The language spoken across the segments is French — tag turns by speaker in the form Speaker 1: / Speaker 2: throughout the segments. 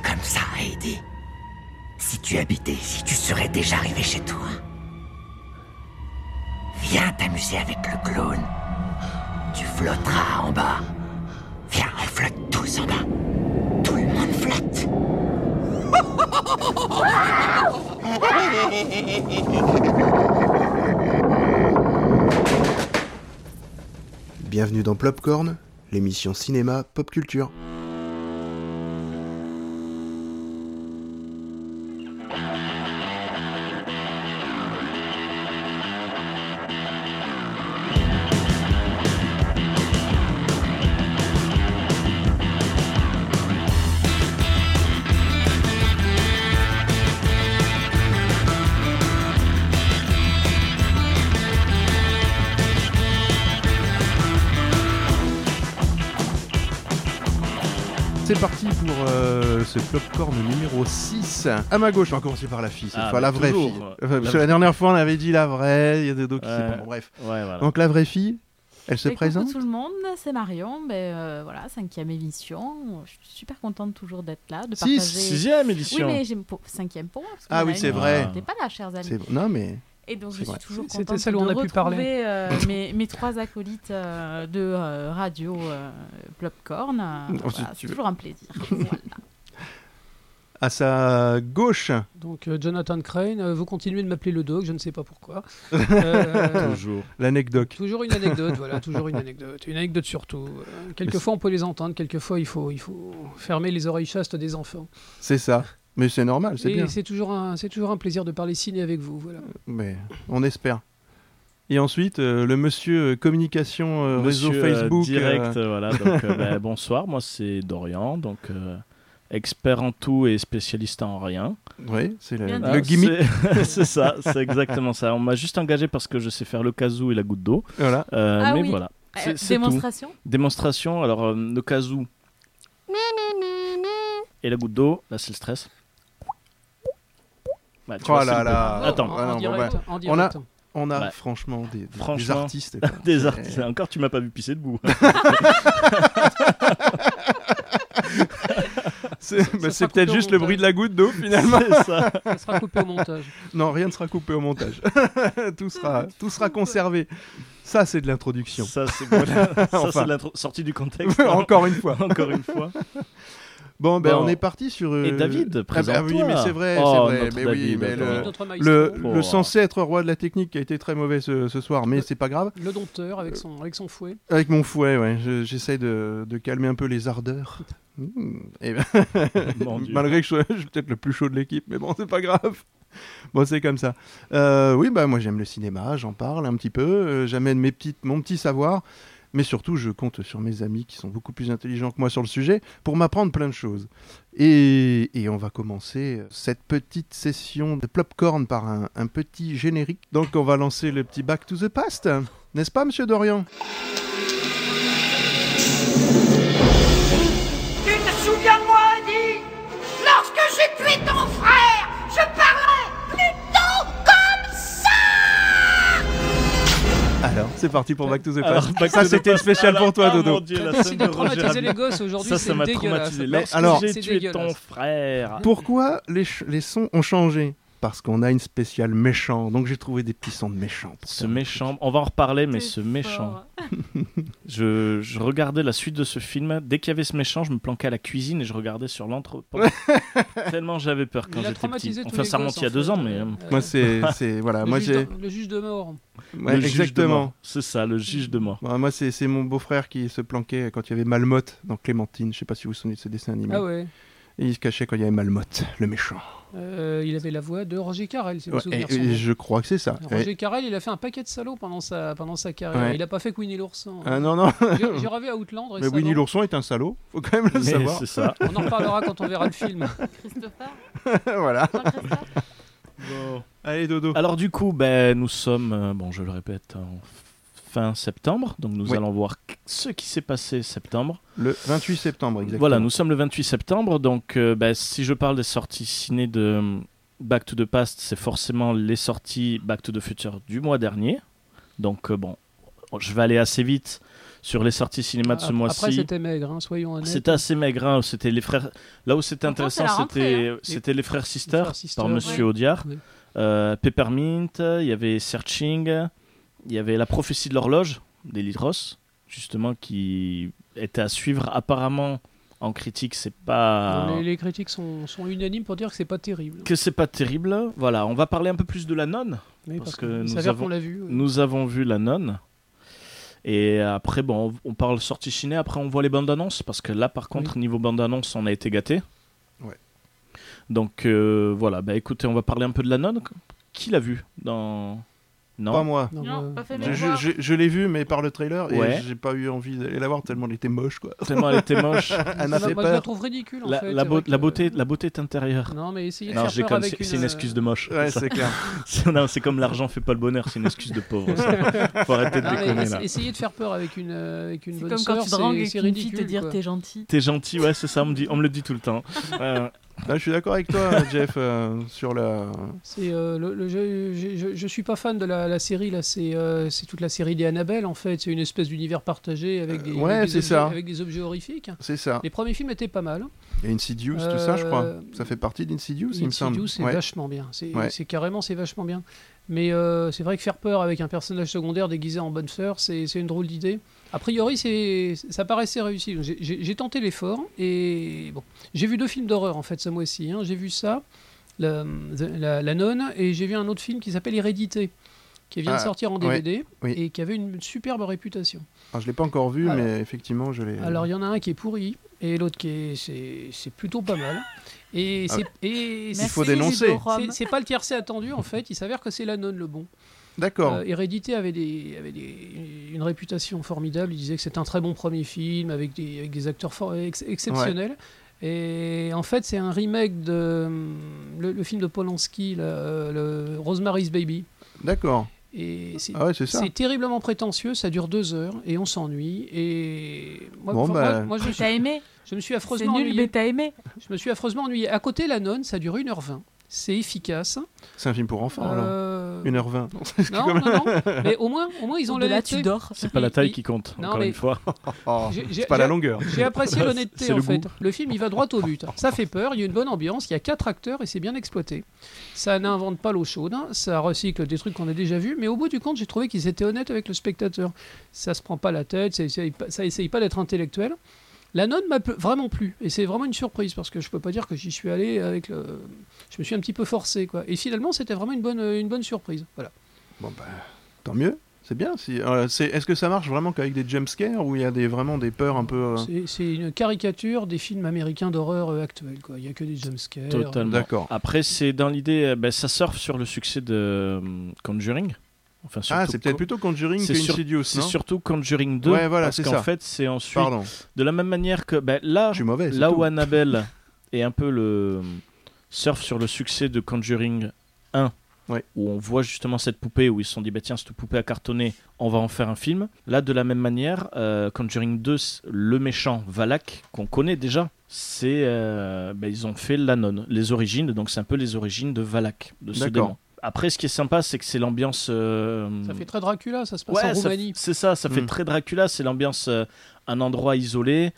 Speaker 1: m'aurait aidé. Si tu habitais ici, tu serais déjà arrivé chez toi. Viens t'amuser avec le clone. Tu flotteras en bas. Viens, on flotte tous en bas. Tout le monde flotte.
Speaker 2: Bienvenue dans Plopcorn, l'émission cinéma pop culture. C'est parti pour euh, ce popcorn numéro 6. À ma gauche, on va commencer par la fille, cette
Speaker 3: Ah,
Speaker 2: fois,
Speaker 3: bah,
Speaker 2: la vraie
Speaker 3: toujours,
Speaker 2: fille.
Speaker 3: moi.
Speaker 2: Enfin,
Speaker 3: La
Speaker 2: parce que
Speaker 3: vraie-
Speaker 2: la dernière fois, on avait dit la vraie, il y a des dos qui
Speaker 3: Ouais.
Speaker 2: bon, bref.
Speaker 3: Ouais, voilà.
Speaker 2: Donc la vraie fille, elle se
Speaker 4: Bah, coucou
Speaker 2: présente
Speaker 4: tout le monde, c'est Marion. Ben, euh, voilà, cinquième émission. Je suis super contente toujours d'être là, de
Speaker 3: Six,
Speaker 4: partager.
Speaker 3: sixième
Speaker 4: oui,
Speaker 3: édition.
Speaker 4: mais j'aime pour... cinquième pour moi. parce
Speaker 2: Ah
Speaker 4: qu'on
Speaker 2: oui,
Speaker 4: a
Speaker 2: c'est
Speaker 4: une-
Speaker 2: vrai.
Speaker 4: T'es pas là, chers amis.
Speaker 2: C'est- Non mais...
Speaker 4: Et donc,
Speaker 2: c'est
Speaker 4: je
Speaker 2: vrai.
Speaker 4: suis toujours
Speaker 5: C'était
Speaker 4: contente
Speaker 5: celle où
Speaker 4: de
Speaker 5: on a pu parler.
Speaker 4: retrouver, euh, mes, mes trois acolytes euh, de euh, radio euh, Plopcorn. Euh,
Speaker 2: Non,
Speaker 4: voilà,
Speaker 2: si tu
Speaker 4: c'est
Speaker 2: veux.
Speaker 4: toujours un plaisir. Voilà.
Speaker 2: À sa gauche,
Speaker 5: Donc euh, Jonathan Crane, euh, vous continuez de m'appeler le doc, je ne sais pas pourquoi. Euh,
Speaker 3: Toujours.
Speaker 2: l'anecdote.
Speaker 5: toujours une anecdote, voilà, toujours une anecdote, une anecdote surtout. Euh, quelquefois on peut les entendre, quelquefois il faut, il faut fermer les oreilles chastes des enfants.
Speaker 2: C'est ça. Mais c'est normal, c'est bien.
Speaker 5: Et c'est toujours un, c'est toujours un plaisir de parler ciné avec vous, voilà.
Speaker 2: Mais on espère. Et ensuite, euh, le monsieur euh, communication euh, réseau
Speaker 3: Monsieur, euh,
Speaker 2: Facebook.
Speaker 3: direct,
Speaker 2: euh,
Speaker 3: euh, voilà. Donc, euh, bah, bonsoir, moi c'est Dorian, donc euh, expert en tout et spécialiste en rien.
Speaker 2: oui, euh, c'est le,
Speaker 4: Bien
Speaker 2: le
Speaker 4: dit.
Speaker 3: Ah,
Speaker 2: gimmick.
Speaker 3: c'est- C'est ça, c'est exactement ça. On m'a juste engagé parce que je sais faire le kazoo et la goutte d'eau.
Speaker 2: Voilà.
Speaker 3: Euh,
Speaker 4: Ah
Speaker 3: mais
Speaker 4: oui.
Speaker 3: voilà. C'est-
Speaker 4: Euh,
Speaker 3: c'est tout.
Speaker 4: démonstration
Speaker 3: Démonstration, alors euh, le kazoo et la goutte d'eau, là c'est le stress. Bah, tu
Speaker 2: Oh
Speaker 3: vois,
Speaker 2: là
Speaker 3: c'est le-
Speaker 2: là. Ah,
Speaker 3: Attends.
Speaker 5: En-
Speaker 2: Ah non,
Speaker 5: en,
Speaker 2: bon,
Speaker 5: direct,
Speaker 2: bah,
Speaker 5: en
Speaker 2: on a-
Speaker 5: direct.
Speaker 2: On a
Speaker 3: Ouais.
Speaker 2: franchement des, des-
Speaker 3: Franchement,
Speaker 2: des artistes. quoi.
Speaker 3: Des
Speaker 2: C'est-
Speaker 3: artistes. Encore, tu m'as pas vu pisser debout.
Speaker 2: C'est bah,
Speaker 5: sera
Speaker 2: c'est
Speaker 5: coupé
Speaker 2: peut-être
Speaker 5: au
Speaker 2: juste le
Speaker 5: montage.
Speaker 2: bruit de la goutte d'eau finalement.
Speaker 3: C'est ça.
Speaker 5: Ça sera coupé au montage.
Speaker 2: Non, rien ne sera coupé au montage. tout, sera, tout sera conservé. Ça, c'est de l'introduction.
Speaker 3: Ça, c'est bon. Ça,
Speaker 2: Enfin.
Speaker 3: c'est l'intro- sortie du contexte.
Speaker 2: Encore une fois.
Speaker 3: Encore une fois.
Speaker 2: Bon, ben
Speaker 3: Bon.
Speaker 2: on est parti sur. euh,
Speaker 3: Et David,
Speaker 2: ah, ben,
Speaker 3: présente-toi.
Speaker 2: ah oui, mais c'est vrai,
Speaker 3: Oh,
Speaker 2: c'est vrai.
Speaker 3: notre
Speaker 2: Mais oui,
Speaker 3: David,
Speaker 2: mais
Speaker 3: attends.
Speaker 2: le,
Speaker 5: Notre
Speaker 2: le,
Speaker 5: maestro,
Speaker 3: Bon.
Speaker 2: le censé être roi de la technique qui a été très mauvais ce, ce soir, mais c'est pas grave.
Speaker 5: le dompteur avec son, avec son fouet.
Speaker 2: Avec mon fouet, ouais, je- j'essaie de, de calmer un peu les ardeurs. Mmh. Eh ben,
Speaker 3: Mon Dieu.
Speaker 2: malgré que je, sois- je suis peut-être le plus chaud de l'équipe, mais bon, c'est pas grave. Bon, c'est comme ça. Euh, oui, bah moi j'aime le cinéma, j'en parle un petit peu, euh, j'amène mes petites, mon petit savoir, mais surtout je compte sur mes amis qui sont beaucoup plus intelligents que moi sur le sujet pour m'apprendre plein de choses. Et, et on va commencer euh, cette petite session de Plopcorn par un, un petit générique. Donc on va lancer le petit Back to the Past, n'est-ce pas, Monsieur Dorian
Speaker 6: Tu te souviens de moi, Eddie Lorsque j'ai tué ton frère, je parlais plutôt comme ça
Speaker 2: Alors, c'est parti pour Back to the
Speaker 3: Alors,
Speaker 2: Past.
Speaker 3: Back
Speaker 2: ça,
Speaker 3: to the
Speaker 2: c'était
Speaker 3: Past.
Speaker 2: spécial
Speaker 3: Alors,
Speaker 2: pour toi,
Speaker 3: ah, mon
Speaker 2: Dodo.
Speaker 3: Dieu, la
Speaker 5: C'est
Speaker 3: scène
Speaker 5: de
Speaker 3: de Roger
Speaker 5: traumatiser les
Speaker 3: Rabbit.
Speaker 5: gosses aujourd'hui,
Speaker 3: Ça, ça
Speaker 5: c'est
Speaker 3: m'a
Speaker 5: dégueulasse.
Speaker 3: traumatisé.
Speaker 5: Lorsque
Speaker 2: alors-
Speaker 3: j'ai
Speaker 5: c'est
Speaker 3: tué ton
Speaker 5: dégueulasse.
Speaker 3: frère.
Speaker 2: Pourquoi les, ch- les sons ont changé Parce qu'on a une spéciale méchant. Donc, j'ai trouvé des petits sons de méchant. pour
Speaker 3: Ce
Speaker 2: faire.
Speaker 3: méchant, on va en reparler, mais
Speaker 4: T'es
Speaker 3: ce méchant.
Speaker 4: fort. hein.
Speaker 3: Je, je regardais la suite de ce film. Dès qu'il y avait ce méchant, je me planquais à la cuisine et je regardais sur l'entrepôt. Tellement j'avais peur quand
Speaker 5: Il a
Speaker 3: j'étais
Speaker 5: traumatisé
Speaker 3: petit.
Speaker 5: tous
Speaker 3: Enfin,
Speaker 5: les
Speaker 3: ça
Speaker 5: gosses,
Speaker 3: remonte il y a
Speaker 5: en
Speaker 3: deux
Speaker 5: fait.
Speaker 3: ans, mais. euh,
Speaker 5: Euh,
Speaker 2: Moi, c'est. c'est- voilà,
Speaker 5: le
Speaker 2: moi,
Speaker 5: juge
Speaker 2: j'ai.
Speaker 5: de- le juge de mort.
Speaker 2: ouais,
Speaker 3: le juge de mort.
Speaker 2: exactement.
Speaker 3: C'est ça, le juge de mort.
Speaker 2: Ouais, moi, c'est c'est mon beau-frère qui se planquait quand il y avait Malmotte dans Clémentine. Je sais pas si vous vous souvenez de ce dessin animé.
Speaker 5: Ah ouais.
Speaker 2: Et il se cachait quand il y avait Malmotte, le méchant.
Speaker 5: Euh, il avait la voix de Roger Carrel, si vous
Speaker 2: Ouais,
Speaker 5: vous souvenez.
Speaker 2: et- et je crois que c'est ça.
Speaker 5: Roger
Speaker 2: Ouais.
Speaker 5: Carrel, il a fait un paquet de salauds pendant sa, pendant sa carrière.
Speaker 2: Ouais.
Speaker 5: Il a pas fait Winnie l'ourson.
Speaker 2: Ah, non, non.
Speaker 5: hein. J'ai j'ai revu Outland
Speaker 2: Mais
Speaker 5: récemment.
Speaker 2: Winnie l'ourson est un salaud. Faut quand même le
Speaker 3: Mais
Speaker 2: savoir.
Speaker 3: C'est ça.
Speaker 5: On en reparlera quand on verra le film.
Speaker 4: Christopher
Speaker 2: voilà.
Speaker 4: Jean Christophe
Speaker 2: Allez, Dodo.
Speaker 3: Alors du coup, ben, nous sommes, euh, bon, je le répète, en fin septembre, donc nous
Speaker 2: Oui.
Speaker 3: allons voir qu- ce qui s'est passé septembre.
Speaker 2: Le 28 septembre, exactement.
Speaker 3: Voilà, nous sommes le 28 septembre, donc euh, ben, si je parle des sorties ciné de euh, Back to the Past, c'est forcément les sorties Back to the Future du mois dernier. Donc euh, bon, je vais aller assez vite sur les sorties cinéma de ce
Speaker 5: Ap- Ah, Après,
Speaker 3: mois-ci.
Speaker 5: c'était maigre, hein, soyons honnêtes.
Speaker 3: C'était assez maigre, hein, c'était les frères. Là où c'était
Speaker 4: Pourtant, c'est
Speaker 3: intéressant,
Speaker 4: la rentrée,
Speaker 3: c'était c'était les frères Sisters
Speaker 5: Frères Sisters,
Speaker 3: par Monsieur
Speaker 4: ouais.
Speaker 3: Audiard,
Speaker 5: Oui.
Speaker 3: Euh, Peppermint, il y avait Searching, il y avait La prophétie de l'horloge d'Elie Ross, justement qui était à suivre. Apparemment, en critique, c'est pas
Speaker 5: Les, les critiques sont, sont unanimes pour dire que c'est pas terrible.
Speaker 3: Ah. que c'est pas terrible. Voilà, on va parler un peu plus de la nonne.
Speaker 5: Oui,
Speaker 3: parce
Speaker 5: parce,
Speaker 3: que nous
Speaker 5: qu'il s'avère
Speaker 3: avons-
Speaker 5: qu'on l'a vu. euh. oui.
Speaker 3: Nous avons vu la nonne. Et après, bon, on on parle sortie ciné. Après, on voit les bandes annonces. Parce que là, par contre, niveau bande annonce, on a été gâté.
Speaker 2: Ouais.
Speaker 3: Donc, euh, voilà. Bah écoutez, on va parler un peu de la nonne. Qui l'a vu dans. Non.
Speaker 2: Pas moi.
Speaker 5: Non,
Speaker 4: Non,
Speaker 5: euh,
Speaker 4: pas fait
Speaker 3: Je-
Speaker 2: Je,
Speaker 4: mes devoirs.
Speaker 2: je- je l'ai vu, mais par le trailer,
Speaker 3: Ouais.
Speaker 2: et j'ai pas eu envie d'aller la voir tellement elle était moche, quoi.
Speaker 3: Tellement elle était moche.
Speaker 2: Anna
Speaker 5: moi,
Speaker 2: fait
Speaker 5: moi, je la
Speaker 2: peur.
Speaker 5: trouve ridicule en
Speaker 3: la,
Speaker 5: fait. euh,
Speaker 3: la
Speaker 5: c'est
Speaker 3: beau-
Speaker 5: vrai que-
Speaker 3: la beauté, la beauté est intérieure.
Speaker 5: Non, mais essayez de
Speaker 3: Non,
Speaker 5: faire
Speaker 3: j'ai
Speaker 5: peur
Speaker 3: comme.
Speaker 5: avec euh,
Speaker 3: C'est c'est une excuse de moche.
Speaker 2: Ouais,
Speaker 3: Ça-
Speaker 2: c'est clair.
Speaker 3: c'est non, c'est comme l'argent fait pas le bonheur. C'est une excuse de pauvre. ça. Faut arrêter de
Speaker 5: Non, mais
Speaker 3: déconner
Speaker 5: Ah, ess-
Speaker 3: là.
Speaker 5: Essayez de faire peur avec une, euh, avec une
Speaker 4: C'est
Speaker 5: bonne
Speaker 4: comme quand
Speaker 5: sœur,
Speaker 4: tu drangues
Speaker 5: c'est-
Speaker 4: et
Speaker 5: c'est
Speaker 4: qu'une fille
Speaker 5: ridicule.
Speaker 4: te dire
Speaker 5: quoi.
Speaker 4: t'es gentil.
Speaker 3: T'es gentil, ouais, c'est ça. On me, dit, on me le dit tout le temps. Ouais, ouais.
Speaker 2: Là, Bah, je suis d'accord avec toi, Jeff, euh, sur la.
Speaker 5: C'est, euh, le, le jeu- je, je- je suis pas fan de la, la série là. C'est euh, c'est toute la série des Annabelle en fait. C'est une espèce d'univers partagé avec des,
Speaker 2: Euh, ouais,
Speaker 5: avec des
Speaker 2: c'est
Speaker 5: objets,
Speaker 2: ça.
Speaker 5: avec des objets horrifiques.
Speaker 2: C'est ça.
Speaker 5: Les premiers films étaient pas mal. hein.
Speaker 2: Et Insidious, tout ça, je crois.
Speaker 5: Euh,
Speaker 2: Ça fait partie d'Insidious, il me semble.
Speaker 5: Insidious, c'est
Speaker 2: Ouais.
Speaker 5: vachement bien. C'est
Speaker 2: Ouais.
Speaker 5: c'est carrément, c'est vachement bien. Mais euh, c'est vrai que faire peur avec un personnage secondaire déguisé en bonne sœur, c'est c'est une drôle d'idée. A priori, c'est- ça paraissait réussi. Donc, j'ai- J'ai j'ai tenté l'effort et bon, j'ai vu deux films d'horreur en fait ce mois-ci. hein. J'ai vu ça, la, la- la nonne, et j'ai vu un autre film qui s'appelle Hérédité, qui vient
Speaker 2: Ah,
Speaker 5: de sortir en
Speaker 2: ouais,
Speaker 5: DVD
Speaker 2: oui.
Speaker 5: et qui avait une superbe réputation.
Speaker 2: Alors, je l'ai pas encore vu,
Speaker 5: Alors-
Speaker 2: mais effectivement, je l'ai.
Speaker 5: Alors il y en a un qui est pourri et l'autre qui est c'est- c'est plutôt pas mal. Et
Speaker 2: Ah
Speaker 5: c'est et
Speaker 4: Merci,
Speaker 2: faut dénoncer.
Speaker 4: Ludorum.
Speaker 5: c'est- C'est pas le tiercé attendu en fait, il s'avère que c'est la nonne le bon.
Speaker 2: D'accord.
Speaker 5: Euh, Hérédité avait, des, avait des- une réputation formidable, il disait que c'est un très bon premier film avec des, avec des acteurs for- ex- exceptionnels. Et en fait, c'est un remake de hum, le, le film de Polanski, là, euh, le Rosemary's Baby.
Speaker 2: D'accord.
Speaker 5: Et c'est
Speaker 2: Ah ouais, c'est ça.
Speaker 5: c'est terriblement prétentieux, ça dure deux heures et on s'ennuie. Et moi,
Speaker 2: Bon,
Speaker 5: enfin,
Speaker 2: bah,
Speaker 5: moi- moi, je,
Speaker 4: T'as
Speaker 5: suis,
Speaker 4: aimé
Speaker 5: je me suis
Speaker 4: C'est
Speaker 5: affreusement
Speaker 4: nul, mais
Speaker 5: ennuyé.
Speaker 4: t'as aimé.
Speaker 5: Je me suis affreusement ennuyé. À côté, la nonne, ça dure 1h20. C'est efficace.
Speaker 2: C'est un film pour enfants, alors.
Speaker 5: Euh,
Speaker 2: 1h20.
Speaker 5: Non, non, non. Mais au moins, au moins ils ont
Speaker 4: De là,
Speaker 5: l'honnêteté.
Speaker 4: tu dors.
Speaker 3: C'est pas la taille qui compte,
Speaker 5: Non,
Speaker 3: encore
Speaker 5: mais-
Speaker 3: une fois.
Speaker 2: Oh,
Speaker 5: J'ai- j'ai-
Speaker 2: c'est pas la
Speaker 5: j'ai-
Speaker 2: longueur.
Speaker 5: J'ai apprécié l'honnêteté
Speaker 3: C'est
Speaker 5: en
Speaker 3: le
Speaker 5: fait.
Speaker 3: goût.
Speaker 5: Le film il va droit au but. Ça fait peur, il y a une bonne ambiance, il y a quatre acteurs et c'est bien exploité. Ça n'invente pas l'eau chaude, hein, ça recycle des trucs qu'on a déjà vus, mais au bout du compte j'ai trouvé qu'ils étaient honnêtes avec le spectateur. Ça se prend pas la tête, ça essaye pas, ça essaye pas d'être intellectuel. La nonne m'a pl- vraiment plu et c'est vraiment une surprise parce que je peux pas dire que j'y suis allé avec le. Je me suis un petit peu forcé quoi. Et finalement c'était vraiment une bonne, une bonne surprise. Voilà.
Speaker 2: Bon, bah, tant mieux. C'est bien. Si... euh, c'est- Est-ce que ça marche vraiment qu'avec des jumpscares ou il y a des, vraiment des peurs un peu. euh,
Speaker 5: C'est- C'est une caricature des films américains d'horreur euh, actuels quoi. Il y a que des jumpscares.
Speaker 3: Totalement.
Speaker 2: D'accord.
Speaker 3: Après, c'est dans l'idée, euh, ben, ça surfe sur le succès de euh, Conjuring. Enfin,
Speaker 2: Ah,
Speaker 3: surtout
Speaker 2: c'est peut-être
Speaker 3: Con-
Speaker 2: plutôt Conjuring que
Speaker 3: C'est sur-
Speaker 2: Insidious,
Speaker 3: C'est
Speaker 2: non
Speaker 3: surtout Conjuring 2.
Speaker 2: Ouais, voilà,
Speaker 3: parce
Speaker 2: c'est
Speaker 3: qu'en
Speaker 2: ça.
Speaker 3: fait, c'est ensuite.
Speaker 2: Pardon,
Speaker 3: De la même manière que ben, là,
Speaker 2: je suis mauvais. c'est
Speaker 3: là
Speaker 2: tout.
Speaker 3: où Annabelle est un peu le. surfe sur le succès de Conjuring 1.
Speaker 2: Ouais.
Speaker 3: Où on voit justement cette poupée, où ils se sont dit, bah, tiens, cette poupée a cartonné, on va en faire un film. Là, de la même manière, euh, Conjuring 2, c- le méchant Valak, qu'on connaît déjà, c'est. euh, bah, ils ont fait la nonne, les origines, donc c'est un peu les origines de Valak, de ce
Speaker 2: D'accord.
Speaker 3: démon. Après, ce qui est sympa, c'est que c'est l'ambiance. euh,
Speaker 5: Ça fait très Dracula, ça se passe
Speaker 3: Ouais,
Speaker 5: en
Speaker 3: ça-
Speaker 5: Roumanie.
Speaker 3: c'est ça, ça fait
Speaker 2: Mm.
Speaker 3: très Dracula, c'est l'ambiance, euh, un endroit isolé,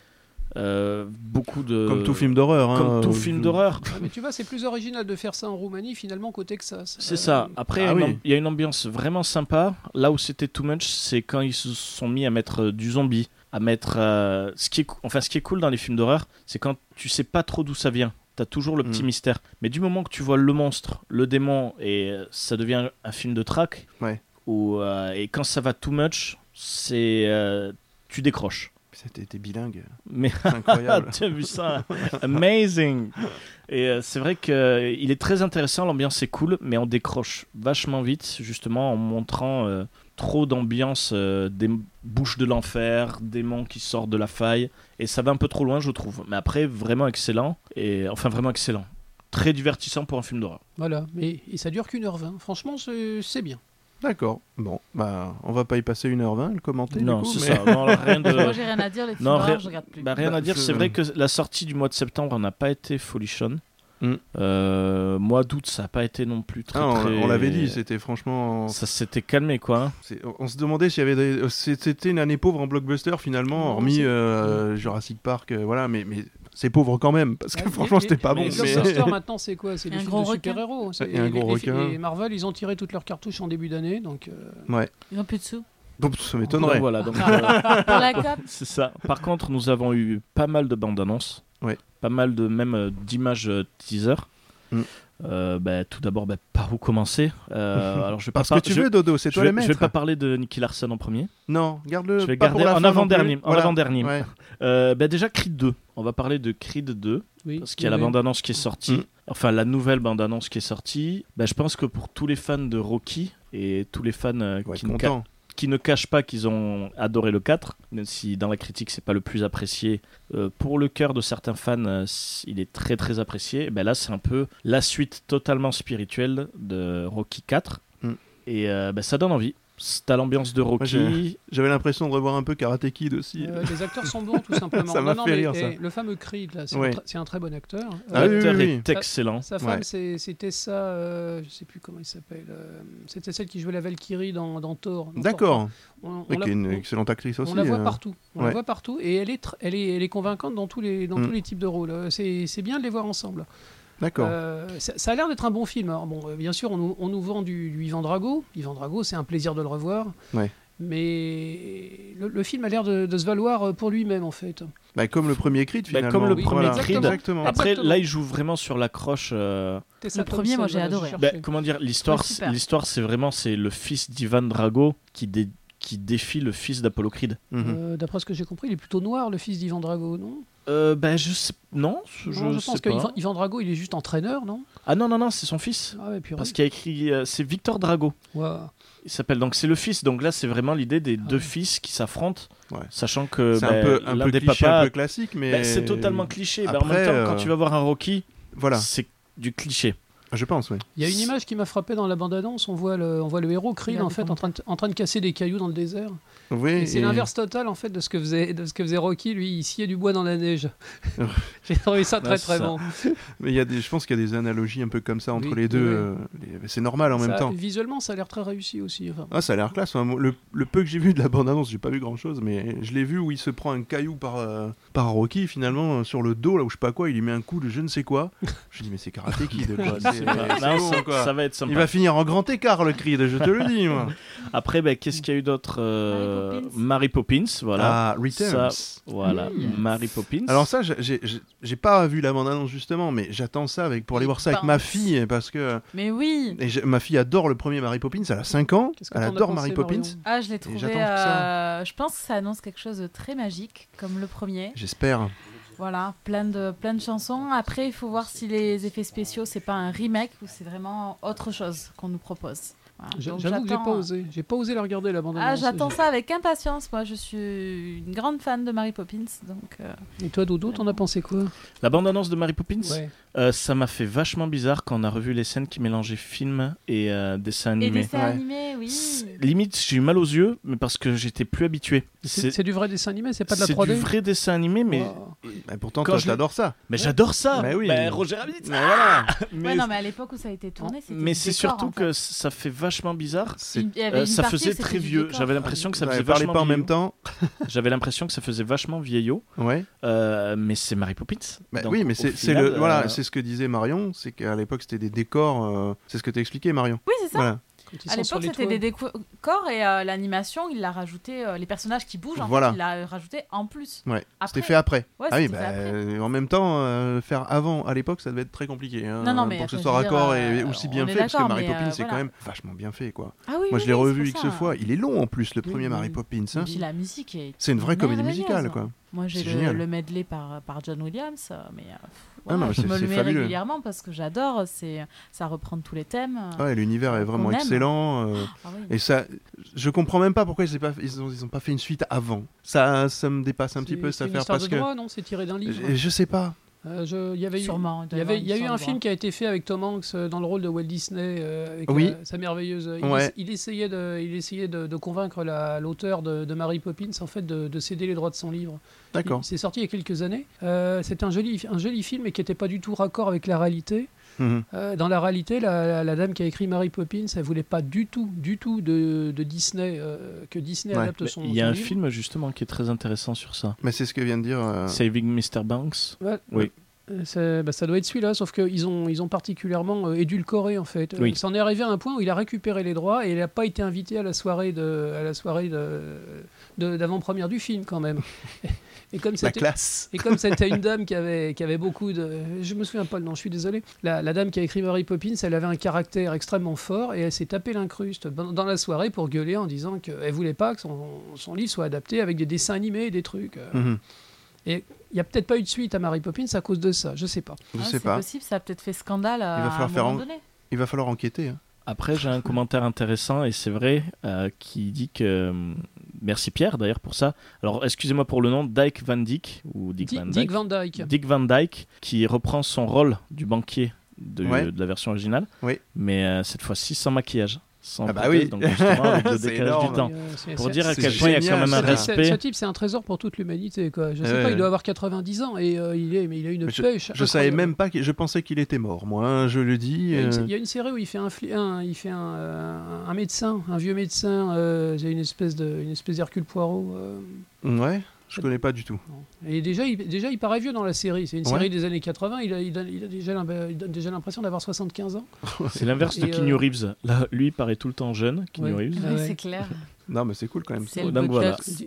Speaker 3: euh, beaucoup de...
Speaker 2: Comme tout film d'horreur. hein,
Speaker 3: Comme tout
Speaker 2: euh,
Speaker 3: film
Speaker 2: je-
Speaker 3: d'horreur.
Speaker 5: Ouais, mais tu vois, c'est plus original de faire ça en Roumanie finalement qu'au Texas.
Speaker 3: C'est
Speaker 5: Euh,
Speaker 3: ça. Après,
Speaker 2: Ah
Speaker 3: une
Speaker 2: oui.
Speaker 3: amb- il y a une ambiance vraiment sympa. Là où c'était too much, c'est quand ils se sont mis à mettre euh, du zombie, à mettre. euh, ce qui est, cou- enfin, ce qui est cool dans les films d'horreur, c'est quand tu sais pas trop d'où ça vient. T'as toujours le petit
Speaker 2: Mm.
Speaker 3: mystère. Mais du moment que tu vois le monstre, le démon, et euh, ça devient un film de track.
Speaker 2: Ouais.
Speaker 3: Où, euh, et quand ça va too much, c'est. euh, tu décroches.
Speaker 2: C'était t'es bilingue.
Speaker 3: Mais
Speaker 2: C'est
Speaker 3: Ah,
Speaker 2: incroyable.
Speaker 3: t'as vu ça Amazing Et euh, c'est vrai qu'il est très intéressant, l'ambiance est cool, mais on décroche vachement vite, justement, en montrant euh, trop d'ambiance, euh, des m- bouches de l'enfer, démons qui sortent de la faille, et ça va un peu trop loin, je trouve. Mais après, vraiment excellent, et enfin, vraiment excellent. Très divertissant pour un film d'horreur.
Speaker 5: Voilà, mais et ça dure qu'une heure vingt. Franchement, c'est c'est bien.
Speaker 2: D'accord. Bon, bah, on va pas y passer 1h20 le commenter. du
Speaker 3: Non,
Speaker 2: coup,
Speaker 3: c'est
Speaker 2: mais-
Speaker 3: ça. Non, rien
Speaker 4: Moi,
Speaker 3: de...
Speaker 4: j'ai rien à dire, les films
Speaker 3: Euh, Non,
Speaker 4: d'horreur,
Speaker 3: Bah, rien-
Speaker 4: je regarde plus.
Speaker 3: bah, rien
Speaker 2: Bah,
Speaker 3: à dire,
Speaker 2: je-
Speaker 3: c'est vrai que la sortie du mois de septembre n'a pas été folichonne.
Speaker 2: Mm.
Speaker 3: Euh, mois d'août, ça n'a pas été non plus très.
Speaker 2: Ah, on
Speaker 3: très-
Speaker 2: on l'avait dit, c'était franchement.
Speaker 3: Ça s'était calmé, quoi.
Speaker 2: c'est- On on se demandait s'il y avait. des- c'est- C'était une année pauvre en blockbuster finalement,
Speaker 5: Non,
Speaker 2: hormis
Speaker 5: c'est-
Speaker 2: euh, Jurassic Park, euh, voilà, mais, mais c'est pauvre quand même, parce que
Speaker 5: Ouais,
Speaker 2: franchement
Speaker 5: mais-
Speaker 2: c'était pas
Speaker 3: mais-
Speaker 2: bon.
Speaker 3: mais-
Speaker 5: Blockbuster, maintenant, c'est quoi C'est
Speaker 4: Un
Speaker 5: les films
Speaker 4: gros
Speaker 5: de
Speaker 4: requin.
Speaker 5: super-héros. hein. C'est-
Speaker 2: et un
Speaker 5: les-
Speaker 2: gros
Speaker 5: les-
Speaker 2: requin.
Speaker 5: les Marvel, ils ont tiré toutes leurs cartouches en début d'année, donc euh,
Speaker 4: Ils n'ont plus de sous.
Speaker 2: Donc ça
Speaker 3: Donc,
Speaker 2: m'étonnerait.
Speaker 3: Voilà, donc, euh,
Speaker 4: Pour la COP,
Speaker 3: c'est ça. Par contre, nous avons eu pas mal de bandes annonces.
Speaker 2: Ouais.
Speaker 3: Pas mal de même euh, d'images euh, teaser.
Speaker 2: Mm.
Speaker 3: Euh, bah, tout d'abord, bah, par où commencer Euh, Alors, je vais pas
Speaker 2: Parce que
Speaker 3: par-
Speaker 2: tu
Speaker 3: je-
Speaker 2: veux, Dodo, c'est
Speaker 3: je
Speaker 2: toi les
Speaker 3: vais, je
Speaker 2: maîtres.
Speaker 3: vais pas parler de Nicky Larson en premier.
Speaker 2: Non, garde-le.
Speaker 3: je vais
Speaker 2: pas pour
Speaker 3: garder
Speaker 2: la fin
Speaker 3: en
Speaker 2: non plus.
Speaker 3: avant-dernier. En
Speaker 2: Voilà.
Speaker 3: avant-dernier.
Speaker 2: Ouais.
Speaker 3: Euh, bah, déjà, Creed 2. On va parler de Creed 2.
Speaker 5: oui.
Speaker 3: Parce qu'il y a
Speaker 5: oui,
Speaker 3: la
Speaker 5: oui.
Speaker 3: bande-annonce qui est sortie,
Speaker 2: Mm.
Speaker 3: enfin la nouvelle bande-annonce qui est sortie. Bah, je pense que pour tous les fans de Rocky et tous les fans euh,
Speaker 2: Ouais,
Speaker 3: qui, ne ca-
Speaker 2: content.
Speaker 3: qui ne cachent pas qu'ils ont adoré le 4, même si dans la critique c'est pas le plus apprécié, euh, pour le cœur de certains fans euh, s- il est très très apprécié. Et ben là c'est un peu la suite totalement spirituelle de Rocky 4
Speaker 2: Mm.
Speaker 3: et euh, bah, ça donne envie. C'est à l'ambiance de Rocky.
Speaker 2: j'ai- J'avais l'impression de revoir un peu Karate Kid aussi.
Speaker 5: Euh, les acteurs sont bons, tout simplement.
Speaker 2: Ça m'a
Speaker 5: Non, non,
Speaker 2: fait
Speaker 5: mais,
Speaker 2: rire,
Speaker 5: eh,
Speaker 2: ça.
Speaker 5: Le fameux Creed, là, c'est
Speaker 2: Ouais.
Speaker 5: un, tr- c'est un très bon acteur. Euh,
Speaker 2: Ah oui,
Speaker 3: L'acteur
Speaker 2: oui, oui.
Speaker 3: est excellent.
Speaker 5: Sa femme,
Speaker 2: Ouais.
Speaker 5: c'est- c'était ça, euh, je sais plus comment il s'appelle. euh, c'était celle qui jouait la Valkyrie dans, dans Thor. dans Thor.
Speaker 2: D'accord.
Speaker 5: On, on
Speaker 2: Et
Speaker 5: la,
Speaker 2: qui est une
Speaker 5: on-
Speaker 2: excellente actrice
Speaker 5: on
Speaker 2: aussi.
Speaker 5: la voit
Speaker 2: euh.
Speaker 5: partout. On
Speaker 2: ouais.
Speaker 5: la voit partout et elle est, tr- elle est, elle est convaincante dans tous les, dans
Speaker 2: Mm.
Speaker 5: tous les types de rôles. Euh, C'est c'est bien de les voir ensemble.
Speaker 2: D'accord.
Speaker 5: Euh, ça, ça a l'air d'être un bon film. Alors, bon, euh, bien sûr, on nous, on nous vend du, du Ivan Drago. Ivan Drago, c'est un plaisir de le revoir.
Speaker 2: Ouais.
Speaker 5: Mais le, le film a l'air de, de se valoir euh, pour lui-même, en fait.
Speaker 2: Bah, comme le premier Creed
Speaker 3: Bah,
Speaker 2: finalement.
Speaker 3: comme le
Speaker 5: Oui,
Speaker 3: premier
Speaker 5: voilà.
Speaker 3: Creed. Ah,
Speaker 2: Exactement.
Speaker 3: Après
Speaker 5: Exactement.
Speaker 3: là il joue vraiment sur l'accroche. euh,
Speaker 5: Tessa
Speaker 4: Le premier,
Speaker 5: Thompson,
Speaker 4: moi, j'ai
Speaker 5: voilà,
Speaker 4: adoré.
Speaker 5: cherchais.
Speaker 2: Bah,
Speaker 3: Ben, comment dire l'histoire
Speaker 4: Ouais, super.
Speaker 3: l'histoire c'est vraiment c'est le fils d'Ivan Drago qui dé- qui défie le fils d'Apollo Creed
Speaker 2: Mhm.
Speaker 5: Euh, D'après ce que j'ai compris, il est plutôt noir, le fils d'Ivan Drago, non
Speaker 3: euh, ben je sais non je,
Speaker 5: Non,
Speaker 3: sais
Speaker 5: pense que
Speaker 3: pas
Speaker 5: Ivan, Ivan Drago, il est juste entraîneur, non
Speaker 3: ah non non non c'est son fils
Speaker 5: Ah ouais, puis
Speaker 3: parce qu'il a écrit euh, c'est Victor Drago il s'appelle donc c'est le fils donc là c'est vraiment l'idée des deux
Speaker 5: ouais.
Speaker 3: fils qui s'affrontent
Speaker 2: Ouais.
Speaker 3: sachant que
Speaker 2: C'est
Speaker 3: ben,
Speaker 2: un peu, un
Speaker 3: l'un
Speaker 2: peu
Speaker 3: des
Speaker 2: cliché,
Speaker 3: papas
Speaker 2: un peu classique, mais.
Speaker 3: ben, c'est totalement cliché Ben, en
Speaker 2: Après,
Speaker 3: même temps quand
Speaker 2: euh,
Speaker 3: tu vas voir un Rocky
Speaker 2: Voilà,
Speaker 3: c'est du cliché
Speaker 2: je pense, oui.
Speaker 5: Il y a une image qui m'a frappé dans la bande-annonce. On voit le, on voit le héros Creed
Speaker 4: Il a
Speaker 5: en
Speaker 4: des
Speaker 5: fait en train, de, en train de casser des cailloux dans le désert.
Speaker 3: Bah,
Speaker 2: Oui,
Speaker 5: Et c'est
Speaker 2: et-
Speaker 5: l'inverse total en fait de ce que faisait, de ce que faisait Rocky. Lui, il sciait du bois dans la neige. j'ai trouvé ça très
Speaker 3: Ouais, c'est
Speaker 5: très
Speaker 3: ça.
Speaker 5: bon.
Speaker 2: Mais il y a des, je pense qu'il y a des analogies un peu comme ça entre
Speaker 5: Oui,
Speaker 2: les deux.
Speaker 5: oui.
Speaker 2: euh, les- mais C'est normal en même
Speaker 5: Ça-
Speaker 2: temps.
Speaker 5: Visuellement, ça a l'air très réussi aussi. Enfin,
Speaker 2: Ah, ça a l'air classe. hein. Moi, Le, le peu que j'ai vu de la bande-annonce, j'ai pas vu grand-chose, mais je l'ai vu où il se prend un caillou par, euh, par Rocky, finalement, euh, sur le dos, là où je sais pas quoi, il lui met un coup de je ne sais quoi. Je dis, mais c'est Karate Kid, quoi. C'est-
Speaker 3: Voilà.
Speaker 2: c'est
Speaker 3: Bah, Non,
Speaker 2: bon,
Speaker 3: ça,
Speaker 2: quoi.
Speaker 3: ça va être sympa
Speaker 2: Il va finir en grand écart, le cri de je te le dis, moi.
Speaker 3: après ben, qu'est-ce qu'il y a eu d'autre euh,
Speaker 4: Mary Poppins.
Speaker 3: Mary Poppins voilà
Speaker 2: Ah, Returns.
Speaker 3: Voilà,
Speaker 4: Mmh.
Speaker 3: Mary Poppins.
Speaker 2: Alors ça, j'ai- j'ai j'ai- j'ai pas vu la bande-annonce justement, mais j'attends ça avec, pour aller voir ça avec ma fille, parce que
Speaker 4: Mais oui
Speaker 2: et j'ai- ma fille adore le premier Mary Poppins, elle a 5 ans,
Speaker 5: qu'est-ce que
Speaker 2: elle
Speaker 5: t'en as
Speaker 2: adore
Speaker 5: pensé,
Speaker 2: Mary
Speaker 5: Marion
Speaker 2: Poppins.
Speaker 4: Ah, je l'ai
Speaker 2: j'attends
Speaker 4: trouvé.
Speaker 2: pour ça.
Speaker 4: euh, je pense que ça annonce quelque chose de très magique, comme le premier.
Speaker 2: J'espère.
Speaker 4: Voilà, plein de, plein de chansons. Après, il faut voir si les effets spéciaux, c'est pas un remake ou c'est vraiment autre chose qu'on nous propose. Voilà,
Speaker 5: J'a-
Speaker 4: donc
Speaker 5: J'avoue que j'ai
Speaker 4: j'attends- hein.
Speaker 5: pas osé. J'ai pas osé la regarder la bande-annonce.
Speaker 4: Ah, j'attends ça avec impatience. Moi, je suis une grande fan de Mary Poppins, donc euh,
Speaker 5: Et toi, Dodo, t'en as pensé quoi
Speaker 3: La bande-annonce de Mary Poppins, euh, ça m'a fait vachement bizarre quand on a revu les scènes qui mélangeaient film et euh, dessin
Speaker 4: et
Speaker 3: animé.
Speaker 4: dessins
Speaker 2: Ouais.
Speaker 4: animés, oui.
Speaker 3: C'est- Limite, j'ai eu mal aux yeux, mais parce que j'étais plus habitué.
Speaker 5: C'est c'est du vrai dessin animé, c'est pas de la
Speaker 3: c'est
Speaker 5: 3D.
Speaker 3: du vrai dessin animé, mais,
Speaker 5: Wow.
Speaker 2: Mais pourtant,
Speaker 3: Quand
Speaker 2: toi,
Speaker 3: je l'ai-
Speaker 2: t'adores ça.
Speaker 3: mais j'adore ça.
Speaker 2: Mais oui.
Speaker 3: Mais Roger Rabbit.
Speaker 2: Mais voilà.
Speaker 3: Mais,
Speaker 4: Ouais, non, mais à l'époque où ça a été tourné, c'était
Speaker 3: mais
Speaker 4: du
Speaker 3: c'est
Speaker 4: décor,
Speaker 3: surtout
Speaker 4: en fait.
Speaker 3: que ça fait vachement bizarre.
Speaker 2: C'est-
Speaker 4: Il y avait
Speaker 3: Euh,
Speaker 4: une
Speaker 3: ça
Speaker 4: partie où
Speaker 3: faisait
Speaker 4: c'était
Speaker 3: très
Speaker 4: du
Speaker 3: vieux.
Speaker 4: décor.
Speaker 3: J'avais l'impression que ça
Speaker 2: Ouais,
Speaker 3: faisait
Speaker 2: parlez
Speaker 3: vachement
Speaker 2: pas en même
Speaker 3: vieillot.
Speaker 2: temps.
Speaker 3: J'avais l'impression que ça faisait vachement vieillot.
Speaker 2: Ouais.
Speaker 3: Euh, mais c'est Mary Poppins.
Speaker 2: Bah
Speaker 3: Donc,
Speaker 2: oui,
Speaker 3: au
Speaker 2: mais c'est c'est
Speaker 3: final,
Speaker 2: le
Speaker 3: euh,
Speaker 2: voilà, c'est ce que disait Marion, c'est qu'à l'époque c'était des décors. euh, c'est ce que t'as expliqué, Marion.
Speaker 4: Oui, c'est ça.
Speaker 2: Voilà.
Speaker 5: Quand ils
Speaker 4: À
Speaker 5: sont sur
Speaker 4: l'époque,
Speaker 5: les
Speaker 4: c'était
Speaker 5: toits.
Speaker 4: des décors et euh, l'animation, il l'a rajouté, euh, les personnages qui bougent, en
Speaker 2: Voilà.
Speaker 4: fait, il l'a rajouté en plus.
Speaker 2: Ouais.
Speaker 4: Après,
Speaker 2: C'était fait après.
Speaker 4: Ouais,
Speaker 2: ah oui,
Speaker 4: c'était
Speaker 2: bah,
Speaker 4: fait après.
Speaker 2: euh, en même temps, euh, faire avant à l'époque, ça devait être très compliqué. hein,
Speaker 4: Non, non, mais
Speaker 2: pour que ce
Speaker 4: enfin,
Speaker 2: soit
Speaker 4: je veux dire,
Speaker 2: raccord
Speaker 4: euh,
Speaker 2: et aussi
Speaker 4: on
Speaker 2: bien
Speaker 4: est
Speaker 2: fait, parce que
Speaker 4: d'accord,
Speaker 2: Mary
Speaker 4: mais,
Speaker 2: Poppins,
Speaker 4: euh,
Speaker 2: c'est quand
Speaker 4: voilà.
Speaker 2: même vachement bien fait, quoi.
Speaker 4: Ah oui,
Speaker 2: Moi,
Speaker 4: oui,
Speaker 2: je l'ai
Speaker 4: oui,
Speaker 2: revu
Speaker 4: c'est
Speaker 2: x
Speaker 4: pour ça.
Speaker 2: fois. Il est long en plus, le premier
Speaker 5: oui,
Speaker 2: Mary
Speaker 5: oui.
Speaker 2: Poppins. hein.
Speaker 4: Et puis la musique est.
Speaker 2: C'est une vraie comédie
Speaker 4: merveilleuse.
Speaker 2: musicale, quoi.
Speaker 4: Moi, j'ai
Speaker 2: C'est
Speaker 4: le,
Speaker 2: génial.
Speaker 4: le medley par, par John Williams, euh, mais euh, pff,
Speaker 2: Ah non,
Speaker 4: voilà,
Speaker 2: mais
Speaker 4: je
Speaker 2: c'est-
Speaker 4: me
Speaker 2: c'est
Speaker 4: le mets
Speaker 2: fabuleux.
Speaker 4: régulièrement parce que j'adore. C'est ça reprend tous les thèmes. euh,
Speaker 2: Ouais, l'univers est vraiment
Speaker 4: On aime.
Speaker 2: excellent. euh,
Speaker 4: ah oui.
Speaker 2: Et ça, je comprends même pas pourquoi ils n'ont pas, ils ont, ils ont pas fait une suite avant. Ça, ça me dépasse un petit
Speaker 5: C'est-
Speaker 2: peu, ça
Speaker 5: c'est une
Speaker 2: faire
Speaker 5: histoire
Speaker 2: parce
Speaker 5: de
Speaker 2: que
Speaker 5: droit, non C'est tiré d'un livre.
Speaker 2: je, je sais pas.
Speaker 5: Euh, je- Il y avait eu,
Speaker 4: Sûrement.
Speaker 5: il y, avait, il y a eu un film qui a été fait avec Tom Hanks euh, dans le rôle de Walt Disney, euh, avec
Speaker 2: Oui.
Speaker 5: euh, sa merveilleuse. Il,
Speaker 2: Ouais.
Speaker 5: ess- il essayait de, il essayait de, de convaincre la- l'auteur de, de Mary Poppins en fait de, de céder les droits de son livre.
Speaker 2: D'accord.
Speaker 5: C'est sorti il y a quelques années. Euh, C'était un joli, un joli film et qui n'était pas du tout raccord avec la réalité.
Speaker 2: Mhm.
Speaker 5: Euh, dans la réalité, la, la- la dame qui a écrit Mary Poppins, elle voulait pas du tout, du tout de, de Disney euh, que Disney
Speaker 2: Ouais.
Speaker 5: adapte
Speaker 3: Mais
Speaker 5: son.
Speaker 3: Il y a
Speaker 5: son
Speaker 3: un
Speaker 5: livre.
Speaker 3: film justement qui est très intéressant sur ça.
Speaker 2: Mais c'est ce que vient de dire. euh,
Speaker 3: Saving Mr. Banks.
Speaker 5: Ouais.
Speaker 3: Oui.
Speaker 5: Euh, c'est- bah, ça doit être celui-là, sauf qu'ils ont, ils ont particulièrement euh, édulcoré en fait. Euh,
Speaker 3: Oui.
Speaker 5: Ça en est arrivé à un point où il a récupéré les droits et il n'a pas été invité à la soirée de, à la soirée de, de- d'avant-première du film quand même. Et
Speaker 3: Bah,
Speaker 5: comme
Speaker 2: La
Speaker 5: c'était,
Speaker 2: classe.
Speaker 5: et comme c'était une dame qui avait, qui avait beaucoup de. Je me souviens pas le nom, je suis désolé. La, la dame qui a écrit Mary Poppins, elle avait un caractère extrêmement fort et elle s'est tapé l'incruste dans dans la soirée pour gueuler en disant qu'elle voulait pas que son, son livre soit adapté avec des dessins animés et des trucs. Euh,
Speaker 2: Mhm.
Speaker 5: Il n'y a peut-être pas eu de suite à Mary Poppins à cause de ça, je sais pas.
Speaker 2: Je sais pas.
Speaker 4: Ah, C'est possible, ça a peut-être fait scandale à
Speaker 2: Il va falloir
Speaker 4: un
Speaker 2: faire
Speaker 4: moment
Speaker 2: en-
Speaker 4: donné.
Speaker 2: Il va falloir enquêter. hein.
Speaker 3: Après, j'ai un commentaire intéressant et c'est vrai euh, qui dit que. euh, Merci Pierre d'ailleurs pour ça. Alors, excusez-moi pour le nom, Dyke Van Dyke ou Dick
Speaker 5: Di-
Speaker 3: Van
Speaker 5: Dick
Speaker 3: Dyke.
Speaker 5: Van Dyke.
Speaker 3: Dick Van Dyke qui reprend son rôle du banquier de,
Speaker 2: Ouais.
Speaker 3: de la version originale,
Speaker 2: Oui.
Speaker 3: mais euh, cette fois-ci sans maquillage, sans
Speaker 2: Ah bah
Speaker 3: prothèse,
Speaker 2: oui.
Speaker 3: donc justement avec le
Speaker 2: C'est
Speaker 3: décalage
Speaker 2: énorme.
Speaker 3: du temps.
Speaker 5: Euh, c'est-
Speaker 3: Pour
Speaker 5: c'est-
Speaker 3: dire à
Speaker 5: c'est-
Speaker 3: quel point il y a quand
Speaker 2: génial,
Speaker 3: même un
Speaker 2: ça.
Speaker 5: c'est- c'est-
Speaker 3: respect.
Speaker 5: Ce type, c'est un trésor pour toute l'humanité. Quoi. Je sais
Speaker 2: Ouais,
Speaker 5: pas,
Speaker 2: ouais.
Speaker 5: il doit avoir 90 ans et euh, il, est, mais il a une
Speaker 2: Mais je-
Speaker 5: pêche.
Speaker 2: Je savais
Speaker 5: incroyable.
Speaker 2: même pas. que- Je pensais qu'il était mort. Moi, hein, je le dis.
Speaker 5: Il y, a une,
Speaker 2: euh,
Speaker 5: il y a une série où il fait un, fli- un- il fait un, euh, un médecin, un vieux médecin, euh, il y a une espèce de, une espèce d'Hercule Poirot. euh,
Speaker 2: Ouais. Je connais pas du tout.
Speaker 5: et déjà, il, déjà, il paraît vieux dans la série. C'est une
Speaker 2: Ouais.
Speaker 5: série des années 80. Il a, il a- il a déjà, l'im- il donne déjà l'impression d'avoir 75 ans.
Speaker 3: C'est l'inverse de
Speaker 5: Et, euh,
Speaker 3: Keanu Reeves. Là, lui, il paraît tout le temps jeune, Keanu
Speaker 5: Ouais.
Speaker 3: Reeves.
Speaker 5: Ah
Speaker 4: Ouais,
Speaker 5: ouais.
Speaker 4: C'est clair.
Speaker 2: Non, mais c'est cool quand même.
Speaker 4: C'est le
Speaker 3: Donc voilà.
Speaker 4: botox.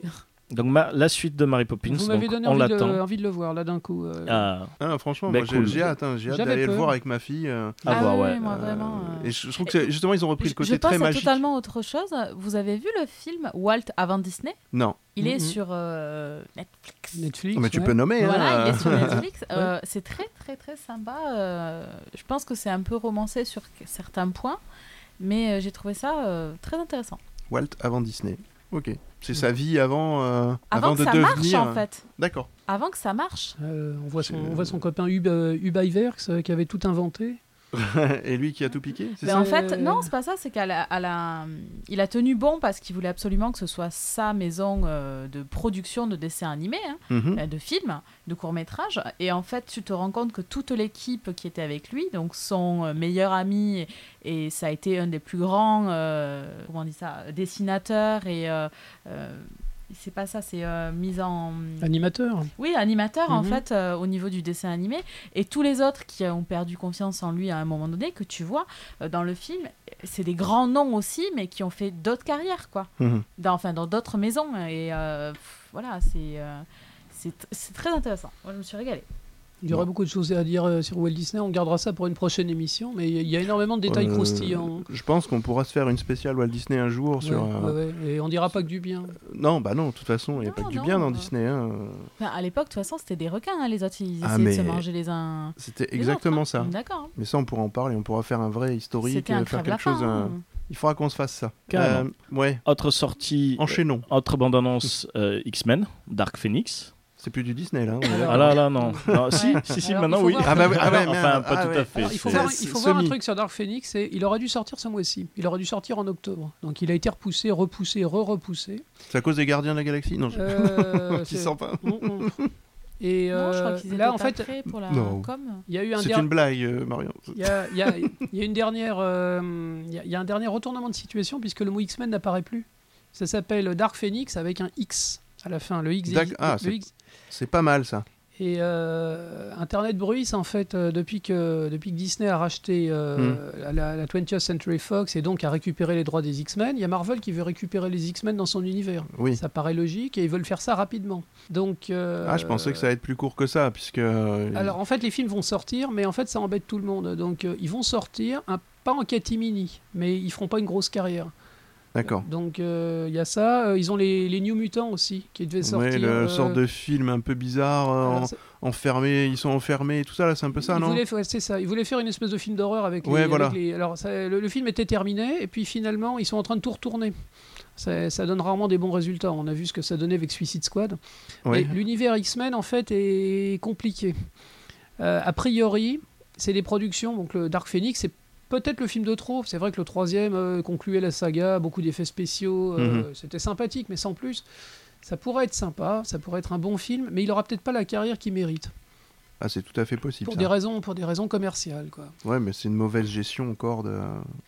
Speaker 3: Donc ma- la suite de Mary Poppins,
Speaker 5: Vous m'avez
Speaker 3: donc,
Speaker 5: donné
Speaker 3: on
Speaker 5: envie de, le-
Speaker 3: l'attend.
Speaker 5: envie de le voir là d'un coup. euh.
Speaker 3: Ah,
Speaker 2: Ah, franchement,
Speaker 3: Bah,
Speaker 2: moi, j'ai-
Speaker 3: cool.
Speaker 2: j'ai hâte. hein, j'ai hâte
Speaker 5: J'avais
Speaker 2: d'aller le
Speaker 5: peur.
Speaker 2: voir avec ma fille. euh,
Speaker 3: à
Speaker 4: Ah
Speaker 3: voir,
Speaker 4: oui,
Speaker 3: ouais.
Speaker 4: oui, moi
Speaker 2: euh,
Speaker 4: vraiment. euh,
Speaker 2: Et je je trouve que c'est- justement, ils ont repris
Speaker 4: Je,
Speaker 2: le
Speaker 4: je
Speaker 2: côté
Speaker 4: pense
Speaker 2: très
Speaker 4: à
Speaker 2: magique.
Speaker 4: totalement autre chose. Vous avez vu le film Walt avant Disney
Speaker 2: Non.
Speaker 4: Il est
Speaker 5: Mhm.
Speaker 4: sur euh, Netflix.
Speaker 5: Netflix.
Speaker 2: Ah, Mais tu
Speaker 5: ouais.
Speaker 2: peux nommer.
Speaker 4: Voilà,
Speaker 2: hein.
Speaker 4: il est sur Netflix. Euh, c'est très, très, très sympa. euh, je pense que c'est un peu romancé sur certains points, mais euh, j'ai trouvé ça euh, très intéressant.
Speaker 2: Walt avant Disney. Ok. C'est sa vie avant. euh,
Speaker 4: Mm. Avant,
Speaker 2: de
Speaker 4: que ça marche,
Speaker 2: devenir.
Speaker 4: en fait.
Speaker 2: D'accord.
Speaker 4: Avant que ça marche.
Speaker 5: Euh, on, voit son,
Speaker 2: C'est-
Speaker 5: on voit son copain Hub, euh, Hub Iwerks, euh, qui avait tout inventé.
Speaker 2: Et lui qui a tout piqué. c'est
Speaker 4: Mais
Speaker 2: ça
Speaker 4: Ben, en
Speaker 5: ça
Speaker 4: fait,
Speaker 5: Euh,
Speaker 4: non, c'est pas ça. C'est qu'à la- à la- il a tenu bon parce qu'il voulait absolument que ce soit sa maison euh, de production de dessins animés. hein.
Speaker 2: Mhm.
Speaker 4: euh, de films, de courts-métrages. Et en fait, tu te rends compte que toute l'équipe qui était avec lui, donc son euh, meilleur ami, et ça a été un des plus grands, euh, comment on dit ça, dessinateurs et. euh, euh, c'est pas ça, c'est euh, mise en.
Speaker 2: Mmh.
Speaker 5: Animateur.
Speaker 4: Oui, animateur en
Speaker 5: Mhm.
Speaker 4: fait euh, au niveau du dessin animé et tous les autres qui ont perdu confiance en lui à un moment donné que tu vois euh, dans le film, c'est des grands noms aussi mais qui ont fait d'autres carrières quoi.
Speaker 2: Mhm.
Speaker 4: Dans, Bah, enfin dans d'autres maisons et euh, pff, voilà, c'est euh, c'est tr- c'est très intéressant. Moi, je me suis régalée.
Speaker 5: Il y aurait beaucoup de choses à dire euh, sur Walt Disney. On gardera ça pour une prochaine émission, mais il y a énormément de détails
Speaker 2: Euh,
Speaker 5: croustillants.
Speaker 2: Je pense qu'on pourra se faire une spéciale Walt Disney un jour sur.
Speaker 5: Ouais, ouais,
Speaker 2: euh,
Speaker 5: ouais. Et on dira pas que du bien.
Speaker 2: Non, bah non, de toute façon, il n'y a
Speaker 4: Non,
Speaker 2: pas que du
Speaker 4: non,
Speaker 2: bien
Speaker 4: euh,
Speaker 2: dans Disney. hein.
Speaker 4: Enfin, à l'époque de toute façon, c'était des requins hein, les autres ils
Speaker 2: Ah,
Speaker 4: essayaient de se
Speaker 2: mais-
Speaker 4: manger les uns
Speaker 2: C'était
Speaker 4: les autres,
Speaker 2: exactement
Speaker 4: hein.
Speaker 2: ça.
Speaker 4: D'accord.
Speaker 2: Mais ça, on pourra en parler, on pourra faire un vrai historique,
Speaker 4: C'était un
Speaker 2: euh, faire
Speaker 4: crève la
Speaker 2: quelque chose.
Speaker 4: faim,
Speaker 2: un-
Speaker 4: hein.
Speaker 2: Il faudra qu'on se fasse ça.
Speaker 3: Carrément.
Speaker 2: Euh, ouais,
Speaker 3: autre sortie,
Speaker 2: enchaînons.
Speaker 3: euh, autre bande-annonce euh, X-Men, Dark Phoenix.
Speaker 2: C'est plus du Disney là. hein. on est
Speaker 5: Alors,
Speaker 3: Ah là là, non. Non, si,
Speaker 4: Ouais.
Speaker 3: si, si,
Speaker 4: Alors,
Speaker 3: maintenant
Speaker 4: il faut
Speaker 3: oui.
Speaker 4: voir.
Speaker 2: Ah bah oui, ah ouais, mais-
Speaker 3: enfin, pas
Speaker 2: ah
Speaker 3: tout
Speaker 2: ouais.
Speaker 3: à fait.
Speaker 5: Alors, il faut
Speaker 3: c'est-
Speaker 5: voir,
Speaker 2: c'est
Speaker 5: il faut voir un
Speaker 2: semi.
Speaker 5: truc sur Dark Phoenix. Et il aurait dû sortir ce mois-ci. Il aurait dû sortir en octobre. Donc il a été repoussé, repoussé, re-repoussé.
Speaker 2: C'est à cause des gardiens de la galaxie Non, je...
Speaker 5: Euh,
Speaker 2: qui
Speaker 5: c'est-
Speaker 2: sent pas.
Speaker 5: Mm, mm. Et
Speaker 4: Non, je crois
Speaker 5: euh,
Speaker 4: qu'ils étaient
Speaker 5: là, en
Speaker 4: pas
Speaker 5: fait,
Speaker 4: prêts pour la
Speaker 2: Non.
Speaker 4: com.
Speaker 5: il y a eu un
Speaker 2: C'est
Speaker 5: dernier.
Speaker 2: une blague, euh, Marion.
Speaker 5: Il y a, il y a- il y a une dernière, euh, il y a- il y a un dernier retournement de situation puisque le mot X-Men n'apparaît plus. Ça s'appelle Dark Phoenix avec un X à la fin. Le X.
Speaker 2: D'ac-
Speaker 5: exi-
Speaker 2: ah,
Speaker 5: le
Speaker 2: c'est-
Speaker 5: X-
Speaker 2: C'est pas mal ça.
Speaker 5: Et euh, Internet bruisse en fait euh, depuis que depuis que Disney a racheté euh,
Speaker 2: Hmm.
Speaker 5: la, la 20th Century Fox et donc a récupéré les droits des X-Men. Il y a Marvel qui veut récupérer les X-Men dans son univers.
Speaker 2: Oui.
Speaker 5: Ça paraît logique et ils veulent faire ça rapidement. Donc. euh,
Speaker 2: Ah, je pensais que ça allait être plus court que ça, puisque. euh,
Speaker 5: Alors en fait, les films vont sortir, mais en fait, ça embête tout le monde. Donc euh, ils vont sortir, un, pas en catimini, mais ils feront pas une grosse carrière.
Speaker 2: D'accord.
Speaker 5: Donc euh, il y a ça. Euh, ils ont les, les New Mutants aussi qui devaient sortir.
Speaker 2: Ouais, le
Speaker 5: euh,
Speaker 2: sorte de film un peu bizarre, euh,
Speaker 5: alors,
Speaker 2: en-
Speaker 5: ça-
Speaker 2: enfermé, ils sont enfermés, tout ça là, c'est un peu ça,
Speaker 5: ils
Speaker 2: non
Speaker 5: voulaient, ouais, c'est ça. Ils voulaient faire une espèce de film d'horreur avec les.
Speaker 2: Ouais,
Speaker 5: avec
Speaker 2: voilà.
Speaker 5: les- alors ça- le, le film était terminé et puis finalement ils sont en train de tout retourner. Ça, ça donne rarement des bons résultats. On a vu ce que ça donnait avec Suicide Squad.
Speaker 2: Ouais.
Speaker 5: Mais L'univers X-Men en fait est compliqué. Euh, a priori, c'est des productions. Donc, le Dark Phoenix, c'est peut-être le film de trop. C'est vrai que le troisième euh, concluait la saga, beaucoup d'effets spéciaux.
Speaker 2: Mhm.
Speaker 5: euh, C'était sympathique, mais sans plus. Ça pourrait être sympa, ça pourrait être un bon film, mais il aura peut-être pas la carrière qu'il mérite.
Speaker 2: Ah, c'est tout à fait possible.
Speaker 5: Pour
Speaker 2: ça.
Speaker 5: des, raisons, pour des raisons commerciales, quoi.
Speaker 2: Ouais, mais c'est une mauvaise gestion encore de.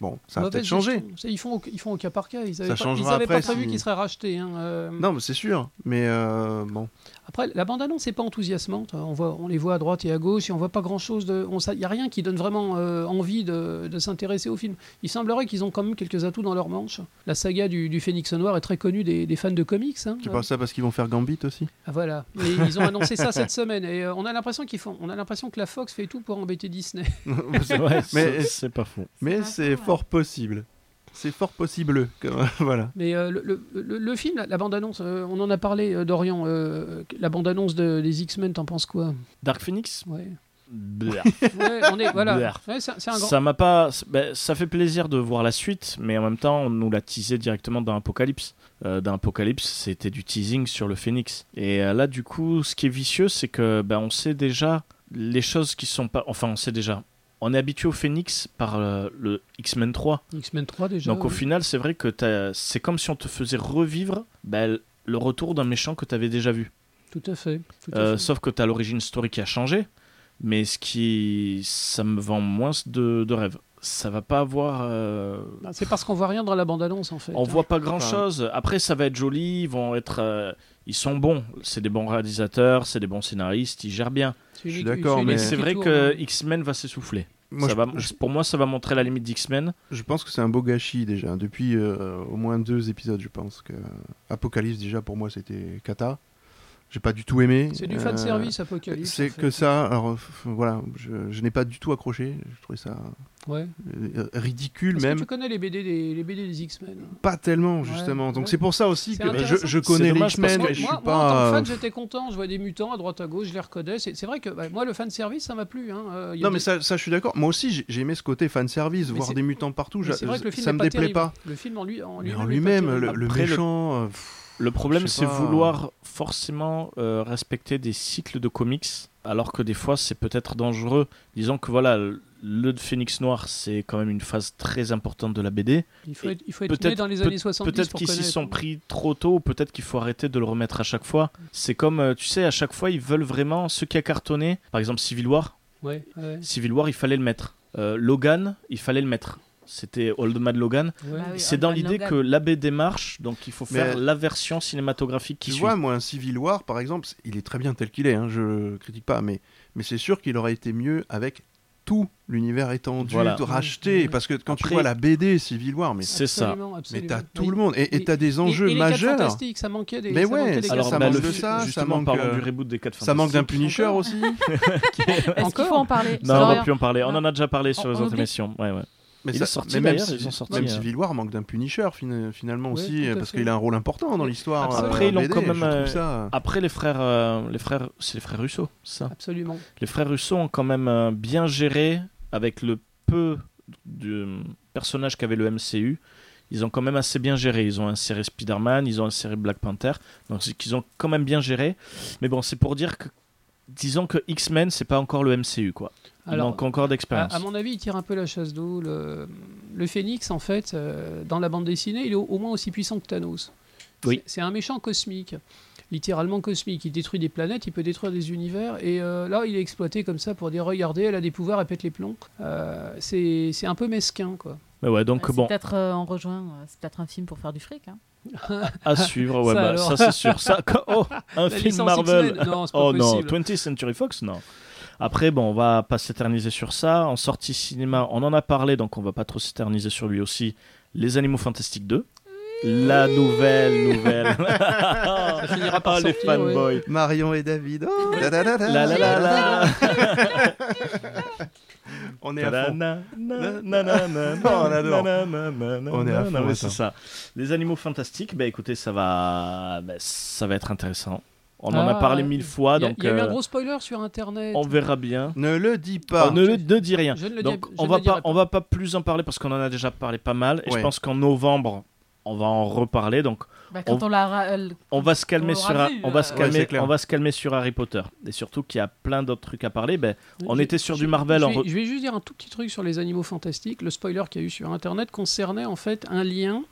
Speaker 2: Bon, ça a
Speaker 5: Mauvaise
Speaker 2: peut-être changé.
Speaker 5: gestion. C'est- Ils font, au, ils font au cas par cas. Ils n'avaient pas, ils
Speaker 2: changera
Speaker 5: avaient pas
Speaker 2: après,
Speaker 5: prévu
Speaker 2: si-
Speaker 5: qu'ils seraient rachetés. hein, euh.
Speaker 2: Non, mais c'est sûr. Mais euh, bon.
Speaker 5: Après, la bande-annonce n'est pas enthousiasmante. hein. On, voit, on les voit à droite et à gauche et on voit pas grand-chose. de- on sa- Il n'y a rien qui donne vraiment euh, envie de, de s'intéresser au film. Il semblerait qu'ils ont quand même quelques atouts dans leur manche. La saga du, du Phénix Noir est très connue des, des fans de comics. hein.
Speaker 2: Tu
Speaker 5: Euh,
Speaker 2: penses ça parce qu'ils vont faire Gambit aussi
Speaker 5: ah, Voilà. Et ils ont annoncé ça cette semaine. Et euh, on a l'impression qu'ils font. On a l'impression que la Fox fait tout pour embêter Disney.
Speaker 3: Ouais,
Speaker 2: Mais-
Speaker 3: c'est- c'est pas faux.
Speaker 2: Mais
Speaker 4: pas
Speaker 2: c'est
Speaker 4: faux,
Speaker 2: fort possible. C'est fort possible. comme- voilà.
Speaker 5: Mais euh, le, le- le- le film, la, la bande-annonce, euh, on en a parlé, euh, Dorian. euh, la bande-annonce de- des X-Men, t'en penses quoi
Speaker 3: Dark Phoenix
Speaker 5: Ouais.
Speaker 3: Blah.
Speaker 5: Ouais, on est. Voilà.
Speaker 3: Blur.
Speaker 5: Ouais, c'est c'est un grand.
Speaker 3: Ça m'a pas. c'est- ben, ça fait plaisir de voir la suite, mais en même temps, on nous l'a teasé directement dans Apocalypse. Euh, dans Apocalypse, c'était du teasing sur le Phoenix. Et euh, là, du coup, ce qui est vicieux, c'est que ben, on sait déjà les choses qui sont pas. Enfin, on sait déjà. On est habitué au Phoenix par euh, le X-Men 3.
Speaker 5: X-Men 3 déjà.
Speaker 3: Donc au
Speaker 5: ouais.
Speaker 3: final, c'est vrai que t'as- c'est comme si on te faisait revivre ben, le retour d'un méchant que tu avais déjà vu.
Speaker 5: Tout à fait. tout à
Speaker 3: Euh,
Speaker 5: fait.
Speaker 3: sauf que tu as l'origine story qui a changé, mais ce qui. ça me vend moins de, de rêve. Ça va pas avoir. euh,
Speaker 5: Ah, C'est parce qu'on voit rien dans la bande-annonce en fait.
Speaker 3: On
Speaker 5: hein.
Speaker 3: voit pas grand chose. Après, ça va être joli, ils vont être. euh, Ils sont bons. C'est des bons réalisateurs, c'est des bons scénaristes, ils gèrent bien.
Speaker 5: C'est
Speaker 2: suis
Speaker 5: lui-
Speaker 2: d'accord,
Speaker 5: lui
Speaker 2: mais-
Speaker 3: Mais
Speaker 5: qui
Speaker 3: c'est vrai
Speaker 5: tourne,
Speaker 3: que
Speaker 5: hein.
Speaker 3: X-Men va s'essouffler.
Speaker 2: Moi,
Speaker 3: Ça
Speaker 2: je,
Speaker 3: va- Pour moi, ça va montrer la limite d'X-Men.
Speaker 2: je pense que c'est un beau gâchis déjà. Depuis euh, au moins deux épisodes, je pense que euh, Apocalypse déjà pour moi c'était cata. J'ai pas du tout aimé.
Speaker 5: C'est du
Speaker 2: Euh,
Speaker 5: fan service Apocalypse.
Speaker 2: C'est
Speaker 5: en fait.
Speaker 2: que ça. Alors f- voilà, je, je n'ai pas du tout accroché. Je trouvais ça
Speaker 5: Ouais.
Speaker 2: euh, ridicule
Speaker 5: Est-ce
Speaker 2: même.
Speaker 5: que tu connais les BD des, les BD des X-Men hein.
Speaker 2: Pas tellement justement.
Speaker 5: Ouais,
Speaker 2: Donc
Speaker 5: ouais.
Speaker 2: c'est pour ça aussi
Speaker 5: C'est
Speaker 2: que je,
Speaker 5: intéressant.
Speaker 2: je connais
Speaker 3: C'est
Speaker 2: les
Speaker 3: dommage parce
Speaker 2: X-Men,
Speaker 3: que
Speaker 2: mais je suis
Speaker 5: moi, moi, en tant que
Speaker 2: pas. euh,
Speaker 5: fan, j'étais content. Je vois des mutants à droite à gauche, je les reconnais. C'est c'est vrai que bah, moi, le fan service, ça m'a plu. hein. Euh, il y a
Speaker 2: Non mais
Speaker 5: des-
Speaker 2: ça, ça, je suis d'accord. Moi aussi j'ai j'ai aimé ce côté fan service,
Speaker 5: Mais
Speaker 2: voir
Speaker 5: c'est-
Speaker 2: des mutants partout.
Speaker 5: mais
Speaker 2: j'a-
Speaker 5: c'est vrai que le film
Speaker 2: ça
Speaker 5: n'est
Speaker 2: me
Speaker 5: pas
Speaker 2: déplaît
Speaker 5: terrible.
Speaker 2: pas.
Speaker 5: Le film en lui, en
Speaker 2: Mais
Speaker 5: lui-même
Speaker 2: en
Speaker 5: est pas terrible.
Speaker 2: lui-même, le, le
Speaker 3: Après, le-
Speaker 2: méchant. euh, pff,
Speaker 3: Le
Speaker 2: Je
Speaker 3: problème,
Speaker 2: sais
Speaker 3: c'est
Speaker 2: pas.
Speaker 3: vouloir forcément euh, respecter des cycles de comics, alors que des fois, c'est peut-être dangereux. Disons que voilà, le Phoenix Noir, c'est quand même une phase très importante de la BD.
Speaker 5: Il faut être, il faut être
Speaker 3: Peut-être-
Speaker 5: né dans les
Speaker 3: peut-
Speaker 5: années 70
Speaker 3: Peut-être
Speaker 5: pour
Speaker 3: qu'ils s'y
Speaker 5: connaître. hein.
Speaker 3: sont pris trop tôt, ou peut-être qu'il faut arrêter de le remettre à chaque fois. C'est comme, euh, tu sais, à chaque fois, ils veulent vraiment ce qui a cartonné. Par exemple, Civil War.
Speaker 5: Ouais, ouais,
Speaker 3: Civil War, il fallait le mettre. Euh, Logan, il fallait le mettre. C'était Old Man Logan.
Speaker 5: ouais.
Speaker 4: Bah oui,
Speaker 3: c'est
Speaker 4: Old
Speaker 3: dans
Speaker 4: Man
Speaker 3: l'idée
Speaker 4: Logan.
Speaker 3: que la BD marche, donc il faut
Speaker 2: Mais-
Speaker 3: faire la version cinématographique qui
Speaker 2: tu
Speaker 3: suit.
Speaker 2: vois, moi, un Civil War, par exemple, c'est- il est très bien tel qu'il est, hein, je critique pas, mais, mais c'est sûr qu'il aurait été mieux avec tout l'univers étendu,
Speaker 3: Voilà.
Speaker 2: de racheter.
Speaker 5: Ouais.
Speaker 2: Parce que quand tu
Speaker 3: Après-
Speaker 2: vois la BD Civil War, mais,
Speaker 3: C'est ça.
Speaker 5: Absolument,
Speaker 2: mais
Speaker 5: absolument.
Speaker 2: t'as tout
Speaker 5: Oui.
Speaker 2: le monde, et et
Speaker 5: Et-
Speaker 2: t'as des enjeux
Speaker 5: et, et les quatre
Speaker 2: majeurs.
Speaker 5: Fantastiques, ça manquait des.
Speaker 2: Mais
Speaker 5: ça
Speaker 2: ouais,
Speaker 5: manquait des
Speaker 2: Alors,
Speaker 5: quatre
Speaker 2: bah,
Speaker 3: bah,
Speaker 2: manque
Speaker 3: le
Speaker 2: de
Speaker 3: fi-
Speaker 5: Fantastiques.
Speaker 2: ça, ça
Speaker 3: justement,
Speaker 2: manque,
Speaker 3: parlons
Speaker 2: euh,
Speaker 3: du reboot des 4
Speaker 2: Ça manque d'un Punisher
Speaker 5: Encore.
Speaker 2: aussi.
Speaker 4: Est-ce qu'il
Speaker 5: Encore
Speaker 4: faut en parler
Speaker 3: Non, on va
Speaker 4: Florian
Speaker 3: plus en parler. On en a déjà parlé sur
Speaker 4: On-
Speaker 3: les
Speaker 4: on
Speaker 3: autres
Speaker 4: oublie.
Speaker 3: émissions. Ouais, ouais.
Speaker 2: Mais
Speaker 3: Il
Speaker 2: ça-
Speaker 3: est sorti,
Speaker 2: mais même
Speaker 3: d'ailleurs,
Speaker 2: si-
Speaker 3: ils ont sorti,
Speaker 2: Même
Speaker 3: euh,
Speaker 2: Civil War manque d'un Punisher fin- finalement
Speaker 5: Ouais,
Speaker 2: aussi,
Speaker 5: tout à
Speaker 2: parce
Speaker 5: fait.
Speaker 2: qu'il a un rôle important dans l'histoire.
Speaker 5: Absolument.
Speaker 2: euh,
Speaker 3: Après, ils l'ont
Speaker 2: BD,
Speaker 3: quand même,
Speaker 2: je trouve
Speaker 3: euh,
Speaker 2: ça-
Speaker 3: Après, les frères, euh, les frères, c'est les frères Russo, ça.
Speaker 5: Absolument.
Speaker 3: Les frères Russo ont quand même euh, bien géré avec le peu de personnages qu'avait le MCU. Ils ont quand même assez bien géré. Ils ont inséré Spider-Man, ils ont inséré Black Panther. Donc, c'est qu'ils ont quand même bien géré. Mais bon, c'est pour dire que, disons que X-Men, c'est pas encore le MCU, quoi. Il
Speaker 5: Alors,
Speaker 3: manque encore
Speaker 5: À,
Speaker 3: d'expérience.
Speaker 5: à mon avis, il tire un peu la chasse d'eau. Le, le phénix, en fait, euh, dans la bande dessinée, il est au, au moins aussi puissant que Thanos.
Speaker 3: Oui.
Speaker 5: C'est c'est un méchant cosmique, littéralement cosmique. Il détruit des planètes, il peut détruire des univers. Et euh, là, il est exploité comme ça pour dire regardez, elle a des pouvoirs, elle pète les plombs. Euh, c'est c'est un peu mesquin, quoi.
Speaker 3: Mais ouais, donc
Speaker 4: C'est
Speaker 3: bon,
Speaker 4: peut-être euh, on rejoint, euh, c'est peut-être un film pour faire du fric. hein.
Speaker 3: à suivre. Ouais,
Speaker 5: Ça
Speaker 3: bah,
Speaker 5: alors.
Speaker 3: ça c'est sûr. Ça, quand- oh, un
Speaker 5: La
Speaker 3: film
Speaker 5: licence
Speaker 3: Marvel.
Speaker 5: X-Men, Non, c'est pas
Speaker 3: Oh non,
Speaker 5: possible.
Speaker 3: 20th Century Fox, non. Après, bon, on va pas s'éterniser sur ça. En sortie cinéma, on en a parlé, donc on va pas trop s'éterniser sur lui aussi. Les Animaux Fantastiques 2. La nouvelle, nouvelle. Ça
Speaker 5: finira par
Speaker 3: les
Speaker 5: sortir, ouais.
Speaker 3: fanboys.
Speaker 2: Marion et David. Oh, da, da, da, da.
Speaker 3: La la la la.
Speaker 2: On est à
Speaker 3: Ta-da,
Speaker 2: fond.
Speaker 3: na, na, na, na, na,
Speaker 2: Non, on adore.
Speaker 3: na, na, na, na,
Speaker 2: On est à
Speaker 3: na,
Speaker 2: fond,
Speaker 3: na, mais
Speaker 2: attends.
Speaker 3: c'est ça. Les animaux fantastiques, bah écoutez, ça va, bah, ça va être intéressant. On en a
Speaker 5: Ah,
Speaker 3: parlé
Speaker 5: ouais.
Speaker 3: mille fois,
Speaker 5: Il y a,
Speaker 3: donc
Speaker 5: il y a eu un
Speaker 3: euh,
Speaker 5: gros spoiler sur Internet.
Speaker 3: on verra bien.
Speaker 2: Ne le dis
Speaker 3: On
Speaker 2: pas.
Speaker 3: ne, le- ne dis rien.
Speaker 5: Je ne le
Speaker 3: Donc
Speaker 5: dis- je
Speaker 3: on
Speaker 5: ne
Speaker 3: va
Speaker 5: le dirai
Speaker 3: pas,
Speaker 5: pas.
Speaker 3: on va pas plus en parler parce qu'on en a déjà parlé pas mal et
Speaker 2: Ouais.
Speaker 3: je pense qu'en novembre on va en reparler donc
Speaker 4: Bah, quand
Speaker 3: On-
Speaker 4: on, l'a ra- euh,
Speaker 3: On va se calmer
Speaker 4: On
Speaker 3: sur,
Speaker 4: l'aura
Speaker 3: Har-
Speaker 4: vu,
Speaker 3: on va se
Speaker 4: euh.
Speaker 2: Ouais, c'est
Speaker 3: calmer,
Speaker 2: clair.
Speaker 3: on va se calmer sur Harry Potter. Et surtout qu'il y a plein d'autres trucs à parler. Ben, on était sur du Marvel.
Speaker 5: Je
Speaker 3: en
Speaker 5: vais,
Speaker 3: re-
Speaker 5: je vais juste dire un tout petit truc sur les animaux fantastiques. Le spoiler qu'il y a eu sur Internet concernait en fait un lien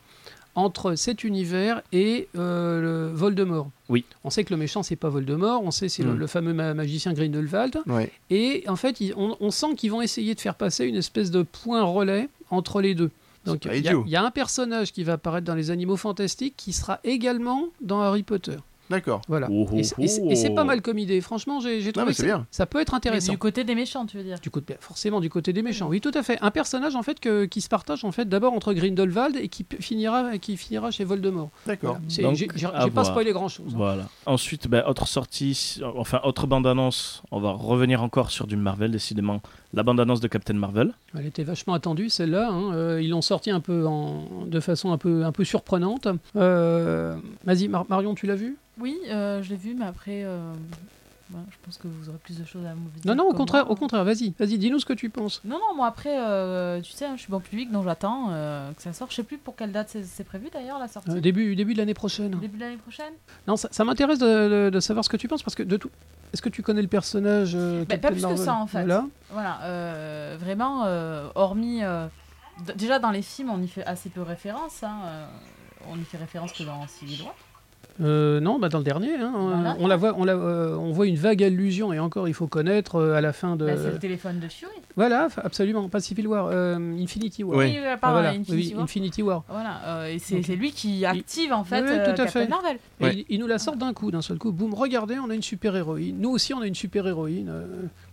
Speaker 5: entre cet univers et euh, le Voldemort.
Speaker 3: Oui.
Speaker 5: On sait que le méchant, c'est pas Voldemort. On sait c'est le,
Speaker 2: Mm.
Speaker 5: le fameux ma- magicien Grindelwald.
Speaker 2: Ouais.
Speaker 5: Et en fait, ils- on, on sent qu'ils vont essayer de faire passer une espèce de point relais entre les deux. Donc
Speaker 2: pas
Speaker 5: il y, a-
Speaker 2: idiot.
Speaker 5: il y a un personnage qui va apparaître dans les Animaux Fantastiques qui sera également dans Harry Potter.
Speaker 2: D'accord.
Speaker 5: Voilà.
Speaker 3: Oh, oh,
Speaker 5: Et c'est- et c'est- et c'est pas mal comme idée. Franchement, j'ai j'ai
Speaker 2: Non,
Speaker 5: trouvé
Speaker 2: mais
Speaker 5: que
Speaker 2: c'est
Speaker 5: ça,
Speaker 2: bien.
Speaker 5: ça peut être
Speaker 4: mais
Speaker 5: intéressant.
Speaker 4: du côté des méchants, tu veux dire.
Speaker 5: Du côté, forcément du côté des méchants. Oui, tout à fait. Un personnage en fait que- qui se partage en fait d'abord entre Grindelwald et qui p- finira qui finira chez Voldemort.
Speaker 2: D'accord.
Speaker 5: C'est-
Speaker 3: Donc,
Speaker 5: J'ai j'ai-
Speaker 3: à
Speaker 5: j'ai pas
Speaker 3: voir.
Speaker 5: spoilé grand chose.
Speaker 3: Voilà. Ensuite, ben, autre sortie, enfin autre bande-annonce. On va revenir encore sur du Marvel, décidément. La bande-annonce de Captain Marvel.
Speaker 5: Elle était vachement attendue celle-là. hein. Euh, ils l'ont sortie un peu en- de façon un peu un peu surprenante. Euh, Vas-y Mar- Marion, tu l'as vu
Speaker 4: Oui, euh, je l'ai vu, mais après, euh, ouais, je pense que vous aurez plus de choses à me dire.
Speaker 5: Non non au
Speaker 4: que moi.
Speaker 5: contraire au contraire. Vas-y vas-y dis-nous ce que tu penses.
Speaker 4: Non, non, moi après, euh, tu sais, hein, je suis bon public, donc j'attends euh, que ça sorte. Je sais plus pour quelle date c'est- c'est prévu d'ailleurs la sortie.
Speaker 5: Euh, début début de l'année prochaine.
Speaker 4: Début de l'année prochaine
Speaker 5: Non ça, ça m'intéresse de, de- de savoir ce que tu penses parce que de tout. Est-ce que tu connais le personnage euh,
Speaker 4: Bah, pas
Speaker 5: Captain
Speaker 4: plus que
Speaker 5: Marvel
Speaker 4: ça, en fait.
Speaker 5: Voilà.
Speaker 4: Voilà, euh, vraiment, euh, hormis. euh, d- déjà dans les films, on y fait assez peu référence. hein, euh, on y fait référence que dans Civil War.
Speaker 5: Euh, non, bah dans le dernier, hein, on-
Speaker 4: Voilà.
Speaker 5: on la voit, on la, euh, on voit une vague allusion et encore il faut connaître euh, à la fin de.
Speaker 4: Bah, c'est le téléphone de Fury.
Speaker 5: Voilà, fa- absolument, pas Civil War, euh, Infinity War.
Speaker 2: Oui.
Speaker 4: Oui, euh,
Speaker 5: Ah,
Speaker 4: pardon,
Speaker 5: voilà,
Speaker 4: Infinity
Speaker 5: oui,
Speaker 4: War.
Speaker 5: Infinity War.
Speaker 4: Voilà, euh, et c'est
Speaker 5: Ok.
Speaker 4: c'est lui qui active en fait
Speaker 5: Oui,
Speaker 4: euh,
Speaker 5: tout à
Speaker 4: Captain
Speaker 5: fait.
Speaker 4: Marvel.
Speaker 5: Et
Speaker 2: Ouais.
Speaker 5: il, il nous la sort d'un coup, d'un seul coup. Boum, regardez, on a une super héroïne. Nous aussi, on a une super héroïne, euh,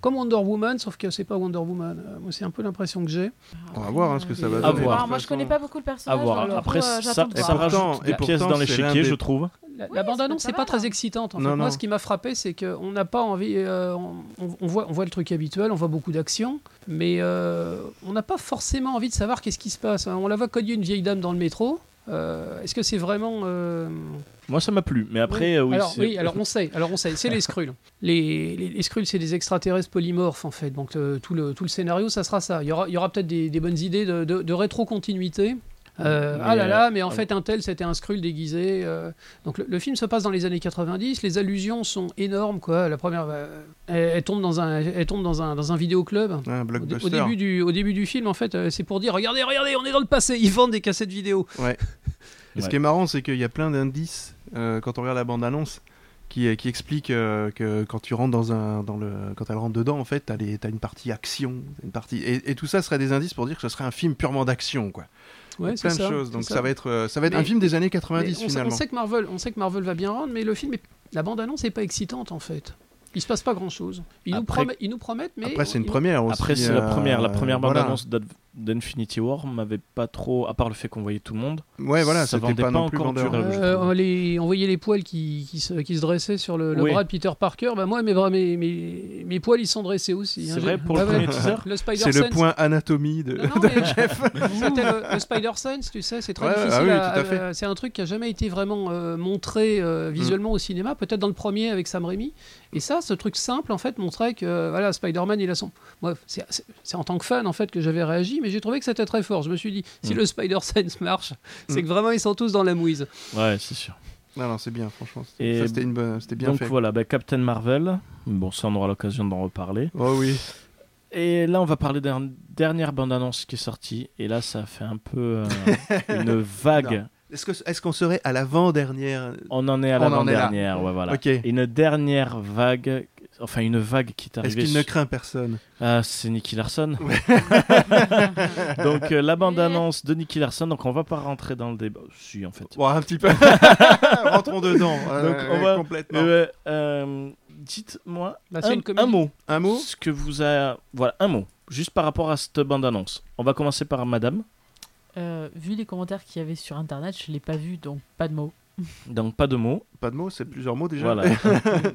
Speaker 5: comme Wonder Woman, sauf que c'est pas Wonder Woman. Euh, moi, c'est un peu l'impression que j'ai.
Speaker 2: On va voir hein, ce que ça
Speaker 5: À
Speaker 2: va
Speaker 4: Alors,
Speaker 2: donner.
Speaker 3: voir.
Speaker 2: de
Speaker 5: Ah,
Speaker 2: toute
Speaker 4: moi je
Speaker 2: façon.
Speaker 4: connais pas beaucoup le personnage.
Speaker 3: À voir.
Speaker 4: donc, du
Speaker 3: Après,
Speaker 4: coup, euh,
Speaker 3: ça,
Speaker 4: j'attends de
Speaker 3: ça
Speaker 4: voir.
Speaker 2: Et pourtant-
Speaker 3: rajoute des
Speaker 2: et pourtant,
Speaker 3: pièces dans
Speaker 2: c'est
Speaker 3: l'échiquier,
Speaker 2: l'un des-
Speaker 3: je trouve.
Speaker 5: La,
Speaker 4: Oui,
Speaker 5: la
Speaker 4: ça peut
Speaker 5: bande-annonce,
Speaker 4: être
Speaker 5: c'est
Speaker 4: pas
Speaker 5: pas
Speaker 4: mal,
Speaker 5: très
Speaker 4: hein.
Speaker 5: excitante. En
Speaker 2: Non,
Speaker 5: fait.
Speaker 2: non.
Speaker 5: Moi, ce qui m'a frappé, c'est qu'on n'a pas envie. euh, on, on- on voit, on voit le truc habituel, on voit beaucoup d'action, mais euh, on n'a pas forcément envie de savoir qu'est-ce qui se passe. hein. On la voit cogner une vieille dame dans le métro. Euh, Est-ce que c'est vraiment. euh,
Speaker 3: Moi, ça m'a plu. Mais après, euh, oui.
Speaker 5: alors,
Speaker 3: c'est-
Speaker 5: oui, alors on sait, alors on sait, c'est les Skrulls. Les, les, les Skrulls, c'est des extraterrestres polymorphes en fait. Donc euh, tout, le, tout le scénario, ça sera ça. Il y aura, il y aura peut-être des, des bonnes idées de, de, de rétro-continuité. Euh,
Speaker 3: Mais,
Speaker 5: ah là là, mais en
Speaker 3: euh,
Speaker 5: fait un tel c'était un Skrull déguisé. euh. donc le, le film se passe dans les années 90, les allusions sont énormes quoi. La première, euh, elle, elle tombe dans un, elle tombe dans un, dans un vidéoclub.
Speaker 2: Un
Speaker 5: Au, dé-
Speaker 2: blockbuster.
Speaker 5: au début du, au début du film en fait, euh, c'est pour dire regardez, regardez, on est dans le passé, ils vendent des cassettes vidéo.
Speaker 2: Et Ce qui est marrant, c'est qu'il y a plein d'indices euh, quand on regarde la bande-annonce qui, qui explique euh, que quand tu rentres dans un, dans le, quand elle rentre dedans, en fait, t'as les- t'as une partie action, t'as une partie, et, et tout ça serait des indices pour dire que ce serait un film purement d'action, quoi.
Speaker 5: Ouais, c'est
Speaker 2: plein de
Speaker 5: ça,
Speaker 2: choses.
Speaker 5: c'est
Speaker 2: Donc ça.
Speaker 5: ça.
Speaker 2: va être, euh, ça va être un
Speaker 5: Mais-
Speaker 2: film des années
Speaker 5: Mais
Speaker 2: 90
Speaker 5: on, sait- on
Speaker 2: finalement.
Speaker 5: sait que Marvel, on sait que Marvel va bien rendre, mais le film, est- la bande-annonce n'est pas excitante en fait. Il se passe pas grand-chose. Ils, nous,
Speaker 3: Après-
Speaker 5: promet- ils nous promettent, mais
Speaker 2: Après, c'est une
Speaker 5: ils-
Speaker 2: première aussi.
Speaker 3: Après, c'est la
Speaker 2: euh,
Speaker 3: première. La première
Speaker 2: voilà.
Speaker 3: bande-annonce d'Ad- d'Infinity War m'avait pas trop. À part le fait qu'on voyait tout le monde.
Speaker 2: Ouais, voilà,
Speaker 3: ça
Speaker 2: c'était
Speaker 3: vendait
Speaker 2: pas, non
Speaker 3: pas
Speaker 2: plus
Speaker 3: encore du
Speaker 2: vendeur.
Speaker 3: rêve. je
Speaker 5: Euh,
Speaker 3: trouve.
Speaker 5: on les- on voyait les poils qui, qui se, qui se dressaient sur le, le
Speaker 3: Oui.
Speaker 5: bras de Peter Parker. Bah moi, mes, bras, mes, mes, mes poils, ils sont dressés aussi. hein.
Speaker 3: C'est
Speaker 5: J'ai-
Speaker 3: vrai, pour
Speaker 5: Ouais,
Speaker 3: le
Speaker 5: ouais.
Speaker 3: premier teaser
Speaker 5: Le Spider
Speaker 2: C'est le
Speaker 5: Sense.
Speaker 2: point anatomie
Speaker 5: Euh,
Speaker 2: de.
Speaker 5: Non, non, mais- C'était le, le Spider Sense, euh, tu sais, c'est très
Speaker 2: Ouais, ouais,
Speaker 5: difficile.
Speaker 2: ah oui,
Speaker 5: à-
Speaker 2: tout à fait.
Speaker 5: euh, c'est un truc qui a jamais été vraiment euh, montré euh,
Speaker 2: Mm.
Speaker 5: visuellement au cinéma, peut-être dans le premier avec Sam Raimi. Et ça, ce truc simple, en fait, montrait que euh, voilà, Spider-Man, il a son. Bref, c'est c'est- c'est en tant que fan, en fait, que j'avais réagi, mais j'ai trouvé que c'était très fort. Je me suis dit, si
Speaker 3: Mm.
Speaker 5: le Spider Sense marche, c'est
Speaker 2: Mm.
Speaker 5: que vraiment, ils sont tous dans la mouise.
Speaker 3: Ouais, c'est sûr.
Speaker 2: Non, non, c'est bien, franchement. c'est-
Speaker 3: Et-
Speaker 2: ça, C'était une bonne- c'était bien
Speaker 3: Donc
Speaker 2: fait.
Speaker 3: voilà, bah, Captain Marvel. Bon, ça, on aura l'occasion d'en reparler.
Speaker 2: Oh oui.
Speaker 3: Et là, on va parler d'une dernière bande-annonce qui est sortie. Et là, ça fait un peu euh, une vague.
Speaker 2: Est-ce que- est-ce qu'on serait à l'avant-dernière
Speaker 3: On en est à
Speaker 2: On en est là.
Speaker 3: l'avant-dernière. Ouais, voilà.
Speaker 2: Ok.
Speaker 3: Une dernière vague. Enfin, une vague qui est
Speaker 2: Est-ce
Speaker 3: arrivée.
Speaker 2: qu'il ne
Speaker 3: sur-
Speaker 2: craint personne
Speaker 3: Ah, c'est Nicky Larson. donc, euh, la bande-annonce de Nicky Larson. Donc, on va pas rentrer dans le débat. Si, en fait.
Speaker 2: Bon, un petit peu. Rentrons dedans. euh,
Speaker 3: Donc, on va-
Speaker 2: complètement.
Speaker 3: Euh, euh, Dites-moi
Speaker 5: Là, Bah, Ah, c'est
Speaker 3: un,
Speaker 5: une comédie.
Speaker 3: un mot.
Speaker 2: Un mot
Speaker 3: Ce que vous a. Voilà, un mot. Juste par rapport à cette bande-annonce. On va commencer par Madame.
Speaker 4: Euh, vu les commentaires qu'il y avait sur internet, je l'ai pas vu, donc pas de mots.
Speaker 3: Donc, pas de mots.
Speaker 2: Pas de mots, c'est plusieurs mots déjà.
Speaker 3: Voilà.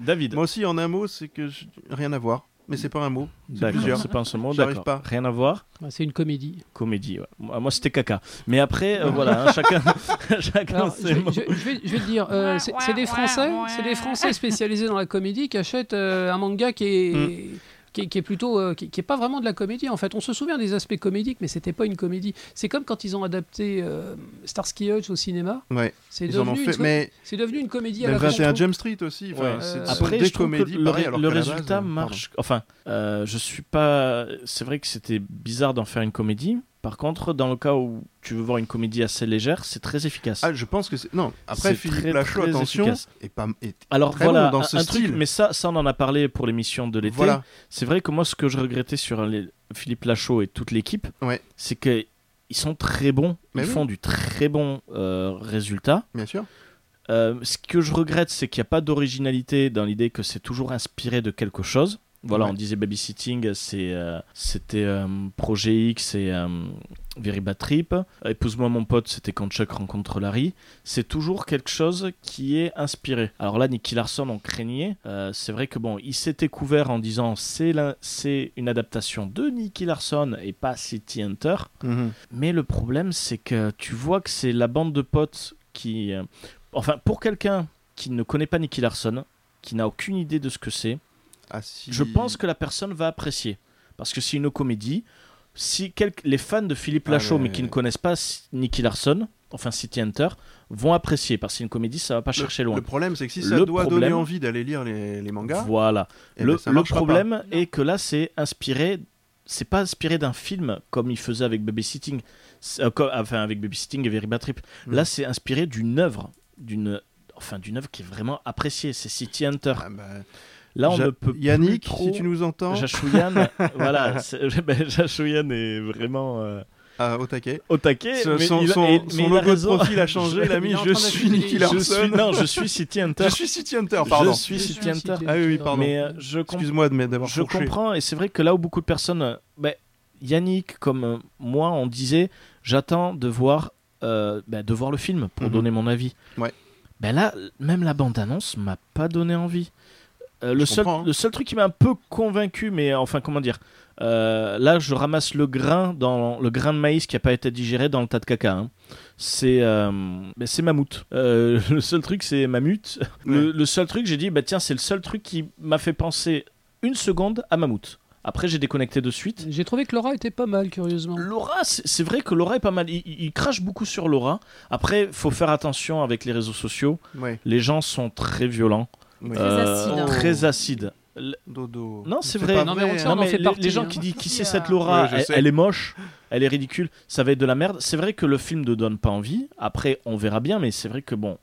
Speaker 3: David.
Speaker 2: Moi aussi, en un mot, c'est que je- rien à voir. Mais c'est pas un mot.
Speaker 3: D'accord,
Speaker 2: plusieurs.
Speaker 3: c'est pas un seul mot,
Speaker 2: J'arrive
Speaker 3: d'accord.
Speaker 2: pas.
Speaker 3: Rien à voir,
Speaker 5: Ouais, Bah, C'est une comédie.
Speaker 3: comédie. ouais. Moi, moi, c'était caca. Mais après, euh, voilà, hein, chacun, chacun
Speaker 5: Alors, je,
Speaker 3: ses
Speaker 5: vais,
Speaker 3: mots.
Speaker 5: je- je vais- je vais te dire, euh, c'est
Speaker 2: Mm.
Speaker 5: c'est des Français, c'est des Français spécialisés dans la comédie qui achètent euh, un manga qui est qui est, qui est plutôt, euh, qui, qui est pas vraiment de la comédie en fait. On se souvient des aspects comédiques, mais c'était pas une comédie. C'est comme quand ils ont adapté euh, Starsky et Hutch au cinéma.
Speaker 2: Ouais.
Speaker 5: C'est
Speaker 2: Ils en ont
Speaker 5: devenu, une
Speaker 2: fait.
Speaker 5: com-
Speaker 2: Mais
Speaker 5: c'est devenu une comédie à
Speaker 2: même
Speaker 5: la con, je
Speaker 2: 21
Speaker 5: trouve.
Speaker 2: Jump Street aussi. enfin,
Speaker 3: Ouais.
Speaker 2: c'est-
Speaker 5: Euh,
Speaker 2: ce sont
Speaker 3: Après,
Speaker 2: des
Speaker 3: je trouve que
Speaker 2: comédies.
Speaker 3: le,
Speaker 2: pareil,
Speaker 3: ré-
Speaker 2: alors
Speaker 3: le
Speaker 2: qu'à la
Speaker 3: résultat
Speaker 2: base, euh,
Speaker 3: marche. Enfin, euh, je suis pas. C'est vrai que c'était bizarre d'en faire une comédie. Par contre, dans le cas où tu veux voir une comédie assez légère, c'est très efficace.
Speaker 2: Ah, je pense que c'est. Non, après
Speaker 3: C'est
Speaker 2: Philippe
Speaker 3: très,
Speaker 2: Lachaud,
Speaker 3: très
Speaker 2: attention,
Speaker 3: efficace.
Speaker 2: est pas, est
Speaker 3: Alors
Speaker 2: très
Speaker 3: voilà,
Speaker 2: bon dans
Speaker 3: un,
Speaker 2: ce
Speaker 3: un truc.
Speaker 2: style.
Speaker 3: Mais ça, ça, on en a parlé pour l'émission de l'été.
Speaker 2: Voilà.
Speaker 3: C'est vrai que moi, ce que je regrettais sur les- Philippe Lachaud et toute l'équipe,
Speaker 2: Ouais.
Speaker 3: c'est que ils sont très bons.
Speaker 2: Mais
Speaker 3: ils
Speaker 2: oui.
Speaker 3: font du très bon euh, résultat.
Speaker 2: Bien sûr.
Speaker 3: Euh, ce que je regrette, c'est qu'il n'y a pas d'originalité dans l'idée que c'est toujours inspiré de quelque chose. Voilà,
Speaker 2: Ouais.
Speaker 3: on disait babysitting, c'est, euh, c'était euh, Projet X et euh, Very Bad Trip. Épouse-moi mon pote, c'était quand Chuck rencontre Larry. C'est toujours quelque chose qui est inspiré. Alors là, Nicky Larson, on craignait. Euh, c'est vrai que bon, il s'était couvert en disant c'est, l'in- c'est une adaptation de Nicky Larson et pas City Hunter.
Speaker 2: Mhm.
Speaker 3: Mais le problème, c'est que tu vois que c'est la bande de potes qui. euh, Enfin, pour quelqu'un qui ne connaît pas Nicky Larson, qui n'a aucune idée de ce que c'est,
Speaker 2: Ah, si-
Speaker 3: je pense que la personne va apprécier. Parce que c'est une comédie. Si quel- les fans de Philippe
Speaker 2: Ah,
Speaker 3: Lachaud,
Speaker 2: mais-
Speaker 3: mais... qui ne connaissent pas S- Nicky Larson, enfin City Hunter, vont apprécier. Parce que c'est une comédie, ça va pas chercher
Speaker 2: Le
Speaker 3: loin.
Speaker 2: problème, c'est que si ça
Speaker 3: Le
Speaker 2: doit
Speaker 3: problème-
Speaker 2: donner envie d'aller lire les, les mangas,
Speaker 3: Voilà.
Speaker 2: eh
Speaker 3: le
Speaker 2: ben, ça
Speaker 3: le
Speaker 2: marchera pas.
Speaker 3: problème est que là, c'est inspiré. C'est pas inspiré d'un film comme il faisait avec Babysitting, C'est- euh, co- enfin avec Babysitting et Very Bad Trip.
Speaker 2: Mm.
Speaker 3: Là, c'est inspiré d'une œuvre, d'une enfin d'une œuvre qui est vraiment appréciée. C'est City Hunter.
Speaker 2: Ah, bah,
Speaker 3: Là, on
Speaker 2: Ja-
Speaker 3: ne peut plus
Speaker 2: Yannick,
Speaker 3: trop-
Speaker 2: si tu nous entends,
Speaker 3: Jashuyan, voilà, c'est- ben, Jashuyan est vraiment euh,
Speaker 2: ah, au taquet.
Speaker 3: au
Speaker 5: Eh,
Speaker 3: taquet.
Speaker 2: Ce-
Speaker 3: mais
Speaker 2: son
Speaker 3: il a-
Speaker 2: son-
Speaker 3: et-
Speaker 2: son
Speaker 3: mais il a
Speaker 2: logo de
Speaker 3: raison.
Speaker 2: profil a changé, il a mis
Speaker 5: il est en
Speaker 2: Je
Speaker 5: train
Speaker 2: suis
Speaker 5: d'afficher
Speaker 2: Nicky
Speaker 5: les-
Speaker 3: Je suis,
Speaker 2: Larson.
Speaker 3: non, je suis City Hunter.
Speaker 2: Je suis City Hunter, pardon.
Speaker 3: Je suis
Speaker 5: Je
Speaker 3: City
Speaker 5: suis
Speaker 3: Hunter.
Speaker 5: City
Speaker 2: Ah oui, oui, pardon.
Speaker 3: Mais euh, je comprends.
Speaker 2: Excuse-moi de m'a- d'avoir
Speaker 3: Je
Speaker 2: fourché.
Speaker 3: comprends, et c'est vrai que là où beaucoup de personnes, euh, ben, Yannick comme euh, moi, on disait, j'attends de voir, euh, ben, de voir le film pour
Speaker 2: Mhm.
Speaker 3: donner mon avis.
Speaker 2: Ouais.
Speaker 3: Ben là, même la bande-annonce m'a pas donné envie. Euh, le,
Speaker 2: Je
Speaker 3: seul,
Speaker 2: comprends, hein.
Speaker 3: le seul truc qui m'a un peu convaincu, mais euh, enfin comment dire, euh, là je ramasse le grain dans le grain de maïs qui a pas été digéré dans le tas de caca. hein. C'est euh, ben, c'est Mammouth. Euh, le seul truc c'est Mammouth. Le, le seul truc j'ai dit bah tiens c'est le seul truc qui m'a fait penser une seconde à Mammouth. Après, j'ai déconnecté de suite.
Speaker 5: J'ai trouvé que Laura était pas mal, curieusement.
Speaker 3: Laura, c'est c'est vrai que Laura est pas mal. Il, il- il crache beaucoup sur Laura. Après, faut faire attention avec les réseaux sociaux.
Speaker 2: Ouais,
Speaker 3: Les gens sont très violents,
Speaker 2: oui.
Speaker 4: Très acides, hein.
Speaker 3: très acides.
Speaker 2: Dodo.
Speaker 3: Euh, Non, c'est
Speaker 2: pas
Speaker 3: vrai.
Speaker 5: Non, mais
Speaker 2: vrai.
Speaker 5: on s'en
Speaker 3: Non,
Speaker 5: en
Speaker 3: mais
Speaker 5: fait
Speaker 3: les,
Speaker 5: partie,
Speaker 3: les gens
Speaker 5: hein.
Speaker 3: qui disent qui c'est
Speaker 4: Yeah.
Speaker 3: cette Laura,
Speaker 2: Ouais, je
Speaker 3: elle,
Speaker 2: sais.
Speaker 3: elle est moche, elle est ridicule, ça va être de la merde. C'est vrai que le film ne donne pas envie. Après, on verra bien, mais c'est vrai que bon,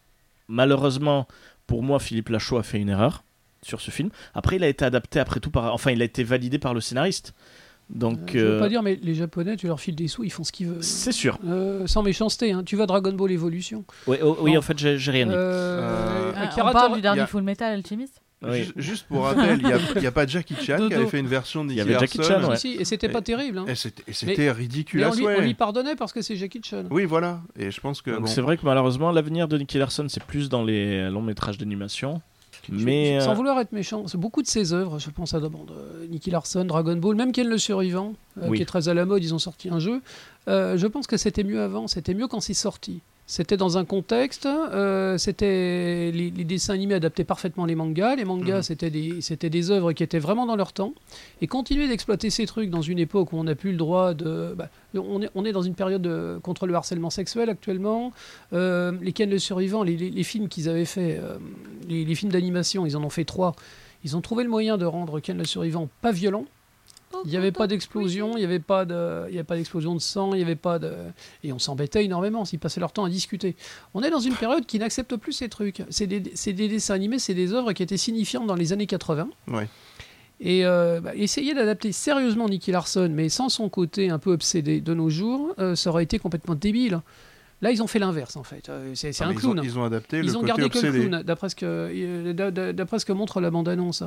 Speaker 3: malheureusement pour moi, Philippe Lachaud a fait une erreur sur ce film. Après, il a été adapté après tout par, enfin, il a été validé par le scénariste. Donc,
Speaker 5: Je veux
Speaker 3: euh,
Speaker 5: pas dire, mais les Japonais, tu leur files des sous, ils font ce qu'ils veulent.
Speaker 3: c'est sûr.
Speaker 5: Euh, sans méchanceté, hein. tu vas Dragon Ball Evolution.
Speaker 3: Oui, oh, oui,
Speaker 5: Non.
Speaker 3: en fait, j'ai j'ai rien dit.
Speaker 5: Euh,
Speaker 4: Ah,
Speaker 5: Akira
Speaker 4: on parle
Speaker 5: Tor-
Speaker 4: du dernier
Speaker 2: y a-
Speaker 4: Full Metal Alchemist
Speaker 3: Oui.
Speaker 2: Ju- Juste pour rappel, il n'y a, pas Jackie Chan qui
Speaker 4: Dodo.
Speaker 2: avait fait une version de
Speaker 3: Il
Speaker 2: Nicky
Speaker 3: y avait Jackie
Speaker 2: Larson.
Speaker 3: Chan, ouais.
Speaker 5: Si, si, et c'était pas
Speaker 2: Et-
Speaker 5: terrible. hein.
Speaker 2: Et c'était- et c'était ridicule
Speaker 5: Mais
Speaker 2: à
Speaker 5: on lui, on lui
Speaker 2: souhait.
Speaker 5: pardonnait parce que c'est Jackie Chan.
Speaker 2: Oui, voilà. Et je pense que.
Speaker 3: Donc,
Speaker 2: bon,
Speaker 3: c'est vrai que malheureusement, l'avenir de Nicky Larson, c'est plus dans les longs métrages d'animation. Mais
Speaker 5: Sans
Speaker 3: euh,
Speaker 5: vouloir être méchant, c'est beaucoup de ses œuvres, je pense à d'abord euh, Nicky Larson, Dragon Ball, même Ken le Survivant, euh,
Speaker 3: Oui.
Speaker 5: qui est très à la mode, ils ont sorti un jeu. Euh, je pense que c'était mieux avant, c'était mieux quand c'est sorti. C'était dans un contexte, euh, c'était les, les dessins animés adaptaient parfaitement les mangas. Les mangas,
Speaker 2: Mhm.
Speaker 5: c'était des, c'était des œuvres qui étaient vraiment dans leur temps. Et continuer d'exploiter ces trucs dans une époque où on n'a plus le droit de. bah, on, est, on est dans une période de- contre le harcèlement sexuel actuellement. Euh, les Ken le Survivant, les, les- les films qu'ils avaient fait, euh, les, les films d'animation, ils en ont fait trois. Ils ont trouvé le moyen de rendre Ken le Survivant pas violent. Il n'y avait pas d'explosion, il n'y avait pas de, il y avait pas d'explosion de sang, il y avait pas de, et on s'embêtait énormément. S'ils passaient leur temps à discuter. On est dans une période qui n'accepte plus ces trucs. C'est des, c'est des dessins animés, c'est des œuvres qui étaient signifiantes dans les années 80.
Speaker 2: Ouais.
Speaker 5: Et euh, bah, essayer d'adapter sérieusement Nicky Larson, mais sans son côté un peu obsédé de nos jours, euh, ça aurait été complètement débile. Là, ils ont fait l'inverse en fait. Euh, c'est c'est
Speaker 2: Ah,
Speaker 5: un
Speaker 2: mais ils ont-
Speaker 5: clown.
Speaker 2: Ils ont, adapté le
Speaker 5: Ils ont
Speaker 2: côté
Speaker 5: gardé que le
Speaker 2: obsédé.
Speaker 5: clown, d'après ce que, euh, d'a- d'a- d'après ce que montre la bande-annonce.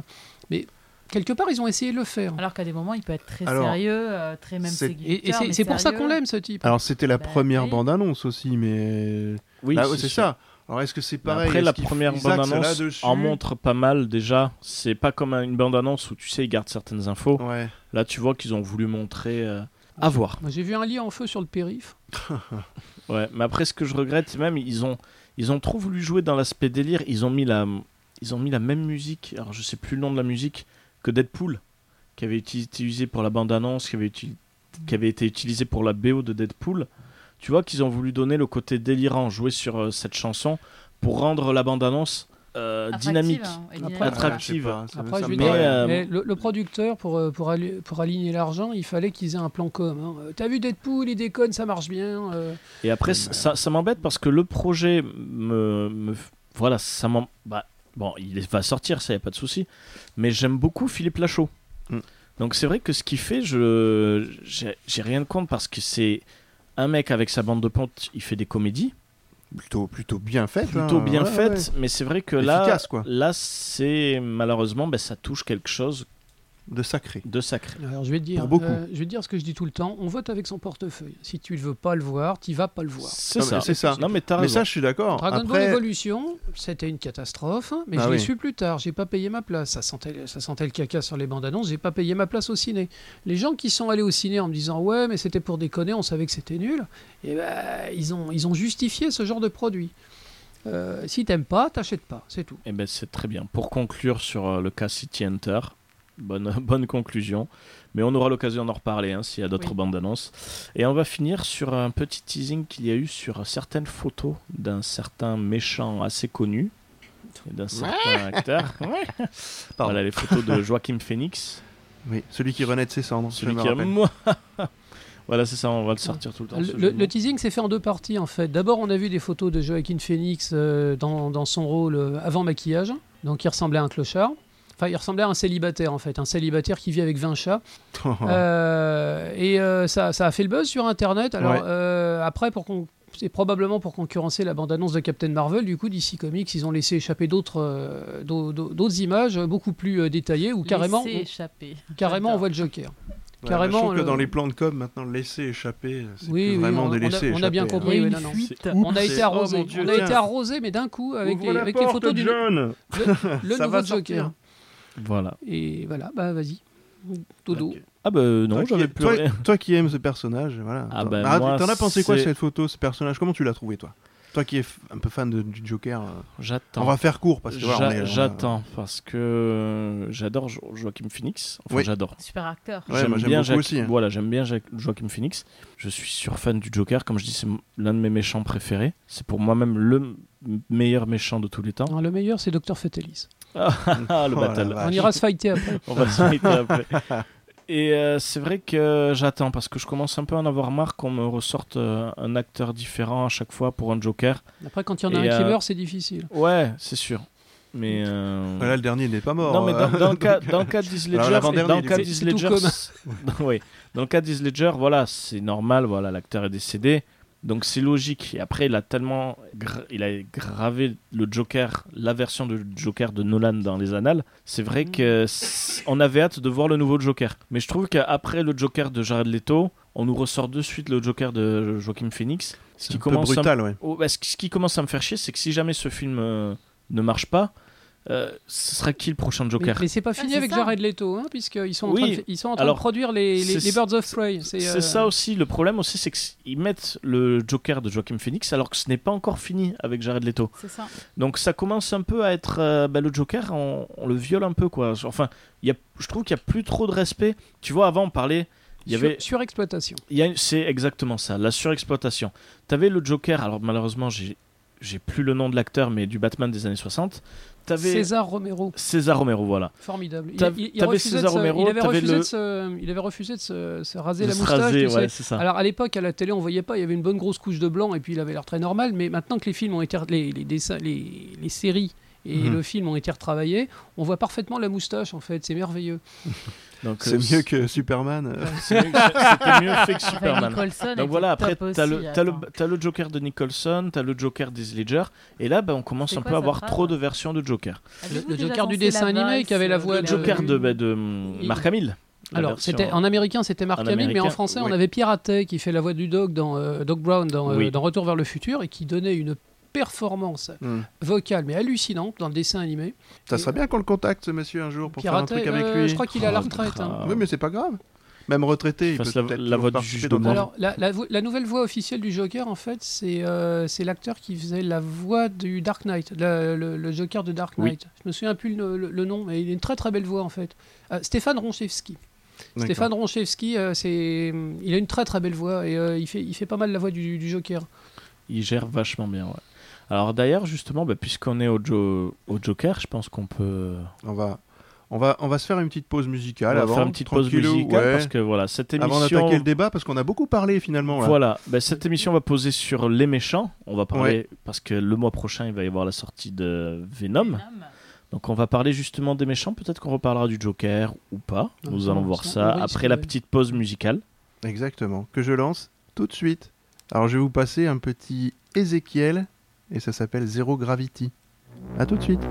Speaker 5: Mais quelque part, ils ont essayé de le faire.
Speaker 4: Alors qu'à des moments, il peut être très
Speaker 2: Alors,
Speaker 4: sérieux, euh, très même
Speaker 2: c'est-
Speaker 4: séducteur,
Speaker 5: Et, et c'est
Speaker 4: mais
Speaker 5: c'est pour ça
Speaker 4: sérieux.
Speaker 5: qu'on l'aime, ce type.
Speaker 2: Alors, c'était la
Speaker 4: Bah,
Speaker 2: première
Speaker 4: oui.
Speaker 2: bande-annonce aussi, mais.
Speaker 3: oui,
Speaker 2: Bah, ouais, c'est
Speaker 3: sûr. Bah,
Speaker 2: ça. Alors, est-ce que c'est pareil
Speaker 3: Après,
Speaker 2: est-ce
Speaker 3: la
Speaker 2: qu'ils-
Speaker 3: première
Speaker 2: ils axent
Speaker 3: bande-annonce
Speaker 2: là-dessus
Speaker 3: en montre pas mal déjà. C'est pas comme une bande-annonce où tu sais, ils gardent certaines infos.
Speaker 2: Ouais.
Speaker 3: Là, tu vois qu'ils ont voulu montrer. euh, À voir.
Speaker 5: Moi, J'ai vu un lit en feu sur le périph.
Speaker 3: Ouais, mais après, ce que je regrette, même, ils ont, ils ont trop voulu jouer dans l'aspect délire. Ils ont mis la, ils ont mis la même musique. Alors, je sais plus le nom de la musique que Deadpool, qui avait été utilisé pour la bande-annonce, qui, avait uti- qui avait été utilisé pour la BO de Deadpool. Tu vois qu'ils ont voulu donner le côté délirant, jouer sur euh, cette chanson pour rendre la bande-annonce euh,
Speaker 4: Attractive,
Speaker 3: dynamique.
Speaker 4: hein, et
Speaker 5: Après,
Speaker 4: dynamique.
Speaker 2: Ah, je sais
Speaker 3: attractive.
Speaker 2: pas, ça-
Speaker 5: Après,
Speaker 2: ça
Speaker 5: je
Speaker 2: me
Speaker 5: vais
Speaker 3: Mais,
Speaker 5: dire,
Speaker 2: paraît-
Speaker 3: euh,
Speaker 5: mais le, le producteur, pour, euh, pour, allu- pour aligner l'argent, il fallait qu'ils aient un plan com. hein. Euh, T'as vu Deadpool, il déconne, ça marche bien. euh.
Speaker 3: Et après, c- ça, ça m'embête parce que le projet me. me f- voilà, ça m'en. bah, bon, il est- va sortir, ça, y a pas de souci. Mais j'aime beaucoup Philippe Lachaud.
Speaker 2: Mm.
Speaker 3: Donc c'est vrai que ce qu'il fait, je. J'ai j'ai rien de contre parce que c'est. Un mec avec sa bande de potes, il fait des comédies
Speaker 5: euh,
Speaker 2: plutôt, plutôt bien faite.
Speaker 3: plutôt
Speaker 2: hein,
Speaker 3: bien
Speaker 2: ouais,
Speaker 3: faites,
Speaker 2: ouais.
Speaker 3: mais c'est vrai que là, euh,
Speaker 2: Efficace, quoi.
Speaker 3: là, c'est malheureusement, ben, ça touche quelque chose
Speaker 2: De sacré.
Speaker 3: de sacré.
Speaker 5: Alors, je vais, te dire,
Speaker 2: Pour beaucoup.
Speaker 5: euh, je vais te dire ce que je dis tout le temps on vote avec son portefeuille. Si tu ne veux pas le voir, tu vas pas le voir.
Speaker 3: C'est
Speaker 2: Ah, mais
Speaker 3: ça.
Speaker 2: c'est ça.
Speaker 3: Non mais t'as
Speaker 2: Mais
Speaker 3: raison.
Speaker 2: ça, je suis d'accord.
Speaker 5: Dragon Ball
Speaker 2: Après,
Speaker 5: Evolution, c'était une catastrophe, hein, mais
Speaker 2: Ah
Speaker 5: je l'ai
Speaker 2: oui.
Speaker 5: su plus tard. J'ai pas payé ma place. Ça sentait, ça sentait le caca sur les bandes annonces. J'ai pas payé ma place au ciné. Les gens qui sont allés au ciné en me disant ouais, mais c'était pour déconner, on savait que c'était nul. Et ben, ils ont, ils ont justifié ce genre de produit. Euh, si t'aimes pas, t'achètes pas, c'est tout.
Speaker 3: Eh ben, c'est très bien. Pour conclure sur euh, le cas City Hunter, bonne, bonne conclusion. Mais on aura l'occasion d'en reparler hein, s'il y a d'autres
Speaker 4: Oui.
Speaker 3: bandes annonces. Et on va finir sur un petit teasing qu'il y a eu sur certaines photos d'un certain méchant assez connu et d'un certain acteur.
Speaker 2: Pardon.
Speaker 3: Voilà les photos de Joaquin Phoenix,
Speaker 2: oui, celui qui renaît de ses cendres.
Speaker 3: celui
Speaker 2: je me
Speaker 3: qui a
Speaker 2: rappelle.
Speaker 3: moi. voilà, c'est ça, on va le sortir tout le temps.
Speaker 5: Le,
Speaker 3: ce
Speaker 5: le-
Speaker 3: jeu de
Speaker 5: le
Speaker 3: mots.
Speaker 5: teasing s'est fait en deux parties en fait. D'abord, on a vu des photos de Joaquin Phoenix euh, dans, dans son rôle euh, avant maquillage, donc il ressemblait à un clochard. Enfin, il ressemblait à un célibataire en fait, un célibataire qui vit avec 20 chats.
Speaker 2: bah,
Speaker 5: Euh, et euh, ça, ça a fait le buzz sur Internet. Alors
Speaker 2: Ouais.
Speaker 5: euh, après, pour qu'on c'est probablement pour concurrencer la bande-annonce de Captain Marvel. Du coup, DC Comics, ils ont laissé échapper d'autres euh, d'au- d'au- d'autres images beaucoup plus euh, détaillées ou carrément,
Speaker 4: Laisser échapper.
Speaker 5: on- carrément on
Speaker 4: J'adore.
Speaker 5: voit le Joker.
Speaker 2: Ouais,
Speaker 5: carrément,
Speaker 2: je trouve que
Speaker 5: le-
Speaker 2: dans les plans de com, maintenant, laisser échapper, c'est
Speaker 5: Oui,
Speaker 2: plus
Speaker 5: oui,
Speaker 2: vraiment
Speaker 5: on-
Speaker 2: des
Speaker 5: on a-
Speaker 2: laissés
Speaker 5: on a bien
Speaker 2: échapper,
Speaker 4: Il y a
Speaker 2: hein.
Speaker 5: Oui,
Speaker 4: eu
Speaker 5: oui,
Speaker 4: une
Speaker 5: non, non.
Speaker 4: fuite.
Speaker 2: Oups,
Speaker 5: On a été
Speaker 2: c'est-
Speaker 5: arrosé.
Speaker 2: oh mon Dieu,
Speaker 5: on a été
Speaker 2: tiens.
Speaker 5: arrosé, mais d'un coup avec
Speaker 2: Ouvre
Speaker 5: les,
Speaker 2: la
Speaker 5: avec les
Speaker 2: porte,
Speaker 5: photos du
Speaker 2: John
Speaker 5: le, le
Speaker 2: Ça va
Speaker 5: nouveau
Speaker 2: sortir.
Speaker 5: Joker.
Speaker 3: Voilà.
Speaker 5: Et voilà, bah vas-y, dodo.
Speaker 2: Ok.
Speaker 3: Ah ben non,
Speaker 2: Toi qui-
Speaker 3: j'avais plus
Speaker 2: toi,
Speaker 3: rien.
Speaker 2: toi qui aimes ce personnage, voilà.
Speaker 3: Ah
Speaker 2: Attends,
Speaker 3: bah,
Speaker 2: arrête,
Speaker 3: moi,
Speaker 2: T'en as pensé quoi
Speaker 3: c'est-
Speaker 2: cette photo, ce personnage Comment tu l'as trouvé, toi Toi qui es f- un peu fan de- du Joker, euh,
Speaker 3: J'attends.
Speaker 2: on va faire court parce que voilà, on
Speaker 3: J'a-
Speaker 2: est- on a-
Speaker 3: J'attends parce que euh, j'adore Jo- Joaquin Phoenix. Enfin,
Speaker 2: Oui.
Speaker 3: j'adore.
Speaker 4: Super acteur.
Speaker 2: Ouais, moi, j'aime beaucoup
Speaker 3: Jack-
Speaker 2: aussi, hein.
Speaker 3: Voilà, j'aime bien Jack- Joaquin Phoenix. Je suis sur fan du Joker. Comme je dis, c'est m- l'un de mes méchants préférés. C'est pour moi-même le m- meilleur méchant de tous les temps.
Speaker 5: Alors, le meilleur, c'est Docteur Fatalis.
Speaker 3: Ah, le
Speaker 2: Oh la
Speaker 3: battle.
Speaker 2: vache.
Speaker 5: on ira se fighter après.
Speaker 3: On va se mettre après. Et euh, c'est vrai que j'attends parce que je commence un peu à en avoir marre qu'on me ressorte euh, un acteur différent à chaque fois pour un Joker.
Speaker 5: Après, quand il y en a
Speaker 3: Et,
Speaker 5: un qui
Speaker 3: euh,
Speaker 5: meurt, c'est difficile.
Speaker 3: Ouais, c'est sûr. Mais euh,
Speaker 2: Voilà, le dernier il n'est pas mort.
Speaker 3: Non, mais dans,
Speaker 2: euh,
Speaker 3: dans le
Speaker 2: donc,
Speaker 3: cas, dans le cas d'Heath
Speaker 2: Alors,
Speaker 3: Ledger,
Speaker 2: l'avant-dernier,
Speaker 3: dans le
Speaker 2: du
Speaker 3: cas
Speaker 2: coup.
Speaker 3: d'Heath
Speaker 5: C'est tout
Speaker 3: Ledger,
Speaker 5: comme.
Speaker 3: c'est- oui. dans le cas d'Heath Ledger, voilà, c'est normal, voilà, l'acteur est décédé, donc c'est logique. Et après, il a tellement, gra- il a gravé le Joker, la version de Joker de Nolan dans les annales. C'est vrai
Speaker 5: Mm.
Speaker 3: que c'est- on avait hâte de voir le nouveau Joker. Mais je trouve qu'après le Joker de Jared Leto, on nous ressort de suite le Joker de Joaquin Phoenix,
Speaker 2: c'est
Speaker 3: ce qui
Speaker 2: un peu
Speaker 3: commence un
Speaker 2: brutal, ouais.
Speaker 3: Oh, bah, ce ce qui commence à me faire chier, c'est que si jamais ce film euh, ne marche pas, euh, ce sera qui le prochain
Speaker 5: Mais,
Speaker 3: Joker
Speaker 5: mais c'est pas fini
Speaker 4: Ah, c'est
Speaker 5: avec
Speaker 4: ça.
Speaker 5: Jared Leto, hein, puisqu'ils sont, en
Speaker 3: Oui.
Speaker 5: train de fa- ils sont en train
Speaker 3: Alors,
Speaker 5: de produire les, les,
Speaker 3: c'est-
Speaker 5: les Birds of Prey.
Speaker 3: C'est
Speaker 5: C'est euh,
Speaker 3: ça aussi. Le problème aussi, c'est qu'ils mettent le Joker de Joaquin Phoenix alors que ce n'est pas encore fini avec Jared Leto.
Speaker 4: C'est ça.
Speaker 3: Donc ça commence un peu à être euh, bah, le Joker, on, on le viole un peu quoi. Enfin, il y a, je trouve qu'il y a plus trop de respect. Tu vois, avant on parlait, il y
Speaker 5: sur-
Speaker 3: avait
Speaker 5: surexploitation.
Speaker 3: Il y a une- C'est exactement ça, la surexploitation. T'avais le Joker, alors malheureusement j'ai j'ai plus le nom de l'acteur, mais du Batman des années 60. T'avais César,
Speaker 5: César Romero,
Speaker 3: Romero, voilà.
Speaker 5: formidable. Il,
Speaker 3: T'av-
Speaker 5: il- il
Speaker 3: t'avais
Speaker 5: refusait
Speaker 3: César
Speaker 5: de se-
Speaker 3: Romero,
Speaker 5: il avait
Speaker 3: t'avais
Speaker 5: refusé
Speaker 3: le-
Speaker 5: de se, il avait refusé de se, se raser la
Speaker 3: Se
Speaker 5: moustache. tu
Speaker 3: raser, ouais,
Speaker 5: sais.
Speaker 3: c'est ça.
Speaker 5: Alors à l'époque, à la télé, on voyait pas, il y avait une bonne grosse couche de blanc et puis il avait l'air très normal. Mais maintenant que les films ont été, re- les, les dessins, les, les séries et
Speaker 2: Mhm.
Speaker 5: le film ont été retravaillés, on voit parfaitement la moustache en fait. C'est merveilleux.
Speaker 3: Donc, euh,
Speaker 2: C'est mieux que Superman. euh,
Speaker 3: c'est mieux que- C'était mieux fait que
Speaker 4: Enfin,
Speaker 3: Superman.
Speaker 4: Nicholson
Speaker 3: Donc
Speaker 4: était
Speaker 3: voilà, après,
Speaker 4: top
Speaker 3: t'as
Speaker 4: aussi,
Speaker 3: le, t'as le-
Speaker 4: attends.
Speaker 5: hein.
Speaker 3: t'as le Joker de Nicholson, t'as le Joker des Ledger, et là, bah, on commence
Speaker 4: C'est
Speaker 3: un
Speaker 4: quoi
Speaker 3: peu à
Speaker 4: sa
Speaker 3: avoir
Speaker 4: phrase
Speaker 3: trop de versions de Joker.
Speaker 4: Avez-vous
Speaker 5: le
Speaker 4: déjà
Speaker 5: Joker du
Speaker 4: dansé la
Speaker 5: dessin animé
Speaker 4: valse,
Speaker 5: qui avait la
Speaker 4: euh,
Speaker 5: voix
Speaker 3: Le
Speaker 5: de-
Speaker 3: Joker de, bah,
Speaker 4: lune
Speaker 3: de hum,
Speaker 5: il-
Speaker 3: Mark Hamill. la
Speaker 5: Alors,
Speaker 3: version-
Speaker 5: c'était en américain, c'était Marc
Speaker 3: en
Speaker 5: Hamill, mais en
Speaker 3: américain,
Speaker 5: français,
Speaker 2: oui.
Speaker 5: on avait Piratet qui fait la voix du Dog dans euh, Doc Brown dans, euh,
Speaker 3: Oui.
Speaker 5: dans Retour vers le futur et qui donnait une performance
Speaker 2: hmm.
Speaker 5: vocale mais hallucinante dans le dessin animé.
Speaker 2: Ça serait bien qu'on le contacte, ce monsieur, un jour, pour
Speaker 5: Piratet,
Speaker 2: faire un truc avec
Speaker 5: euh,
Speaker 2: lui.
Speaker 5: je crois qu'il est à la
Speaker 3: Oh,
Speaker 5: retraite. hein.
Speaker 3: grave.
Speaker 2: Oui, mais c'est pas grave. Même retraité, il peut
Speaker 3: Fasse la-
Speaker 2: peut-être
Speaker 3: la
Speaker 2: toujours
Speaker 3: voix du
Speaker 2: participer
Speaker 3: juge
Speaker 2: dans
Speaker 3: de
Speaker 2: le-
Speaker 5: Alors, la, la vo- la nouvelle voix officielle du Joker, en fait, c'est euh, c'est l'acteur qui faisait la voix du Dark Knight, le, le- le Joker de Dark
Speaker 3: Oui.
Speaker 5: Knight. Je me souviens plus le, le- le nom, mais il a une très très belle voix, en fait. Euh, Stéphane Ronchevski.
Speaker 2: D'accord.
Speaker 5: Stéphane Ronchevski, euh, c'est, il a une très très belle voix et euh, il, fait, il fait pas mal la voix du, du Joker.
Speaker 3: Il gère vachement bien, ouais. Alors d'ailleurs, justement, bah, puisqu'on est au, Jo- au Joker, je pense qu'on peut
Speaker 2: On va, on, va, on va se faire une petite pause musicale
Speaker 3: on va
Speaker 2: avant.
Speaker 3: faire une petite pause
Speaker 2: tranquillou,
Speaker 3: musicale
Speaker 2: ouais,
Speaker 3: parce que voilà, cette émission.
Speaker 2: Avant d'attaquer le débat, parce qu'on a beaucoup parlé finalement. là.
Speaker 3: Voilà, Bah, cette émission va poser sur les méchants. On va parler parce que le mois prochain, il va y avoir la sortie de Venom. Donc on va parler justement des méchants. Peut-être qu'on reparlera du Joker ou pas.
Speaker 5: Non,
Speaker 3: Nous
Speaker 5: pour
Speaker 2: Ah,
Speaker 3: allons voir
Speaker 5: l'instant,
Speaker 3: ça
Speaker 5: on va
Speaker 3: après la
Speaker 5: essayer.
Speaker 3: petite pause musicale.
Speaker 2: Exactement. Que je lance tout de suite. Alors je vais vous passer un petit Ezekiel et ça s'appelle Zero Gravity. À tout de suite.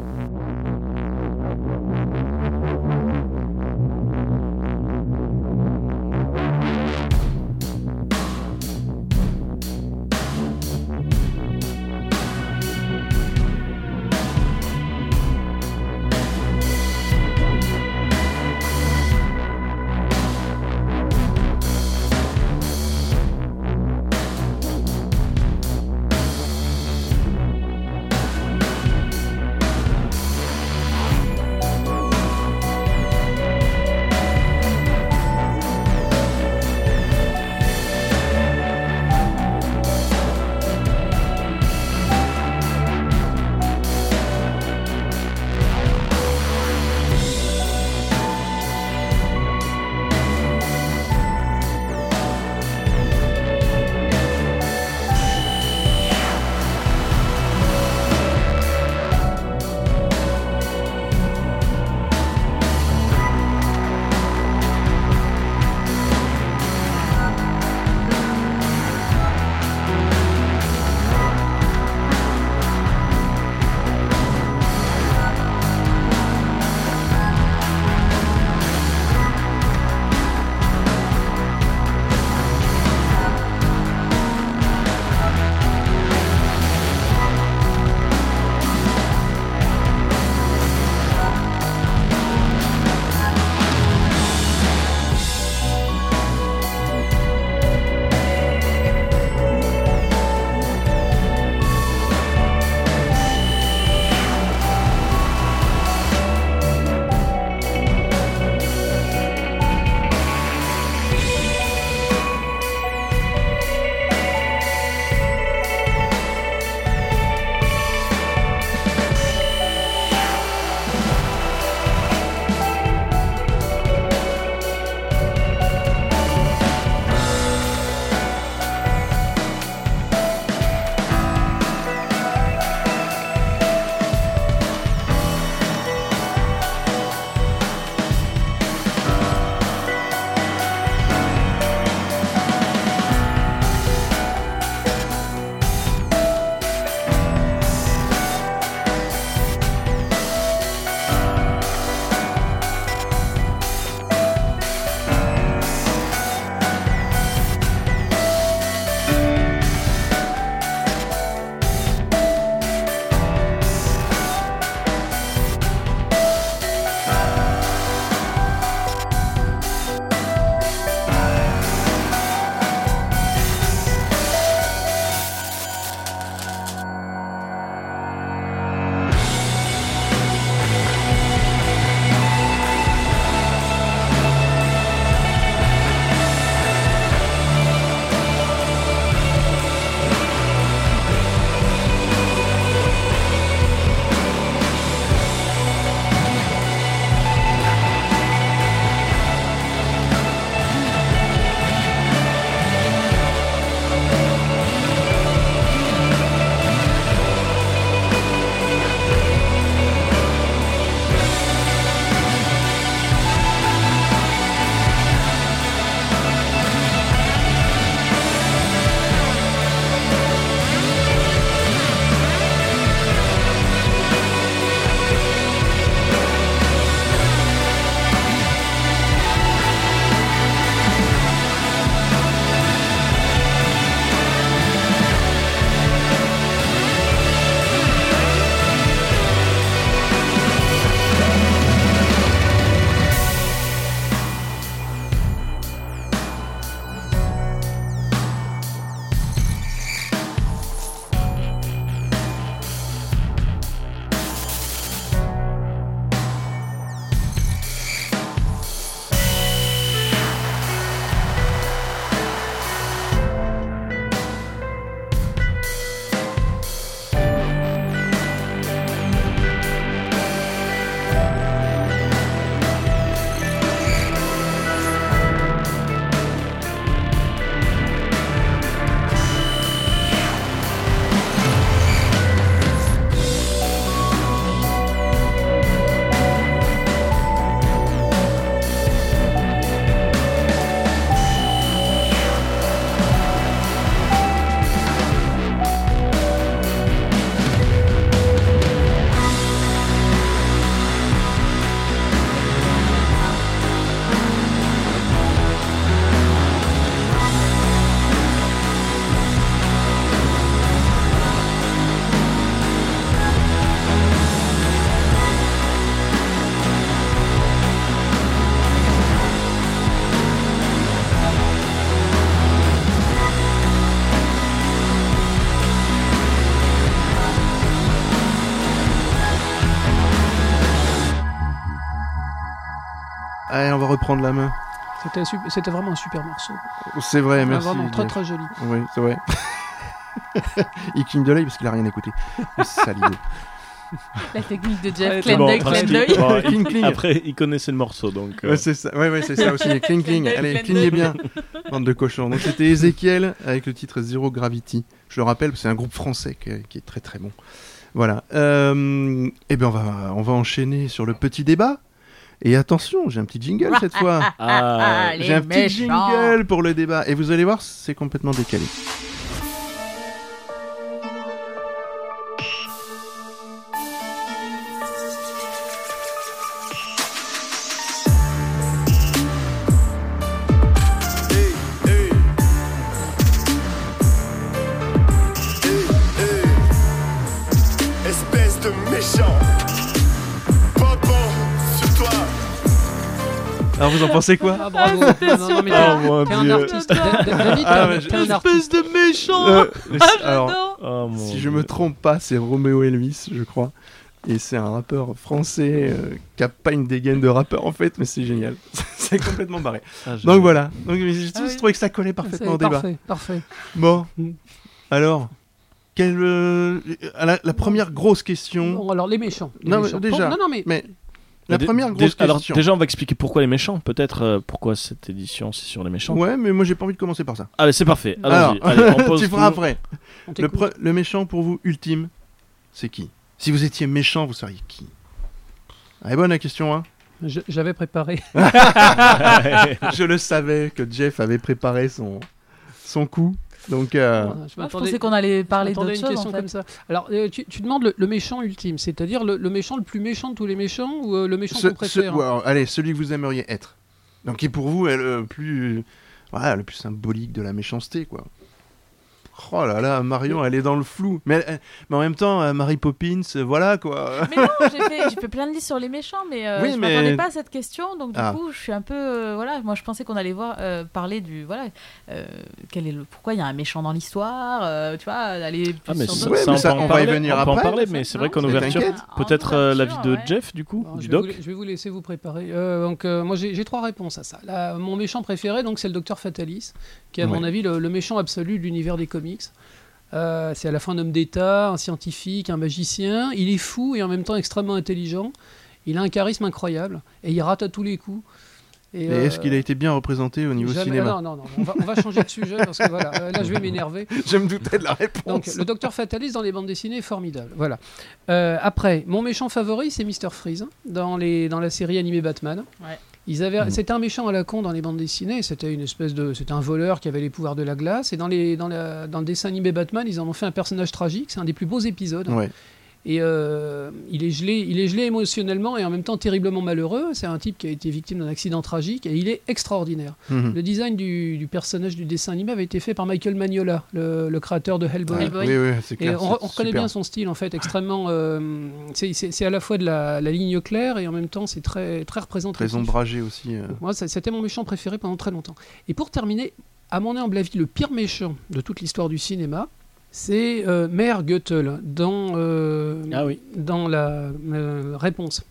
Speaker 7: Zero
Speaker 2: Allez, on va reprendre la main.
Speaker 5: C'était un sup- C'était vraiment un super morceau.
Speaker 2: C'est vrai,
Speaker 5: Ah,
Speaker 2: merci.
Speaker 5: vraiment très
Speaker 2: Jeff.
Speaker 5: très joli.
Speaker 2: Oui, c'est vrai. il cligne de l'œil parce qu'il a rien écouté. Le Salaud.
Speaker 4: La technique de
Speaker 3: Ah,
Speaker 5: Ouais,
Speaker 4: Jeff,
Speaker 5: c'est
Speaker 4: clin
Speaker 5: bon,
Speaker 4: d'œil,
Speaker 5: parce
Speaker 4: clin
Speaker 5: qu'il-
Speaker 4: d'œil.
Speaker 3: bon, il-
Speaker 2: Cling, cling.
Speaker 3: Après, il connaissait le morceau, donc. euh,
Speaker 2: Ouais, c'est ça. Ouais, ouais, c'est ça aussi. Cling, cling.
Speaker 4: Clin d'œil,
Speaker 2: Allez,
Speaker 4: clin d'œil.
Speaker 2: clignez bien. Bande de cochons. Donc, c'était Ezekiel avec le titre Zero Gravity. Je le rappelle, c'est un groupe français que- qui est très très bon. Voilà. Euh, eh bien, on va, on va enchaîner sur le petit débat. Et attention, j'ai un petit jingle cette fois.
Speaker 3: ah,
Speaker 4: les
Speaker 2: J'ai un petit
Speaker 4: méchants.
Speaker 2: jingle pour le débat. Et vous allez voir, c'est complètement décalé.
Speaker 7: Espèce de méchant Pompon sur toi
Speaker 2: Alors, vous en pensez quoi
Speaker 5: Ah bravo. non, non, mais
Speaker 3: Oh
Speaker 5: t'es-
Speaker 3: mon
Speaker 5: t'es un
Speaker 3: dieu.
Speaker 5: artiste. Da- da- David,
Speaker 2: Ah,
Speaker 5: t'es
Speaker 2: ouais,
Speaker 5: un-
Speaker 2: je-
Speaker 5: t'es un artiste.
Speaker 2: de méchant Euh, Alors,
Speaker 3: oh, mon
Speaker 2: Si je
Speaker 3: Dieu.
Speaker 2: me trompe pas, c'est Romeo Elvis, je crois. Et c'est un rappeur français euh, qui a pas une dégaine de rappeur en fait, mais c'est génial. c'est complètement barré.
Speaker 3: Ah, je-
Speaker 2: Donc voilà. Donc j'ai
Speaker 5: Ah
Speaker 2: tous
Speaker 5: oui.
Speaker 2: trouvé que ça collait parfaitement au
Speaker 5: C'est
Speaker 2: débat.
Speaker 5: Parfait, parfait.
Speaker 2: Bon,
Speaker 3: Hmm.
Speaker 5: Mm.
Speaker 2: alors, quelle, euh, à la, la première grosse question.
Speaker 5: Bon, alors les méchants. les
Speaker 2: Non, mais
Speaker 5: méchants.
Speaker 2: déjà.
Speaker 5: Non, non, mais
Speaker 2: Mais la
Speaker 3: Dé-
Speaker 2: première
Speaker 3: dé-
Speaker 2: grosse
Speaker 3: Alors,
Speaker 2: question.
Speaker 3: déjà, on va expliquer pourquoi les méchants. Peut-être euh, pourquoi cette édition, c'est sur les méchants.
Speaker 2: Ouais, mais moi j'ai pas envie de commencer par ça.
Speaker 3: Allez, c'est parfait.
Speaker 2: Alors,
Speaker 3: Allons-y. Allez, on pose
Speaker 2: tu feras
Speaker 3: tout.
Speaker 2: après.
Speaker 5: on
Speaker 2: Le,
Speaker 5: t'écoute.
Speaker 2: pre- le méchant pour vous ultime, c'est qui Si vous étiez méchant, vous seriez qui Ah, elle est bonne la question, hein
Speaker 5: Je- J'avais
Speaker 2: Ah.
Speaker 5: préparé.
Speaker 2: Je le savais que Jeff avait préparé son, son coup. Donc, euh,
Speaker 5: Je
Speaker 4: Ah, je
Speaker 5: m'attendais-
Speaker 4: pensais qu'on allait parler
Speaker 5: Attendez
Speaker 4: d'autre
Speaker 5: une
Speaker 4: chose.
Speaker 5: question
Speaker 4: en fait.
Speaker 5: comme ça. Alors, euh, tu, tu demandes le, le méchant ultime, c'est-à-dire le, le méchant le plus méchant de tous les méchants ou euh, le méchant
Speaker 2: ce-
Speaker 5: qu'on
Speaker 2: ce-
Speaker 5: préfère
Speaker 2: ou alors, allez, celui que vous aimeriez être. Donc, qui pour vous est le plus, voilà, le plus symbolique de la méchanceté, quoi. Oh là là, Marion, elle est dans le flou. Mais, elle- mais en même temps, euh, Mary Poppins, euh, voilà quoi.
Speaker 4: Mais non, j'ai fait, j'ai fait plein de listes sur les méchants, mais euh,
Speaker 2: Oui,
Speaker 4: je
Speaker 2: mais-
Speaker 4: m'attendais pas à cette question, donc du
Speaker 2: Ah.
Speaker 4: coup, je suis un peu, euh, voilà, moi je pensais qu'on allait voir euh, parler du, voilà, euh, quel est le, pourquoi il y a un méchant dans l'histoire, euh, tu vois, aller. plus
Speaker 3: Ah, mais
Speaker 4: sur
Speaker 3: ça,
Speaker 4: d'autres-
Speaker 2: Ouais,
Speaker 3: ça,
Speaker 2: mais
Speaker 3: on,
Speaker 2: ça, on
Speaker 3: peut en
Speaker 2: va y
Speaker 3: parler,
Speaker 2: venir
Speaker 3: on peut en
Speaker 2: après.
Speaker 3: parler, mais c'est vrai qu'en
Speaker 2: Mais
Speaker 3: ouverture,
Speaker 2: t'inquiète.
Speaker 3: peut-être
Speaker 4: Ah,
Speaker 3: euh, l'avis de
Speaker 4: Jeff
Speaker 3: Jeff, du
Speaker 4: Oh,
Speaker 3: coup,
Speaker 5: Alors,
Speaker 3: du
Speaker 5: je, vais vous,
Speaker 3: doc.
Speaker 5: je vais vous laisser vous préparer. Euh, donc, euh, moi, j'ai j'ai trois réponses à ça. Là, mon méchant préféré, donc, c'est le Docteur Fatalis, qui est, à
Speaker 2: Ouais.
Speaker 5: mon avis, le, le méchant absolu de l'univers des comics. Euh, c'est à la fois un homme d'État, un scientifique, un magicien. Il est fou et en même temps extrêmement intelligent. Il a un charisme incroyable et il rate à tous les coups. Et,
Speaker 2: Mais est-ce
Speaker 5: euh,
Speaker 2: qu'il a été bien représenté au niveau
Speaker 5: jamais- Ah
Speaker 2: cinéma
Speaker 5: Non, non, non. On va, on va changer de sujet parce que voilà, euh, là, je vais m'énerver.
Speaker 2: Je me doutais de la réponse.
Speaker 5: Donc, le docteur Fatalis dans les bandes dessinées est formidable. Voilà. Euh, après, mon méchant favori, c'est Mr. Freeze dans, les, dans la série animée Batman.
Speaker 4: Ouais.
Speaker 5: Ils avaient,
Speaker 2: Hmm.
Speaker 5: C'était un méchant à la con dans les bandes dessinées. C'était une espèce de, c'était un voleur qui avait les pouvoirs de la glace. Et dans, les, dans, la- dans le dessin animé Batman, ils en ont fait un personnage tragique. C'est un des plus beaux épisodes.
Speaker 2: Ouais.
Speaker 5: Et euh, il, est gelé, il est gelé émotionnellement et en même temps terriblement malheureux. C'est un type qui a été victime d'un accident tragique et il est extraordinaire.
Speaker 2: Mhm.
Speaker 5: Le design du, du personnage du dessin animé avait été fait par Michael Magnola, le, le créateur de Hellboy.
Speaker 4: Hellboy.
Speaker 2: Ah Oui, oui, c'est
Speaker 5: Et
Speaker 2: clair.
Speaker 5: on,
Speaker 2: c'est
Speaker 5: on reconnaît
Speaker 2: super.
Speaker 5: bien son style en fait, extrêmement. euh, c'est- c'est c'est à la fois de la, la ligne claire et en même temps c'est très très représentatif.
Speaker 2: Très ombragé aussi. euh.
Speaker 5: Moi, ça- c'était mon méchant préféré pendant très longtemps. Et pour terminer, à mon humble avis, le pire méchant de toute l'histoire du cinéma, c'est euh, Mère Goethel dans euh,
Speaker 3: Ah oui.
Speaker 5: dans la euh, réponse.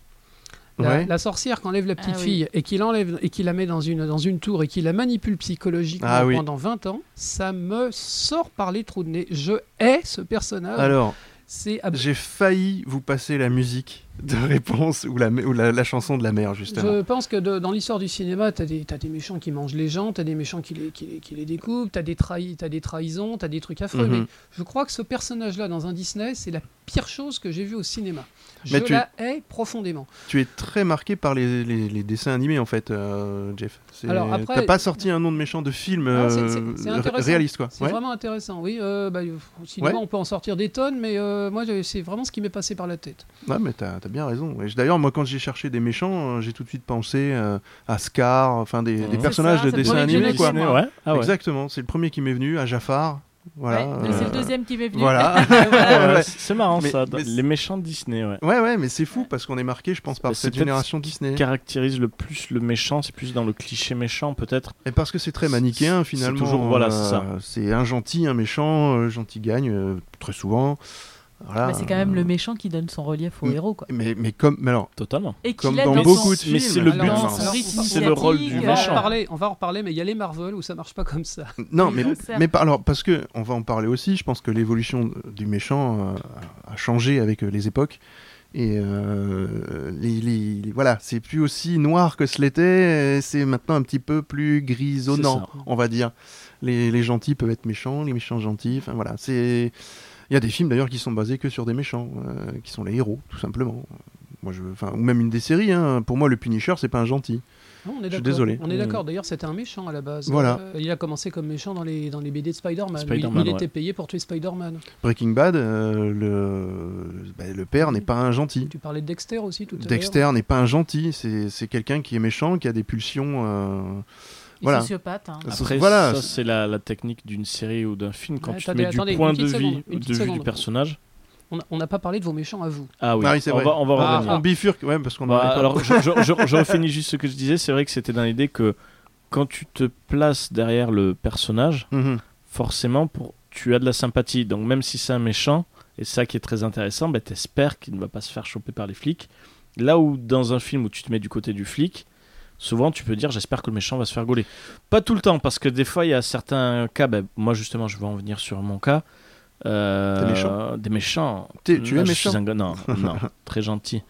Speaker 5: La,
Speaker 2: Ouais.
Speaker 5: la sorcière qui enlève la petite
Speaker 4: Ah oui.
Speaker 5: fille et qui l'enlève et qui la met dans une, dans une tour et qui la manipule psychologiquement
Speaker 2: Ah oui.
Speaker 5: pendant 20 ans, ça me sort par les trous de nez. Je hais ce personnage.
Speaker 2: Alors,
Speaker 5: C'est ab-
Speaker 2: Ah, J'ai failli vous passer la musique de réponse ou la, ou la, la chanson de la mer, justement.
Speaker 5: Je pense que de- dans l'histoire du cinéma, t'as des, t'as des méchants qui mangent les gens, t'as des méchants qui les, qui les, qui les découpent, t'as des, trahi, t'as des trahisons, t'as des trucs affreux.
Speaker 2: Mhm.
Speaker 5: Mais je crois que ce personnage-là, dans un Disney, c'est la pire chose que j'ai vue au cinéma.
Speaker 2: Mais
Speaker 5: je
Speaker 2: tu-
Speaker 5: la hais profondément.
Speaker 2: Tu es très marqué par les, les- les dessins animés, en fait, euh, Jeff. C'est-
Speaker 5: Alors, après-
Speaker 2: T'as pas sorti un nom de méchant de film
Speaker 5: Non, c'est-
Speaker 2: euh,
Speaker 5: c'est- c'est
Speaker 2: ré-
Speaker 5: intéressant.
Speaker 2: réaliste, quoi.
Speaker 5: C'est
Speaker 2: Ouais.
Speaker 5: vraiment intéressant, oui. euh, bah, au cinéma,
Speaker 2: Ouais.
Speaker 5: on peut en sortir des tonnes, mais euh, moi, j'ai- c'est vraiment ce qui m'est passé par la tête.
Speaker 2: Ouais, mais t'as as bien raison. Et je- D'ailleurs, moi, quand j'ai cherché des méchants, euh, j'ai tout de suite pensé euh, à Scar, enfin, des, des
Speaker 3: C'est
Speaker 2: personnages
Speaker 4: ça,
Speaker 2: de
Speaker 4: c'est le
Speaker 2: dessins
Speaker 4: premier que j'ai
Speaker 2: animés,
Speaker 4: noté,
Speaker 2: quoi.
Speaker 4: moi.
Speaker 3: Ouais. Ah ouais.
Speaker 2: Exactement, c'est le premier qui m'est venu, à Jafar. Voilà.
Speaker 4: Ouais, mais c'est
Speaker 2: euh,
Speaker 4: le deuxième qui m'est venu.
Speaker 2: Voilà.
Speaker 3: Ah Ouais,
Speaker 2: ouais.
Speaker 3: C'est marrant
Speaker 2: Mais-
Speaker 3: ça,
Speaker 2: mais-
Speaker 3: les méchants de Disney, ouais.
Speaker 2: ouais, ouais, mais c'est fou parce qu'on est marqué, je pense, par
Speaker 3: C'est
Speaker 2: cette
Speaker 3: peut-être
Speaker 2: génération Disney.
Speaker 3: Caractérise le plus le méchant, c'est plus dans le cliché méchant peut-être.
Speaker 2: Et parce que c'est très
Speaker 3: C'est-
Speaker 2: manichéen
Speaker 3: c'est
Speaker 2: finalement.
Speaker 3: toujours- voilà,
Speaker 2: euh,
Speaker 3: c'est ça.
Speaker 2: c'est un gentil, un méchant, euh, gentil gagne euh, très souvent. Voilà.
Speaker 4: Bah, c'est quand même le méchant qui donne son relief au
Speaker 2: Mm.
Speaker 4: héros, quoi.
Speaker 2: mais, mais comme. mais alors,
Speaker 3: Totalement.
Speaker 4: Et qui
Speaker 2: Comme
Speaker 4: l'aide
Speaker 2: dans
Speaker 4: son-
Speaker 2: beaucoup de films.
Speaker 3: Mais c'est le but,
Speaker 4: dans
Speaker 5: Alors,
Speaker 4: son
Speaker 5: alors,
Speaker 4: rythme
Speaker 5: c'est
Speaker 3: le rôle
Speaker 4: initiatique,
Speaker 5: On
Speaker 3: du
Speaker 5: va, en
Speaker 3: méchant.
Speaker 5: reparler, on va en reparler, mais il y a les Marvel où ça marche pas comme ça.
Speaker 2: Non, mais,
Speaker 4: Ils vont le faire.
Speaker 2: mais par- alors, parce que on va en parler aussi, je pense que l'évolution du méchant euh, a a changé avec euh, les époques. Et euh, les- les- les- voilà, c'est plus aussi noir que ce l'était, euh, c'est maintenant un petit peu plus grisonnant, on va dire. Les, les gentils peuvent être méchants, les méchants gentils, enfin voilà. c'est Il y a des films d'ailleurs qui sont basés que sur des méchants, euh, qui sont les héros, tout simplement. Moi, je, enfin, ou même une des séries, hein. pour moi le Punisher c'est pas un gentil.
Speaker 5: Non, on est
Speaker 2: Je suis
Speaker 5: d'accord.
Speaker 2: désolé. Euh,
Speaker 5: On est
Speaker 3: Mm.
Speaker 5: d'accord. D'ailleurs, c'était un méchant à la base.
Speaker 2: Voilà.
Speaker 5: Euh, il a commencé comme méchant dans les, dans les BD de Spider-Man. où
Speaker 3: Spider-Man,
Speaker 5: il il
Speaker 3: ouais.
Speaker 5: était payé pour tuer Spider-Man.
Speaker 2: Breaking Bad, euh, le, bah, le père n'est pas un gentil.
Speaker 5: Tu parlais de Dexter aussi tout à l'heure.
Speaker 2: Mm. Dexter n'est pas un gentil, c'est c'est quelqu'un qui est méchant, qui a des pulsions. euh,
Speaker 4: Il
Speaker 2: Voilà.
Speaker 4: sociopathe. hein.
Speaker 2: Ça,
Speaker 3: Après,
Speaker 2: voilà.
Speaker 3: ça, c'est la, la technique d'une série ou d'un film. Quand
Speaker 5: Ouais,
Speaker 3: tu te
Speaker 5: attendez,
Speaker 3: mets
Speaker 5: attendez,
Speaker 3: du point
Speaker 5: une
Speaker 3: de
Speaker 5: petite
Speaker 3: vue,
Speaker 5: seconde, une
Speaker 3: de
Speaker 5: petite
Speaker 3: vue du
Speaker 5: seconde.
Speaker 3: personnage.
Speaker 5: On a- On n'a pas parlé de vos méchants à vous.
Speaker 3: Ah oui,
Speaker 2: Ah oui, c'est
Speaker 3: on,
Speaker 2: vrai.
Speaker 3: Va, on va
Speaker 2: Ah,
Speaker 3: revenir.
Speaker 2: on bifurque, ouais, parce qu'on en
Speaker 3: Bah,
Speaker 2: est pas-
Speaker 3: alors, je, je, je- je refinis juste ce que je disais. C'est vrai que c'était dans l'idée que quand tu te places derrière le personnage,
Speaker 2: Mhm.
Speaker 3: forcément, pour, tu as de la sympathie. Donc, même si c'est un méchant, et ça qui est très intéressant, bah, t'espères qu'il ne va pas se faire choper par les flics. Là où, dans un film où tu te mets du côté du flic, souvent tu peux dire j'espère que le méchant va se faire gauler. Pas tout le temps, parce que des fois, il y a certains cas. bah, moi, justement, je vais en venir sur mon cas. Euh,
Speaker 2: Des méchants
Speaker 3: Des méchants.
Speaker 2: T'es- tu
Speaker 3: Non,
Speaker 2: es
Speaker 3: je
Speaker 2: méchant.
Speaker 3: suis un gars- Non, non, très gentil.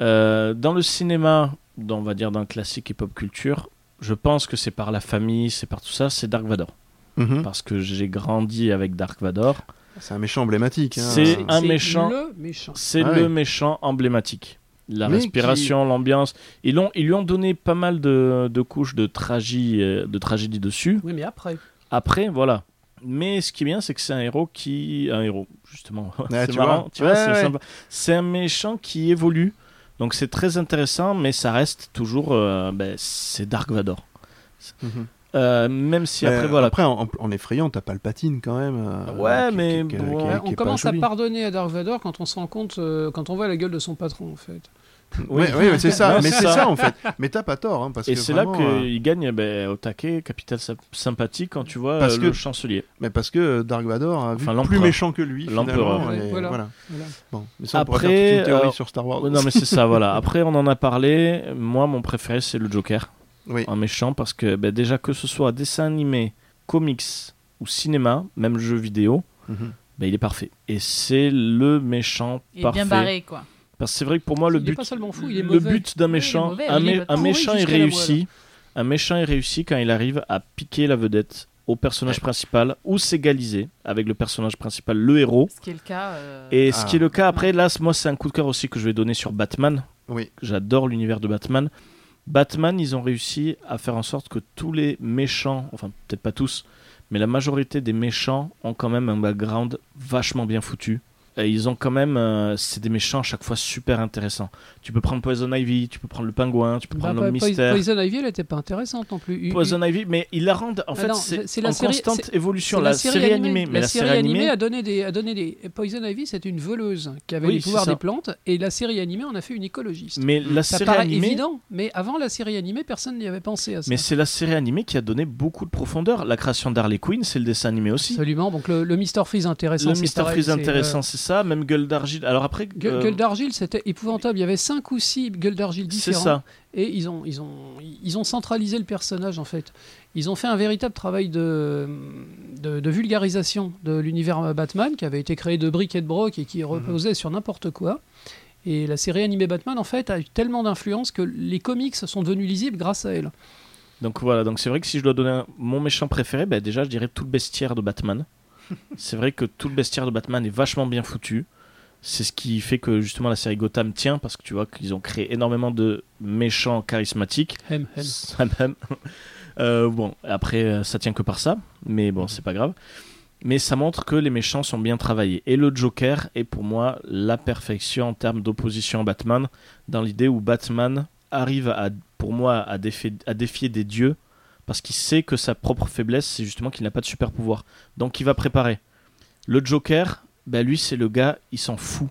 Speaker 3: Euh, dans le cinéma, dans, on va dire dans le classique et pop culture, je pense que c'est par la famille, c'est par tout ça, c'est Dark Vador.
Speaker 2: Mhm.
Speaker 3: Parce que j'ai grandi avec Dark Vador.
Speaker 2: C'est un méchant emblématique. hein.
Speaker 3: C'est un
Speaker 5: C'est
Speaker 3: méchant.
Speaker 5: Le méchant.
Speaker 3: C'est
Speaker 2: Ah
Speaker 3: le
Speaker 2: ouais.
Speaker 3: méchant emblématique. La
Speaker 2: Mais
Speaker 3: respiration, l'ambiance. Ils, l'ont- ils lui ont donné pas mal de, de couches de, tragi- euh, de tragédie dessus.
Speaker 5: Oui, mais après.
Speaker 3: Après, voilà. Mais ce qui est bien, c'est que c'est un héros qui. Un héros, justement.
Speaker 2: Ouais,
Speaker 3: c'est
Speaker 2: tu
Speaker 3: marrant.
Speaker 2: vois.
Speaker 3: tu vois,
Speaker 2: Ouais,
Speaker 3: c'est
Speaker 2: ouais.
Speaker 3: sympa. C'est un méchant qui évolue. Donc c'est très intéressant, mais ça reste toujours. euh, ben, c'est Dark Vador.
Speaker 2: Mhm.
Speaker 3: Euh, même si
Speaker 2: Euh,
Speaker 3: après, voilà.
Speaker 2: Après, en, en effrayant, t'as Palpatine quand même. euh,
Speaker 3: Ouais,
Speaker 2: qui-
Speaker 3: mais
Speaker 2: qui- qui-
Speaker 3: bon,
Speaker 2: qui-
Speaker 5: Ouais,
Speaker 2: qui
Speaker 5: on
Speaker 2: est pas
Speaker 5: commence à
Speaker 2: joli.
Speaker 5: pardonner à Dark Vador quand on se rend compte, euh, quand on voit la gueule de son patron en fait.
Speaker 2: Ouais, ouais, ouais, c'est ça.
Speaker 3: Non,
Speaker 2: mais
Speaker 3: c'est
Speaker 2: c'est
Speaker 3: ça.
Speaker 2: ça en fait. Mais t'as pas tort, hein, parce
Speaker 3: Et
Speaker 2: que
Speaker 3: c'est là
Speaker 2: vraiment, euh,
Speaker 3: qu'il gagne ben, au taquet, capital symp- sympathie, quand tu vois
Speaker 2: Parce
Speaker 3: euh,
Speaker 2: que-
Speaker 3: le chancelier.
Speaker 2: Mais parce que euh, Dark Vador a vu
Speaker 3: Enfin, l'empereur.
Speaker 2: plus méchant que lui.
Speaker 3: L'empereur.
Speaker 2: finalement,
Speaker 5: Ouais,
Speaker 2: et
Speaker 5: voilà.
Speaker 2: voilà.
Speaker 5: Voilà.
Speaker 2: Bon, mais ça, on pourrait
Speaker 3: Après,
Speaker 2: faire toute une théorie
Speaker 3: euh,
Speaker 2: sur Star Wars.
Speaker 3: Ouais, non, mais c'est ça, voilà. Après, on en a parlé. Moi, mon préféré, c'est le Joker.
Speaker 2: Oui.
Speaker 3: Un méchant, parce que ben, déjà, que ce soit dessin animé, comics ou cinéma, même jeux vidéo,
Speaker 2: Mhm.
Speaker 3: ben, il est parfait. Et c'est le méchant
Speaker 4: Il est
Speaker 3: parfait.
Speaker 4: bien barré, quoi.
Speaker 3: Parce que c'est vrai que pour moi, le
Speaker 5: il est
Speaker 3: but,
Speaker 5: pas seulement fou, il est
Speaker 3: le
Speaker 5: mauvais.
Speaker 3: but d'un
Speaker 4: il est
Speaker 3: méchant,
Speaker 4: mauvais,
Speaker 3: un,
Speaker 4: il est
Speaker 3: mé- un
Speaker 5: pourri
Speaker 3: méchant est
Speaker 5: jusqu'à la
Speaker 3: réussi. Un méchant est réussi quand il arrive à piquer la vedette au personnage principal ou s'égaliser avec le personnage principal, le héros.
Speaker 4: Ce qui est le cas. euh,
Speaker 3: Et ce
Speaker 2: Ah.
Speaker 3: qui est le cas après, là, c- moi, c'est un coup de cœur aussi que je vais donner sur Batman.
Speaker 2: Oui.
Speaker 3: J'adore l'univers de Batman. Batman, ils ont réussi à faire en sorte que tous les méchants, enfin peut-être pas tous, mais la majorité des méchants ont quand même un background vachement bien foutu. Et ils ont quand même, euh, c'est des méchants à chaque fois super intéressants. Tu peux prendre Poison Ivy, tu peux prendre le Pingouin, tu peux
Speaker 5: Bah,
Speaker 3: prendre
Speaker 5: pas-
Speaker 3: le
Speaker 5: Poison-
Speaker 3: Mystère.
Speaker 5: Poison Ivy, elle était pas intéressante non plus. Il-
Speaker 3: Poison Ivy, mais ils la rendent, en
Speaker 5: Ah
Speaker 3: fait,
Speaker 5: non,
Speaker 3: c'est,
Speaker 5: c'est la
Speaker 3: en
Speaker 5: série-
Speaker 3: constante évolution.
Speaker 5: C'est
Speaker 3: La, série, animée, mais
Speaker 5: La, série animée, a donné des, a donné des. Poison Ivy, c'est une voleuse qui avait
Speaker 3: Oui,
Speaker 5: les
Speaker 3: c'est
Speaker 5: pouvoirs
Speaker 3: ça.
Speaker 5: des plantes, et la série animée en a fait une écologiste.
Speaker 3: mais la
Speaker 5: ça
Speaker 3: série
Speaker 5: paraît
Speaker 3: animée,
Speaker 5: évident, mais avant la série animée, personne n'y avait pensé à ça.
Speaker 3: Mais c'est la série animée qui a donné beaucoup de profondeur. La création d'Harley Quinn, c'est le dessin animé aussi.
Speaker 5: Absolument. Donc le, le Mister Freeze intéressant.
Speaker 3: le
Speaker 5: c'est
Speaker 3: Mister
Speaker 5: pareil,
Speaker 3: Freeze
Speaker 5: c'est,
Speaker 3: intéressant, c'est ça. Même Gueule d'Argile. Alors après,
Speaker 5: euh, Gue-
Speaker 3: euh,
Speaker 5: Gueule d'argile, c'était épouvantable. Il y avait cinq ou six gueules d'argile
Speaker 3: c'est
Speaker 5: différentes.
Speaker 3: ça.
Speaker 5: Et ils ont, ils, ont, ils ont centralisé le personnage, en fait. Ils ont fait un véritable travail de, de, de vulgarisation de l'univers Batman, qui avait été créé de briques et de broc et qui reposait sur n'importe quoi. Et la série animée Batman, en fait, a eu tellement d'influence que les comics sont devenus lisibles grâce à elle.
Speaker 3: Donc voilà. Donc c'est vrai que si je dois donner un- mon méchant préféré, bah, déjà je dirais tout le bestiaire de Batman. c'est vrai que tout le bestiaire de Batman est vachement bien foutu. C'est ce qui fait que justement la série Gotham tient parce que tu vois qu'ils ont créé énormément de méchants charismatiques.
Speaker 5: Hem, hem.
Speaker 3: Ça même. Euh, bon, après, euh, ça tient que par ça, mais bon, c'est pas grave. Mais ça montre que les méchants sont bien travaillés. Et le Joker est pour moi la perfection en termes d'opposition à Batman, dans l'idée où Batman arrive à, pour moi à, défé- à défier des dieux, parce qu'il sait que sa propre faiblesse, c'est justement qu'il n'a pas de super pouvoir. Donc il va préparer. Le Joker, bah lui, c'est le gars, il s'en fout.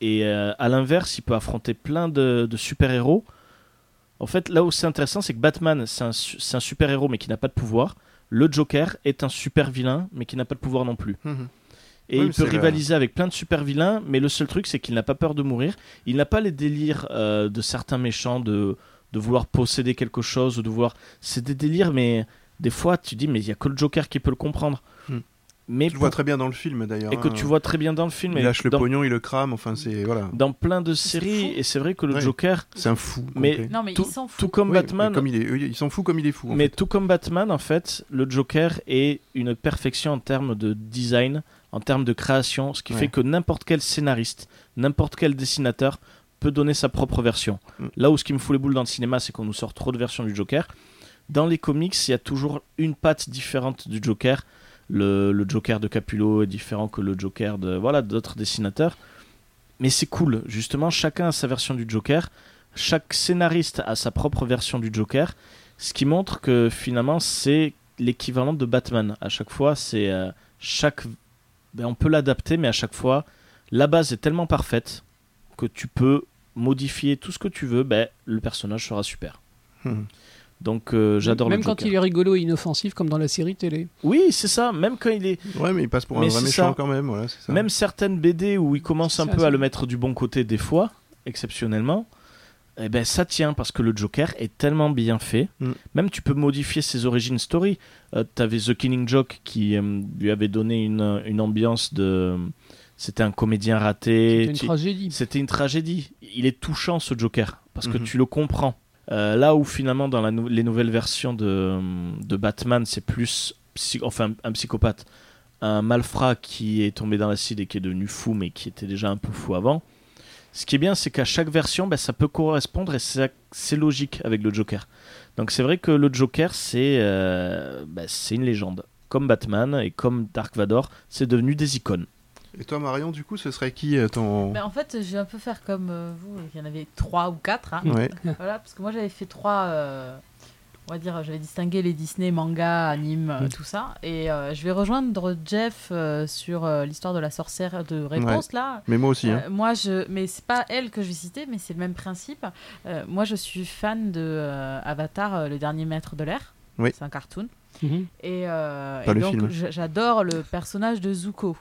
Speaker 3: Et euh, à l'inverse, il peut affronter plein de- de super-héros, en fait, là où c'est intéressant, c'est que Batman, c'est un, su- c'est un super-héros mais qui n'a pas de pouvoir. Le Joker est un super-vilain mais qui n'a pas de pouvoir non plus.
Speaker 2: Mhm.
Speaker 3: Et
Speaker 2: Oui, mais
Speaker 3: il peut
Speaker 2: c'est le-
Speaker 3: rivaliser avec plein de super vilains, mais le seul truc, c'est qu'il n'a pas peur de mourir. Il n'a pas les délires euh, de certains méchants de, de vouloir posséder quelque chose ou de vouloir. C'est des délires, mais des fois, tu dis, mais il n'y a que le Joker qui peut le comprendre.
Speaker 2: Hmm.
Speaker 3: Mais
Speaker 2: Tu le vois
Speaker 3: pour-
Speaker 2: très bien dans le film d'ailleurs.
Speaker 3: et que
Speaker 2: hein.
Speaker 3: tu vois très bien dans le film.
Speaker 2: Il
Speaker 3: et
Speaker 2: lâche le
Speaker 3: dans,
Speaker 2: pognon, il le crame, enfin c'est. Voilà.
Speaker 3: dans plein de séries,
Speaker 4: fou.
Speaker 3: et c'est vrai que le
Speaker 2: Ouais.
Speaker 3: Joker,
Speaker 2: C'est un fou.
Speaker 3: Mais-
Speaker 2: complet.
Speaker 4: Non, mais
Speaker 3: tout-
Speaker 4: il s'en fout.
Speaker 3: tout comme
Speaker 2: Oui,
Speaker 3: Batman,
Speaker 2: mais Comme il, est, oui, il s'en fout comme il est fou. en
Speaker 3: Mais
Speaker 2: fait.
Speaker 3: tout comme Batman, en fait, le Joker est une perfection en termes de design, en termes de création, ce qui
Speaker 2: Ouais.
Speaker 3: fait que n'importe quel scénariste, n'importe quel dessinateur peut donner sa propre version.
Speaker 2: Mm.
Speaker 3: Là où ce qui me fout les boules dans le cinéma, c'est qu'on nous sort trop de versions du Joker. Dans les comics, il y a toujours une patte différente du Joker. Le, le Joker de Capullo est différent que le Joker de voilà d'autres dessinateurs. Mais c'est cool, justement, chacun a sa version du Joker, chaque scénariste a sa propre version du Joker, ce qui montre que finalement c'est l'équivalent de Batman. À chaque fois, c'est euh, chaque, ben, on peut l'adapter, mais à chaque fois, la base est tellement parfaite que tu peux modifier tout ce que tu veux, ben, le personnage sera super.
Speaker 2: Hmm.
Speaker 3: Donc euh, j'adore le
Speaker 5: Même quand
Speaker 3: Joker.
Speaker 5: il est rigolo et inoffensif, comme dans la série télé.
Speaker 3: Oui, c'est ça. Même quand il est,
Speaker 2: Ouais, mais il passe pour un
Speaker 3: Mais
Speaker 2: vrai
Speaker 3: c'est
Speaker 2: méchant
Speaker 3: ça.
Speaker 2: quand même. Voilà, c'est ça.
Speaker 3: même certaines BD où il commence un
Speaker 5: C'est
Speaker 3: peu
Speaker 5: ça.
Speaker 3: à le mettre du bon côté des fois, exceptionnellement, eh ben ça tient parce que le Joker est tellement bien fait.
Speaker 2: Mm.
Speaker 3: Même tu peux modifier ses origines story. Euh, T'avais The Killing Joke qui euh, lui avait donné une, une ambiance de, c'était un comédien
Speaker 5: C'est
Speaker 3: raté.
Speaker 5: une
Speaker 3: Tu-
Speaker 5: tragédie.
Speaker 3: C'était une tragédie. Il est touchant ce Joker parce que
Speaker 2: Mhm.
Speaker 3: tu le comprends. Euh, là où finalement dans la nou- les nouvelles versions de, de Batman, c'est plus psy- enfin un psychopathe, un malfrat qui est tombé dans l'acide et qui est devenu fou mais qui était déjà un peu fou avant. Ce qui est bien, c'est qu'à chaque version, bah, ça peut correspondre et ça- c'est logique avec le Joker. Donc c'est vrai que le Joker, c'est euh, bah, c'est une légende. Comme Batman et comme Dark Vador, c'est devenu des icônes.
Speaker 2: Et toi, Marion, du coup, ce serait qui euh, ton.
Speaker 4: Mais en fait, je vais un peu faire comme euh, vous. Il y en avait trois ou quatre. hein.
Speaker 2: Ouais.
Speaker 4: Voilà, parce que moi j'avais fait trois. euh, on va dire, j'avais distingué les Disney, manga, anime, euh,
Speaker 2: Mm.
Speaker 4: tout ça. Et euh, je vais rejoindre Jeff euh, sur euh, l'histoire de la sorcière de réponse là.
Speaker 2: Mais moi aussi. hein.
Speaker 4: Euh, moi, je, mais c'est pas elle que je vais citer, mais c'est le même principe. Euh, moi, je suis fan de euh, Avatar, euh, le dernier maître de l'air.
Speaker 2: Oui.
Speaker 4: C'est un cartoon.
Speaker 5: Mhm.
Speaker 4: Et, euh,
Speaker 2: Pas
Speaker 4: et
Speaker 2: le film.
Speaker 4: donc, j- j'adore le personnage de Zuko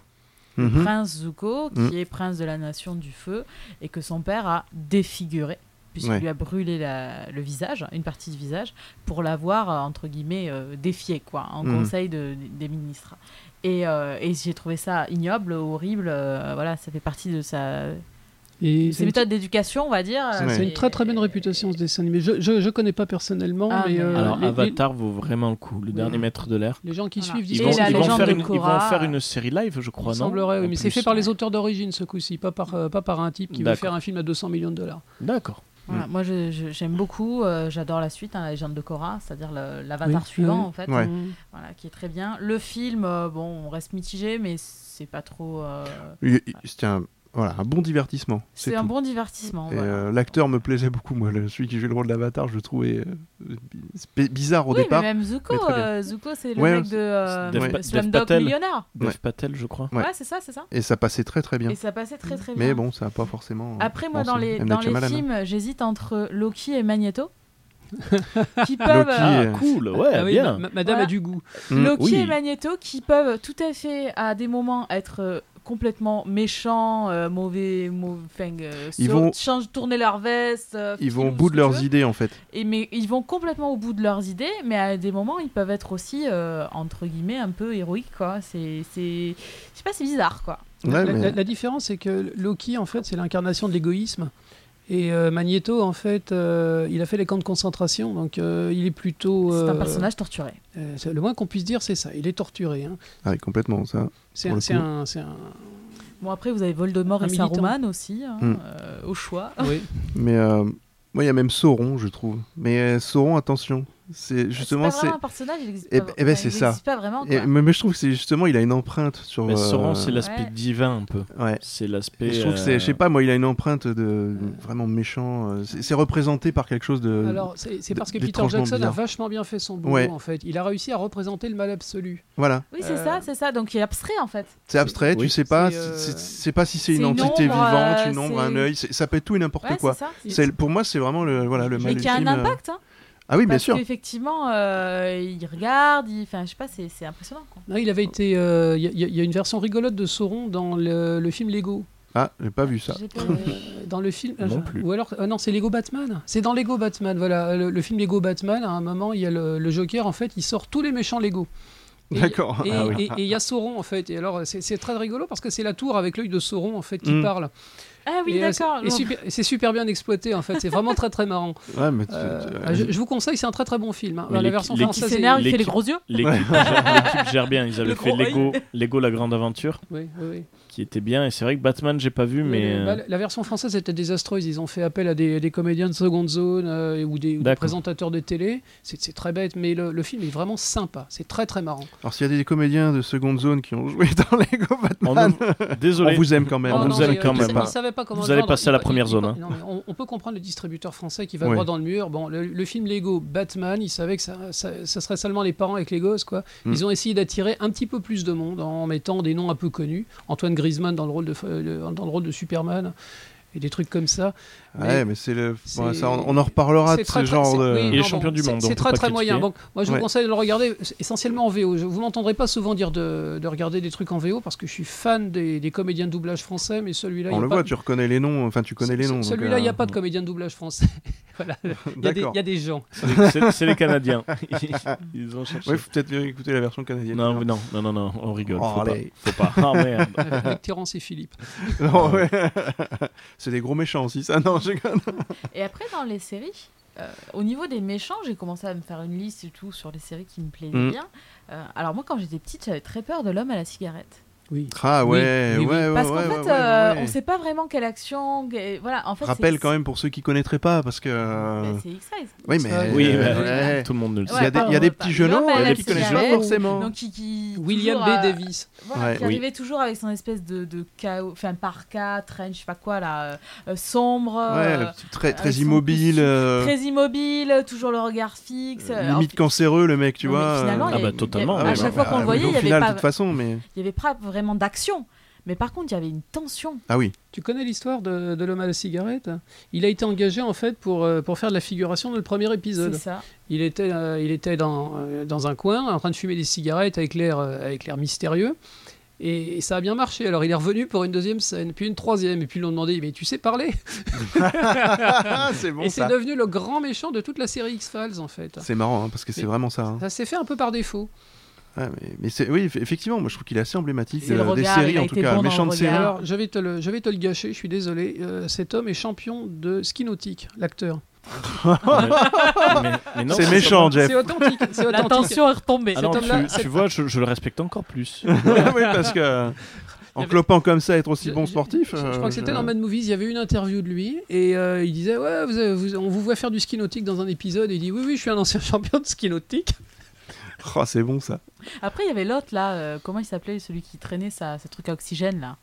Speaker 5: Hmm.
Speaker 2: Mhm.
Speaker 4: Euh, prince Zuko, qui
Speaker 2: Mm.
Speaker 4: est prince de la nation du feu, et que son père a défiguré, puisqu'il
Speaker 2: Ouais.
Speaker 4: lui a brûlé la- le visage, une partie du visage, pour l'avoir, euh, entre guillemets, euh, défié, quoi, en
Speaker 2: Mm.
Speaker 5: Hmm.
Speaker 4: conseil de- des ministres. Et, euh, et j'ai trouvé ça ignoble, horrible, euh, voilà, ça fait partie de sa,
Speaker 5: Et
Speaker 4: ses
Speaker 5: c'est une-
Speaker 4: méthodes d'éducation, on va dire. euh,
Speaker 2: Ouais.
Speaker 5: c'est une très très bonne réputation ce dessin animé. Je, je, je connais pas personnellement,
Speaker 4: Ah,
Speaker 5: mais
Speaker 4: mais-
Speaker 5: euh,
Speaker 3: Alors
Speaker 5: les, les-
Speaker 3: Avatar vaut vraiment le coup, le dernier maître de l'air.
Speaker 5: les gens qui
Speaker 4: Voilà.
Speaker 5: suivent
Speaker 4: Ils
Speaker 3: Ils
Speaker 4: Et
Speaker 3: vont,
Speaker 5: disent-
Speaker 4: la
Speaker 3: ils vont
Speaker 4: légende
Speaker 3: faire
Speaker 4: de
Speaker 3: une, ils vont
Speaker 4: Korra,
Speaker 3: faire
Speaker 4: euh,
Speaker 3: une série live, je crois,
Speaker 5: Il
Speaker 3: non
Speaker 5: semblerait, oui,
Speaker 3: En
Speaker 5: mais c'est
Speaker 3: plus.
Speaker 5: fait par les auteurs d'origine ce coup-ci, pas par, euh, pas par un type qui veut
Speaker 3: D'accord.
Speaker 5: faire un film à 200 millions de dollars.
Speaker 3: D'accord.
Speaker 4: Voilà,
Speaker 5: Hmm.
Speaker 4: Moi, je- je- j'aime beaucoup, euh, j'adore la suite, hein, la légende de Korra, c'est-à-dire le- l'avatar
Speaker 5: Oui,
Speaker 4: suivant,
Speaker 5: oui.
Speaker 4: en fait,
Speaker 2: Ouais.
Speaker 5: Mmh.
Speaker 4: voilà, qui est très bien. Le film, euh, bon, on reste mitigé, mais c'est pas trop. euh,
Speaker 2: Il- il- C'était un, voilà, un bon divertissement.
Speaker 4: C'est un
Speaker 2: tout.
Speaker 4: bon divertissement.
Speaker 2: Et,
Speaker 4: voilà.
Speaker 2: euh, L'acteur me plaisait beaucoup, moi. le- Celui qui jouait le rôle d'Avatar, je le trouvais euh, bi- bi- bizarre au
Speaker 4: oui,
Speaker 2: départ.
Speaker 4: mais même Zuko,
Speaker 2: mais très bien.
Speaker 4: euh, Zuko c'est le
Speaker 2: Ouais,
Speaker 4: mec de euh,
Speaker 3: Dev
Speaker 2: Ouais.
Speaker 3: Pa- Dev
Speaker 4: Slumdog
Speaker 3: Patel.
Speaker 4: Millionnaire.
Speaker 3: Dev
Speaker 2: Ouais.
Speaker 3: Patel, je crois.
Speaker 2: Ouais.
Speaker 4: Ouais, c'est ça, c'est ça.
Speaker 2: Et ça passait très très bien.
Speaker 4: Et ça passait très très bien.
Speaker 2: Mais bon, ça n'a pas forcément.
Speaker 4: Après, moi,
Speaker 2: Bon,
Speaker 4: dans
Speaker 2: c'est
Speaker 4: les,
Speaker 2: M.
Speaker 4: dans
Speaker 2: Night
Speaker 4: les
Speaker 2: Shyamalan,
Speaker 4: films, j'hésite entre Loki et Magneto. qui peuvent,
Speaker 2: Loki,
Speaker 4: euh,
Speaker 3: Ah,
Speaker 2: euh,
Speaker 3: cool, ouais,
Speaker 5: Ah oui,
Speaker 3: bien.
Speaker 5: ma- madame
Speaker 4: Voilà.
Speaker 5: a du goût.
Speaker 2: Mm,
Speaker 4: Loki
Speaker 3: oui.
Speaker 4: et Magneto qui peuvent tout à fait, à des moments, être euh, complètement méchants, euh, mauvais, mauvais enfin, euh,
Speaker 2: Ils
Speaker 4: se-
Speaker 2: vont-
Speaker 4: changent, tourner leur veste. euh,
Speaker 2: Ils
Speaker 4: filent
Speaker 2: vont au
Speaker 4: ou
Speaker 2: bout
Speaker 4: ce
Speaker 2: de
Speaker 4: que tu veux.
Speaker 2: leurs idées, en fait.
Speaker 4: Et mais ils vont complètement au bout de leurs idées, mais à des moments ils peuvent être aussi euh, entre guillemets un peu héroïques quoi. C'est c'est je sais pas c'est bizarre quoi.
Speaker 2: Ouais,
Speaker 5: la,
Speaker 2: mais-
Speaker 5: la- la différence, c'est que Loki, en fait, c'est l'incarnation de l'égoïsme. Et euh, Magneto, en fait, euh, il a fait les camps de concentration, donc euh, il est plutôt.
Speaker 4: C'est un
Speaker 5: euh,
Speaker 4: personnage torturé.
Speaker 5: euh, c'est- le moins qu'on puisse dire, c'est ça. Il est torturé. hein.
Speaker 2: Ah, oui, complètement, ça.
Speaker 5: C'est
Speaker 2: Pour
Speaker 5: un,
Speaker 2: le
Speaker 5: c'est
Speaker 2: coup.
Speaker 5: un- c'est un-
Speaker 4: Bon après vous avez Voldemort
Speaker 5: Un
Speaker 4: et
Speaker 5: militant.
Speaker 4: Saruman aussi hein,
Speaker 2: Hmm.
Speaker 4: euh, au choix.
Speaker 5: oui.
Speaker 2: Mais euh, moi, il y a même Sauron, je trouve. Mais euh, Sauron, attention. C'est
Speaker 4: c'est
Speaker 2: justement.
Speaker 4: pas
Speaker 2: c'est
Speaker 4: vraiment un personnage, il existe
Speaker 2: Eh
Speaker 4: pas-
Speaker 2: ben- eh ben,
Speaker 4: enfin,
Speaker 2: c'est
Speaker 4: il
Speaker 2: ça.
Speaker 4: existe pas vraiment quoi.
Speaker 2: Et- mais, mais je trouve que c'est justement, il a une empreinte sur.
Speaker 3: Mais Sauron,
Speaker 2: euh,
Speaker 3: c'est l'aspect
Speaker 4: Ouais.
Speaker 3: divin un peu.
Speaker 2: Ouais.
Speaker 3: C'est
Speaker 2: Et
Speaker 3: l'aspect.
Speaker 2: je trouve que c'est, je sais
Speaker 3: euh, Mm.
Speaker 2: pas, moi, il a une empreinte de vraiment méchant. euh, C'est, c'est représenté par quelque chose de.
Speaker 5: Alors, c'est c'est parce que Peter
Speaker 2: d- d'étrangement
Speaker 5: Jackson a
Speaker 2: bizarre.
Speaker 5: vachement bien fait son boulot,
Speaker 2: Ouais.
Speaker 5: en fait. Il a réussi à représenter le mal absolu.
Speaker 2: Voilà,
Speaker 4: Oui c'est
Speaker 5: Euh,
Speaker 4: ça c'est ça donc il est abstrait en fait.
Speaker 2: c'est abstrait.
Speaker 3: oui,
Speaker 2: tu sais pas,
Speaker 5: c'est,
Speaker 2: c'est,
Speaker 5: euh,
Speaker 2: c'est- c'est pas si c'est
Speaker 4: c'est
Speaker 2: une
Speaker 4: une
Speaker 2: entité
Speaker 4: ombre,
Speaker 2: vivante,
Speaker 4: euh,
Speaker 2: une ombre,
Speaker 4: c'est-
Speaker 2: un œil. c'est- ça peut être tout et n'importe
Speaker 4: Ouais c'est
Speaker 2: quoi.
Speaker 4: ça.
Speaker 2: C'est, pour moi, c'est vraiment le voilà le mal
Speaker 4: Mais qui a un
Speaker 2: ultime, euh,
Speaker 4: impact hein.
Speaker 2: Ah oui, bien
Speaker 4: Parce
Speaker 2: sûr.
Speaker 4: qu'effectivement, euh, il regarde, il... enfin, je sais pas, c'est c'est impressionnant. Quoi.
Speaker 5: Non, il avait été. Il y, a- y a- y a une version rigolote de Sauron dans le, le film Lego.
Speaker 2: Ah, j'ai pas vu ça.
Speaker 4: J'ai pas-
Speaker 5: Euh, dans le film.
Speaker 3: Non
Speaker 5: je-
Speaker 3: plus.
Speaker 5: Ou alors, ah non, c'est Lego Batman. C'est dans Lego Batman. Voilà, le, le film Lego Batman. À un moment, il y a le, le Joker. En fait, il sort tous les méchants Lego. Et-
Speaker 2: D'accord.
Speaker 5: Et et- et il
Speaker 2: Ah oui.
Speaker 5: y a Sauron en fait. Et alors, c'est c'est très rigolo parce que c'est la tour avec l'œil de Sauron en fait qui
Speaker 2: Mm.
Speaker 5: parle.
Speaker 4: Ah
Speaker 5: Et,
Speaker 4: oui,
Speaker 5: euh,
Speaker 4: d'accord.
Speaker 5: c'est- et
Speaker 4: Bon.
Speaker 5: super- et c'est super bien exploité en fait. C'est vraiment très très marrant.
Speaker 2: Ouais, mais tu-
Speaker 5: Euh,
Speaker 2: tu-
Speaker 5: ah, je, je vous conseille, c'est un très très bon film. hein.
Speaker 3: Mais
Speaker 5: la
Speaker 3: les-
Speaker 5: version
Speaker 3: les-
Speaker 4: Qui
Speaker 5: française. est-
Speaker 4: s'énerve, il fait les
Speaker 3: l'équipe-
Speaker 4: gros yeux.
Speaker 3: L'équipe l'équipe gère bien. Ils avaient
Speaker 4: Le
Speaker 3: fait
Speaker 4: gros
Speaker 3: Lego, Lego La Grande Aventure,
Speaker 5: Oui, oui, oui.
Speaker 3: qui était bien. Et c'est vrai que Batman, j'ai pas vu, mais.
Speaker 5: le-
Speaker 3: euh,
Speaker 5: bah, la- la version française était désastreuse. Ils ont fait appel à des, des comédiens de seconde zone euh, ou des, ou des
Speaker 3: D'accord.
Speaker 5: présentateurs de télé. C'est c'est très bête, mais le, le film est vraiment sympa. C'est très très marrant.
Speaker 2: Alors s'il y a des comédiens de seconde zone qui ont joué dans Lego
Speaker 3: on
Speaker 2: Batman,
Speaker 3: nous-
Speaker 2: on
Speaker 3: Désolé.
Speaker 2: vous aime quand même. hein.
Speaker 3: On
Speaker 5: Oh
Speaker 2: ne
Speaker 5: non,
Speaker 3: vous aime
Speaker 5: mais,
Speaker 2: inquiétez
Speaker 3: quand
Speaker 5: euh,
Speaker 3: même hein.
Speaker 5: ils-
Speaker 3: pas.
Speaker 5: ils savaient pas comment
Speaker 3: Vous
Speaker 5: le
Speaker 3: allez
Speaker 5: vendre.
Speaker 3: passer à la
Speaker 5: Ils-
Speaker 3: première
Speaker 5: ils-
Speaker 3: zone,
Speaker 5: ils-
Speaker 3: hein.
Speaker 5: non, mais on, on peut comprendre le distributeur français qui va
Speaker 2: Oui.
Speaker 5: droit dans le mur. Bon, le, le film Lego Batman, ils savaient que ça, ça- ça serait seulement les parents avec les gosses, quoi.
Speaker 3: Hmm.
Speaker 2: Mm.
Speaker 5: Ils ont essayé d'attirer un petit peu plus de monde en mettant des noms un peu connus. Antoine Griezmann dans le rôle de, euh, dans le rôle de Superman et des trucs comme ça. Mais-
Speaker 2: Ouais, mais c'est le. bon,
Speaker 5: c'est-
Speaker 2: ça, on, on en reparlera de
Speaker 5: C'est
Speaker 2: ce
Speaker 5: très, très-
Speaker 2: genre
Speaker 5: c'est-
Speaker 2: de.
Speaker 5: oui,
Speaker 3: Il est
Speaker 5: non,
Speaker 3: champion du
Speaker 5: c'est-
Speaker 3: monde, donc
Speaker 5: C'est
Speaker 3: faut
Speaker 5: très
Speaker 3: pas
Speaker 5: très moyen.
Speaker 3: critiquer.
Speaker 5: Donc, moi, je
Speaker 2: Ouais.
Speaker 5: vous conseille de le regarder s- essentiellement en VO. Je, vous m'entendrez pas souvent dire de, de regarder des trucs en VO parce que je suis fan des, des comédiens de doublage français, mais celui-là, il
Speaker 2: On
Speaker 5: y a
Speaker 2: le
Speaker 5: pas-
Speaker 2: voit, tu reconnais les noms. Enfin, tu connais les
Speaker 5: ce-
Speaker 2: noms. donc,
Speaker 5: Celui-là, il n'y a
Speaker 2: euh,
Speaker 5: pas de comédien de doublage français. voilà. Il y, a des-
Speaker 2: D'accord.
Speaker 5: il y a des gens.
Speaker 3: C'est c'est les Canadiens. Ils ont cherché.
Speaker 2: Ouais, faut peut-être mieux écouter la version canadienne.
Speaker 3: Non, non, non, non, non, on rigole.
Speaker 2: Oh,
Speaker 3: Faut pas.
Speaker 2: allez.
Speaker 3: Faut pas. Ah, merde.
Speaker 5: Avec Terence et Philippe.
Speaker 2: Non, ouais. c'est des gros méchants aussi, ça. Non, je rigole.
Speaker 4: Et après, dans les séries, euh, au niveau des méchants, j'ai commencé à me faire une liste et tout sur les séries qui me plaisaient
Speaker 2: Mm.
Speaker 4: bien. Euh, alors, moi, quand j'étais petite, j'avais très peur de l'homme à la cigarette.
Speaker 5: Oui.
Speaker 2: Ah
Speaker 5: Oui,
Speaker 2: ouais,
Speaker 5: oui, oui.
Speaker 2: ouais, ouais.
Speaker 4: Parce
Speaker 2: ouais,
Speaker 4: qu'en
Speaker 2: ouais,
Speaker 4: fait,
Speaker 2: ouais,
Speaker 4: euh,
Speaker 2: ouais.
Speaker 4: on sait pas vraiment quelle action. que- Voilà, en fait.
Speaker 2: Rappelle
Speaker 4: c'est-
Speaker 2: quand même pour ceux qui connaîtraient pas, parce que. euh,
Speaker 4: Ben, c'est X-Files.
Speaker 2: Oui, mais.
Speaker 3: Oui,
Speaker 2: euh,
Speaker 3: bah,
Speaker 2: ouais.
Speaker 3: Tout le monde ne le
Speaker 2: Il
Speaker 3: sait.
Speaker 2: y a des, il y a des petits
Speaker 4: L'homme
Speaker 2: genoux
Speaker 4: à la
Speaker 2: qui connaissent pas
Speaker 4: cigarette.
Speaker 2: forcément.
Speaker 4: Donc, qui, qui-
Speaker 5: William
Speaker 4: toujours,
Speaker 5: B.
Speaker 4: euh,
Speaker 5: Davis.
Speaker 4: Voilà,
Speaker 2: Oh. Ouais.
Speaker 4: qui
Speaker 3: Oui.
Speaker 4: arrivait toujours avec son espèce de, de chaos, enfin parka, train, je sais pas quoi là, euh, euh, sombre,
Speaker 2: Ouais,
Speaker 4: euh,
Speaker 2: très, très
Speaker 4: ils sont
Speaker 2: immobile,
Speaker 4: tous-
Speaker 2: euh,
Speaker 4: très immobile, toujours le regard fixe. euh,
Speaker 2: limite cancéreux le mec, tu
Speaker 4: Non, mais
Speaker 2: vois.
Speaker 4: finalement,
Speaker 2: euh,
Speaker 4: il y
Speaker 3: Ah
Speaker 4: a-
Speaker 3: bah,
Speaker 4: il y a-
Speaker 3: totalement,
Speaker 4: À
Speaker 3: oui,
Speaker 4: chaque
Speaker 3: bah,
Speaker 4: fois
Speaker 3: bah,
Speaker 4: qu'on le voyait,
Speaker 2: au
Speaker 4: il n'y avait,
Speaker 2: final, de
Speaker 4: pas-
Speaker 2: toute façon, mais.
Speaker 4: il y avait pas vraiment d'action. Mais par contre, il y avait une tension.
Speaker 2: Ah oui.
Speaker 5: Tu connais l'histoire de, de l'homme à la cigarette Il a été engagé en fait pour, euh, pour faire de la figuration dans le premier
Speaker 4: C'est
Speaker 5: épisode.
Speaker 4: ça.
Speaker 5: Il était, euh, il était dans, euh, dans un coin en train de fumer des cigarettes avec l'air euh, avec l'air mystérieux. Et, et ça a bien marché. Alors il est revenu pour une deuxième scène, puis une troisième. Et puis ils l'ont demandé Mais tu sais parler
Speaker 2: Ah, c'est bon
Speaker 5: Et c'est
Speaker 2: ça.
Speaker 5: devenu le grand méchant de toute la série X-Files en fait.
Speaker 2: C'est marrant, hein, parce que c'est
Speaker 5: Mais-
Speaker 2: vraiment ça. hein.
Speaker 5: Ça s'est fait un peu par défaut.
Speaker 2: Ouais, mais mais c'est oui, eff- effectivement, moi je trouve qu'il est assez emblématique
Speaker 4: C'est le
Speaker 2: euh, des
Speaker 4: regard,
Speaker 2: séries
Speaker 4: il a
Speaker 2: en tout
Speaker 4: été
Speaker 2: cas,
Speaker 4: bon dans
Speaker 2: méchant
Speaker 4: le
Speaker 2: de séries.
Speaker 4: regard.
Speaker 5: Alors je vais te le, je vais te le gâcher, je suis désolé. Euh, cet homme est champion de ski nautique, l'acteur.
Speaker 3: Mais- mais non,
Speaker 2: C'est méchant, Jeff.
Speaker 5: C'est authentique. C'est
Speaker 4: La
Speaker 5: authentique.
Speaker 4: tension est retombée.
Speaker 3: Ah non,
Speaker 5: Cet homme-là,
Speaker 3: tu, tu
Speaker 5: cet-
Speaker 3: vois, je, je le respecte encore plus.
Speaker 2: oui, parce que en clopant comme ça, être aussi
Speaker 5: Je-
Speaker 2: bon
Speaker 5: je-
Speaker 2: sportif.
Speaker 5: Je, je
Speaker 2: euh,
Speaker 5: crois que c'était dans Mad Movies, il y avait une interview de lui et euh, il disait ouais, vous avez- vous- on vous voit faire du ski nautique dans un épisode. Et il dit oui, oui, je suis un ancien champion de ski nautique.
Speaker 2: Oh, c'est bon ça.
Speaker 4: Après, il y avait l'autre là, euh, comment il s'appelait, celui qui traînait sa, ce truc à oxygène là.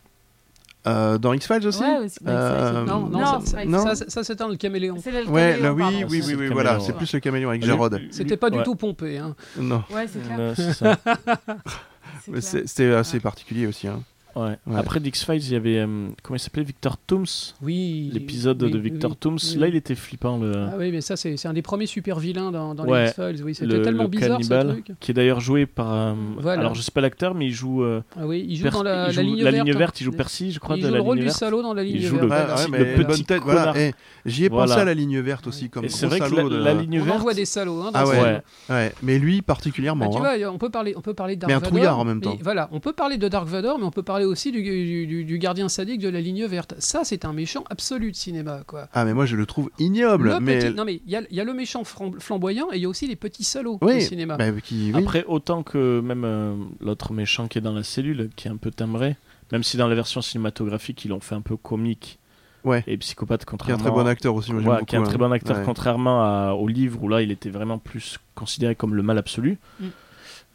Speaker 2: Euh, dans X-Files aussi
Speaker 4: Ouais, aussi, dans
Speaker 2: Euh,
Speaker 4: X-Files.
Speaker 5: Non, non,
Speaker 4: Non,
Speaker 5: ça,
Speaker 4: c'est
Speaker 5: ça-
Speaker 2: non.
Speaker 5: ça- ça, c'était dans le caméléon.
Speaker 4: C'est le
Speaker 2: Ouais,
Speaker 4: caméléon,
Speaker 2: là, oui,
Speaker 4: pardon.
Speaker 2: oui, oui,
Speaker 3: c'est
Speaker 2: oui,
Speaker 3: le
Speaker 2: voilà,
Speaker 3: caméléon,
Speaker 2: c'est
Speaker 4: ouais.
Speaker 2: plus le caméléon avec
Speaker 3: Lui-
Speaker 2: Jarod.
Speaker 3: lui-
Speaker 5: C'était pas du
Speaker 3: ouais.
Speaker 5: tout pompé. hein.
Speaker 2: Non,
Speaker 4: Ouais, c'est clair.
Speaker 3: Euh, c'est ça.
Speaker 4: c'est
Speaker 2: mais
Speaker 4: clair.
Speaker 2: c'est- c'était assez particulier aussi. hein.
Speaker 3: Ouais.
Speaker 2: Ouais.
Speaker 3: Après X-Files, il y avait. euh, comment il s'appelait Victor Tooms
Speaker 5: Oui.
Speaker 3: L'épisode
Speaker 5: oui,
Speaker 3: de
Speaker 5: oui,
Speaker 3: Victor
Speaker 5: oui,
Speaker 3: Tooms.
Speaker 5: oui.
Speaker 3: Là, il était flippant, le,
Speaker 5: Ah oui, mais ça, c'est c'est un des premiers super vilains dans, dans
Speaker 3: Ouais.
Speaker 5: les X-Files. Oui, c'était
Speaker 3: le,
Speaker 5: tellement
Speaker 3: le
Speaker 5: bizarre
Speaker 3: cannibale,
Speaker 5: ce truc.
Speaker 3: qui est d'ailleurs joué par. euh,
Speaker 5: Voilà.
Speaker 3: Alors, je sais pas l'acteur, mais il joue. euh,
Speaker 5: Ah oui, il joue
Speaker 3: Per-
Speaker 5: dans la,
Speaker 3: il joue
Speaker 5: la ligne, verte.
Speaker 3: il joue Percy, je crois,
Speaker 5: Il
Speaker 3: de
Speaker 5: joue
Speaker 3: la
Speaker 5: le rôle
Speaker 3: ligne
Speaker 5: du
Speaker 3: verte.
Speaker 5: salaud dans la ligne
Speaker 3: joue
Speaker 5: verte.
Speaker 3: le-
Speaker 5: voilà.
Speaker 2: Ah,
Speaker 3: petit-
Speaker 2: mais
Speaker 3: le
Speaker 2: la
Speaker 3: petit
Speaker 2: bonne tête, voilà.
Speaker 3: connard.
Speaker 2: Eh, J'y ai pensé
Speaker 3: Voilà.
Speaker 2: à la ligne verte aussi, comme
Speaker 3: Et
Speaker 2: gros
Speaker 3: c'est vrai que
Speaker 2: salaud
Speaker 3: la,
Speaker 2: de-
Speaker 3: la ligne
Speaker 5: On
Speaker 3: verte.
Speaker 5: envoie des salauds. Hein, dans
Speaker 2: Ah
Speaker 5: ce
Speaker 2: ouais.
Speaker 5: genre.
Speaker 2: Ouais, mais lui
Speaker 5: Bah,
Speaker 2: particulièrement.
Speaker 5: tu
Speaker 2: hein.
Speaker 5: vois, on peut parler, on peut parler de Dark
Speaker 2: Mais un
Speaker 5: Vador,
Speaker 2: trouillard en même
Speaker 5: mais
Speaker 2: temps.
Speaker 5: voilà, on peut parler de Dark Vador, mais on peut parler aussi du, du- du- du gardien sadique de la ligne verte. Ça, c'est un méchant absolu de cinéma, quoi.
Speaker 2: Ah, mais moi je le trouve ignoble.
Speaker 5: Le
Speaker 2: mais...
Speaker 5: petit- Non mais il y, a- il y a le méchant fram- flamboyant et il y a aussi les petits salauds
Speaker 2: oui,
Speaker 5: au cinéma.
Speaker 2: bah, qui... oui.
Speaker 3: Après, autant que même euh, l'autre méchant qui est dans la cellule, qui est un peu timbré, même si dans la version cinématographique, ils l'ont fait un peu comique
Speaker 2: Ouais.
Speaker 3: et psychopathe,
Speaker 2: qui est
Speaker 3: contrairement
Speaker 2: un très bon acteur aussi. Moi, j'aime
Speaker 3: Ouais,
Speaker 2: beaucoup,
Speaker 3: qui est un très
Speaker 2: hein.
Speaker 3: bon acteur,
Speaker 2: Ouais.
Speaker 3: contrairement à- au livre où là il était vraiment plus considéré comme le mal absolu.
Speaker 4: Mm.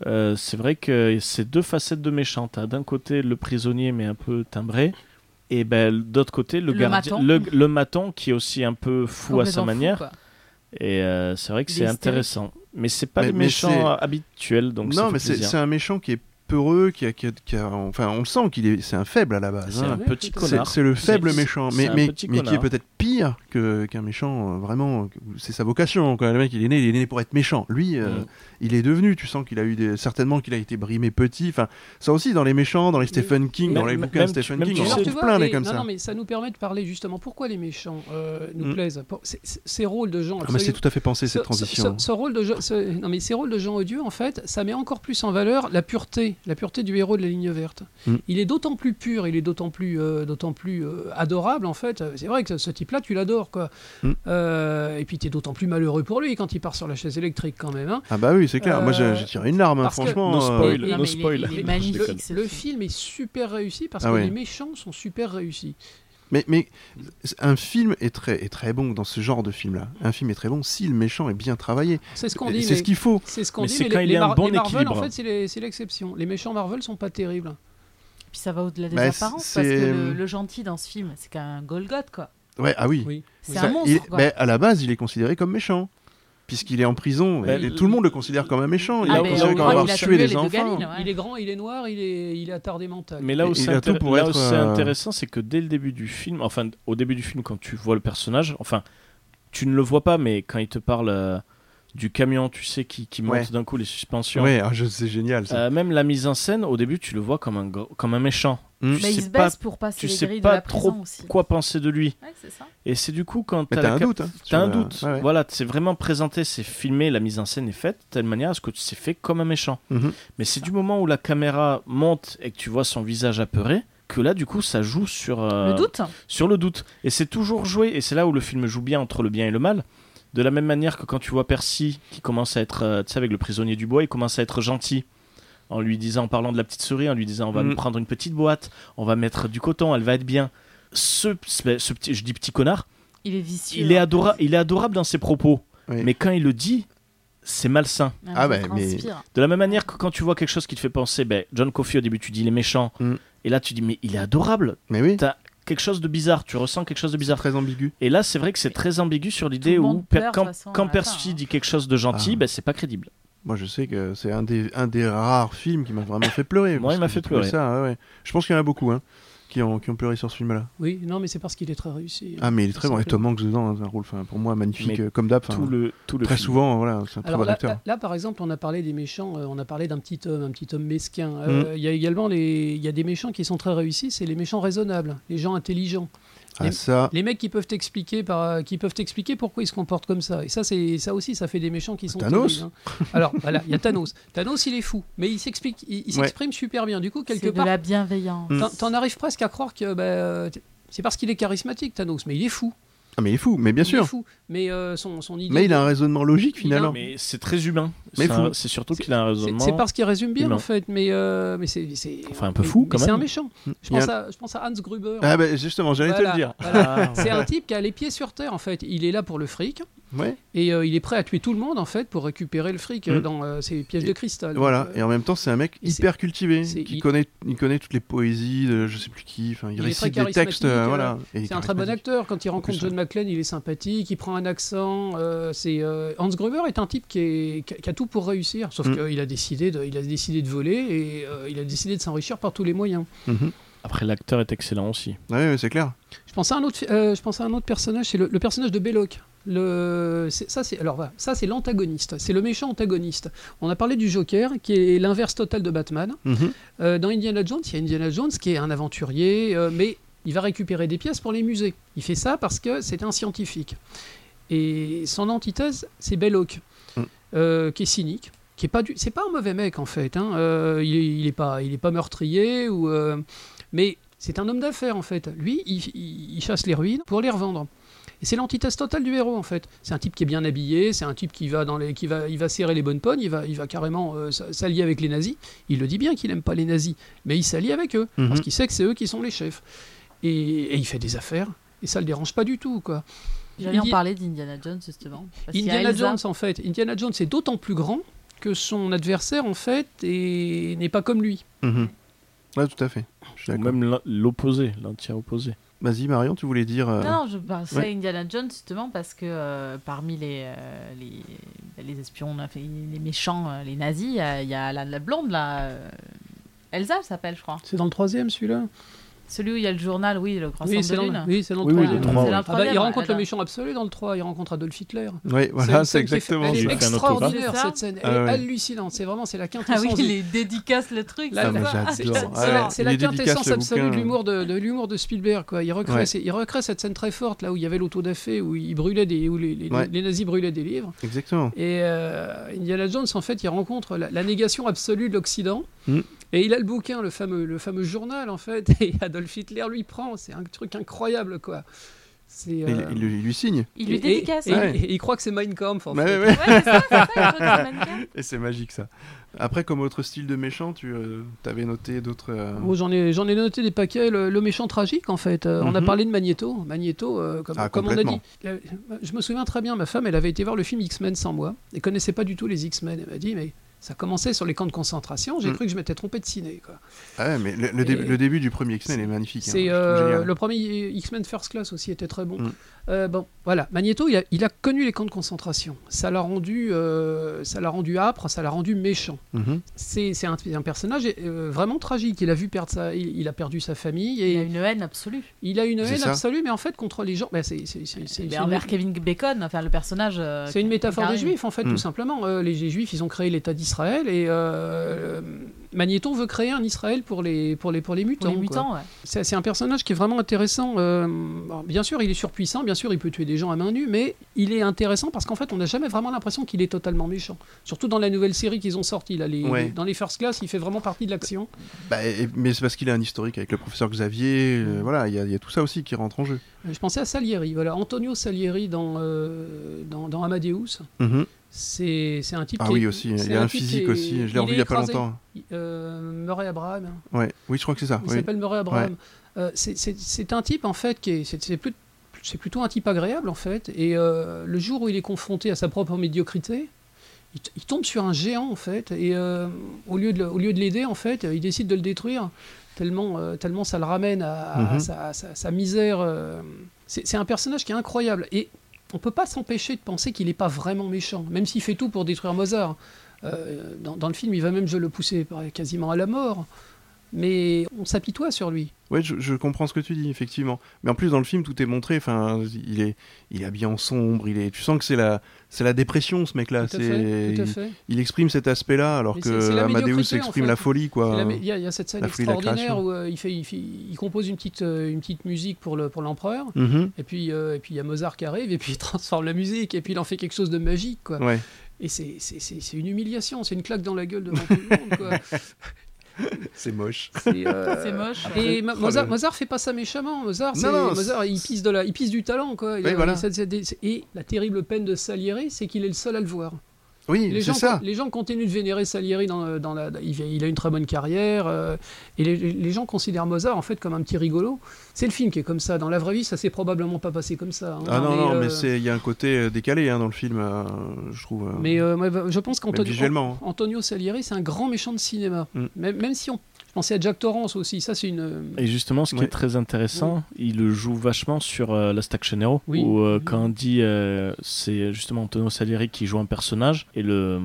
Speaker 3: Euh, c'est vrai que c'est deux facettes de méchant. T'as d'un côté le prisonnier mais un peu timbré, et ben d'autre côté le,
Speaker 4: Le
Speaker 3: gardien,
Speaker 4: maton.
Speaker 3: le, le maton qui est aussi un peu fou à
Speaker 4: Complètement
Speaker 3: sa
Speaker 4: fou,
Speaker 3: manière.
Speaker 4: quoi.
Speaker 3: et euh, c'est vrai que
Speaker 4: Il est
Speaker 3: c'est
Speaker 4: hystérique.
Speaker 3: intéressant, mais c'est pas
Speaker 2: Mais-
Speaker 3: les
Speaker 2: mais
Speaker 3: méchants
Speaker 2: c'est-
Speaker 3: habituels donc ça
Speaker 2: non,
Speaker 3: fait
Speaker 2: mais c'est
Speaker 3: plaisir.
Speaker 2: c'est un méchant qui est peureux, qui a, qui a- qui a- enfin, on sent qu'il est, c'est un faible à la base.
Speaker 3: C'est
Speaker 2: hein.
Speaker 3: un petit
Speaker 5: C'est-
Speaker 2: C'est
Speaker 3: connard.
Speaker 2: c'est le faible
Speaker 3: C'est-
Speaker 2: méchant,
Speaker 3: c'est
Speaker 2: mais,
Speaker 3: un
Speaker 2: mais,
Speaker 3: petit
Speaker 2: mais qui est
Speaker 3: connard.
Speaker 2: peut-être pire que- qu'un méchant, euh, vraiment, euh, c'est sa vocation. Quoi. Le mec, il est né, il est né pour être méchant. Lui, euh,
Speaker 3: Mm.
Speaker 2: il est devenu, tu sens qu'il a eu des... certainement qu'il a été brimé petit. Enfin, ça aussi, dans les méchants, dans les Stephen King, dans les
Speaker 3: Même-
Speaker 2: bouquins
Speaker 3: même
Speaker 2: de
Speaker 3: tu-
Speaker 2: Stephen
Speaker 3: même
Speaker 2: King,
Speaker 3: tu
Speaker 2: on en
Speaker 3: sais-
Speaker 5: Alors,
Speaker 2: trouve
Speaker 5: tu vois,
Speaker 2: plein
Speaker 5: et-
Speaker 2: des comme
Speaker 5: non,
Speaker 2: ça.
Speaker 5: non, mais ça nous permet de parler justement pourquoi les méchants euh, nous
Speaker 2: Mm.
Speaker 5: plaisent. Pour- c'est- c'est- Ces rôles de gens.
Speaker 2: Ah, mais c'est
Speaker 5: absolument-
Speaker 2: tout à fait pensé,
Speaker 5: ce,
Speaker 2: cette
Speaker 5: ce-
Speaker 2: transition. hein.
Speaker 5: ce- ce rôle de gens- ce- non mais ces rôles de gens odieux en fait, ça met encore plus en valeur la pureté, la pureté du héros de la ligne verte.
Speaker 2: Mm.
Speaker 5: Il est d'autant plus pur, il est d'autant plus euh, d'autant plus euh, adorable en fait. C'est vrai que ce, ce type-là, tu l'adores quoi.
Speaker 2: Mm.
Speaker 5: Euh, et puis tu es d'autant plus malheureux pour lui quand il part sur la chaise électrique quand même. hein.
Speaker 2: Ah bah oui, c'est clair. Moi, j'ai
Speaker 5: Euh,
Speaker 2: j'ai tiré une larme, hein,
Speaker 5: parce que-
Speaker 2: franchement.
Speaker 3: No
Speaker 2: euh,
Speaker 3: spoil.
Speaker 4: Non,
Speaker 3: No
Speaker 4: mais
Speaker 3: spoil.
Speaker 4: Il est, il est
Speaker 3: Je
Speaker 5: Le,
Speaker 3: déconne.
Speaker 4: magnifique ce
Speaker 5: le
Speaker 4: film.
Speaker 5: film est super réussi parce
Speaker 2: Ah
Speaker 5: que
Speaker 2: ouais.
Speaker 5: les méchants sont super réussis.
Speaker 2: Mais, mais un film est très, est très bon dans ce genre de film-là. Un film est très bon si le méchant est bien travaillé.
Speaker 5: C'est ce qu'on
Speaker 2: Et
Speaker 5: dit.
Speaker 2: C'est
Speaker 5: mais-
Speaker 2: ce qu'il faut.
Speaker 5: C'est ce qu'on
Speaker 3: Mais
Speaker 5: dit,
Speaker 3: c'est
Speaker 5: mais
Speaker 3: quand
Speaker 5: les,
Speaker 3: il y a
Speaker 5: les
Speaker 3: un
Speaker 5: Mar-
Speaker 3: bon
Speaker 5: les Marvel, en
Speaker 3: équilibre.
Speaker 5: fait, c'est les- c'est l'exception. Les méchants Marvel sont pas terribles.
Speaker 4: Puis ça va au-delà des
Speaker 2: Bah,
Speaker 4: apparences
Speaker 2: c'est-
Speaker 4: parce que le, le gentil dans ce film, c'est qu'un Golgoth quoi.
Speaker 2: Ouais, ah oui.
Speaker 4: C'est
Speaker 5: Oui.
Speaker 4: un
Speaker 2: Ça,
Speaker 4: monstre
Speaker 2: il-
Speaker 4: quoi.
Speaker 2: ben, à la base, il est considéré comme méchant. Puisqu'il est en prison,
Speaker 3: Ben,
Speaker 2: et- et
Speaker 3: le-
Speaker 2: tout le monde le considère comme un méchant. Il
Speaker 4: Ah,
Speaker 2: est
Speaker 4: mais
Speaker 2: considéré
Speaker 4: au
Speaker 2: comme
Speaker 4: moins,
Speaker 2: avoir
Speaker 4: il a
Speaker 2: tué
Speaker 4: tué les
Speaker 2: des
Speaker 4: deux
Speaker 2: enfants.
Speaker 4: gamines, hein. ouais.
Speaker 5: Il est grand, il est noir, il est, il est attardé mental.
Speaker 3: Mais là
Speaker 2: Et
Speaker 3: où
Speaker 2: il
Speaker 3: c'est
Speaker 2: a tout
Speaker 3: intér-
Speaker 2: pour
Speaker 3: là
Speaker 2: être,
Speaker 3: où c'est
Speaker 2: euh,
Speaker 3: intéressant, c'est que dès le début du film, enfin au début du film, quand tu vois le personnage, enfin tu ne le vois pas, mais quand il te parle euh, du camion, tu sais, qui, qui monte
Speaker 2: Ouais.
Speaker 3: d'un coup les suspensions,
Speaker 2: Ouais, ah, je- c'est génial. ça.
Speaker 3: Euh, même la mise en scène, au début, tu le vois comme un, gros- comme un méchant.
Speaker 2: Mm.
Speaker 3: Tu
Speaker 4: Mais il
Speaker 3: sais
Speaker 4: se
Speaker 3: pas
Speaker 4: baisse pour passer
Speaker 3: tu
Speaker 4: les
Speaker 3: sais
Speaker 4: grilles de
Speaker 3: pas
Speaker 4: la prison
Speaker 3: trop
Speaker 4: aussi.
Speaker 3: quoi penser de lui.
Speaker 4: Ouais, c'est ça.
Speaker 3: Et c'est du coup quand
Speaker 2: Mais
Speaker 3: t'as
Speaker 2: t'as
Speaker 3: la
Speaker 2: un
Speaker 3: cap-
Speaker 2: doute. hein, sur
Speaker 3: T'as un
Speaker 2: la-
Speaker 3: doute.
Speaker 2: Ouais, ouais.
Speaker 3: Voilà, c'est vraiment présenté, c'est filmé, la mise en scène est faite de telle manière à ce que tu c'est fait comme un méchant.
Speaker 2: Mhm.
Speaker 3: Mais c'est du moment où la caméra monte et que tu vois son visage apeuré que là, du coup, ça joue sur euh,
Speaker 4: Le doute
Speaker 3: sur le doute. Et c'est toujours joué. Et c'est là où le film joue bien entre le bien et le mal. De la même manière que quand tu vois Percy qui commence à être, euh, tu sais, avec le prisonnier du bois, il commence à être gentil. En lui disant, en parlant de la petite souris, en lui disant, on va
Speaker 2: Mm.
Speaker 3: nous prendre une petite boîte, on va mettre du coton, elle va être bien. Ce, ce- ce petit, je dis petit connard,
Speaker 4: Il est vicieux. hein.
Speaker 3: il est, adora- il est adorable dans ses propos.
Speaker 2: Oui.
Speaker 3: Mais quand il le dit, c'est malsain.
Speaker 2: Ah,
Speaker 4: Ah
Speaker 2: bah,
Speaker 4: ben
Speaker 2: mais-
Speaker 4: mais
Speaker 3: De la même manière que quand tu vois quelque chose qui te fait penser, ben, John Coffey au début tu dis il est méchant,
Speaker 2: Mm.
Speaker 3: et là tu dis mais il est adorable,
Speaker 2: Mais oui,
Speaker 3: T'as quelque chose de bizarre, tu ressens quelque chose de bizarre.
Speaker 2: très ambigu.
Speaker 3: Et là, c'est vrai que c'est très ambigu sur l'idée
Speaker 4: Tout le
Speaker 3: où
Speaker 4: monde
Speaker 3: per-
Speaker 4: pleure, de
Speaker 3: quand,
Speaker 4: toute façon,
Speaker 3: quand
Speaker 4: à la
Speaker 3: Percy
Speaker 4: fin, hein.
Speaker 3: dit quelque chose de gentil,
Speaker 2: Ah.
Speaker 3: ben, c'est pas crédible.
Speaker 2: Moi, je sais que c'est un des, un des rares films qui m'a vraiment fait pleurer.
Speaker 3: Moi,
Speaker 2: parce
Speaker 3: il m'a
Speaker 2: que
Speaker 3: fait
Speaker 2: j'ai trouvé
Speaker 3: pleurer.
Speaker 2: Ça, ouais, ouais. Je pense qu'il y en a beaucoup hein, qui, ont, qui ont pleuré sur ce film-là.
Speaker 5: Oui, non, mais c'est parce qu'il est très réussi.
Speaker 2: Ah, mais il est très
Speaker 5: Tout
Speaker 2: bon. Et Tom
Speaker 5: simplement.
Speaker 2: Hanks dedans, dans un rôle enfin, pour moi magnifique,
Speaker 3: Mais
Speaker 2: euh, comme d'hab. enfin,
Speaker 3: tout le, tout le
Speaker 2: Très
Speaker 3: film.
Speaker 2: souvent, voilà, c'est un très
Speaker 5: Alors
Speaker 2: bon
Speaker 5: là,
Speaker 2: acteur.
Speaker 5: là- là, par exemple, on a parlé des méchants, euh, on a parlé d'un petit homme, un petit homme mesquin.
Speaker 2: Mm.
Speaker 5: Euh, Il y a également les, il y a des méchants qui sont très réussis, c'est les méchants raisonnables, les gens intelligents,
Speaker 2: Ah, ça.
Speaker 5: les mecs qui peuvent t'expliquer par, euh, qui peuvent t'expliquer pourquoi ils se comportent comme ça. Et ça, c'est ça aussi, ça fait des méchants qui sont
Speaker 2: Thanos
Speaker 5: terribles, hein. Alors voilà, il y a Thanos. Thanos, il est fou, mais il s'explique, il, il
Speaker 2: Ouais. Mm.
Speaker 5: s'exprime super bien. Du coup, quelque
Speaker 4: C'est de
Speaker 5: part,
Speaker 4: la bienveillance.
Speaker 5: T'en- T'en arrives presque à croire que bah, euh, t- c'est parce qu'il est charismatique, Thanos, mais il est fou.
Speaker 2: Ah, mais il est fou, mais bien
Speaker 5: il est
Speaker 2: sûr.
Speaker 5: fou. Mais euh, son, son idée.
Speaker 2: Mais il a un raisonnement logique
Speaker 5: Il a-
Speaker 2: finalement.
Speaker 3: Mais c'est très humain.
Speaker 2: Mais
Speaker 3: C'est un-
Speaker 2: fou.
Speaker 3: C'est surtout qu'il a un
Speaker 5: C'est-
Speaker 3: raisonnement.
Speaker 5: C'est parce qu'il résume bien
Speaker 3: humain.
Speaker 5: en fait, mais, euh, mais c'est. c'est-
Speaker 3: Enfin, un peu
Speaker 5: mais-
Speaker 3: fou,
Speaker 5: mais
Speaker 3: quand
Speaker 5: C'est
Speaker 3: même. Mm.
Speaker 5: un méchant. Je
Speaker 2: Il y a
Speaker 5: pense, à, je pense à Hans Gruber.
Speaker 2: Ah, bah justement, j'allais
Speaker 5: Voilà,
Speaker 2: te le dire.
Speaker 5: voilà.
Speaker 3: Ah.
Speaker 5: C'est un type qui a les pieds sur terre en fait. Il est là pour le fric
Speaker 2: Ouais,
Speaker 5: et euh, il est prêt à tuer tout le monde en fait pour récupérer le fric euh,
Speaker 2: Mm.
Speaker 5: dans euh, ses pièges
Speaker 2: Et-
Speaker 5: de cristal.
Speaker 2: voilà.
Speaker 5: Donc, euh,
Speaker 2: Et en même temps, c'est un mec
Speaker 5: et c'est-
Speaker 2: hyper cultivé,
Speaker 5: c'est-
Speaker 2: qui
Speaker 5: il-
Speaker 2: connaît, il connaît toutes les poésies de je sais plus qui. Enfin, il,
Speaker 5: Il est très
Speaker 2: récite des textes,
Speaker 5: charismatique,
Speaker 2: euh,
Speaker 5: euh,
Speaker 2: voilà. Et il est
Speaker 5: C'est un très bon
Speaker 2: charismatique.
Speaker 5: acteur. Quand il rencontre
Speaker 2: plus,
Speaker 5: John McClane, il est sympathique, il prend un accent. euh, c'est euh, Hans Gruber est un type qui, est- qui a- qui a tout pour réussir, sauf
Speaker 2: Mm.
Speaker 5: qu'il a décidé de, il a décidé de voler et euh, il a décidé de s'enrichir par tous les moyens.
Speaker 2: Mhm.
Speaker 3: Après, l'acteur est excellent aussi.
Speaker 2: Ouais, ouais, c'est clair.
Speaker 5: Je pensais à un autre, fi- euh, je pensais à un autre personnage, c'est le, le personnage de Belloc. Le, c'est- ça c'est alors voilà, ça c'est l'antagoniste, c'est le méchant antagoniste. On a parlé du Joker qui est l'inverse total de Batman.
Speaker 2: Mhm.
Speaker 5: Euh, dans Indiana Jones, il y a Indiana Jones qui est un aventurier, euh, mais il va récupérer des pièces pour les musées. Il fait ça parce que c'est un scientifique. Et son antithèse, c'est Belloc,
Speaker 2: Mm.
Speaker 5: euh, qui est cynique, qui est pas du, c'est pas un mauvais mec en fait. hein. Euh, il, est, il est pas, il est pas meurtrier ou, euh, mais c'est un homme d'affaires en fait. Lui, il, il- il chasse les ruines pour les revendre. Et c'est l'antithèse totale du héros en fait. C'est un type qui est bien habillé, c'est un type qui va dans les, qui va, il va serrer les bonnes pognes, il va, il va carrément euh, s- s'allier avec les nazis. Il le dit bien qu'il n'aime pas les nazis, mais il s'allie avec eux
Speaker 2: Mhm.
Speaker 5: parce qu'il sait que c'est eux qui sont les chefs. Et, et il fait des affaires et ça le dérange pas du tout quoi.
Speaker 4: J'allais en
Speaker 5: Indi-
Speaker 4: parler d'Indiana Jones justement. Parce qu'il y a
Speaker 5: Indiana
Speaker 4: Elsa.
Speaker 5: Jones en fait, Indiana Jones est d'autant plus grand que son adversaire en fait est- n'est pas comme lui.
Speaker 2: Mhm. Ouais, tout à fait. Je suis
Speaker 3: Ou
Speaker 2: d'accord.
Speaker 3: même l'in- l'opposé, l'entier opposé.
Speaker 2: Vas-y, Marion, tu voulais dire. euh,
Speaker 4: Non, non, je pensais
Speaker 2: ouais.
Speaker 4: à Indiana Jones justement parce que euh, parmi les, euh, les, les espions, enfin, les méchants, euh, les nazis, euh, il y a la, la blonde là, euh, Elsa, elle s'appelle, je crois.
Speaker 5: C'est dans le troisième celui-là
Speaker 4: Celui où il y a le journal, oui, le grand
Speaker 5: Oui, c'est
Speaker 4: centre de
Speaker 5: dans,
Speaker 4: lune.
Speaker 5: oui, c'est dans
Speaker 2: Oui,
Speaker 5: le
Speaker 2: oui,
Speaker 5: troisième.
Speaker 2: le trois,
Speaker 4: C'est dans
Speaker 2: ouais.
Speaker 4: le
Speaker 5: Ah bah,
Speaker 4: troisième,
Speaker 5: il rencontre le
Speaker 4: alors.
Speaker 5: méchant absolu dans le 3, il rencontre Adolf Hitler.
Speaker 2: Oui, voilà, c'est
Speaker 5: une scène qui est fa-
Speaker 2: exactement
Speaker 5: Elle
Speaker 2: ça.
Speaker 5: est
Speaker 3: J'ai fait un
Speaker 5: extraordinaire
Speaker 4: autographe.
Speaker 5: cette scène, elle
Speaker 2: Ah ouais.
Speaker 5: est hallucinante, c'est vraiment c'est la
Speaker 4: Ah
Speaker 5: quintessence.
Speaker 4: oui,
Speaker 5: du-
Speaker 4: il dédicace le truc.
Speaker 5: La-
Speaker 2: Ah,
Speaker 4: ça.
Speaker 2: mais
Speaker 5: la- c'est-
Speaker 2: j'adore.
Speaker 5: c'est-
Speaker 2: Ouais,
Speaker 5: C'est la
Speaker 2: il dédicace
Speaker 5: quintessence
Speaker 2: le
Speaker 5: absolue de
Speaker 2: bouquin.
Speaker 5: l'humour de, de l'humour de Spielberg. Quoi. Il, recrée,
Speaker 2: Ouais.
Speaker 5: ces- il recrée cette scène très forte là où il y avait l'auto da fé, où, il brûlait des, où les, les-
Speaker 2: Ouais.
Speaker 5: les nazis brûlaient des livres.
Speaker 2: Exactement.
Speaker 5: Et euh, Indiana Jones, en fait, il rencontre la, la négation absolue de l'Occident.
Speaker 2: Mm.
Speaker 5: Et il a le bouquin, le fameux, le fameux journal, en fait. Et Adolf Hitler lui prend. C'est un truc incroyable, quoi. C'est.
Speaker 2: Il,
Speaker 5: euh,
Speaker 2: il lui- il lui signe.
Speaker 4: Il lui
Speaker 5: et-
Speaker 4: dédicace.
Speaker 5: Et, et-
Speaker 2: Ouais.
Speaker 5: et il croit que c'est Mein Kampf, en
Speaker 2: Ouais,
Speaker 5: fait.
Speaker 2: ouais,
Speaker 4: Ouais, c'est ça, c'est ça, il regarde le mannequin.
Speaker 2: Et c'est magique ça. Après, comme autre style de méchant, tu avais noté d'autres. euh,
Speaker 5: Bon, j'en ai, j'en ai noté des paquets. Le, le méchant tragique, en fait. Euh, On a
Speaker 2: Mhm.
Speaker 5: parlé de Magneto. Magneto, euh, comme,
Speaker 2: Ah,
Speaker 5: comme on a dit.
Speaker 2: complètement.
Speaker 5: la- je me souviens très bien, ma femme, elle avait été voir le film X-Men sans moi. Elle connaissait pas du tout les X-Men. Elle m'a dit, mais ça commençait sur les camps de concentration. J'ai
Speaker 2: Mm.
Speaker 5: cru que je m'étais trompé de ciné, quoi.
Speaker 2: Ah ouais, mais le, le
Speaker 5: Et-
Speaker 2: dé- le début du premier X-Men est magnifique. hein. Je
Speaker 5: C'est
Speaker 2: trouve
Speaker 5: euh,
Speaker 2: génial.
Speaker 5: le premier X-Men First Class aussi était très bon.
Speaker 2: Mm.
Speaker 5: Euh, bon, voilà, Magneto, il a, il a connu les camps de concentration. Ça l'a rendu, euh, ça l'a rendu âpre, ça l'a rendu méchant.
Speaker 2: Mhm.
Speaker 5: C'est c'est un, c'est un personnage euh, vraiment tragique. Il a vu perdre sa, il, il a perdu sa famille
Speaker 4: Il a
Speaker 5: et
Speaker 4: une haine absolue.
Speaker 5: il a une
Speaker 2: C'est
Speaker 5: haine
Speaker 2: ça.
Speaker 5: absolue, mais en fait contre les gens, bah, c'est c'est- c'est- c'est-
Speaker 4: Mais
Speaker 5: c'est
Speaker 4: envers
Speaker 5: une,
Speaker 4: Kevin Bacon, enfin le personnage. Ben, euh,
Speaker 5: c'est une métaphore des
Speaker 4: incarné.
Speaker 5: Juifs en fait
Speaker 2: Mm.
Speaker 5: tout simplement. Euh, les, les Juifs, ils ont créé l'État d'Israël et euh, Magneto veut créer un Israël pour les pour les pour les mutants.
Speaker 4: Pour les
Speaker 5: quoi.
Speaker 4: mutants, ouais.
Speaker 5: C'est c'est un personnage qui est vraiment intéressant. Euh, bon, bien sûr, il est surpuissant, bien sûr, il peut tuer des gens à main nue, mais il est intéressant parce qu'en fait, on n'a jamais vraiment l'impression qu'il est totalement méchant. Surtout dans la nouvelle série qu'ils ont sortie, là, les-
Speaker 2: Ouais.
Speaker 5: dans les First Class, il fait vraiment partie de l'action.
Speaker 2: Bah, et- mais c'est parce qu'il a un historique avec le professeur Xavier. euh, voilà, il y, a- il y a tout ça aussi qui rentre en jeu.
Speaker 5: Euh, Je pensais à Salieri, voilà, Antonio Salieri dans, euh, dans, dans Amadeus.
Speaker 2: Mhm.
Speaker 5: C'est c'est un type
Speaker 2: Ah
Speaker 5: qui est-
Speaker 2: oui, aussi.
Speaker 5: c'est
Speaker 2: Il y a un
Speaker 5: type qui
Speaker 2: physique
Speaker 5: est-
Speaker 2: aussi. Je l'ai revu
Speaker 5: est
Speaker 2: il y a pas
Speaker 5: écrasé.
Speaker 2: longtemps.
Speaker 5: Euh, Murray Abraham. hein.
Speaker 2: Ouais. Oui, je crois que c'est ça.
Speaker 5: Il
Speaker 2: oui.
Speaker 5: s'appelle Murray Abraham. Euh, c'est- c'est c'est un type, en fait, qui est. c'est- C'est plus- c'est plutôt un type agréable, en fait. Et euh, le jour où il est confronté à sa propre médiocrité, il, t- il tombe sur un géant, en fait. Et euh, au lieu de le- au lieu de l'aider, en fait, euh, il décide de le détruire. Tellement, euh, tellement ça le ramène à, à
Speaker 2: Mhm.
Speaker 5: sa, sa- sa misère. euh. C'est c'est un personnage qui est incroyable. Et on peut pas s'empêcher de penser qu'il n'est pas vraiment méchant, même s'il fait tout pour détruire Mozart. Euh, dans, dans le film, il va même je le pousser par- quasiment à la mort. Mais on s'apitoie sur lui.
Speaker 2: Ouais, je, je comprends ce que tu dis, effectivement. Mais en plus, dans le film, tout est montré. Enfin, il est, il est habillé en sombre. Il est. Tu sens que c'est la, c'est la dépression, ce mec-là.
Speaker 5: tout à
Speaker 2: C'est-
Speaker 5: fait. Tout à
Speaker 2: il-
Speaker 5: fait.
Speaker 2: il exprime cet aspect-là alors
Speaker 5: Mais c'est- c'est
Speaker 2: que
Speaker 5: la
Speaker 2: Amadeus
Speaker 5: médiocrité, en
Speaker 2: exprime
Speaker 5: fait.
Speaker 2: la folie
Speaker 5: C'est
Speaker 2: quoi.
Speaker 5: la- Il y, a- il y a cette scène
Speaker 2: la folie de la
Speaker 5: extraordinaire
Speaker 2: création.
Speaker 5: où euh, il, fait, il, fait- il compose une petite, euh, une petite musique pour le- pour l'empereur.
Speaker 2: Mhm.
Speaker 5: et puis euh, et puis il y a Mozart qui arrive et puis il transforme la musique et puis il en fait quelque chose de magique. Quoi.
Speaker 2: Ouais.
Speaker 5: Et c'est- c'est c'est- c'est une humiliation, c'est une claque dans la gueule devant tout le monde. quoi.
Speaker 2: C'est moche.
Speaker 5: C'est, euh,
Speaker 4: C'est moche.
Speaker 5: Et Mo-
Speaker 2: Oh,
Speaker 5: Mozart,
Speaker 2: le-
Speaker 5: Mozart fait pas ça méchamment. Mozart,
Speaker 2: Non,
Speaker 5: c'est-
Speaker 2: non,
Speaker 5: Mozart, il pisse de la, il pisse du talent quoi. Il-
Speaker 2: Oui,
Speaker 5: il-
Speaker 2: voilà.
Speaker 5: c'est- c'est- c'est- et la terrible peine de Salieri, c'est qu'il est le seul à le voir.
Speaker 2: Oui,
Speaker 5: Les
Speaker 2: c'est
Speaker 5: gens,
Speaker 2: ça.
Speaker 5: les gens continuent de vénérer Salieri dans, dans la, il, il a une très bonne carrière euh, et les, les gens considèrent Mozart en fait comme un petit rigolo. C'est le film qui est comme ça. Dans la vraie vie, ça s'est probablement pas passé comme ça. hein.
Speaker 2: Ah non, non, mais
Speaker 5: euh,
Speaker 2: c'est il y a un côté euh, décalé hein, dans le film, euh, je trouve. euh,
Speaker 5: Mais euh, moi, je pense
Speaker 2: même
Speaker 5: qu'Antonio
Speaker 2: visuellement. hein.
Speaker 5: Antonio Salieri, c'est un grand méchant de cinéma.
Speaker 2: Mm.
Speaker 5: Même, même si on je pensais à Jack Torrance aussi, ça c'est une. euh,
Speaker 3: Et justement, ce qui
Speaker 2: Ouais.
Speaker 3: est très intéressant, il le joue vachement sur euh, Last Action Hero,
Speaker 5: Oui.
Speaker 3: où euh,
Speaker 5: Mhm.
Speaker 3: quand on dit, euh, c'est justement Antonio Salieri qui joue un personnage, et le,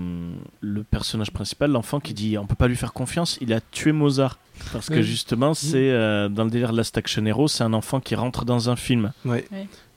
Speaker 3: le personnage principal, l'enfant qui dit on peut pas lui faire confiance, il a tué Mozart. Parce que
Speaker 5: Oui.
Speaker 3: justement, c'est euh, dans le délire de Last Action Hero, c'est un enfant qui rentre dans un film.
Speaker 2: Ouais.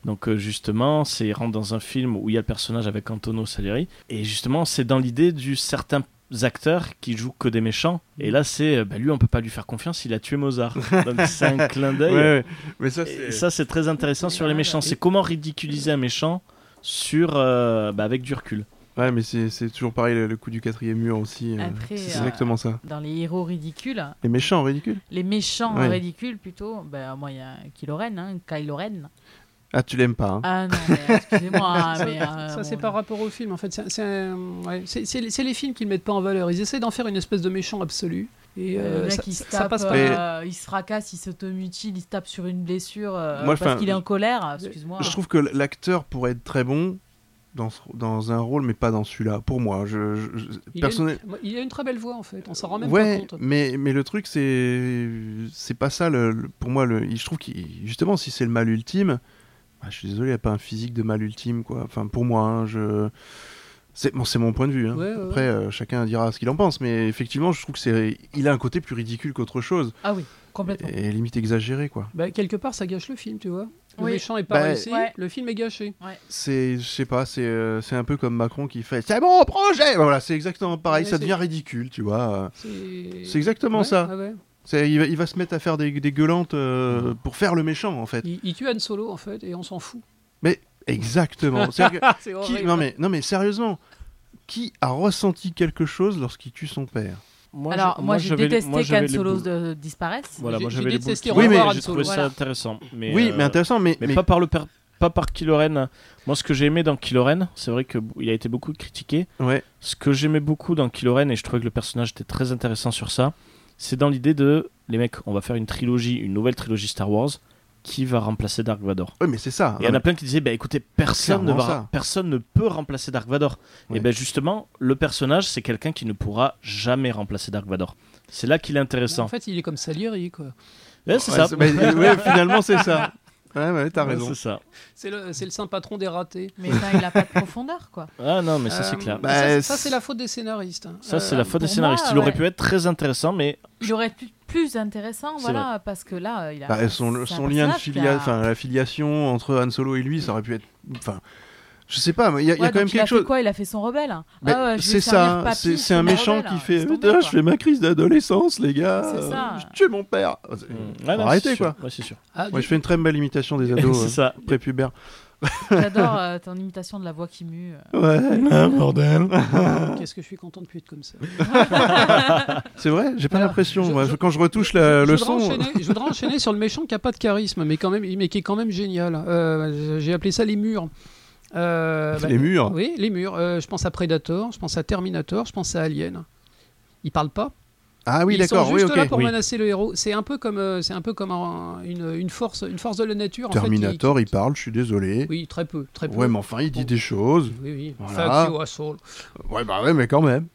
Speaker 3: Donc euh, justement, c'est il rentre dans un film où il y a le personnage avec Antonio Salieri, et justement, c'est dans l'idée du certain acteurs qui jouent que des méchants et là c'est euh, bah, lui on peut pas lui faire confiance il a tué Mozart donc c'est un clin d'œil
Speaker 2: Ouais, ouais. Mais ça,
Speaker 3: et
Speaker 2: c'est.
Speaker 3: ça, c'est très intéressant sur les méchants. C'est comment ridiculiser un méchant sur, euh, bah, avec du recul.
Speaker 2: Ouais, mais c'est c'est toujours pareil le, le coup du quatrième mur aussi. euh,
Speaker 4: Après,
Speaker 2: c'est
Speaker 4: euh,
Speaker 2: exactement ça.
Speaker 4: Dans les héros ridicules,
Speaker 2: Les méchants, ridicules.
Speaker 4: les méchants
Speaker 2: Ouais.
Speaker 4: ridicules plutôt, ben moi il y a Kylo Ren, hein, Kylo Ren.
Speaker 2: Ah, tu l'aimes pas. hein.
Speaker 4: Ah non, mais, excusez-moi,
Speaker 5: ça,
Speaker 4: mais. euh,
Speaker 5: ça, c'est
Speaker 4: bon,
Speaker 5: par rapport au film. En fait, c'est- c'est un- ouais, c'est- c'est- c'est les films qu'ils mettent pas en valeur. Ils essaient d'en faire une espèce de méchant absolu. Et
Speaker 4: Le
Speaker 5: euh,
Speaker 4: mec
Speaker 5: ça,
Speaker 4: il se
Speaker 5: ça-
Speaker 4: tape,
Speaker 5: ça passe pas.
Speaker 2: Mais-
Speaker 4: euh, il se fracasse, il s'automutile, il se tape sur une blessure euh,
Speaker 2: Moi,
Speaker 4: parce
Speaker 2: enfin,
Speaker 4: qu'il est en colère. Excuse-moi.
Speaker 2: Je trouve que l'acteur pourrait être très bon dans, ce- dans un rôle, mais pas dans celui-là. Pour moi, je, je- je-
Speaker 5: Il,
Speaker 2: personnel-
Speaker 5: a une, il a une très belle voix en fait. On s'en rend même
Speaker 2: ouais,
Speaker 5: pas compte.
Speaker 2: mais, mais le truc, c'est c'est pas ça. Le, le- pour moi, le, je trouve que justement, si c'est le mal ultime, bah, je suis désolé, il n'y a pas un physique de mal ultime. Quoi. Enfin, pour moi, hein, je. C'est bon, c'est mon point de vue. hein.
Speaker 5: Ouais, ouais, ouais.
Speaker 2: Après, euh, chacun dira ce qu'il en pense, mais effectivement, je trouve que c'est, il a un côté plus ridicule qu'autre chose,
Speaker 4: Ah oui, complètement.
Speaker 2: et limite exagéré, quoi.
Speaker 5: Bah, quelque part, ça gâche le film, tu vois. Le
Speaker 4: Oui.
Speaker 5: méchant est pas
Speaker 2: Bah,
Speaker 5: réussi,
Speaker 4: Ouais.
Speaker 5: le film est gâché.
Speaker 2: C'est, je sais pas, c'est, euh, c'est un peu comme Macron qui fait, c'est mon projet. Voilà, c'est exactement pareil,
Speaker 5: Ouais,
Speaker 2: ça
Speaker 5: c'est-
Speaker 2: devient ridicule, tu vois.
Speaker 5: C'est
Speaker 2: C'est exactement
Speaker 5: Ouais,
Speaker 2: ça.
Speaker 5: ouais, ouais.
Speaker 2: C'est, il, va, il va se mettre à faire des, des gueulantes euh, pour faire le méchant, en fait.
Speaker 5: Il, il tue Han Solo, en fait, et on s'en fout.
Speaker 2: Exactement. C'est-à-dire que-
Speaker 5: Ah, c'est
Speaker 2: qui-
Speaker 5: horrible.
Speaker 2: non mais, non mais sérieusement, qui a ressenti quelque chose lorsqu'il tue son père
Speaker 3: Moi,
Speaker 4: Alors,
Speaker 3: je-
Speaker 4: moi, j'ai
Speaker 3: j'avais les-
Speaker 4: détesté
Speaker 3: moi, j'avais
Speaker 4: qu'Anne
Speaker 3: les
Speaker 4: Solo
Speaker 3: boules.
Speaker 4: de- disparaisse.
Speaker 3: Voilà,
Speaker 5: J'ai-
Speaker 3: moi
Speaker 5: j'ai
Speaker 3: j'avais les boules.
Speaker 5: détesté
Speaker 3: qui-
Speaker 2: Oui, revoir mais- Han
Speaker 3: j'ai
Speaker 5: Solo.
Speaker 3: trouvé ça
Speaker 4: Voilà.
Speaker 3: intéressant. Mais
Speaker 2: Oui,
Speaker 3: euh,
Speaker 2: mais intéressant, mais,
Speaker 3: mais
Speaker 2: mais-
Speaker 3: pas par le per- pas par Kylo Ren. Moi, ce que j'ai aimé dans Kylo Ren, c'est vrai que b- il a été beaucoup critiqué.
Speaker 2: ouais.
Speaker 3: Ce que j'aimais beaucoup dans Kylo Ren et je trouvais que le personnage était très intéressant sur ça, c'est dans l'idée de les mecs, on va faire une trilogie, une nouvelle trilogie Star Wars qui va remplacer Dark Vador.
Speaker 2: Ah Ouais, mais c'est ça.
Speaker 3: Et il y en a plein qui disaient bah écoutez personne ne
Speaker 2: Clairement
Speaker 3: va,
Speaker 2: ça.
Speaker 3: personne ne peut remplacer Dark Vador.
Speaker 2: Ouais.
Speaker 3: Et ben justement le personnage c'est quelqu'un qui ne pourra jamais remplacer Dark Vador. C'est là qu'il est
Speaker 5: Mais En
Speaker 3: intéressant.
Speaker 5: fait, il est comme Salieri, quoi.
Speaker 3: Ouais, c'est
Speaker 2: Ouais,
Speaker 3: ça.
Speaker 2: c'est- mais- euh, ouais, finalement, c'est ça. Ouais, ouais, t'as
Speaker 3: Ouais,
Speaker 2: raison.
Speaker 3: c'est ça.
Speaker 5: C'est le, c'est le saint patron des ratés.
Speaker 4: Mais ça, il a pas de profondeur, quoi.
Speaker 3: Ah non mais ça
Speaker 5: Euh,
Speaker 3: c'est clair.
Speaker 5: mais ça,
Speaker 2: Bah,
Speaker 5: ça,
Speaker 2: c'est-
Speaker 5: c'est la faute des scénaristes. hein.
Speaker 3: Ça, c'est
Speaker 5: Euh,
Speaker 3: la faute des
Speaker 4: pour
Speaker 3: scénaristes.
Speaker 4: moi,
Speaker 3: il aurait
Speaker 4: ouais.
Speaker 3: pu être très intéressant, mais
Speaker 4: Il aurait pu plus intéressant,
Speaker 3: C'est
Speaker 4: voilà, parce que là, euh, il a.
Speaker 2: Bah, son
Speaker 4: c'est un
Speaker 2: son lien de
Speaker 4: personnage qui
Speaker 2: filia-
Speaker 4: a-
Speaker 2: enfin, la filiation entre Han Solo et lui, ça aurait pu être. Enfin, je sais pas, mais il y a, il y a
Speaker 4: Ouais,
Speaker 2: quand même
Speaker 4: donc il a
Speaker 2: quelque
Speaker 4: fait
Speaker 2: chose.
Speaker 4: quoi Il a fait son rebelle. Ah
Speaker 2: Mais
Speaker 4: ouais, je vais
Speaker 2: c'est
Speaker 4: servir
Speaker 2: ça,
Speaker 4: papy,
Speaker 2: c'est
Speaker 4: je
Speaker 2: c'est
Speaker 4: suis
Speaker 2: un
Speaker 4: une
Speaker 2: méchant
Speaker 4: rebelle.
Speaker 2: qui fait
Speaker 4: Laisse
Speaker 2: Putain,
Speaker 4: tomber,
Speaker 2: je
Speaker 4: quoi.
Speaker 2: fais ma crise d'adolescence, les gars.
Speaker 4: C'est
Speaker 2: euh,
Speaker 4: ça.
Speaker 2: Je tue mon père.
Speaker 3: Mm. euh, Ouais, non,
Speaker 2: Arrêtez,
Speaker 3: c'est sûr.
Speaker 2: Euh, quoi.
Speaker 3: Ouais, c'est sûr.
Speaker 5: ah,
Speaker 2: Moi,
Speaker 5: du-
Speaker 2: je fais une très belle imitation des
Speaker 3: c'est
Speaker 2: ados euh,
Speaker 3: ça.
Speaker 2: prépubères.
Speaker 4: J'adore euh, ton imitation de la voix qui mue. euh.
Speaker 2: Ouais, non, bordel.
Speaker 5: Qu'est-ce que je suis content de plus être comme ça.
Speaker 2: C'est vrai, j'ai pas
Speaker 5: Alors,
Speaker 2: l'impression.
Speaker 5: je-
Speaker 2: moi,
Speaker 5: je-
Speaker 2: quand je retouche la-
Speaker 5: Je
Speaker 2: Euh, le
Speaker 5: voudrais
Speaker 2: son.
Speaker 5: enchaîner- je voudrais enchaîner sur le méchant qui a pas de charisme, mais quand même, mais qui est quand même génial. Euh, J'ai appelé ça les murs. Euh, bah,
Speaker 2: Les murs.
Speaker 5: Oui, les murs. Euh, je pense à Predator, je pense à Terminator, je pense à Alien. Ils parlent pas.
Speaker 2: Ah oui,
Speaker 5: Ils sont
Speaker 2: d'accord, oui,
Speaker 5: juste
Speaker 2: ok.
Speaker 5: là pour
Speaker 2: Oui.
Speaker 5: menacer le héros. C'est un peu comme, euh, c'est un peu comme un- une, une force, une force de la nature. en fait, qui-
Speaker 2: Terminator, il parle, je suis désolé.
Speaker 5: oui, très peu, très peu.
Speaker 2: Ouais, mais enfin, il dit des choses.
Speaker 5: Oui, oui.
Speaker 2: Voilà.
Speaker 5: Fuck you, asshole.
Speaker 2: Ouais, bah ouais, mais quand même.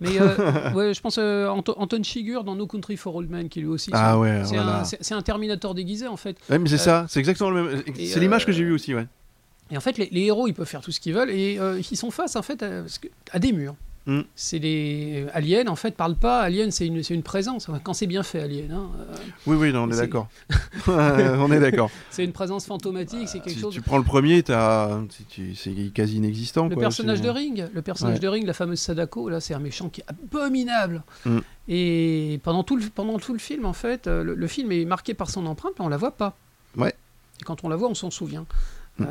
Speaker 5: Mais euh, ouais, je pense euh, Anto- Anton Chigurh dans No Country for Old Men, qui lui aussi.
Speaker 2: Ah ouais,
Speaker 5: c'est- c'est
Speaker 2: voilà.
Speaker 5: un- c'est c'est un Terminator déguisé en fait.
Speaker 2: Ouais, mais c'est
Speaker 5: Euh,
Speaker 2: ça, c'est exactement le même.
Speaker 5: et,
Speaker 2: C'est l'image
Speaker 5: euh,
Speaker 2: que j'ai vue aussi, ouais.
Speaker 5: Et en fait, les, les héros, ils peuvent faire tout ce qu'ils veulent et euh, ils sont face en fait à, parce que- à des murs.
Speaker 2: Mm.
Speaker 5: C'est des euh, aliens en fait parlent pas. Alien, c'est une, c'est une présence. Enfin, quand c'est bien fait, Alien, hein, euh,
Speaker 2: Oui, oui, non, on est
Speaker 5: c'est-
Speaker 2: d'accord. Euh, on est d'accord.
Speaker 5: c'est une présence fantomatique. c'est quelque
Speaker 2: Si
Speaker 5: chose.
Speaker 2: tu prends le premier, t'as- si tu- c'est quasi inexistant.
Speaker 5: Le
Speaker 2: quoi,
Speaker 5: personnage de
Speaker 2: sinon.
Speaker 5: Ring, le personnage
Speaker 2: Ouais.
Speaker 5: de Ring, la fameuse Sadako, là, c'est un méchant qui est abominable.
Speaker 2: Mm.
Speaker 5: Et pendant tout le pendant tout le film, en fait, euh, le, le film est marqué par son empreinte, mais on la voit pas.
Speaker 2: Ouais. Mm.
Speaker 5: Et quand on la voit, on s'en souvient. Euh,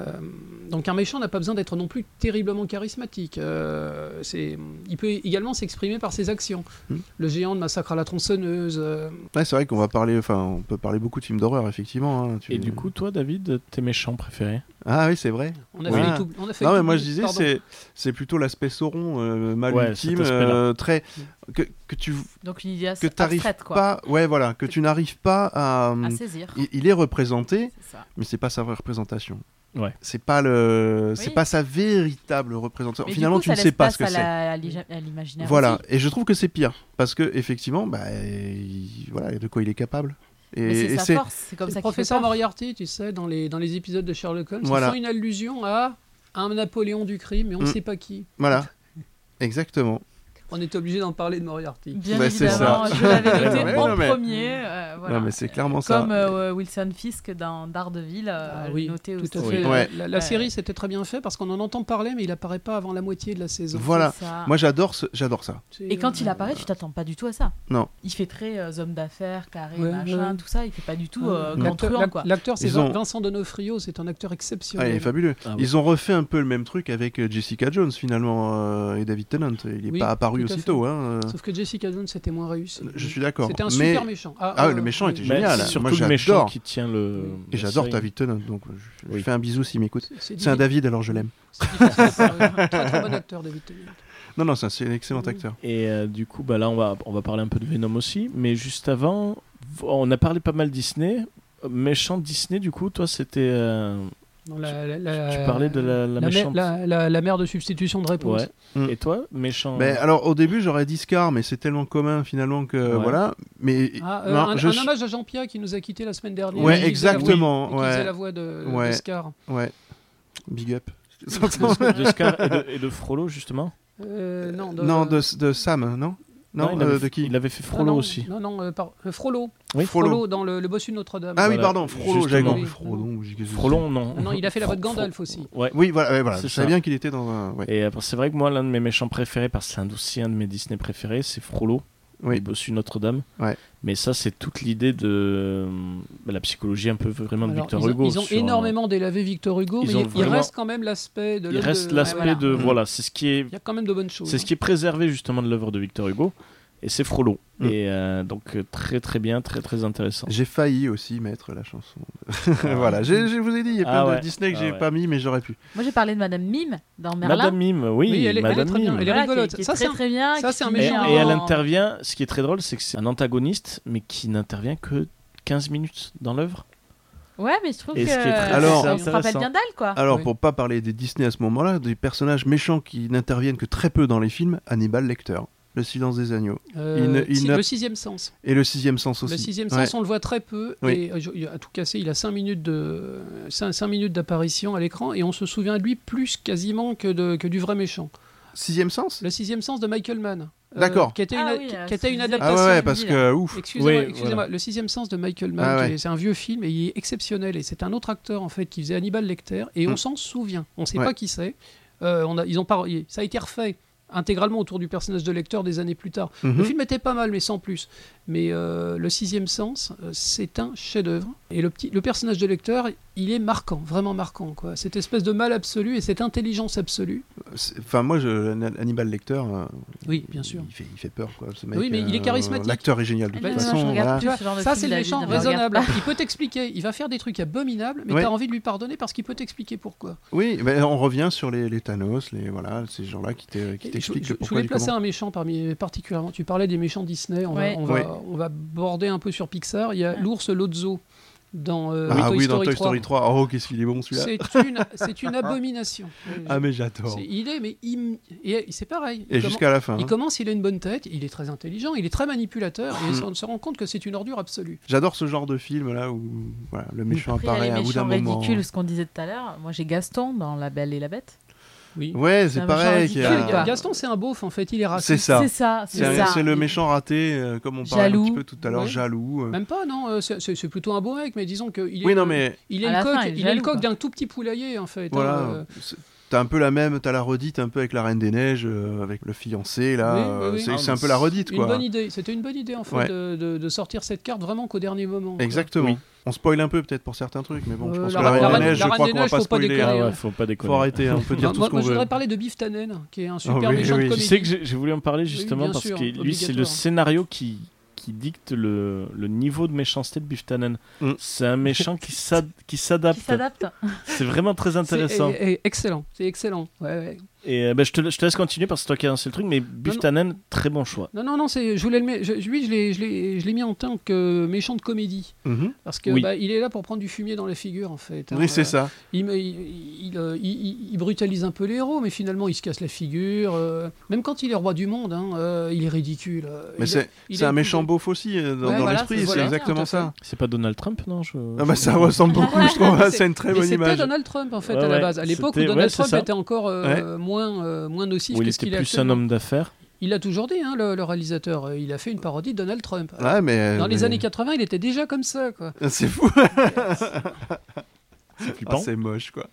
Speaker 5: donc un méchant n'a pas besoin d'être non plus terriblement charismatique. Euh, c'est, il peut également s'exprimer par ses actions.
Speaker 2: Mm.
Speaker 5: Le géant de massacre à la tronçonneuse. euh,
Speaker 2: Ouais, c'est vrai qu'on va parler, enfin, on peut parler beaucoup de films d'horreur, effectivement. hein, tu-
Speaker 3: Et du coup, toi, David, tes méchants préférés
Speaker 2: Ah oui, c'est vrai.
Speaker 5: on a
Speaker 2: Ouais.
Speaker 5: fait les tout. On a fait
Speaker 2: Non,
Speaker 5: les
Speaker 2: mais
Speaker 5: tout-
Speaker 2: moi je disais,
Speaker 5: pardon.
Speaker 2: c'est c'est plutôt l'aspect sauron, euh, mal
Speaker 3: Ouais,
Speaker 2: ultime,
Speaker 3: cet aspect-là.
Speaker 2: euh, très que, que tu
Speaker 4: Donc une idée
Speaker 2: que
Speaker 4: assez
Speaker 2: t'arrives
Speaker 4: abstraite, quoi.
Speaker 2: pas, ouais, voilà, que tu n'arrives pas à. hum,
Speaker 4: À saisir.
Speaker 2: Il, il est représenté,
Speaker 4: C'est ça.
Speaker 2: mais c'est pas sa vraie représentation.
Speaker 3: Ouais.
Speaker 2: C'est pas le, c'est
Speaker 4: Oui.
Speaker 2: pas sa véritable représentation.
Speaker 4: Mais du
Speaker 2: Finalement,
Speaker 4: coup,
Speaker 2: tu
Speaker 4: ça
Speaker 2: ne sais
Speaker 4: laisse
Speaker 2: pas
Speaker 4: place
Speaker 2: ce que
Speaker 4: à
Speaker 2: c'est.
Speaker 4: la- à l'ige- à l'imaginaire.
Speaker 2: Voilà.
Speaker 4: aussi.
Speaker 2: Et je trouve que c'est pire parce que effectivement, bah, il- voilà, de quoi il est capable. Et,
Speaker 4: Mais
Speaker 2: et
Speaker 4: c'est sa
Speaker 2: c'est,
Speaker 4: force, c'est comme
Speaker 5: le
Speaker 4: ça qu'il fait
Speaker 5: professeur
Speaker 4: peur.
Speaker 5: Moriarty, tu sais, dans les, dans les épisodes de Sherlock Holmes, ils
Speaker 2: Voilà.
Speaker 5: font une allusion à un Napoléon du crime, mais on ne
Speaker 2: Mm.
Speaker 5: sait pas qui.
Speaker 2: voilà, exactement.
Speaker 5: On est obligé d'en parler de Moriarty.
Speaker 4: Bien
Speaker 2: Bah, c'est
Speaker 4: évidemment,
Speaker 2: ça.
Speaker 4: je l'avais
Speaker 2: Non,
Speaker 4: noté
Speaker 2: mais-
Speaker 4: en
Speaker 2: non, mais-
Speaker 4: premier. euh, voilà.
Speaker 2: Non, mais c'est clairement ça.
Speaker 4: Comme euh, Wilson Fisk dans Daredevil, euh,
Speaker 5: Ah oui,
Speaker 4: noté
Speaker 5: tout
Speaker 4: aussi.
Speaker 5: à fait.
Speaker 2: Ouais.
Speaker 5: La, la
Speaker 4: Ouais.
Speaker 5: série, c'était très bien fait parce qu'on en entend parler, mais il apparaît pas avant la moitié de la saison. euh,
Speaker 2: Voilà.
Speaker 4: C'est ça.
Speaker 2: Moi, j'adore, ce- j'adore ça.
Speaker 5: C'est-
Speaker 4: Et quand il apparaît, tu t'attends pas du tout à ça.
Speaker 2: Non.
Speaker 4: Il fait très euh, homme d'affaires, carré,
Speaker 5: Ouais,
Speaker 4: machin,
Speaker 5: ouais.
Speaker 4: tout ça. Il fait pas du tout euh, grand
Speaker 5: L'acteur-
Speaker 4: truand, quoi.
Speaker 5: l'ac- L'acteur, c'est
Speaker 2: Ils ont-
Speaker 5: Vincent Donofrio, c'est un acteur
Speaker 2: Ah, il
Speaker 5: exceptionnel.
Speaker 2: est fabuleux.
Speaker 3: Ah ouais.
Speaker 2: Ils ont refait un peu le même truc avec euh, Jessica Jones finalement euh, et David Tennant. Il n'est
Speaker 5: Oui,
Speaker 2: pas apparu
Speaker 5: tout à
Speaker 2: aussitôt. hein, euh,
Speaker 5: Sauf que Jessica Jones, c'était moins réussi.
Speaker 2: Je suis d'accord.
Speaker 5: C'était un
Speaker 2: mais...
Speaker 5: super méchant.
Speaker 2: Ah,
Speaker 5: euh,
Speaker 2: le méchant
Speaker 5: oui.
Speaker 2: était
Speaker 3: Mais
Speaker 2: Génial.
Speaker 3: c'est surtout
Speaker 2: Moi,
Speaker 3: le méchant
Speaker 2: j'adore.
Speaker 3: qui tient le.
Speaker 2: Et j'adore
Speaker 3: ta vie.
Speaker 2: David Tennant, donc euh, je- je lui
Speaker 3: Oui.
Speaker 2: fais un bisou s'il m'écoute.
Speaker 5: C'est
Speaker 2: C'est un
Speaker 5: difficile.
Speaker 2: David, alors je l'aime.
Speaker 5: C'est difficile. Ouais, Très très bon acteur, David Tennant.
Speaker 2: Non, non, c'est un- c'est un excellent
Speaker 5: Oui.
Speaker 2: acteur.
Speaker 3: Et euh, du coup, bah là, on va, on va parler un peu de Venom aussi. Mais juste avant, on a parlé pas mal Disney. Euh, Méchant Disney, du coup, toi, c'était. euh,
Speaker 5: Dans la- la- la-
Speaker 3: tu parlais de la, la
Speaker 5: Euh, la, mère-
Speaker 3: méchante.
Speaker 5: la- la- la mère de substitution de réponse.
Speaker 3: Ouais.
Speaker 2: Mm.
Speaker 3: Et toi, méchant.
Speaker 2: Mais alors, au début, j'aurais dit Scar, mais c'est tellement commun finalement que
Speaker 3: Ouais.
Speaker 2: voilà. Mais
Speaker 5: Ah, euh,
Speaker 2: non,
Speaker 5: un,
Speaker 2: je
Speaker 5: un
Speaker 2: suis-
Speaker 5: hommage à Jean Pierre qui nous a quitté la semaine dernière.
Speaker 2: Ouais,
Speaker 5: Et qui faisait la voix-
Speaker 2: exactement,
Speaker 5: et Qui faisait
Speaker 2: ouais.
Speaker 5: la voix de, de
Speaker 2: Ouais.
Speaker 5: Scar.
Speaker 2: ouais, big up.
Speaker 3: de Scar
Speaker 2: euh,
Speaker 3: et de, et de Frollo, justement.
Speaker 5: Euh, non, de,
Speaker 2: Non, de, de Sam, hein, non Non,
Speaker 3: il avait,
Speaker 2: euh, de qui
Speaker 3: Il avait fait
Speaker 5: Ah,
Speaker 3: Frollo
Speaker 5: non,
Speaker 3: aussi.
Speaker 5: Non, non, euh, par- euh, Frollo.
Speaker 3: Oui,
Speaker 5: Frollo.
Speaker 2: Frollo.
Speaker 5: dans le, le bossu de Notre-Dame.
Speaker 2: Ah oui,
Speaker 3: Voilà,
Speaker 2: pardon, Frollo, j'avais
Speaker 3: justement.
Speaker 2: compris.
Speaker 5: Oui.
Speaker 2: Frollo, j'ai qu'est-ce que
Speaker 3: Frollo, non.
Speaker 5: Ah Non, il a fait la voix de
Speaker 3: Fro- Fro-
Speaker 5: Gandalf aussi.
Speaker 3: Ouais.
Speaker 2: c'est Oui, voilà, ouais, voilà.
Speaker 3: C'est
Speaker 2: je savais
Speaker 3: ça.
Speaker 2: bien qu'il était dans un. ouais.
Speaker 3: Et euh, c'est vrai que moi, l'un de mes méchants préférés, parce que c'est un aussi un de mes Disney préférés, c'est Frollo,
Speaker 2: Oui.
Speaker 3: les bossus Notre-Dame.
Speaker 2: Ouais.
Speaker 3: Mais ça, c'est toute l'idée de euh, la psychologie un peu vraiment de
Speaker 5: Alors,
Speaker 3: Victor
Speaker 5: ils ont,
Speaker 3: Hugo.
Speaker 5: ils ont
Speaker 3: sur, euh,
Speaker 5: énormément délavé Victor Hugo,
Speaker 3: ils
Speaker 5: mais
Speaker 3: ont
Speaker 5: il, il
Speaker 3: vraiment-
Speaker 5: reste quand même l'aspect de
Speaker 3: Il
Speaker 5: l'œuvre
Speaker 3: reste
Speaker 5: de-
Speaker 3: l'aspect
Speaker 4: ouais, voilà.
Speaker 3: de.
Speaker 5: Mm.
Speaker 3: Voilà, c'est ce qui est
Speaker 5: Il y a quand même de bonnes choses.
Speaker 3: C'est ce qui est préservé justement de l'œuvre de Victor Hugo, et c'est Frollo.
Speaker 2: Mm.
Speaker 3: Et euh, donc euh, très très bien, très très intéressant.
Speaker 2: J'ai failli aussi mettre la chanson. voilà, j'ai- je vous ai dit, il y a plein
Speaker 3: Ah
Speaker 2: de
Speaker 3: ouais.
Speaker 2: Disney que
Speaker 3: Ah
Speaker 2: j'ai
Speaker 3: ouais.
Speaker 2: pas mis, mais j'aurais pu.
Speaker 4: Moi, j'ai parlé de Madame Mime dans Merlin.
Speaker 3: Madame Mime,
Speaker 5: Oui,
Speaker 3: oui,
Speaker 5: elle est- elle est
Speaker 3: Madame
Speaker 5: très bien,
Speaker 3: Mime.
Speaker 5: elle est
Speaker 4: Voilà,
Speaker 5: rigolote.
Speaker 4: qui est- qui est
Speaker 5: Ça,
Speaker 4: très,
Speaker 5: c'est un-
Speaker 4: très bien.
Speaker 5: ça,
Speaker 4: qui
Speaker 5: c'est un
Speaker 4: finit
Speaker 3: Et,
Speaker 5: méchant.
Speaker 4: en-
Speaker 3: et elle intervient, ce qui est très drôle, c'est que c'est un antagoniste, mais qui n'intervient que 15 minutes dans l'œuvre.
Speaker 4: Ouais, mais je trouve
Speaker 3: Et
Speaker 4: que.
Speaker 3: ce qui est très-
Speaker 2: Alors- Ah,
Speaker 4: on se
Speaker 3: c'est
Speaker 4: rappelle
Speaker 3: intéressant.
Speaker 4: bien d'elle, quoi.
Speaker 2: Alors,
Speaker 5: Ah Oui.
Speaker 2: pour pas parler des Disney à ce moment-là, des personnages méchants qui n'interviennent que très peu dans les films, Hannibal Lecter, Le Silence des Agneaux,
Speaker 5: Euh,
Speaker 2: il ne- il
Speaker 5: si-
Speaker 2: ne-
Speaker 5: Le sixième sens.
Speaker 2: et Le Sixième Sens aussi.
Speaker 5: Le sixième
Speaker 2: Ouais.
Speaker 5: sens, on le voit très peu.
Speaker 2: Oui.
Speaker 5: Et, euh, je- il a- à tout casser, il a 5 minutes de cinq cinq minutes d'apparition à l'écran et on se souvient de lui plus quasiment que, de, que du vrai méchant.
Speaker 2: Sixième Sens
Speaker 5: Le sixième sens de Michael Mann. euh,
Speaker 2: D'accord.
Speaker 5: qui était,
Speaker 4: Ah
Speaker 5: une,
Speaker 4: oui,
Speaker 5: qui-
Speaker 4: euh,
Speaker 5: qui était une
Speaker 4: c'est-
Speaker 2: Ah
Speaker 5: adaptation.
Speaker 4: Passion
Speaker 2: ouais, ouais, parce
Speaker 4: Mobile.
Speaker 2: que ouf.
Speaker 5: Excusez-moi,
Speaker 3: Oui,
Speaker 5: excusez-moi,
Speaker 3: voilà.
Speaker 5: le sixième sens de Michael Mann,
Speaker 2: Ah
Speaker 5: qui
Speaker 2: ouais.
Speaker 5: est- c'est un vieux film et il est exceptionnel. Et c'est un autre acteur en fait qui faisait Hannibal Lecter et on
Speaker 2: Mm.
Speaker 5: s'en souvient. On ne sait
Speaker 2: Ouais.
Speaker 5: pas qui c'est. Euh, on a, ils ont pas, ça a été refait intégralement autour du personnage de Lecter des années plus tard. Le
Speaker 2: Mhm.
Speaker 5: film était pas mal, mais sans plus. Mais euh, le sixième sens, euh, c'est un chef-d'œuvre. Et le, petit, le personnage de Lecteur, il est marquant, vraiment marquant. Quoi. Cette espèce de mal absolu et cette intelligence absolue.
Speaker 2: C'est- Enfin, moi, je, Hannibal Lecter, euh,
Speaker 5: Oui, bien sûr.
Speaker 2: il fait, il fait peur, quoi. ce mec,
Speaker 5: Oui, mais il est
Speaker 2: euh,
Speaker 5: charismatique.
Speaker 2: L'acteur est génial, de toute
Speaker 5: Mais non,
Speaker 2: façon.
Speaker 4: je regarde
Speaker 2: voilà.
Speaker 5: Tu vois,
Speaker 4: ce genre de
Speaker 5: ça,
Speaker 4: film,
Speaker 5: c'est le
Speaker 4: la vie
Speaker 5: méchant
Speaker 4: ne me regarde
Speaker 5: raisonnable. Il peut t'expliquer. Il va faire des trucs abominables, mais
Speaker 2: Ouais.
Speaker 5: tu as envie de lui pardonner parce qu'il peut t'expliquer pourquoi.
Speaker 2: Oui, mais on revient sur les, les Thanos, les, voilà, ces gens-là qui t'e- qui
Speaker 5: Et
Speaker 2: t'expliquent
Speaker 5: je, je-
Speaker 2: le
Speaker 5: je
Speaker 2: pourquoi
Speaker 5: voulais
Speaker 2: du
Speaker 5: placer
Speaker 2: comment.
Speaker 5: un méchant parmi particulièrement. Tu parlais des méchants Disney. On,
Speaker 4: Ouais.
Speaker 5: va, on, va,
Speaker 2: Ouais.
Speaker 5: on va border un peu sur Pixar. Il y a l'ours Lotso dans euh,
Speaker 2: Ah
Speaker 5: Toy
Speaker 2: oui, dans
Speaker 5: Story
Speaker 2: Toy
Speaker 5: 3.
Speaker 2: Story 3. Oh, qu'est-ce qu'il est bon celui-là.
Speaker 5: C'est une, c'est une abomination.
Speaker 2: Ah, mais j'adore.
Speaker 5: C'est- il est, mais il, et c'est pareil. Il,
Speaker 2: Et
Speaker 5: commen-
Speaker 2: jusqu'à la fin.
Speaker 5: il
Speaker 2: hein.
Speaker 5: commence, il a une bonne tête, il est très intelligent, il est très manipulateur, et
Speaker 2: Hmm.
Speaker 5: on se rend compte que c'est une ordure absolue.
Speaker 2: J'adore ce genre de film là où voilà, le méchant
Speaker 4: Après, il y a
Speaker 2: apparaît
Speaker 4: les
Speaker 2: à bout d'un
Speaker 4: méchants
Speaker 2: moment. hein.
Speaker 4: ridicules, ce qu'on disait tout à l'heure. Moi, j'ai Gaston dans La Belle et la Bête.
Speaker 5: Oui.
Speaker 2: Ouais,
Speaker 4: C'est
Speaker 2: c'est
Speaker 4: un
Speaker 2: pareil.
Speaker 4: méchant
Speaker 2: qu'il y a-
Speaker 4: ridicule, quoi.
Speaker 5: Gaston, c'est un beauf, en fait, il est
Speaker 2: C'est
Speaker 5: raciste.
Speaker 2: ça.
Speaker 4: C'est ça, c'est
Speaker 2: C'est
Speaker 4: ça.
Speaker 2: c'est le méchant raté, euh, comme on parlait un
Speaker 4: Jaloux.
Speaker 2: petit peu tout à l'heure,
Speaker 5: Ouais.
Speaker 2: jaloux. euh.
Speaker 5: Même euh, pas, non, euh, c'est, c'est- c'est plutôt un beau mec, mais disons qu'il est,
Speaker 2: Oui, non
Speaker 5: le-
Speaker 2: mais
Speaker 5: il est
Speaker 4: À
Speaker 5: le
Speaker 4: la
Speaker 5: coq,
Speaker 4: fin, il est
Speaker 5: il, est le
Speaker 4: jaloux,
Speaker 5: coq
Speaker 4: quoi.
Speaker 5: d'un tout petit poulailler, en fait. hein,
Speaker 2: voilà.
Speaker 5: euh,
Speaker 2: c'est- T'as un peu la même, t'as la redite un peu avec la Reine des Neiges, euh, avec le fiancé là.
Speaker 5: Oui, oui,
Speaker 2: euh,
Speaker 5: oui.
Speaker 2: C'est
Speaker 3: Ah,
Speaker 2: c'est un
Speaker 3: mais
Speaker 2: peu la
Speaker 3: c'est
Speaker 2: redite
Speaker 5: une
Speaker 2: quoi.
Speaker 5: bonne idée, c'était une bonne idée, en fait,
Speaker 2: Ouais.
Speaker 5: de, de- de sortir cette carte vraiment qu'au dernier moment. quoi.
Speaker 2: Exactement.
Speaker 3: Oui.
Speaker 2: On spoil un peu peut-être pour certains trucs, mais bon, je
Speaker 5: Euh,
Speaker 2: pense
Speaker 5: la-
Speaker 2: que la
Speaker 5: la
Speaker 2: Reine des
Speaker 5: Reine-
Speaker 2: Neiges,
Speaker 5: la
Speaker 2: je
Speaker 5: Reine
Speaker 2: crois
Speaker 5: des
Speaker 2: qu'on va
Speaker 5: Neiges,
Speaker 2: pas
Speaker 5: faut pas
Speaker 2: spoiler.
Speaker 5: déconner.
Speaker 2: hein.
Speaker 5: ouais.
Speaker 3: Ah faut pas déconner.
Speaker 2: Faut arrêter, hein, on peut dire
Speaker 5: Moi,
Speaker 2: tout ce qu'on
Speaker 5: moi, je
Speaker 2: veut.
Speaker 5: voudrais parler de Biff Tannen, qui est un
Speaker 2: Ah
Speaker 5: super méchant
Speaker 2: oui, oui.
Speaker 5: de
Speaker 2: Tu
Speaker 3: Tu
Speaker 5: comédie.
Speaker 3: sais que j'ai- j'ai voulu en parler
Speaker 5: Oui,
Speaker 3: justement
Speaker 5: bien
Speaker 3: parce
Speaker 5: sûr, hein,
Speaker 3: que lui, c'est le
Speaker 5: obligatoire.
Speaker 3: scénario qui, qui dicte le, le niveau de méchanceté de Biff Tannen.
Speaker 2: Mm.
Speaker 3: C'est un méchant qui s'ad- qui
Speaker 4: Qui
Speaker 3: s'adapte.
Speaker 4: s'adapte.
Speaker 3: C'est vraiment très intéressant.
Speaker 5: C'est, eh, eh, excellent, c'est excellent. Ouais, ouais.
Speaker 3: Et euh, bah, je, te, je te laisse continuer parce que c'est toi qui as lancé le truc, mais Biff
Speaker 5: non.
Speaker 3: Tannen, très bon choix.
Speaker 5: Non, non, non, c'est, je voulais le, met- je, lui, je l'ai, je, l'ai, je l'ai mis en tant que méchant de comédie.
Speaker 2: Mhm.
Speaker 5: Parce que
Speaker 3: Oui.
Speaker 5: bah, il est là pour prendre du fumier dans la figure, en fait. hein.
Speaker 2: Oui, c'est
Speaker 5: Euh,
Speaker 2: ça.
Speaker 5: Il, me- il- il, euh, il- il- il brutalise un peu les héros, mais finalement, il se casse la figure. euh, même quand il est roi du monde, hein, euh, il est ridicule. euh, il
Speaker 2: Mais
Speaker 5: est-
Speaker 2: c'est
Speaker 5: il
Speaker 2: c'est
Speaker 5: est-
Speaker 2: un méchant beauf aussi euh, dans
Speaker 5: Ouais,
Speaker 2: dans
Speaker 5: voilà,
Speaker 2: l'esprit,
Speaker 5: c'est-
Speaker 2: c'est
Speaker 5: voilà,
Speaker 2: exactement
Speaker 5: tout à fait.
Speaker 2: ça.
Speaker 3: C'est pas Donald Trump, non je-
Speaker 2: Ah bah ça ressemble beaucoup, je trouve.
Speaker 5: C'est-
Speaker 2: C'est une très
Speaker 5: Mais
Speaker 2: bonne
Speaker 5: c'était
Speaker 2: image.
Speaker 5: Donald Trump, en fait,
Speaker 3: Ouais,
Speaker 5: à la
Speaker 3: ouais,
Speaker 5: base. À l'époque où
Speaker 3: c'était-
Speaker 5: Donald
Speaker 3: ouais, c'est
Speaker 5: Trump
Speaker 3: ça.
Speaker 5: était encore euh, moins, euh, moins nocif
Speaker 3: Où il
Speaker 5: que ce
Speaker 3: était
Speaker 5: qu'il est
Speaker 3: plus un
Speaker 5: actuellement.
Speaker 3: homme d'affaires.
Speaker 5: Il a toujours dit, hein, le, le réalisateur, euh, il a fait une parodie de Donald Trump.
Speaker 2: Ouais, mais,
Speaker 5: Dans les
Speaker 2: mais-
Speaker 5: années 80, il était déjà comme ça, quoi.
Speaker 2: C'est fou.
Speaker 3: C'est
Speaker 2: Ah,
Speaker 3: flippant.
Speaker 2: c'est moche, quoi.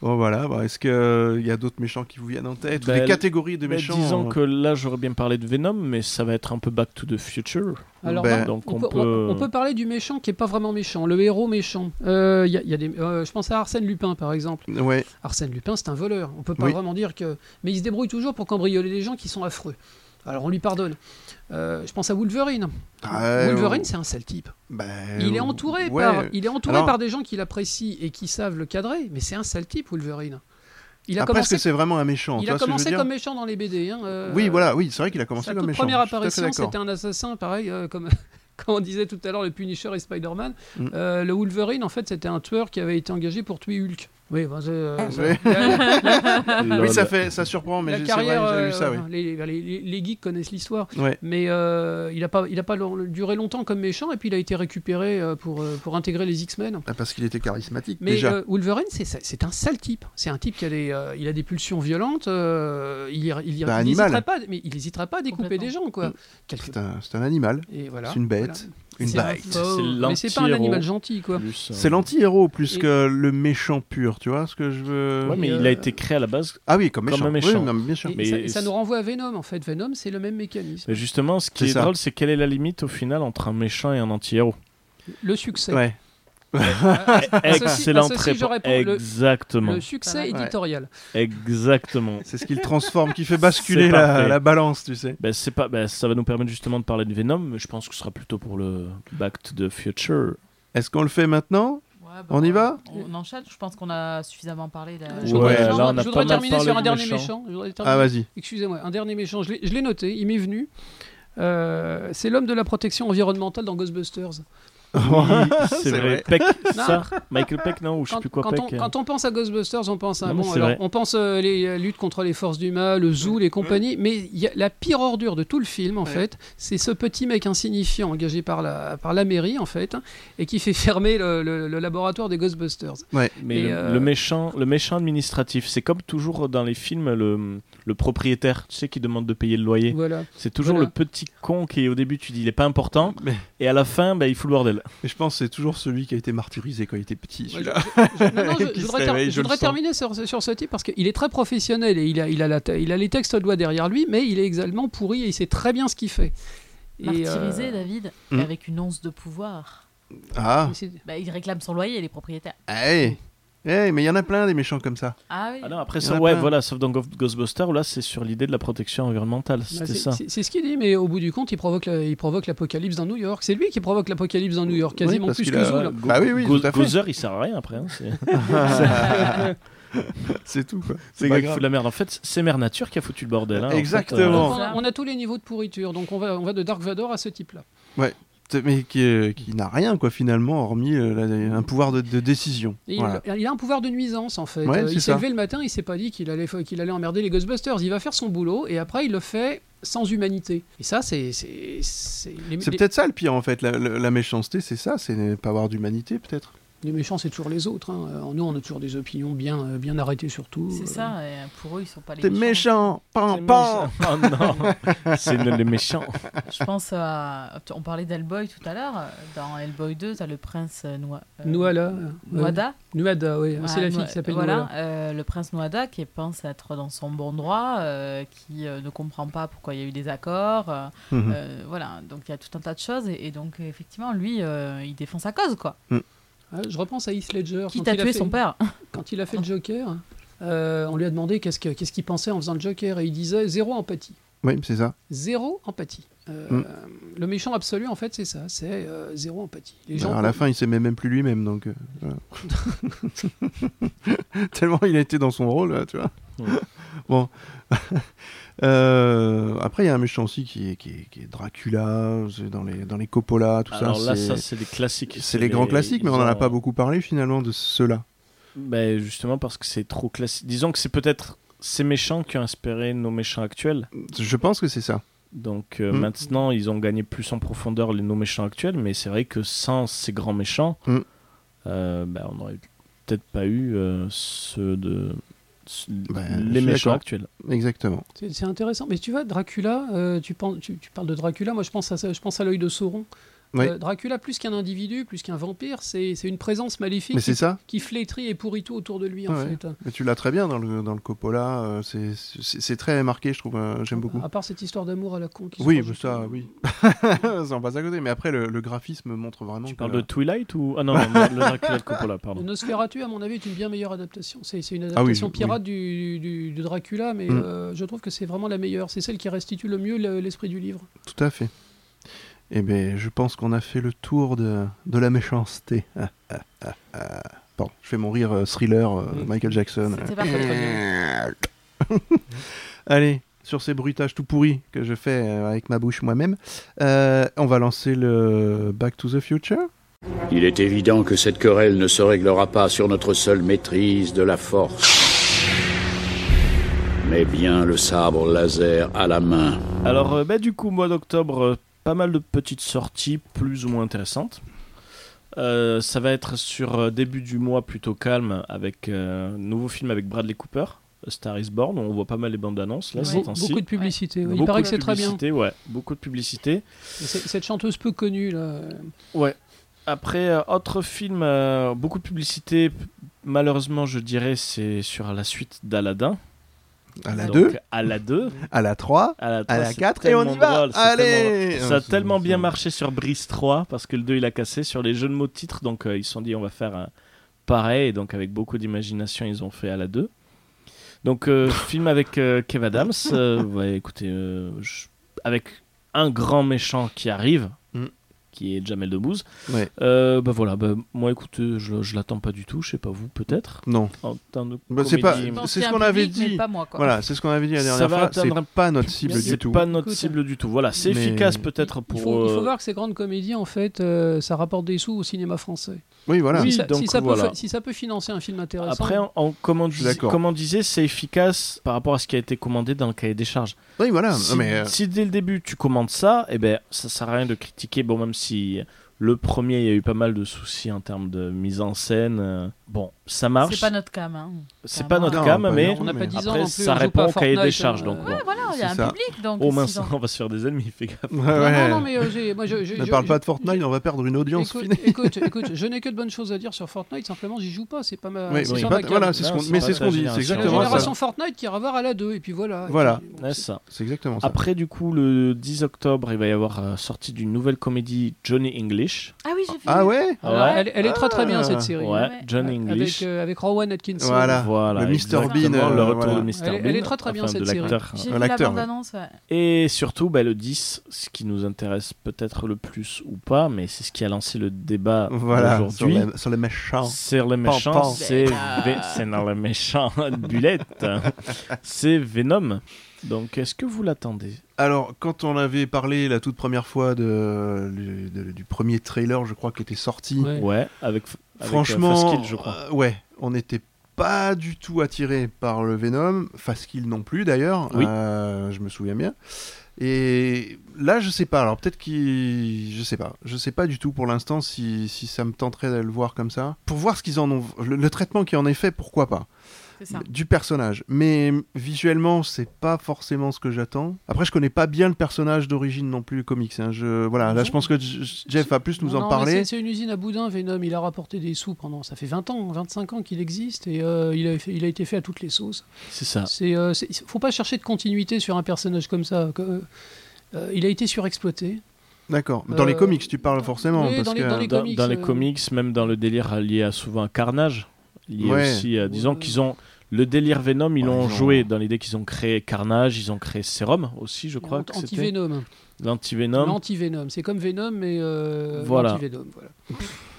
Speaker 2: Bon, voilà. bah, Est-ce qu'il y a d'autres méchants qui vous viennent en tête Ou
Speaker 3: Bah,
Speaker 5: Ben,
Speaker 2: Des catégories de
Speaker 3: Mais
Speaker 2: méchants
Speaker 3: disons
Speaker 2: euh,
Speaker 3: que là, j'aurais bien parlé de Venom, mais ça va être un peu Back to the Future.
Speaker 5: Alors,
Speaker 2: Ben,
Speaker 3: Donc
Speaker 5: on,
Speaker 3: on
Speaker 5: peut,
Speaker 3: peut-
Speaker 5: on- on peut parler du méchant qui est pas vraiment méchant, le héros méchant. Euh, y a- y a des, euh, je pense à Arsène Lupin par exemple.
Speaker 2: Ouais.
Speaker 5: Arsène Lupin, c'est un voleur. On peut pas
Speaker 2: Oui.
Speaker 5: vraiment dire que, mais il se débrouille toujours pour cambrioler les gens qui sont affreux. Alors on lui pardonne. Euh, je pense à Wolverine.
Speaker 2: Ah,
Speaker 5: Wolverine,
Speaker 2: oh,
Speaker 5: c'est un sale type.
Speaker 2: bah,
Speaker 5: il est
Speaker 2: oh,
Speaker 5: entouré
Speaker 2: ouais.
Speaker 5: par, il est entouré
Speaker 2: Alors-
Speaker 5: par des gens qui l'apprécient et qui savent le cadrer, mais c'est un sale type Wolverine. Il a
Speaker 2: Après, est-ce
Speaker 5: commencé,
Speaker 2: que c'est vraiment un méchant
Speaker 5: il
Speaker 2: tu
Speaker 5: a
Speaker 2: vois ce que je veux
Speaker 5: commencé
Speaker 2: dire
Speaker 5: comme méchant dans les BD. hein, euh,
Speaker 2: Oui, voilà. Oui, c'est vrai qu'il a commencé
Speaker 5: sa
Speaker 2: comme
Speaker 5: toute
Speaker 2: méchant.
Speaker 5: première
Speaker 2: je suis tout à fait
Speaker 5: apparition,
Speaker 2: d'accord.
Speaker 5: c'était un assassin, pareil, euh, comme, comme on disait tout à l'heure, le Punisher et Spider-Man.
Speaker 2: Mm.
Speaker 5: Euh, le Wolverine, en fait, c'était un tueur qui avait été engagé pour tuer Hulk. Oui, bon, euh,
Speaker 2: Ah,
Speaker 5: ça-
Speaker 2: oui.
Speaker 5: la,
Speaker 2: Oui, ça fait, ça surprend, mais
Speaker 5: la
Speaker 2: j'ai- c'est vrai,
Speaker 5: carrière,
Speaker 2: j'avais
Speaker 5: euh,
Speaker 2: vu ça, oui.
Speaker 5: les, les- les- les geeks connaissent l'histoire.
Speaker 2: Ouais.
Speaker 5: Mais euh, il n'a pas, il a pas long- duré longtemps comme méchant, et puis il a été récupéré euh, pour, euh, pour intégrer les X-Men.
Speaker 2: Ah, parce qu'il était charismatique
Speaker 5: Mais
Speaker 2: déjà.
Speaker 5: euh, Wolverine, c'est- c'est c'est un sale type. C'est un type qui a des, euh, il a des pulsions violentes. euh, il n'hésiterait il,
Speaker 2: Bah,
Speaker 5: il
Speaker 2: animal.
Speaker 5: hésiterait pas, mais il hésiterait pas à découper
Speaker 4: Complètement.
Speaker 5: des gens, quoi. Quelque-
Speaker 2: C'est un, c'est un animal,
Speaker 5: Et voilà.
Speaker 2: c'est une
Speaker 5: voilà.
Speaker 2: bête, une
Speaker 5: C'est un
Speaker 2: bête.
Speaker 5: faux,
Speaker 3: C'est
Speaker 5: Mais c'est pas un
Speaker 3: l'anti-héros.
Speaker 5: animal gentil, quoi.
Speaker 3: Plus, euh,
Speaker 2: C'est l'anti-héros plus
Speaker 5: Et-
Speaker 2: que le méchant pur, tu vois ce que je veux.
Speaker 3: Ouais, mais
Speaker 5: Et,
Speaker 3: il a
Speaker 5: euh,
Speaker 3: été créé à la base.
Speaker 2: Ah oui, comme
Speaker 3: Comme
Speaker 2: méchant.
Speaker 3: un méchant.
Speaker 2: Oui, non, mais bien sûr.
Speaker 5: Et,
Speaker 3: Mais
Speaker 5: ça, et ça
Speaker 3: c'est-
Speaker 5: nous renvoie à Venom, en fait. Venom, c'est le même mécanisme.
Speaker 3: Mais justement, ce qui
Speaker 2: C'est
Speaker 3: est,
Speaker 2: ça.
Speaker 3: drôle, c'est quelle est la limite au final entre un méchant et un anti-héros
Speaker 5: Le succès.
Speaker 2: Ouais.
Speaker 5: Ah,
Speaker 3: Excellente
Speaker 5: à ceci, je
Speaker 3: réponse.
Speaker 5: réponds, le-
Speaker 3: Exactement.
Speaker 5: Le succès
Speaker 4: Ça
Speaker 2: va.
Speaker 5: éditorial.
Speaker 3: Exactement.
Speaker 2: C'est ce qu'il transforme, qui fait basculer
Speaker 3: C'est
Speaker 2: la,
Speaker 3: parfait.
Speaker 2: la balance, tu sais.
Speaker 3: Ben, c'est pas, ben, ça va nous permettre justement de parler de Venom, mais je pense que ce sera plutôt pour le Back to the Future.
Speaker 2: Est-ce qu'on le fait maintenant
Speaker 4: Ouais, bah,
Speaker 2: On y va
Speaker 4: On enchaîne, je pense qu'on a suffisamment parlé. Là.
Speaker 5: Je
Speaker 3: Ouais,
Speaker 5: voudrais-
Speaker 3: là,
Speaker 5: je
Speaker 3: on a
Speaker 5: voudrais- je
Speaker 3: pas
Speaker 5: voudrais
Speaker 3: mal
Speaker 5: terminer
Speaker 3: parlé
Speaker 5: sur un
Speaker 3: de
Speaker 5: dernier
Speaker 3: méchants.
Speaker 5: méchant. Je voudrais
Speaker 2: Ah
Speaker 5: terminer-
Speaker 2: vas-y.
Speaker 5: Excusez-moi, un dernier méchant. Je l'ai- je l'ai noté, il m'est venu. Euh, c'est l'homme de la protection environnementale dans Ghostbusters.
Speaker 3: c'est
Speaker 2: C'est
Speaker 3: vrai.
Speaker 2: vrai.
Speaker 3: Peck, ça Michael Peck, non Ou je sais
Speaker 5: Quand,
Speaker 3: plus quoi,
Speaker 5: quand
Speaker 3: Peck.
Speaker 5: on, quand on pense à Ghostbusters, on pense à
Speaker 3: Non, mais
Speaker 5: bon,
Speaker 3: c'est
Speaker 5: alors,
Speaker 3: vrai.
Speaker 5: on pense euh, les euh, luttes contre les forces du mal, le zoo, les compagnies, mais il y a la pire ordure de tout le film en fait, c'est ce petit mec insignifiant engagé par la par la mairie en fait, et qui fait fermer le, le- le laboratoire des Ghostbusters.
Speaker 3: Mais
Speaker 5: Et,
Speaker 3: le,
Speaker 5: euh,
Speaker 3: le méchant, le méchant administratif, c'est comme toujours dans les films, le, le propriétaire, tu sais, qui demande de payer le loyer.
Speaker 5: Voilà.
Speaker 3: C'est toujours
Speaker 5: Voilà.
Speaker 3: le petit con qui, au début, tu dis, il est pas important,
Speaker 2: Mais,
Speaker 3: et à la fin, ben, il fout le bordel.
Speaker 2: mais je pense que c'est toujours celui qui a été martyrisé quand il était petit.
Speaker 5: Moi, je-
Speaker 2: celui-là.
Speaker 5: je- non, non, je- je
Speaker 2: Qui se
Speaker 5: voudrais, ter-
Speaker 2: réveille,
Speaker 5: je
Speaker 2: je le
Speaker 5: voudrais
Speaker 2: sens.
Speaker 5: terminer sur, ce- sur ce type parce qu'il est très professionnel et il a, il, a la ta- il a les textes au doigt derrière lui, mais il est également pourri et il sait très bien ce qu'il fait. Et,
Speaker 4: Martyrisé,
Speaker 5: euh,
Speaker 4: David,
Speaker 2: Hmm.
Speaker 4: avec une once de pouvoir.
Speaker 2: Ah,
Speaker 5: mais c'est-
Speaker 4: Bah, il réclame son loyer, les propriétaires.
Speaker 2: hey. Hey, mais il y en a plein des méchants comme ça.
Speaker 4: Ah oui.
Speaker 3: Ah non, après
Speaker 2: Il y
Speaker 3: ça,
Speaker 2: en a
Speaker 3: ouais,
Speaker 2: plein.
Speaker 3: voilà, sauf dans Go- Ghostbusters, où là, c'est sur l'idée de la protection environnementale.
Speaker 5: Bah,
Speaker 3: C'était
Speaker 5: c'est-
Speaker 3: ça.
Speaker 5: C'est c'est ce qu'il dit, mais au bout du compte, il provoque, la- il provoque l'apocalypse dans New York. C'est lui qui provoque l'apocalypse dans New York, quasiment
Speaker 2: Oui, parce
Speaker 5: plus
Speaker 2: qu'il
Speaker 5: que
Speaker 2: a-
Speaker 5: Zool.
Speaker 2: Bah oui, oui,
Speaker 3: Go-
Speaker 2: tout à fait.
Speaker 3: Gozer, il sert à rien après. hein, c'est-
Speaker 2: C'est tout. quoi.
Speaker 3: C'est
Speaker 2: C'est pas
Speaker 3: gars qui
Speaker 2: grave.
Speaker 3: fout de la merde. En fait, c'est Mère Nature qui a foutu le bordel. hein, en fait,
Speaker 2: Exactement.
Speaker 3: euh,
Speaker 5: On a, on a tous les niveaux de pourriture, donc on va, on va de Dark Vador à ce type-là.
Speaker 2: Mais qui, euh, qui n'a rien, quoi, finalement, hormis euh, la- un pouvoir de, de décision.
Speaker 5: Et Il,
Speaker 2: Voilà.
Speaker 5: il a un pouvoir de nuisance en fait.
Speaker 2: Ouais,
Speaker 5: Euh,
Speaker 2: c'est
Speaker 5: il s'est
Speaker 2: ça.
Speaker 5: levé le matin, il s'est pas dit qu'il allait, qu'il allait emmerder les Ghostbusters. Il va faire son boulot et après il le fait sans humanité. Et ça, c'est. C'est c'est- les,
Speaker 2: C'est
Speaker 5: les-
Speaker 2: peut-être ça le pire, en fait. La, la- la méchanceté, c'est ça, c'est ne pas avoir d'humanité, peut-être.
Speaker 5: les méchants, c'est toujours les autres. hein. Euh, Nous, on a toujours des opinions bien, euh, bien arrêtées sur tout.
Speaker 4: C'est
Speaker 5: Euh,
Speaker 4: ça, et pour eux, ils sont pas les
Speaker 2: T'es
Speaker 4: méchants.
Speaker 2: méchant Pan, pan
Speaker 3: Oh non, c'est le- les méchants.
Speaker 4: Je pense à. On parlait d'Hellboy tout à l'heure. Dans Hellboy 2, t'as le prince euh, Noa- euh,
Speaker 5: Nuala.
Speaker 4: Noada.
Speaker 5: Nuada, oui.
Speaker 4: Ouais,
Speaker 5: euh, c'est la fille
Speaker 4: Noa-
Speaker 5: qui s'appelle
Speaker 4: Voilà,
Speaker 5: Nuala.
Speaker 4: euh, le prince Noada qui pense être dans son bon droit, euh, qui euh, ne comprend pas pourquoi il y a eu des accords. euh,
Speaker 2: Mhm.
Speaker 4: euh, voilà, donc il y a tout un tas de choses. Et, et donc, effectivement, lui, euh, il défend sa cause, quoi.
Speaker 5: Ah, Je repense à Heath Ledger.
Speaker 4: Qui
Speaker 5: quand
Speaker 4: t'a
Speaker 5: il a
Speaker 4: tué
Speaker 5: fait-
Speaker 4: son père
Speaker 5: Quand il a fait le Joker, euh, on lui a demandé qu'est-ce que- qu'est-ce qu'il pensait en faisant le Joker et il disait zéro empathie.
Speaker 2: Oui, c'est ça.
Speaker 5: Zéro empathie. Euh,
Speaker 2: Mm.
Speaker 5: Le méchant absolu, en fait, c'est ça, c'est euh, zéro empathie. Les gens,
Speaker 2: Alors, Bah, à la fin, il s'aimait même plus lui-même, donc. euh, voilà. Tellement il a été dans son rôle, là, tu vois.
Speaker 3: Ouais.
Speaker 2: bon. Euh, après, il y a un méchant aussi qui est, qui est, qui est Dracula, c'est dans les, dans les Coppola, tout
Speaker 3: Alors
Speaker 2: ça.
Speaker 3: là,
Speaker 2: c'est-
Speaker 3: ça, c'est les classiques.
Speaker 2: c'est les grands classiques, mais on
Speaker 3: ils
Speaker 2: n'en a
Speaker 3: ont-
Speaker 2: pas beaucoup parlé finalement de ceux-là.
Speaker 3: Ben, justement, parce que c'est trop classique. Disons que c'est peut-être ces méchants qui ont inspiré nos méchants actuels.
Speaker 2: Je pense que c'est ça.
Speaker 3: Donc euh,
Speaker 2: Mm.
Speaker 3: maintenant, ils ont gagné plus en profondeur les nos méchants actuels, mais c'est vrai que sans ces grands méchants,
Speaker 2: Mm.
Speaker 3: euh, ben, on n'aurait peut-être pas eu euh, ceux de. ce-
Speaker 2: Ben, je
Speaker 3: les
Speaker 2: suis
Speaker 3: méchants
Speaker 2: d'accord.
Speaker 3: actuels.
Speaker 2: Exactement.
Speaker 5: c'est c'est intéressant. Mais tu vois, Dracula, euh, tu, penses- tu, tu parles de Dracula, moi je pense à, ça- je pense à l'œil de Sauron.
Speaker 2: Oui.
Speaker 5: Euh, Dracula, plus qu'un individu, plus qu'un vampire, c'est c'est une présence maléfique
Speaker 2: Mais c'est
Speaker 5: qui,
Speaker 2: ça.
Speaker 5: qui flétrit et pourrit tout autour de lui, en
Speaker 2: Ouais.
Speaker 5: fait.
Speaker 2: Mais tu l'as très bien dans le, dans le Coppola. euh, c'est- c'est c'est très marqué, je trouve. euh, J'aime beaucoup.
Speaker 5: À part cette histoire d'amour à la con. qui se
Speaker 2: oui,
Speaker 5: passe
Speaker 2: mais
Speaker 5: juste-
Speaker 2: ça, oui. ça en passe à côté. Mais après, le, le graphisme montre vraiment.
Speaker 3: Tu
Speaker 2: que
Speaker 3: parles
Speaker 2: la-
Speaker 3: de Twilight ou. Ah non, non, non, le Dracula de Coppola,
Speaker 5: Le
Speaker 3: pardon.
Speaker 5: Nosferatu, à mon avis, est une bien meilleure adaptation. C'est c'est une
Speaker 2: Ah oui,
Speaker 5: adaptation
Speaker 2: oui.
Speaker 5: pirate du, du- de Dracula, mais
Speaker 2: Mm.
Speaker 5: euh, je trouve que c'est vraiment la meilleure. C'est celle qui restitue le mieux le- l'esprit du livre.
Speaker 2: Tout à fait. Eh bien, je pense qu'on a fait le tour de, de la méchanceté. Ah, ah, ah, ah. Bon, je fais mon rire euh, thriller euh,
Speaker 5: Mm.
Speaker 2: Michael Jackson.
Speaker 4: C'était parfait, très
Speaker 2: Allez, sur ces bruitages tout pourris que je fais euh, avec ma bouche moi-même, euh, on va lancer le Back to the Future.
Speaker 8: Il est évident que cette querelle ne se réglera pas sur notre seule maîtrise de la force, mais bien le sabre laser à la main.
Speaker 3: Alors, euh, bah, du coup, mois d'octobre, euh, pas mal de petites sorties plus ou moins intéressantes. Euh, ça va être sur euh, début du mois plutôt calme avec euh, nouveau film avec Bradley Cooper, A Star is Born. On voit pas mal les bandes annonces là
Speaker 4: Ouais.
Speaker 3: ces
Speaker 5: Be-
Speaker 3: temps-ci.
Speaker 5: beaucoup de publicité. ouais. Il
Speaker 3: Beaucoup
Speaker 5: paraît
Speaker 3: de
Speaker 5: que c'est très bien.
Speaker 3: publicité, Ouais, beaucoup de publicité.
Speaker 5: C'est- Cette chanteuse peu connue, là.
Speaker 3: Après, euh, autre film, euh, beaucoup de publicité. p- Malheureusement, je dirais, c'est sur la suite d'Aladdin.
Speaker 2: À la
Speaker 3: Donc,
Speaker 2: 2,
Speaker 3: À la 2.
Speaker 2: à la 3,
Speaker 3: À la,
Speaker 2: à
Speaker 3: trois,
Speaker 2: la
Speaker 3: c'est
Speaker 2: 4, et on y
Speaker 3: tellement
Speaker 2: va
Speaker 3: drôle, c'est tellement drôle.
Speaker 2: Allez
Speaker 5: Ah,
Speaker 3: Ça a tellement bien
Speaker 2: marché.
Speaker 3: marché sur Breeze 3 parce que le 2 il a cassé sur les jeux de mots de titres donc euh, ils se sont dit on va faire un pareil et donc avec beaucoup d'imagination ils ont fait à la 2. Donc euh, film avec euh, Kev Adams, euh, ouais, écoutez, euh, je- avec un grand méchant qui arrive,
Speaker 2: Mm.
Speaker 3: qui est Jamel Debbouze.
Speaker 2: Ouais.
Speaker 3: Euh, bah voilà, bah, moi écoutez, je, je l'attends pas du tout, je sais pas vous peut-être.
Speaker 2: Non.
Speaker 3: En termes de
Speaker 2: Bah, c'est
Speaker 3: comédie,
Speaker 4: Je pense
Speaker 2: c'est
Speaker 4: qu'il y a
Speaker 2: ce
Speaker 4: un
Speaker 2: qu'on avait
Speaker 4: public, mais
Speaker 2: dit.
Speaker 4: Pas moi, quoi.
Speaker 2: Voilà, c'est ce qu'on avait dit la
Speaker 3: Ça
Speaker 2: dernière
Speaker 3: va
Speaker 2: fois.
Speaker 3: atteindre
Speaker 2: C'est pas notre cible
Speaker 5: public.
Speaker 2: du
Speaker 3: c'est
Speaker 2: tout.
Speaker 3: pas notre
Speaker 5: Écoute,
Speaker 3: cible du tout. Voilà, c'est
Speaker 2: Mais-
Speaker 3: efficace peut-être pour.
Speaker 5: il, faut, il faut
Speaker 3: euh,
Speaker 5: voir que ces grandes comédies, en fait, euh, ça rapporte des sous au cinéma français.
Speaker 2: Oui, voilà.
Speaker 3: Oui,
Speaker 5: si, ça,
Speaker 3: donc
Speaker 5: si ça peut,
Speaker 3: voilà.
Speaker 5: fa- si ça peut financer un film intéressant.
Speaker 3: Après, on- on- comme, on
Speaker 2: Je suis
Speaker 3: dis-
Speaker 2: d'accord.
Speaker 3: comme on disait, c'est efficace par rapport à ce qui a été commandé dans le cahier des charges.
Speaker 2: Oui, voilà. Non,
Speaker 3: si,
Speaker 2: mais, euh,
Speaker 3: si dès le début tu commandes ça, eh ben, ça sert à rien de critiquer. Bon, même si le premier, il y a eu pas mal de soucis en termes de mise en scène. euh, Bon, ça marche.
Speaker 4: C'est pas notre cam. hein.
Speaker 3: C'est pas notre
Speaker 4: Non,
Speaker 3: cam,
Speaker 2: pas
Speaker 3: mais
Speaker 2: non.
Speaker 5: on n'a pas
Speaker 2: mais
Speaker 5: 10 ans
Speaker 3: après,
Speaker 5: non plus,
Speaker 3: ça
Speaker 5: on joue pas
Speaker 3: répond
Speaker 5: à
Speaker 3: au cahier
Speaker 5: Fortnite,
Speaker 3: des charges.
Speaker 5: hein.
Speaker 3: donc, bon.
Speaker 4: Voilà, il y a un
Speaker 2: C'est ça.
Speaker 4: public donc.
Speaker 3: Oh
Speaker 4: s'ils
Speaker 3: mince,
Speaker 4: ont-
Speaker 3: on va se faire des ennemis, fais gaffe.
Speaker 2: ouais,
Speaker 5: Non,
Speaker 2: ouais.
Speaker 5: non, non, mais euh, j'ai- moi, je, je-
Speaker 2: Ne
Speaker 5: je-
Speaker 2: parle pas
Speaker 5: je-
Speaker 2: de Fortnite, on va perdre une audience
Speaker 5: Écoute,
Speaker 2: finie.
Speaker 5: écoute, écoute, je n'ai que de bonnes choses à dire sur Fortnite, simplement j'y joue pas, c'est pas ma.
Speaker 2: Oui,
Speaker 5: euh, c'est
Speaker 2: oui.
Speaker 5: pas
Speaker 2: Pas-
Speaker 5: ma cam.
Speaker 2: voilà, c'est ce
Speaker 3: Non,
Speaker 2: qu'on-
Speaker 3: c'est
Speaker 2: mais
Speaker 3: pas
Speaker 2: c'est ce
Speaker 3: ta
Speaker 2: qu'on dit.
Speaker 3: génération.
Speaker 2: C'est
Speaker 5: C'est la
Speaker 2: exactement ça.
Speaker 5: génération Fortnite qui ira voir à la 2, et puis voilà. Et
Speaker 2: Voilà.
Speaker 5: puis, bon,
Speaker 3: Ouais,
Speaker 5: c'est-
Speaker 3: ça.
Speaker 2: C'est exactement ça.
Speaker 3: Après, du coup, le 10 octobre, il va y avoir euh, sortie d'une nouvelle comédie Johnny English.
Speaker 4: Ah oui, j'ai vu.
Speaker 2: Ah ouais
Speaker 5: Alors,
Speaker 3: Ouais.
Speaker 5: elle, elle est très très bien cette série.
Speaker 3: Ouais,
Speaker 5: hein.
Speaker 4: Ouais.
Speaker 3: Johnny English.
Speaker 5: Avec, euh, avec Rowan Atkinson.
Speaker 2: Voilà. le Mr.
Speaker 3: exactement,
Speaker 2: Bean, euh,
Speaker 3: le retour
Speaker 2: voilà.
Speaker 3: de Mr.
Speaker 5: Elle est-
Speaker 3: Bean.
Speaker 5: elle est très, très bien,
Speaker 3: enfin, de
Speaker 5: cette série.
Speaker 3: l'acteur.
Speaker 4: J'ai
Speaker 2: Un
Speaker 4: vu la
Speaker 2: acteur, ouais.
Speaker 4: bande-annonce. ouais.
Speaker 3: Et surtout, bah, le 10, ce qui nous intéresse peut-être le plus ou pas, mais c'est ce qui a lancé le débat
Speaker 2: Voilà, sur
Speaker 3: aujourd'hui.
Speaker 2: les, sur les méchants.
Speaker 3: C'est le
Speaker 2: Pan,
Speaker 3: méchant,
Speaker 2: pan.
Speaker 3: c'est Vé- c'est dans le méchant Bulette, c'est Venom. Donc, est-ce que vous l'attendez
Speaker 2: Alors, quand on avait parlé la toute première fois de, le- de- du premier trailer, je crois, qui était sorti,
Speaker 5: Ouais.
Speaker 3: Ouais, avec, f- avec, euh,
Speaker 2: franchement,
Speaker 3: Fastkill, je crois.
Speaker 2: euh, ouais, on n'était pas du tout attiré par le Venom, Faskill non plus d'ailleurs,
Speaker 3: Oui.
Speaker 2: euh, je me souviens bien. Et là, je sais pas. Alors peut-être qu'il, je sais pas, je sais pas du tout pour l'instant si, si ça me tenterait de le voir comme ça. Pour voir ce qu'ils en ont, le, le traitement qui en est fait, pourquoi pas
Speaker 4: C'est ça.
Speaker 2: du personnage. Mais mm, visuellement, c'est pas forcément ce que j'attends. Après, je connais pas bien le personnage d'origine non plus, le comics. hein. Je, voilà, là, je pense que J- J- Jeff a plus nous
Speaker 5: Non,
Speaker 2: en
Speaker 5: non, mais
Speaker 2: parler.
Speaker 5: c'est- C'est une usine à boudin, Venom. Il a rapporté des sous pendant. Ça fait 20 ans, 25 ans qu'il existe et euh, il, a fait- il a été fait à toutes les sauces.
Speaker 3: C'est ça.
Speaker 5: C'est, euh, c'est- faut pas chercher de continuité sur un personnage comme ça. que- euh, il a été surexploité.
Speaker 2: D'accord. Dans les
Speaker 5: Euh,
Speaker 2: comics, tu parles forcément.
Speaker 5: oui,
Speaker 2: parce
Speaker 5: dans les-
Speaker 2: que...
Speaker 5: dans les-
Speaker 3: dans,
Speaker 5: comics,
Speaker 3: dans les
Speaker 5: euh,
Speaker 3: comics, même dans le délire lié à souvent un carnage. lié
Speaker 2: Ouais.
Speaker 3: aussi, à- disons
Speaker 5: Ouais.
Speaker 3: qu'ils ont le délire Venom,
Speaker 2: Ouais,
Speaker 3: ils l'ont
Speaker 2: ils ont-
Speaker 3: joué dans l'idée qu'ils ont créé Carnage, ils ont créé Serum aussi, je crois. que c'était.
Speaker 5: Anti-Venom.
Speaker 3: L'anti-Venom.
Speaker 5: L'anti-Venom. C'est comme Venom, mais euh,
Speaker 3: Voilà.
Speaker 5: l'anti-Venom, voilà.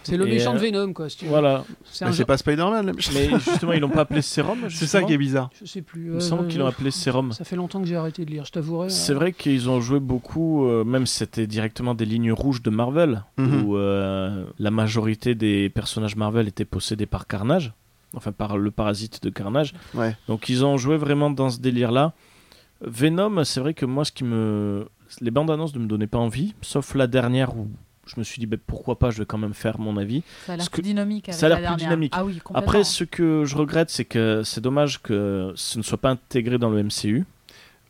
Speaker 5: C'est le
Speaker 3: Et,
Speaker 5: méchant
Speaker 3: euh,
Speaker 5: de Venom, quoi. si tu veux.
Speaker 3: Voilà.
Speaker 5: C'est un
Speaker 2: Mais c'est
Speaker 5: genre-
Speaker 2: pas Spider-Man. là.
Speaker 3: Mais justement, ils l'ont pas appelé Serum.
Speaker 2: C'est ça qui est
Speaker 3: justement.
Speaker 2: bizarre.
Speaker 5: Je sais plus. euh,
Speaker 3: Il me semble qu'ils l'ont appelé Serum.
Speaker 5: Ça fait longtemps que j'ai arrêté de lire, je t'avouerai. hein.
Speaker 3: C'est vrai qu'ils ont joué beaucoup, euh, même c'était directement des lignes rouges de Marvel,
Speaker 2: Mhm.
Speaker 3: où euh, la majorité des personnages Marvel étaient possédés par Carnage, enfin par le parasite de Carnage.
Speaker 2: Ouais.
Speaker 3: Donc ils ont joué vraiment dans ce délire-là. Venom, c'est vrai que moi, ce qui me... Les bandes annonces ne me donnaient pas envie, sauf la dernière où je me suis dit, ben, pourquoi pas, je vais quand même faire mon avis.
Speaker 4: Ça a l'air
Speaker 3: Parce
Speaker 4: plus
Speaker 3: que-
Speaker 4: dynamique. avec
Speaker 3: ça a l'air
Speaker 4: la
Speaker 3: plus
Speaker 4: dernière.
Speaker 3: dynamique.
Speaker 4: Ah oui, complètement.
Speaker 3: Après, ce que je regrette, c'est que c'est dommage que ce ne soit pas intégré dans le MCU.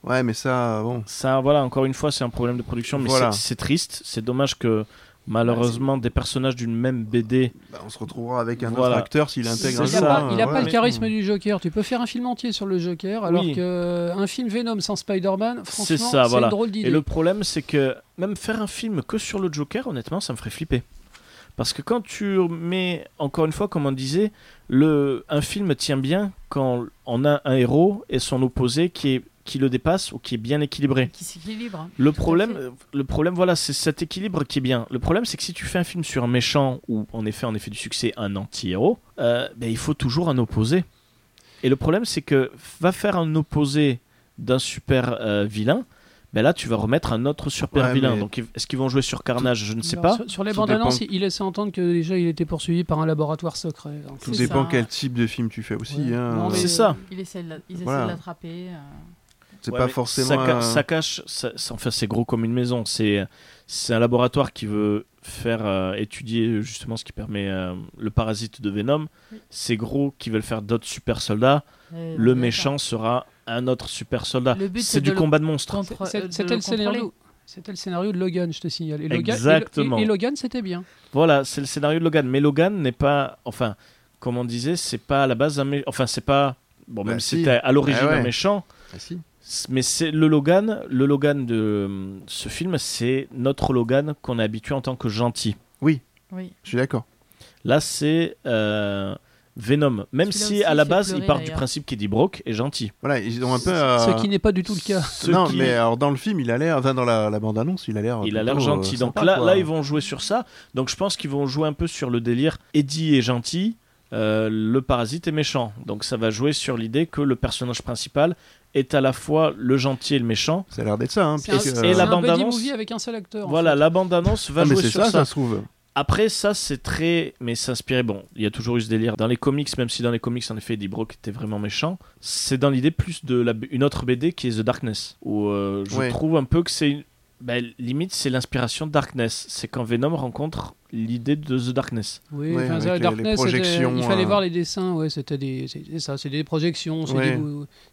Speaker 2: Ouais, mais ça, bon.
Speaker 3: Ça, voilà, encore une fois, c'est un problème de production, mais
Speaker 2: Voilà.
Speaker 3: c'est c'est triste. C'est dommage que malheureusement des personnages d'une même BD.
Speaker 2: bah, on se retrouvera avec un
Speaker 3: Voilà.
Speaker 2: autre acteur s'il intègre un
Speaker 5: Il
Speaker 3: C'est
Speaker 5: n'a
Speaker 2: jour,
Speaker 5: pas,
Speaker 3: ça,
Speaker 2: hein,
Speaker 5: il a
Speaker 2: voilà.
Speaker 5: pas le charisme du Joker. Tu peux faire un film entier sur le Joker, alors
Speaker 3: Oui.
Speaker 5: qu'un film Venom sans Spider-Man, franchement,
Speaker 3: C'est
Speaker 5: c'est
Speaker 3: ça, voilà.
Speaker 5: une drôle
Speaker 3: Et
Speaker 5: d'idée.
Speaker 3: le problème, c'est que même faire un film que sur le Joker, honnêtement, ça me ferait flipper. Parce que quand tu mets, encore une fois, comme on disait, le, un film tient bien quand on a un héros et son opposé qui, est, qui le dépasse ou qui est bien équilibré.
Speaker 4: Qui s'équilibre. hein.
Speaker 3: Le
Speaker 4: à fait.
Speaker 3: problème, euh, le problème, voilà, c'est cet équilibre qui est bien. Le problème, c'est que si tu fais un film sur un méchant ou en effet, en effet du succès, un anti-héros, euh, ben, il faut toujours un opposé. Et le problème, c'est que va faire un opposé d'un super euh, vilain, ben là tu vas remettre un autre super
Speaker 2: Ouais,
Speaker 3: vilain.
Speaker 2: mais-
Speaker 3: Donc est-ce qu'ils vont jouer sur Carnage Je ne sais
Speaker 5: Alors,
Speaker 3: pas.
Speaker 5: Sur, sur les
Speaker 2: Tout
Speaker 5: bandes annonces,
Speaker 2: dépend.
Speaker 5: il, il laissait entendre que déjà il était poursuivi par un laboratoire secret. donc.
Speaker 2: Tout
Speaker 4: C'est
Speaker 2: dépend
Speaker 4: ça.
Speaker 2: quel type de film tu fais aussi.
Speaker 5: Ouais.
Speaker 2: hein.
Speaker 5: Non, mais-
Speaker 3: C'est ça.
Speaker 4: Il essaie de la- ils essaient
Speaker 2: Voilà.
Speaker 4: de l'attraper. euh.
Speaker 2: C'est
Speaker 3: Ouais,
Speaker 2: pas
Speaker 3: mais
Speaker 2: forcément.
Speaker 3: Ça, ca-
Speaker 2: un-
Speaker 3: ça cache. ça- ça- enfin, c'est gros comme une maison. C'est c'est un laboratoire qui veut faire euh, étudier justement ce qui permet euh, le parasite de Venom. C'est gros qui veulent faire d'autres super soldats.
Speaker 4: Euh,
Speaker 3: Le
Speaker 4: d'accord.
Speaker 3: méchant sera un autre super soldat.
Speaker 4: Le but,
Speaker 3: C'est
Speaker 4: c'est
Speaker 3: du
Speaker 4: de le-
Speaker 3: combat de monstres.
Speaker 4: Contre- euh, de
Speaker 5: C'est- C'était
Speaker 4: le
Speaker 5: le
Speaker 4: contrôler.
Speaker 5: scénario. C'était le scénario de Logan, je te signale. Et Logan, et-
Speaker 3: Exactement.
Speaker 5: Et, et Logan, c'était bien.
Speaker 3: Voilà, c'est le scénario de Logan. Mais Logan n'est pas, enfin, comme on disait, c'est pas à la base un méchant. Enfin, c'est pas. Bon,
Speaker 2: Bah
Speaker 3: même si
Speaker 2: si.
Speaker 3: c'était à l'origine
Speaker 2: Ah ouais.
Speaker 3: un méchant,
Speaker 2: Ah, si.
Speaker 3: c- mais c'est le Logan, le Logan de euh, ce film, c'est notre Logan qu'on est habitué en tant que gentil.
Speaker 4: Oui.
Speaker 2: Je suis d'accord.
Speaker 3: Là, c'est euh, Venom.
Speaker 4: Celui-là
Speaker 3: Même si
Speaker 4: aussi,
Speaker 3: à la
Speaker 4: il fait
Speaker 3: base,
Speaker 4: pleurer,
Speaker 3: il part du
Speaker 4: d'ailleurs.
Speaker 3: principe qu'Eddie Brock est gentil.
Speaker 2: Voilà, ils ont un peu. euh,
Speaker 5: Ce qui n'est pas du tout le cas.
Speaker 3: Ce
Speaker 2: non,
Speaker 3: qui-
Speaker 2: mais alors dans le film, il a l'air, enfin dans la, la bande-annonce, il a l'air.
Speaker 3: Il a l'air
Speaker 2: plutôt, euh,
Speaker 3: gentil. Donc
Speaker 2: sympa,
Speaker 3: là,
Speaker 2: quoi.
Speaker 3: là, ils vont jouer sur ça. Donc je pense qu'ils vont jouer un peu sur le délire. Eddie est gentil, euh, le parasite est méchant. Donc ça va jouer sur l'idée que le personnage principal est à la fois le gentil et le méchant.
Speaker 2: Ça a l'air d'être ça. Hein,
Speaker 5: C'est
Speaker 2: parce
Speaker 5: un,
Speaker 2: que,
Speaker 5: c'est
Speaker 3: euh, et la
Speaker 5: un
Speaker 3: bande
Speaker 5: buddy
Speaker 3: annonce-
Speaker 5: movie avec un seul acteur. en
Speaker 3: Voilà,
Speaker 5: fait.
Speaker 3: la bande-annonce va
Speaker 2: Ah, mais
Speaker 3: jouer
Speaker 2: c'est
Speaker 3: sur
Speaker 2: ça,
Speaker 3: ça.
Speaker 2: ça se trouve.
Speaker 3: Après, ça, c'est très. Mais s'inspirer. Bon, il y a toujours eu ce délire dans les comics, même si dans les comics, en effet, Eddie Brock était vraiment méchant. C'est dans l'idée plus de la... une autre BD qui est The Darkness. Où euh, je
Speaker 2: Ouais.
Speaker 3: trouve un peu que c'est. une- ben, limite, c'est l'inspiration de Darkness. C'est quand Venom rencontre l'idée de The Darkness.
Speaker 5: Oui,
Speaker 2: Ouais,
Speaker 5: enfin,
Speaker 2: avec
Speaker 5: ça,
Speaker 2: les- les
Speaker 5: Darkness, c'était-
Speaker 2: projections,
Speaker 5: il fallait
Speaker 2: euh,
Speaker 5: voir les dessins. Ouais, c'était des, c'était ça, c'est des projections. c'est
Speaker 2: Ouais.
Speaker 5: des-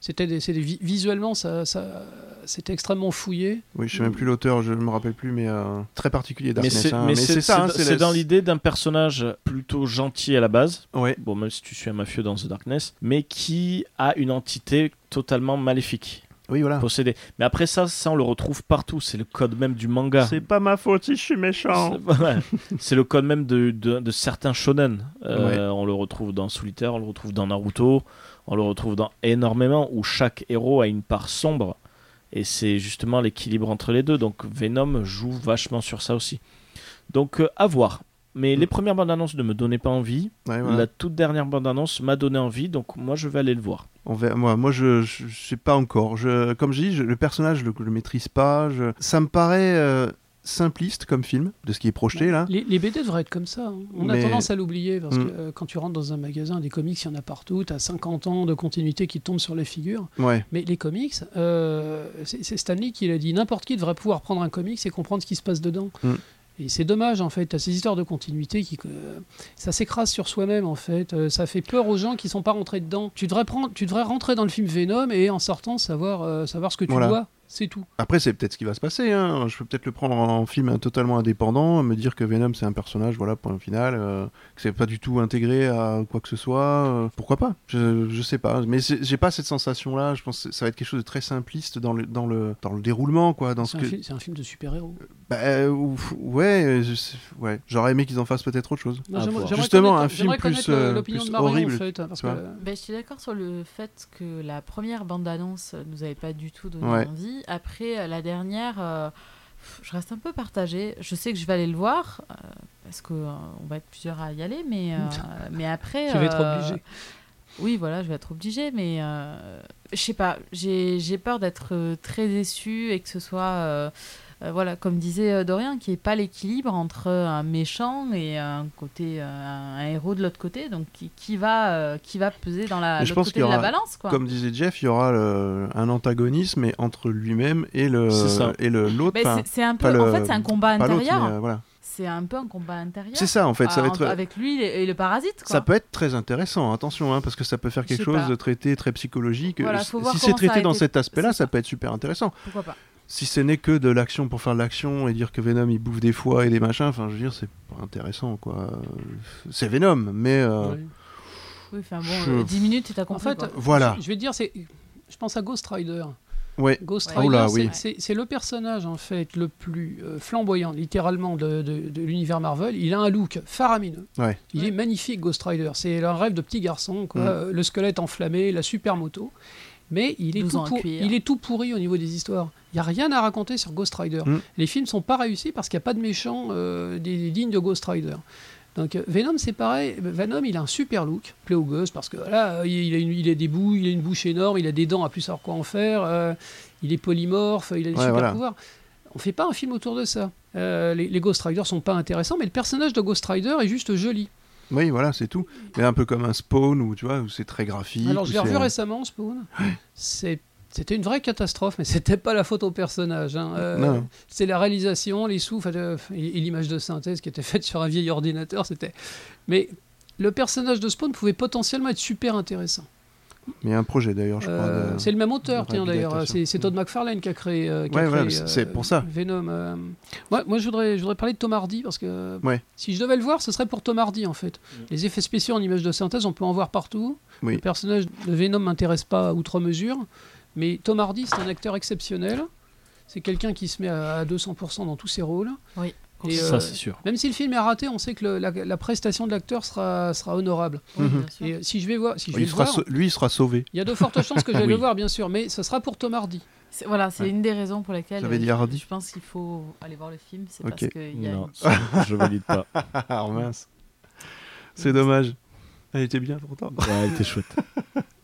Speaker 5: C'était des, c'est des- vi- visuellement, ça, ça- c'était extrêmement fouillé.
Speaker 2: Oui, je sais même plus l'auteur, je me rappelle plus, mais euh, très particulier.
Speaker 3: mais
Speaker 2: Darkness,
Speaker 3: c'est
Speaker 2: hein.
Speaker 3: mais c'est-
Speaker 2: ça. hein,
Speaker 3: c'est-
Speaker 2: la-
Speaker 3: c'est dans l'idée d'un personnage plutôt gentil à la base.
Speaker 2: Ouais.
Speaker 3: Bon, même si tu suis un mafieux dans The Darkness, mais qui a une entité totalement maléfique,
Speaker 2: Oui, voilà.
Speaker 3: possédée. Mais après ça, ça on le retrouve partout. C'est le code même du manga.
Speaker 2: pas ma faute si je suis méchant.
Speaker 3: C'est- ouais. C'est le code même de, de- de certains shonen. Euh, On le retrouve dans Solitaire, on le retrouve dans Naruto, on le retrouve dans énormément où chaque héros a une part sombre. Et c'est justement l'équilibre entre les deux. Donc Venom joue vachement sur ça aussi. Donc euh, à voir. Mais les premières bandes annonces ne me donnaient pas envie.
Speaker 2: Ouais, voilà.
Speaker 3: La toute dernière bande annonce m'a donné envie. Donc moi je vais aller le voir.
Speaker 2: On verra- Moi, moi, je, je, je sais pas encore. Je, comme je dis, je- le personnage, je le, je le maîtrise pas. je- Ça me paraît euh, simpliste comme film de ce qui est projeté là.
Speaker 5: Les, les BD devraient être comme ça. hein. On
Speaker 2: Mais-
Speaker 5: a tendance à l'oublier parce
Speaker 2: Mm.
Speaker 5: que euh, quand tu rentres dans un magasin, des comics, il y en a partout. T'as 50 ans de continuité qui tombent sur les figures.
Speaker 2: Ouais.
Speaker 5: Mais les comics, euh, c'est c'est Stanley qui l'a dit, n'importe qui devrait pouvoir prendre un comics et comprendre ce qui se passe dedans.
Speaker 2: Mm.
Speaker 5: Et c'est dommage en fait, à ces histoires de continuité qui euh, ça s'écrase sur soi-même en fait, Euh, ça fait peur aux gens qui sont pas rentrés dedans. Tu devrais prendre, tu devrais rentrer dans le film Venom et en sortant savoir euh, savoir ce que tu
Speaker 2: Voilà.
Speaker 5: vois, c'est tout.
Speaker 2: Après, c'est peut-être ce qui va se passer. hein. Je peux peut-être le prendre en film hein, totalement indépendant, me dire que Venom c'est un personnage, voilà, point final, euh, que c'est pas du tout intégré à quoi que ce soit. euh, pourquoi pas je, je sais pas. Mais c'est- j'ai pas cette sensation-là. Je pense que ça va être quelque chose de très simpliste dans le, dans le, dans le déroulement, quoi. Dans ce
Speaker 5: C'est un,
Speaker 2: que...
Speaker 5: fil- c'est un film de super-héros.
Speaker 2: Bah, euh, ouf, ouais, euh, je sais- ouais. J'aurais aimé qu'ils en fassent peut-être autre chose.
Speaker 5: Moi,
Speaker 3: À
Speaker 5: j'aimerais-
Speaker 3: voir.
Speaker 5: j'aimerais
Speaker 2: Justement,
Speaker 5: connaître-
Speaker 2: un film
Speaker 5: j'aimerais
Speaker 2: plus,
Speaker 5: connaître,
Speaker 2: euh,
Speaker 5: euh, l'opinion
Speaker 2: plus
Speaker 5: de Marion,
Speaker 2: horrible,
Speaker 5: en fait, hein, parce
Speaker 2: tu vois.
Speaker 5: que-
Speaker 4: Ben, je suis d'accord sur le fait que la première bande-annonce nous avait pas du tout donné
Speaker 2: Ouais.
Speaker 4: envie. Après, euh, la dernière, euh, pff, je reste un peu partagée. Je sais que je vais aller le voir euh, parce qu'on va être plusieurs à y aller, mais, euh, mais après.
Speaker 5: Tu vas être
Speaker 4: euh,
Speaker 5: obligé.
Speaker 4: Oui, voilà, je vais être obligée, mais euh, je sais pas. J'ai j'ai peur d'être euh, très déçue et que ce soit. euh, euh, voilà, comme disait euh, Dorian, qu'il n'y ait pas l'équilibre entre un méchant et un côté, euh, un, un héros de l'autre côté. Donc, qui, qui va, euh, qui va peser dans la,
Speaker 2: Mais je
Speaker 4: l'autre
Speaker 2: pense
Speaker 4: côté
Speaker 2: qu'il y
Speaker 4: de la
Speaker 2: aura-
Speaker 4: balance, quoi.
Speaker 2: Comme disait Jeff, il y aura le- un antagonisme et entre lui-même et le
Speaker 3: C'est ça.
Speaker 2: et le l'autre.
Speaker 4: Ben,
Speaker 2: enfin,
Speaker 4: c'est- c'est un
Speaker 2: pas
Speaker 4: peu,
Speaker 2: le-
Speaker 4: en fait, c'est un combat
Speaker 2: pas l'autre,
Speaker 4: intérieur.
Speaker 2: mais, euh, voilà.
Speaker 4: C'est un peu un combat intérieur.
Speaker 2: C'est ça en fait. Ça
Speaker 4: Ah,
Speaker 2: va
Speaker 4: entre-
Speaker 2: être euh,
Speaker 4: Avec lui et, et le parasite, quoi.
Speaker 2: Ça peut être très intéressant, attention, hein, parce que ça peut faire
Speaker 4: Je
Speaker 2: quelque
Speaker 4: sais
Speaker 2: chose
Speaker 4: pas.
Speaker 2: de traité, très psychologique.
Speaker 4: Voilà,
Speaker 2: Euh,
Speaker 4: faut voir
Speaker 2: si
Speaker 4: comment
Speaker 2: c'est
Speaker 4: ça
Speaker 2: traité
Speaker 4: a
Speaker 2: dans
Speaker 4: été-
Speaker 2: cet aspect-là,
Speaker 4: c'est
Speaker 2: ça
Speaker 4: ça.
Speaker 2: peut être super intéressant.
Speaker 4: Pourquoi pas
Speaker 2: Si ce n'est que de l'action pour faire de l'action et dire que Venom il bouffe des foies et des machins, enfin je veux dire, c'est pas intéressant quoi. Euh, C'est Venom, mais euh,
Speaker 5: Ouais.
Speaker 4: Oui, enfin bon,
Speaker 2: Je-
Speaker 4: euh, 10 minutes, t'as
Speaker 5: En
Speaker 4: compris.
Speaker 5: fait,
Speaker 4: quoi.
Speaker 2: voilà.
Speaker 5: Je vais te dire, c'est, je pense à Ghost Rider.
Speaker 2: Ouais.
Speaker 5: Ghost
Speaker 4: Ouais.
Speaker 5: Rider,
Speaker 2: Oh là,
Speaker 5: c'est-
Speaker 2: oui.
Speaker 5: c'est c'est le personnage en fait le plus euh, flamboyant, littéralement, de, de- de l'univers Marvel. Il a un look faramineux.
Speaker 2: Ouais.
Speaker 5: Il est magnifique, Ghost Rider. C'est un rêve de petit garçon, quoi.
Speaker 2: Mm.
Speaker 5: Euh, le squelette enflammé, la super moto. Mais il est,
Speaker 4: 12
Speaker 5: tout
Speaker 4: ans en
Speaker 5: pour-
Speaker 4: cuir.
Speaker 5: il est tout pourri au niveau des histoires. Il n'y a rien à raconter sur Ghost Rider.
Speaker 2: Mm.
Speaker 5: Les films sont pas réussis parce qu'il n'y a pas de méchants euh, des, des lignes de Ghost Rider. Donc euh, Venom, c'est pareil. Venom, il a un super look, plaît aux gosses, parce que voilà, euh, il, il a une- il a des bouts, il a une bouche énorme, il a des dents à plus savoir quoi en faire. euh, il est polymorphe, il a des
Speaker 2: Ouais,
Speaker 5: super
Speaker 2: voilà.
Speaker 5: pouvoirs. On fait pas un film autour de ça. Euh, les, les Ghost Rider sont pas intéressants, mais le personnage de Ghost Rider est juste joli.
Speaker 2: Oui, voilà, c'est tout. Mais un peu comme un spawn où tu vois, où c'est très graphique.
Speaker 5: Alors je
Speaker 2: où
Speaker 5: l'ai revu
Speaker 2: c'est-
Speaker 5: récemment, Spawn. C'est- C'était une vraie catastrophe, mais c'était pas la faute au personnage. hein. Euh,
Speaker 2: Non.
Speaker 5: c'est la réalisation, les souffles euh, et, et l'image de synthèse qui était faite sur un vieil ordinateur. C'était. Mais le personnage de Spawn pouvait potentiellement être super intéressant.
Speaker 2: Mais il y a un projet d'ailleurs, hein, je crois.
Speaker 5: Euh,
Speaker 2: de-
Speaker 5: c'est le même auteur,
Speaker 2: de
Speaker 5: tiens d'ailleurs.
Speaker 2: réhabilitation. Mm.
Speaker 5: C'est, c'est Todd McFarlane qui a créé. euh, qui a
Speaker 2: Ouais, ouais,
Speaker 5: créé,
Speaker 2: mais c'est- c'est pour ça.
Speaker 5: Venom. euh. Ouais, moi, je voudrais, je voudrais parler de Tom Hardy parce que
Speaker 2: Ouais.
Speaker 5: si je devais le voir, ce serait pour Tom Hardy en fait. Les effets spéciaux en images de synthèse, on peut en voir partout.
Speaker 2: Oui.
Speaker 5: Le personnage de Venom m'intéresse pas outre mesure, mais Tom Hardy, c'est un acteur exceptionnel. C'est quelqu'un qui se met à à 200% dans tous ses rôles.
Speaker 4: Oui.
Speaker 5: Et, euh,
Speaker 3: Ça, c'est sûr.
Speaker 5: même si le film est raté, on sait que le- la, la prestation de l'acteur sera, sera honorable.
Speaker 4: Oui,
Speaker 2: Mhm.
Speaker 4: bien sûr.
Speaker 5: Et euh, si je vais voir, si je vais
Speaker 2: il
Speaker 5: le
Speaker 2: sera
Speaker 5: voir,
Speaker 3: hein.
Speaker 2: sau- Lui, il sera sauvé.
Speaker 5: il y a de fortes chances que j'aille
Speaker 3: Oui.
Speaker 5: le voir, bien sûr, mais ce sera pour Tom Hardy.
Speaker 4: C'est- Voilà, c'est
Speaker 2: Ouais.
Speaker 4: une des raisons pour lesquelles
Speaker 2: J'avais
Speaker 4: euh,
Speaker 2: dit
Speaker 4: je-
Speaker 2: Hardy.
Speaker 4: je pense qu'il faut aller voir le film. C'est
Speaker 2: Ok.
Speaker 4: parce qu'il y a
Speaker 3: Non, ça, je valide pas.
Speaker 2: Ah, mince. C'est dommage. Elle était bien pourtant.
Speaker 3: Ouais, elle était chouette.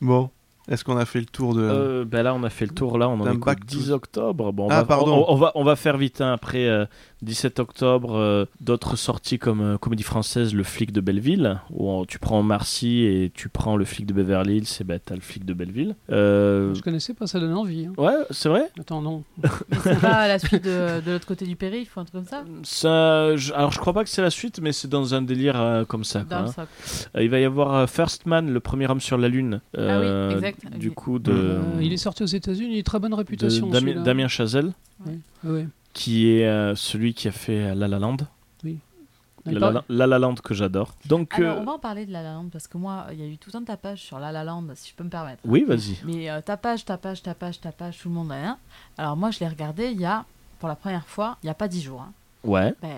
Speaker 2: Bon, est-ce qu'on a fait le tour de.
Speaker 3: Euh, ben là, on a fait le tour. Là, on en
Speaker 2: D'un
Speaker 3: est qu'au
Speaker 2: back to-
Speaker 3: 10 octobre. Bon, on,
Speaker 2: Ah,
Speaker 3: va,
Speaker 2: pardon.
Speaker 3: On, on va, on va faire vite. hein. Après euh, 17 octobre, euh, d'autres sorties comme euh, comédie française, Le flic de Belleville, où on- tu prends Marcy et tu prends le flic de Beverly Hills, et ben t'as le flic de Belleville. Euh,
Speaker 5: Je connaissais pas, ça donne envie. hein.
Speaker 3: ouais, c'est vrai.
Speaker 5: Attends, non.
Speaker 4: c'est pas la suite de, de l'autre côté du périph' ou un truc comme ça.
Speaker 3: Ça, je- alors je crois pas que c'est la suite, mais c'est dans un délire euh, comme ça. quoi,
Speaker 4: Dans le
Speaker 3: hein.
Speaker 4: socle.
Speaker 3: Euh, Il va y avoir euh, First Man, le premier homme sur la lune.
Speaker 5: Ah
Speaker 3: euh,
Speaker 4: exact.
Speaker 3: Du
Speaker 4: Ok.
Speaker 3: coup de,
Speaker 5: Euh, il est sorti aux États-Unis, il a très bonne
Speaker 3: de
Speaker 5: réputation.
Speaker 3: Damien,
Speaker 5: celui-là.
Speaker 3: Damien Chazelle,
Speaker 5: Ouais.
Speaker 3: qui est euh, celui qui a fait euh, La La Land. La La, La La Land que j'adore. Donc
Speaker 4: Alors,
Speaker 3: euh,
Speaker 4: on va en parler de La La Land parce que moi, il y a eu tout un tapage sur La La Land, si je peux me permettre.
Speaker 3: oui, vas-y.
Speaker 4: Mais euh, tapage, tapage, tapage, tapage, tout le monde a un. Alors moi, je l'ai regardé il y a, pour la première fois, il n'y a pas dix jours. hein.
Speaker 3: Ouais.
Speaker 4: Ben,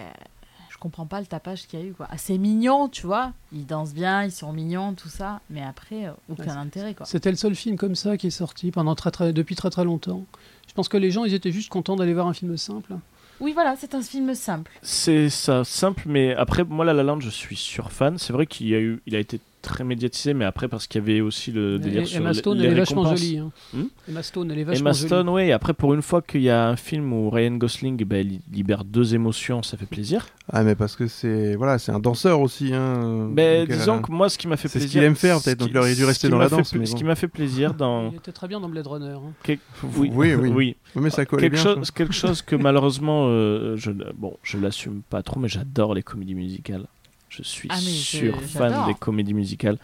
Speaker 4: je comprends pas le tapage qu'il y a eu. quoi. Ah, c'est mignon, tu vois. Ils dansent bien, ils sont mignons, tout ça. Mais après, euh, aucun
Speaker 5: Ouais,
Speaker 4: intérêt, quoi.
Speaker 5: C'était le seul film comme ça qui est sorti pendant très, très, depuis très très longtemps. Je pense que les gens, ils étaient juste contents d'aller voir un film simple.
Speaker 4: Oui, voilà, c'est un film simple.
Speaker 3: C'est ça, simple, mais après, moi, La La Land, je suis sur fan. C'est vrai qu'il y a eu, il a été très médiatisé, mais après parce qu'il y avait aussi le délire
Speaker 5: Et-
Speaker 3: sur
Speaker 5: Emma
Speaker 3: les-
Speaker 5: Stone,
Speaker 3: les
Speaker 5: elle est vachement
Speaker 3: récompenses.
Speaker 5: jolie. hein.
Speaker 3: Hmm
Speaker 5: Emma Stone, elle est vachement
Speaker 3: Emma
Speaker 5: jolie.
Speaker 3: Stone, oui. Après, pour une fois qu'il y a un film où Ryan Gosling ben, il libère deux émotions, ça fait plaisir.
Speaker 2: Ah, mais parce que c'est. Voilà, c'est un danseur aussi. Hein,
Speaker 3: Mais
Speaker 2: donc elle a-
Speaker 3: disons que moi, ce qui m'a fait
Speaker 2: C'est ce
Speaker 3: plaisir.
Speaker 2: qu'il aime faire,
Speaker 3: ce
Speaker 2: peut-être, donc
Speaker 3: qui-
Speaker 2: il aurait dû
Speaker 3: ce
Speaker 2: rester
Speaker 3: qui
Speaker 2: dans
Speaker 3: m'a
Speaker 2: la
Speaker 3: fait
Speaker 2: danse,
Speaker 3: pl-
Speaker 2: mais
Speaker 3: Ce
Speaker 2: bon.
Speaker 3: qui m'a fait plaisir dans.
Speaker 5: Il était très bien dans Blade Runner. hein.
Speaker 3: quel-
Speaker 2: Oui, oui. Oui, mais ça collait
Speaker 3: quelque,
Speaker 2: bien.
Speaker 3: chose, quelque chose que malheureusement, euh, je, bon, je l'assume pas trop, mais j'adore les comédies musicales. Je suis
Speaker 4: Ah, mais je-
Speaker 3: sur fan
Speaker 4: j'adore.
Speaker 3: des comédies musicales.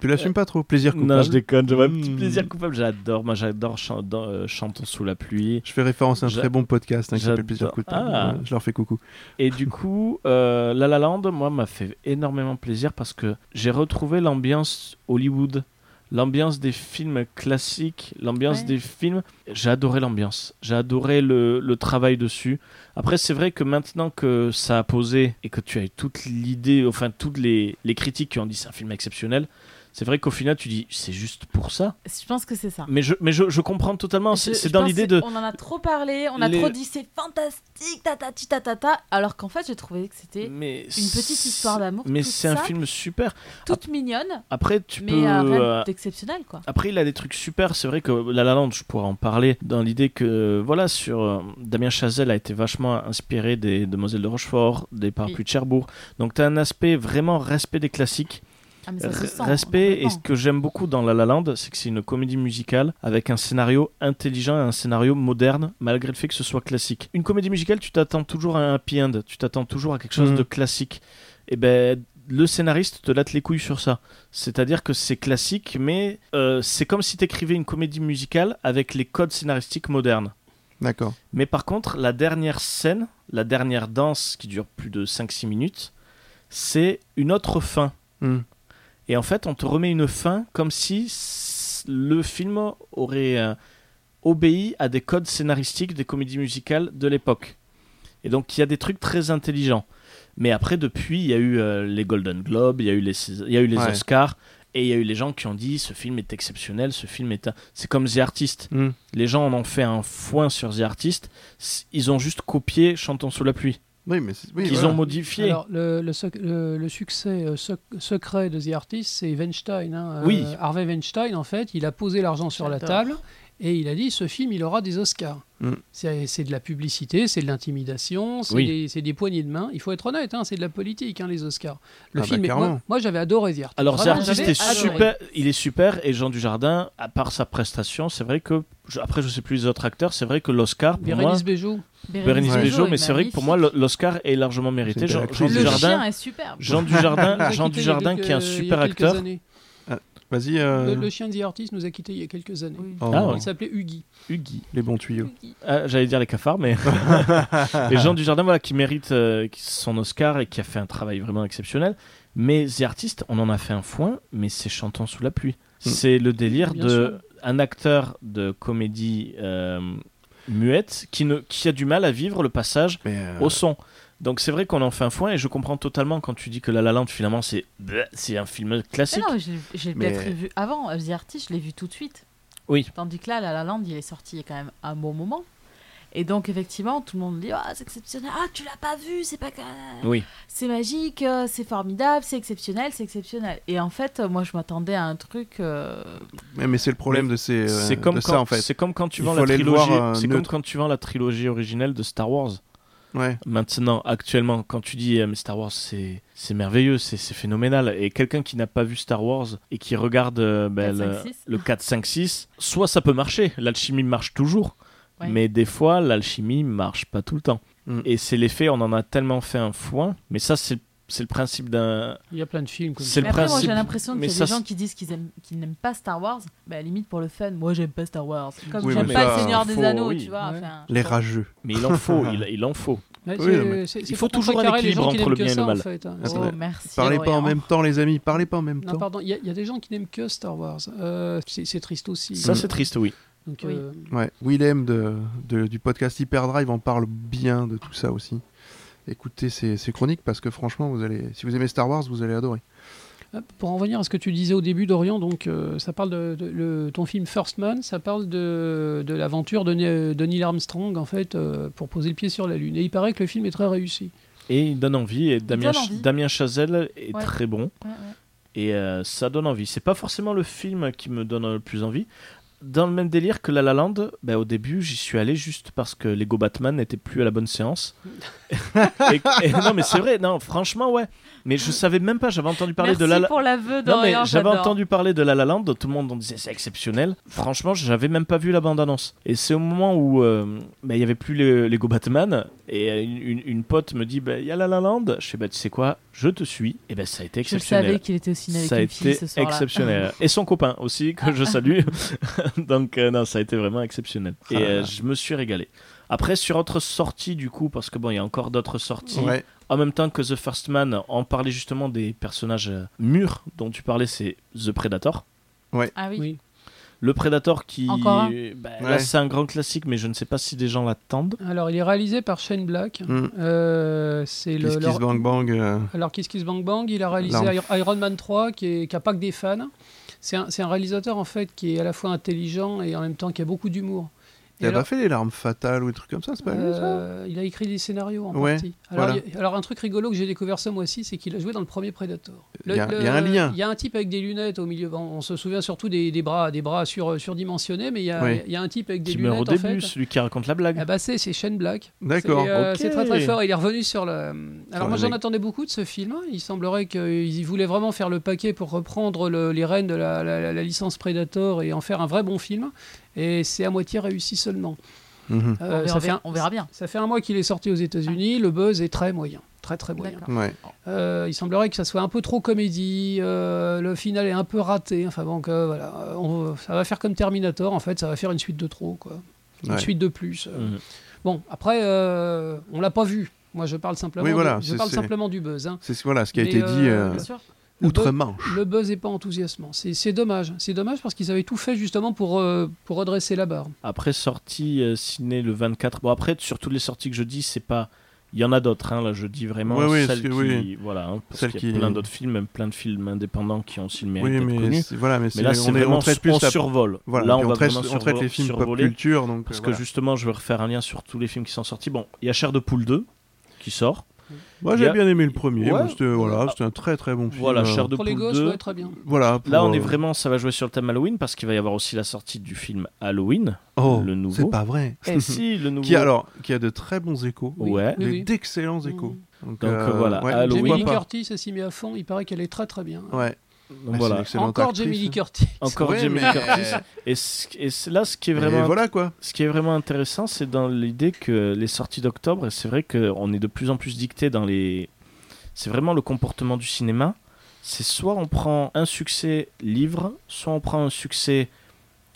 Speaker 2: Tu l'assumes pas trop. Plaisir coupable.
Speaker 3: Non, je déconne, j'avais un petit
Speaker 2: Mm.
Speaker 3: plaisir coupable. J'adore, moi j'adore chan- dans- euh, Chantons sous la pluie.
Speaker 2: Je fais référence à un
Speaker 3: J'a-
Speaker 2: très bon podcast hein, qui s'appelle
Speaker 3: j'adore-
Speaker 2: Plaisir coupable.
Speaker 3: Ah.
Speaker 2: Je leur fais coucou.
Speaker 3: Et du coup, euh, La La Land, moi, m'a fait énormément plaisir parce que j'ai retrouvé l'ambiance Hollywood, l'ambiance des films classiques, l'ambiance
Speaker 4: Ouais.
Speaker 3: des films. J'ai adoré l'ambiance, j'ai adoré le, le travail dessus. Après, c'est vrai que maintenant que ça a posé et que tu as eu toute l'idée, enfin, toutes les, les critiques qui ont dit c'est un film exceptionnel, c'est vrai qu'au final, tu dis c'est juste pour ça.
Speaker 4: Je pense que c'est ça.
Speaker 3: Mais je, mais je, je comprends totalement,
Speaker 4: Je-
Speaker 3: c'est c'est
Speaker 4: je
Speaker 3: dans
Speaker 4: pense
Speaker 3: l'idée
Speaker 4: que
Speaker 3: de.
Speaker 4: On en a trop parlé, on a
Speaker 3: Les-
Speaker 4: trop dit c'est fantastique, ta ta ti, ta ta ta. Alors qu'en fait, j'ai trouvé que c'était
Speaker 3: Mais
Speaker 4: une petite histoire d'amour.
Speaker 3: Mais
Speaker 4: toute
Speaker 3: c'est un
Speaker 4: simple,
Speaker 3: film super.
Speaker 4: toute mignonne,
Speaker 3: Après, tu
Speaker 4: mais
Speaker 3: peux.
Speaker 4: euh, rien
Speaker 3: euh,
Speaker 4: d'exceptionnel, quoi.
Speaker 3: Après, il a des trucs super. C'est vrai que La La Land, je pourrais en parler dans l'idée que, euh, voilà, sur euh, Damien Chazelle a été vachement inspiré des Demoiselles de Rochefort, des Parapluies
Speaker 4: Oui.
Speaker 3: de Cherbourg. Donc, tu as un aspect vraiment respect des classiques,
Speaker 4: Ah, mais ça se
Speaker 3: re-
Speaker 4: sent,
Speaker 3: respect. Et ce
Speaker 4: complètement.
Speaker 3: que j'aime beaucoup dans La La Land, c'est que c'est une comédie musicale avec un scénario intelligent et un scénario moderne, malgré le fait que ce soit classique. Une comédie musicale, tu t'attends toujours à un happy end, tu t'attends toujours à quelque chose
Speaker 2: Mhm.
Speaker 3: de classique. Et ben, le scénariste te latte les couilles sur ça. C'est-à-dire que c'est classique, mais euh, c'est comme si t'écrivais une comédie musicale avec les codes scénaristiques modernes.
Speaker 2: D'accord.
Speaker 3: Mais par contre, la dernière scène, la dernière danse qui dure plus de 5-6 minutes, c'est une autre fin.
Speaker 2: Hmm.
Speaker 3: Et en fait, on te remet une fin comme si s- le film aurait euh, obéi à des codes scénaristiques des comédies musicales de l'époque. Et donc, il y a des trucs très intelligents. Mais après, depuis, il y a eu euh, les Golden Globes, il y a eu les, César- il y a eu les
Speaker 2: Ouais.
Speaker 3: Oscars, et il y a eu les gens qui ont dit ce film est exceptionnel, ce film est. un- C'est comme The Artist.
Speaker 2: Hmm.
Speaker 3: Les gens en ont fait un foin sur The Artist. S- Ils ont juste copié Chantons sous la pluie.
Speaker 2: Oui, mais c'est- oui,
Speaker 3: Ils
Speaker 2: voilà.
Speaker 3: ont modifié.
Speaker 5: Alors, le, le sec- le- le succès euh, sec- secret de The Artist, c'est Weinstein. hein.
Speaker 3: Oui.
Speaker 5: Euh, Harvey Weinstein, en fait, il a posé l'argent sur la
Speaker 4: J'adore.
Speaker 5: table Et il a dit ce film, il aura des Oscars.
Speaker 2: Mm.
Speaker 5: C'est c'est de la publicité, c'est de l'intimidation, c'est
Speaker 3: Oui.
Speaker 5: des, c'est des poignées de main. Il faut être honnête, hein, c'est de la politique, hein, les Oscars. Le
Speaker 2: Ah bah,
Speaker 5: film, est-
Speaker 2: carrément.
Speaker 5: moi, moi, j'avais adoré The Artist.
Speaker 3: Alors, The
Speaker 5: Vraiment,
Speaker 3: Artist
Speaker 5: j'avais
Speaker 3: est
Speaker 4: adoré.
Speaker 3: super, il est super, et Jean Dujardin, à part sa prestation, c'est vrai que, je- après, je sais plus les autres acteurs, c'est vrai que l'Oscar, pour moi,
Speaker 5: Bérénice Bejo.
Speaker 3: Bérénice
Speaker 2: Bejo,
Speaker 3: Bejo,
Speaker 4: est
Speaker 3: mais c'est vrai que pour moi,
Speaker 4: magnifique.
Speaker 3: l'Oscar est largement mérité.
Speaker 2: C'était
Speaker 3: Jean,
Speaker 2: la
Speaker 3: Jean
Speaker 2: crise.
Speaker 4: le chien
Speaker 3: Dujardin,
Speaker 4: est superbe.
Speaker 3: Jean
Speaker 5: Il nous a quittés
Speaker 3: Dujardin, Jean
Speaker 5: il y a
Speaker 3: Dujardin,
Speaker 5: quelques- euh,
Speaker 3: qui est un
Speaker 5: il y a
Speaker 3: super
Speaker 5: quelques
Speaker 3: acteur.
Speaker 5: années.
Speaker 2: Vas-y,
Speaker 5: Le,
Speaker 2: euh,
Speaker 5: le chien The Artist nous a quittés il y a quelques années.
Speaker 4: Oui.
Speaker 2: oh,
Speaker 3: Ah ouais.
Speaker 5: Il s'appelait Huggy.
Speaker 3: Huggy.
Speaker 2: les bons tuyaux.
Speaker 3: Ah, J'allais dire les cafards, mais. et Jean Dujardin, voilà, qui mérite euh, qui- son Oscar et qui a fait un travail vraiment exceptionnel. Mais The Artist, on en a fait un foin, mais c'est chantant sous la pluie.
Speaker 2: Mm.
Speaker 3: C'est le délire
Speaker 5: Bien
Speaker 3: de
Speaker 5: sûr.
Speaker 3: un acteur de comédie euh, muette qui, ne, qui a du mal à vivre le passage
Speaker 2: Mais, euh,
Speaker 3: au son. Donc c'est vrai qu'on en fait un foin et je comprends totalement quand tu dis que La La Land finalement c'est c'est un film
Speaker 4: Mais
Speaker 3: classique.
Speaker 4: non, j'ai j'ai
Speaker 2: Mais-
Speaker 4: peut-être vu avant. euh, The Artist, je l'ai vu tout de suite.
Speaker 3: Oui.
Speaker 4: Tandis que là, La La Land, il est sorti il y a quand même un bon moment. Et donc, effectivement, tout le monde dit Ah, c'est exceptionnel. Ah, tu l'as pas vu, c'est pas. grave.
Speaker 3: Oui.
Speaker 4: C'est magique, euh, c'est formidable, c'est exceptionnel, c'est exceptionnel. Et en fait, euh, moi, je m'attendais à un truc. euh,
Speaker 2: mais, mais c'est le problème de ces, euh,
Speaker 3: c'est comme
Speaker 2: de
Speaker 3: quand
Speaker 2: ça en fait.
Speaker 3: c'est comme quand tu
Speaker 2: Il
Speaker 3: vends
Speaker 2: faut
Speaker 3: la
Speaker 2: aller le
Speaker 3: trilogie
Speaker 2: voir, euh,
Speaker 3: c'est comme
Speaker 2: neutre.
Speaker 3: quand tu vends la trilogie originelle de Star Wars.
Speaker 2: Ouais.
Speaker 3: Maintenant actuellement quand tu dis euh, mais Star Wars c'est c'est merveilleux c'est c'est phénoménal et quelqu'un qui n'a pas vu Star Wars et qui regarde euh, ben,
Speaker 4: 4,
Speaker 3: le,
Speaker 4: 5, 6.
Speaker 3: le 4 5 6 soit ça peut marcher l'alchimie marche toujours
Speaker 4: Ouais.
Speaker 3: mais des fois l'alchimie marche pas tout le temps
Speaker 2: Mm.
Speaker 3: et c'est l'effet on en a tellement fait un foin mais ça c'est c'est le principe d'un
Speaker 5: Il y a plein de films comme ça.
Speaker 3: c'est le
Speaker 4: Mais après, moi,
Speaker 3: principe
Speaker 4: j'ai l'impression qu'il y
Speaker 3: mais
Speaker 4: a
Speaker 3: ça,
Speaker 4: des gens
Speaker 3: c'est-
Speaker 4: qui disent qu'ils aiment- qu'ils n'aiment pas Star Wars. Bah, limite pour le fun, moi, j'aime pas Star Wars. Comme
Speaker 2: Oui,
Speaker 4: j'aime
Speaker 2: mais
Speaker 4: pas
Speaker 2: ça,
Speaker 4: Le Seigneur
Speaker 3: il
Speaker 4: des
Speaker 3: faut-
Speaker 4: Anneaux,
Speaker 3: oui.
Speaker 4: tu vois.
Speaker 5: Ouais.
Speaker 4: enfin,
Speaker 2: Les rageux.
Speaker 3: mais il en faut il, il en faut
Speaker 5: Ouais,
Speaker 2: Oui,
Speaker 5: c'est-
Speaker 2: mais-
Speaker 5: c'est-
Speaker 3: Il
Speaker 5: c'est
Speaker 3: faut
Speaker 5: pour
Speaker 3: toujours un
Speaker 5: contrecarrer les
Speaker 3: équilibre
Speaker 5: gens qui
Speaker 3: entre
Speaker 5: n'aiment
Speaker 3: le
Speaker 5: que
Speaker 3: bien et le
Speaker 5: ça, en
Speaker 3: mal.
Speaker 5: fait, hein.
Speaker 2: Ah,
Speaker 5: C'est-
Speaker 2: ouais.
Speaker 4: Oh, merci.
Speaker 2: Parlez pas en
Speaker 4: Lorient.
Speaker 2: même temps, les amis, parlez pas en même
Speaker 5: Non,
Speaker 2: temps.
Speaker 5: pardon, il y, a- il y a des gens qui n'aiment que Star Wars. Euh, c'est c'est triste aussi.
Speaker 3: ça c'est triste oui
Speaker 5: Donc,
Speaker 4: Oui.
Speaker 5: euh,
Speaker 2: Ouais, Willem de, de- du podcast Hyperdrive en parle bien de tout ça aussi. Écoutez ces, ces chroniques parce que franchement, vous allez, si vous aimez Star Wars, vous allez adorer.
Speaker 5: hop, pour en revenir à ce que tu disais au début, Dorian, donc, euh, ça parle de, de- le- ton film First Man, ça parle de, de l'aventure de, Ne- de Neil Armstrong, en fait, euh, pour poser le pied sur la Lune. Et il paraît que le film est très réussi.
Speaker 3: et il donne envie et Damien,
Speaker 4: donne envie.
Speaker 3: Damien Chazelle est
Speaker 4: Ouais.
Speaker 3: très bon
Speaker 4: Ouais, ouais.
Speaker 3: et euh, ça donne envie c'est pas forcément le film qui me donne le plus envie dans le même délire que La La Land ben, au début j'y suis allé juste parce que Lego Batman n'était plus à la bonne séance Et- et- non mais c'est vrai non franchement ouais mais je savais même pas j'avais entendu parler
Speaker 4: Merci
Speaker 3: de La La
Speaker 4: pour l'aveu,
Speaker 3: Non mais
Speaker 4: Dorian.
Speaker 3: j'avais
Speaker 4: j'adore.
Speaker 3: entendu parler de La La Land, tout le monde en disait c'est exceptionnel. Franchement, j'avais même pas vu la bande-annonce. Et c'est au moment où euh, bah, il y avait plus les Lego Batman et euh, une, une- une pote me dit bah, il y a La La Land. Je fais bah tu sais quoi, je te suis. Et ben ça a été
Speaker 4: Je savais
Speaker 3: exceptionnel.
Speaker 4: qu'il était aussi ciné
Speaker 3: ça a
Speaker 4: avec une
Speaker 3: été
Speaker 4: fille ce soir-là.
Speaker 3: exceptionnel. Et son copain aussi, que je salue. Donc, euh, non, ça a été vraiment exceptionnel. Et
Speaker 4: Ah
Speaker 3: euh, je me suis régalé. Après, sur autre sortie, du coup, parce que bon, il y a encore d'autres sorties.
Speaker 2: Ouais,
Speaker 3: En même temps que The First Man, on parlait justement des personnages euh, mûrs dont tu parlais, c'est The Predator.
Speaker 4: Ah oui.
Speaker 5: Oui.
Speaker 3: Le Predator qui.
Speaker 4: Encore un
Speaker 3: Bah,
Speaker 2: Ouais.
Speaker 3: Là, c'est un grand classique, mais je ne sais pas si des gens l'attendent.
Speaker 5: Alors, il est réalisé par Shane Black.
Speaker 2: Mm.
Speaker 5: Euh, c'est le.
Speaker 2: Kiss Kiss
Speaker 5: leur-
Speaker 2: Bang Bang. euh,
Speaker 5: Alors, Kiss Kiss Bang Bang, il a réalisé
Speaker 2: Là,
Speaker 5: Ir- Iron Man 3, qui est- qui a pas que des fans. C'est un, c'est un réalisateur, en fait, qui est à la fois intelligent et en même temps qui a beaucoup d'humour. Et
Speaker 2: il a
Speaker 5: alors-
Speaker 2: pas fait les larmes fatales ou des trucs comme ça, c'est pas lui ça
Speaker 5: Euh, il a écrit des scénarios en
Speaker 2: Ouais,
Speaker 5: partie. Alors,
Speaker 2: voilà.
Speaker 5: il y a- alors, un truc rigolo que j'ai découvert ce mois-ci, c'est qu'il a joué dans le premier Predator. Le-
Speaker 2: Il y a-
Speaker 5: le-
Speaker 2: il y a un lien.
Speaker 5: Il y a un type avec des lunettes au milieu. Bon, on se souvient surtout des, des bras, des bras sur, surdimensionnés, mais il y, a,
Speaker 2: Oui.
Speaker 5: il y a un type avec des
Speaker 3: Qui meurt
Speaker 5: lunettes
Speaker 3: au
Speaker 5: en
Speaker 3: début,
Speaker 5: fait.
Speaker 3: celui qui raconte la blague.
Speaker 5: Ah bah c'est c'est Shane Black.
Speaker 2: D'accord.
Speaker 5: C'est euh,
Speaker 3: Ok.
Speaker 5: c'est très très fort. Il est revenu sur le. Alors moi
Speaker 2: la
Speaker 5: j'en
Speaker 2: leg-
Speaker 5: attendais beaucoup de ce film. hein. Il semblerait qu'ils voulaient vraiment faire le paquet pour reprendre le- les rênes de la, la- la- la licence Predator et en faire un vrai bon film. Et c'est à moitié réussi seulement.
Speaker 2: Mhm.
Speaker 5: Euh,
Speaker 4: On, verra,
Speaker 5: ça fait
Speaker 4: bien-
Speaker 5: un-
Speaker 4: on verra bien.
Speaker 5: ça fait un mois qu'il est sorti aux États-Unis, le buzz est très moyen. Très très moyen.
Speaker 4: D'accord.
Speaker 2: Ouais.
Speaker 5: Euh, il semblerait que ça soit un peu trop comédie, euh, le final est un peu raté. Enfin bon, que, voilà, euh, on- ça va faire comme Terminator en fait, ça va faire une suite de trop quoi. Une
Speaker 2: Ouais.
Speaker 5: suite de plus. euh.
Speaker 3: Mhm.
Speaker 5: Bon, après, euh, on l'a pas vu. Moi je parle simplement,
Speaker 2: Oui, voilà,
Speaker 5: du- je
Speaker 2: c'est-
Speaker 5: parle
Speaker 2: c'est-
Speaker 5: simplement du buzz. hein.
Speaker 2: C'est ce- voilà ce qui a
Speaker 5: Mais,
Speaker 2: été dit
Speaker 5: euh,
Speaker 2: euh,
Speaker 4: Bien sûr.
Speaker 5: Le
Speaker 2: outre-Manche.
Speaker 5: Le buzz est pas enthousiasmant. C'est c'est dommage. C'est dommage parce qu'ils avaient tout fait justement pour, euh, pour redresser la barre.
Speaker 3: Après, sortie euh, ciné le 24. Bon, après, sur toutes les sorties que je dis, c'est pas. Il y en a d'autres, hein, là, je dis vraiment
Speaker 2: Ouais, oui,
Speaker 3: celles
Speaker 2: parce
Speaker 3: qui.
Speaker 2: que, oui.
Speaker 3: Voilà, hein, parce
Speaker 2: Celles
Speaker 3: qu'il y a
Speaker 2: qui-
Speaker 3: plein d'autres films, même plein de films indépendants qui ont aussi le mérite
Speaker 2: Oui,
Speaker 3: d'être
Speaker 2: mais
Speaker 3: connus.
Speaker 2: c'est- voilà, mais,
Speaker 3: Mais
Speaker 2: c'est-
Speaker 3: là, c'est
Speaker 2: on, est,
Speaker 3: vraiment
Speaker 2: on traite plus
Speaker 3: on
Speaker 2: la-
Speaker 3: survole.
Speaker 2: Voilà,
Speaker 3: là,
Speaker 2: puis
Speaker 3: on, va
Speaker 2: traite,
Speaker 3: vraiment
Speaker 2: on traite
Speaker 3: survo-
Speaker 2: les films pop
Speaker 3: survoler.
Speaker 2: culture, donc
Speaker 3: Parce
Speaker 2: euh,
Speaker 3: que justement, je vais refaire un lien sur tous les films qui sont sortis. Bon, il y a Cher de Poule 2 qui sort.
Speaker 2: Moi,
Speaker 3: Il y
Speaker 2: j'ai
Speaker 3: a-
Speaker 2: bien aimé le premier.
Speaker 3: Ouais.
Speaker 2: Moi, C'était voilà, c'était un très très bon film.
Speaker 3: Voilà,
Speaker 2: euh,
Speaker 3: Chair de
Speaker 5: Pour les
Speaker 3: poule
Speaker 5: gosses,
Speaker 3: 2.
Speaker 5: ouais, très bien.
Speaker 2: Voilà. pour,
Speaker 3: Là, on est
Speaker 2: euh,
Speaker 3: vraiment, ça va jouer sur le thème Halloween parce qu'il va y avoir aussi la sortie du film Halloween.
Speaker 2: Oh,
Speaker 3: le nouveau.
Speaker 2: c'est pas vrai.
Speaker 3: Eh si, le nouveau.
Speaker 2: qui alors, qui a de très bons échos,
Speaker 5: Oui.
Speaker 3: Ouais.
Speaker 2: des-
Speaker 5: Oui, oui.
Speaker 2: d'excellents échos.
Speaker 3: Donc, euh, voilà,
Speaker 2: ouais,
Speaker 3: Halloween.
Speaker 2: pourquoi
Speaker 5: Jamie Lee
Speaker 2: pas.
Speaker 5: Curtis, elle s'y met à fond. Il paraît qu'elle est très très bien.
Speaker 2: Ouais. ah,
Speaker 3: Donc voilà.
Speaker 5: Encore Jamie Lee Curtis.
Speaker 3: Encore
Speaker 2: Ouais,
Speaker 3: Jamie
Speaker 2: mais-
Speaker 3: Curtis. Et, ce- et ce- là, ce qui est
Speaker 2: Vraiment...
Speaker 3: vraiment,
Speaker 2: Et voilà quoi.
Speaker 3: ce qui est vraiment intéressant, c'est dans l'idée que les sorties d'octobre, et c'est vrai qu'on est de plus en plus dicté dans les. C'est vraiment le comportement du cinéma. C'est soit on prend un succès livre, soit on prend un succès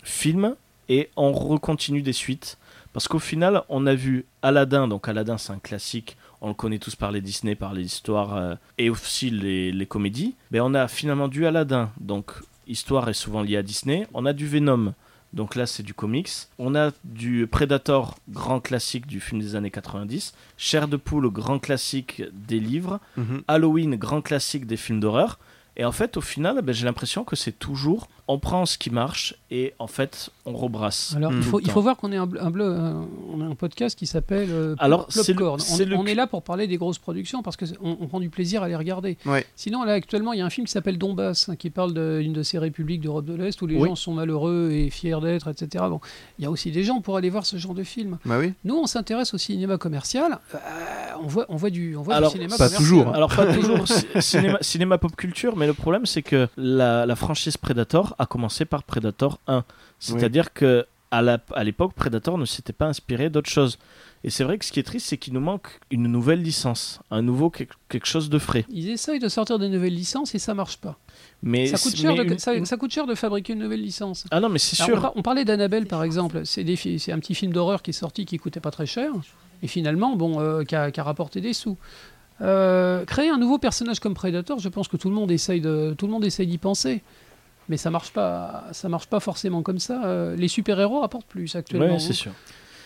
Speaker 3: film, et on recontinue des suites. Parce qu'au final, on a vu Aladdin, donc Aladdin c'est un classique, on le connaît tous par les Disney, par les histoires euh, et aussi les, les comédies. Mais on a finalement du Aladdin, donc histoire est souvent liée à Disney. On a du Venom, donc là c'est du comics. On a du Predator, grand classique du film des années 90. Chair de poule, grand classique des livres.
Speaker 2: Mhm.
Speaker 3: Halloween, grand classique des films d'horreur. Et en fait, au final, ben, j'ai l'impression que c'est toujours on prend ce qui marche et en fait on rebrasse.
Speaker 5: Alors,
Speaker 2: Mm.
Speaker 5: il,
Speaker 3: Tout
Speaker 5: faut,
Speaker 3: le
Speaker 5: il
Speaker 3: temps.
Speaker 5: faut voir qu'on est un, bl- un blo- un- on a un podcast qui s'appelle euh,
Speaker 3: Alors, c'est le-
Speaker 5: Popcorn.
Speaker 3: c'est
Speaker 5: on,
Speaker 3: le-
Speaker 5: on est là pour parler des grosses productions parce qu'on on prend du plaisir à les regarder.
Speaker 2: Ouais.
Speaker 5: Sinon, là, actuellement, il y a un film qui s'appelle Donbass hein, qui parle de- d'une de, ces républiques d'Europe de l'Est où les
Speaker 3: Oui.
Speaker 5: gens sont malheureux et fiers d'être, etc. Bon, il y a aussi des gens pour aller voir ce genre de film.
Speaker 2: Bah oui.
Speaker 5: Nous, on s'intéresse au cinéma commercial. Euh, on, voit, on voit du, on voit du
Speaker 3: Alors,
Speaker 5: cinéma
Speaker 2: pas
Speaker 5: commercial.
Speaker 2: toujours, hein.
Speaker 3: Alors pas toujours ci- cinéma, cinéma pop culture, mais le problème c'est que la, la franchise Predator a commencé par Predator 1. C'est-à-dire que à la- à l'époque, Predator ne s'était pas inspiré d'autre chose. Et c'est vrai que ce qui est triste, c'est qu'il nous manque une nouvelle licence, un nouveau quel- quelque chose de frais.
Speaker 5: Ils essayent de sortir des nouvelles licences et ça marche pas.
Speaker 3: Mais
Speaker 5: Ça coûte,
Speaker 3: mais
Speaker 5: cher de,
Speaker 3: une-
Speaker 5: ça-
Speaker 3: une-
Speaker 5: ça coûte cher de fabriquer une nouvelle licence.
Speaker 3: Ah non, mais c'est
Speaker 5: Alors, Bah, on,
Speaker 3: sûr.
Speaker 5: par- on parlait d'Annabelle par exemple, c'est des fi- c'est un petit film d'horreur qui est sorti qui coûtait pas très cher et finalement bon euh, qui a, qui a rapporté des sous. Euh, créer un nouveau personnage comme Predator, je pense que tout le monde essaye de tout le monde essaye d'y penser. Mais ça marche pas, ça marche pas forcément comme ça. Euh, les super-héros apportent plus actuellement. hein.
Speaker 3: Ouais, c'est sûr.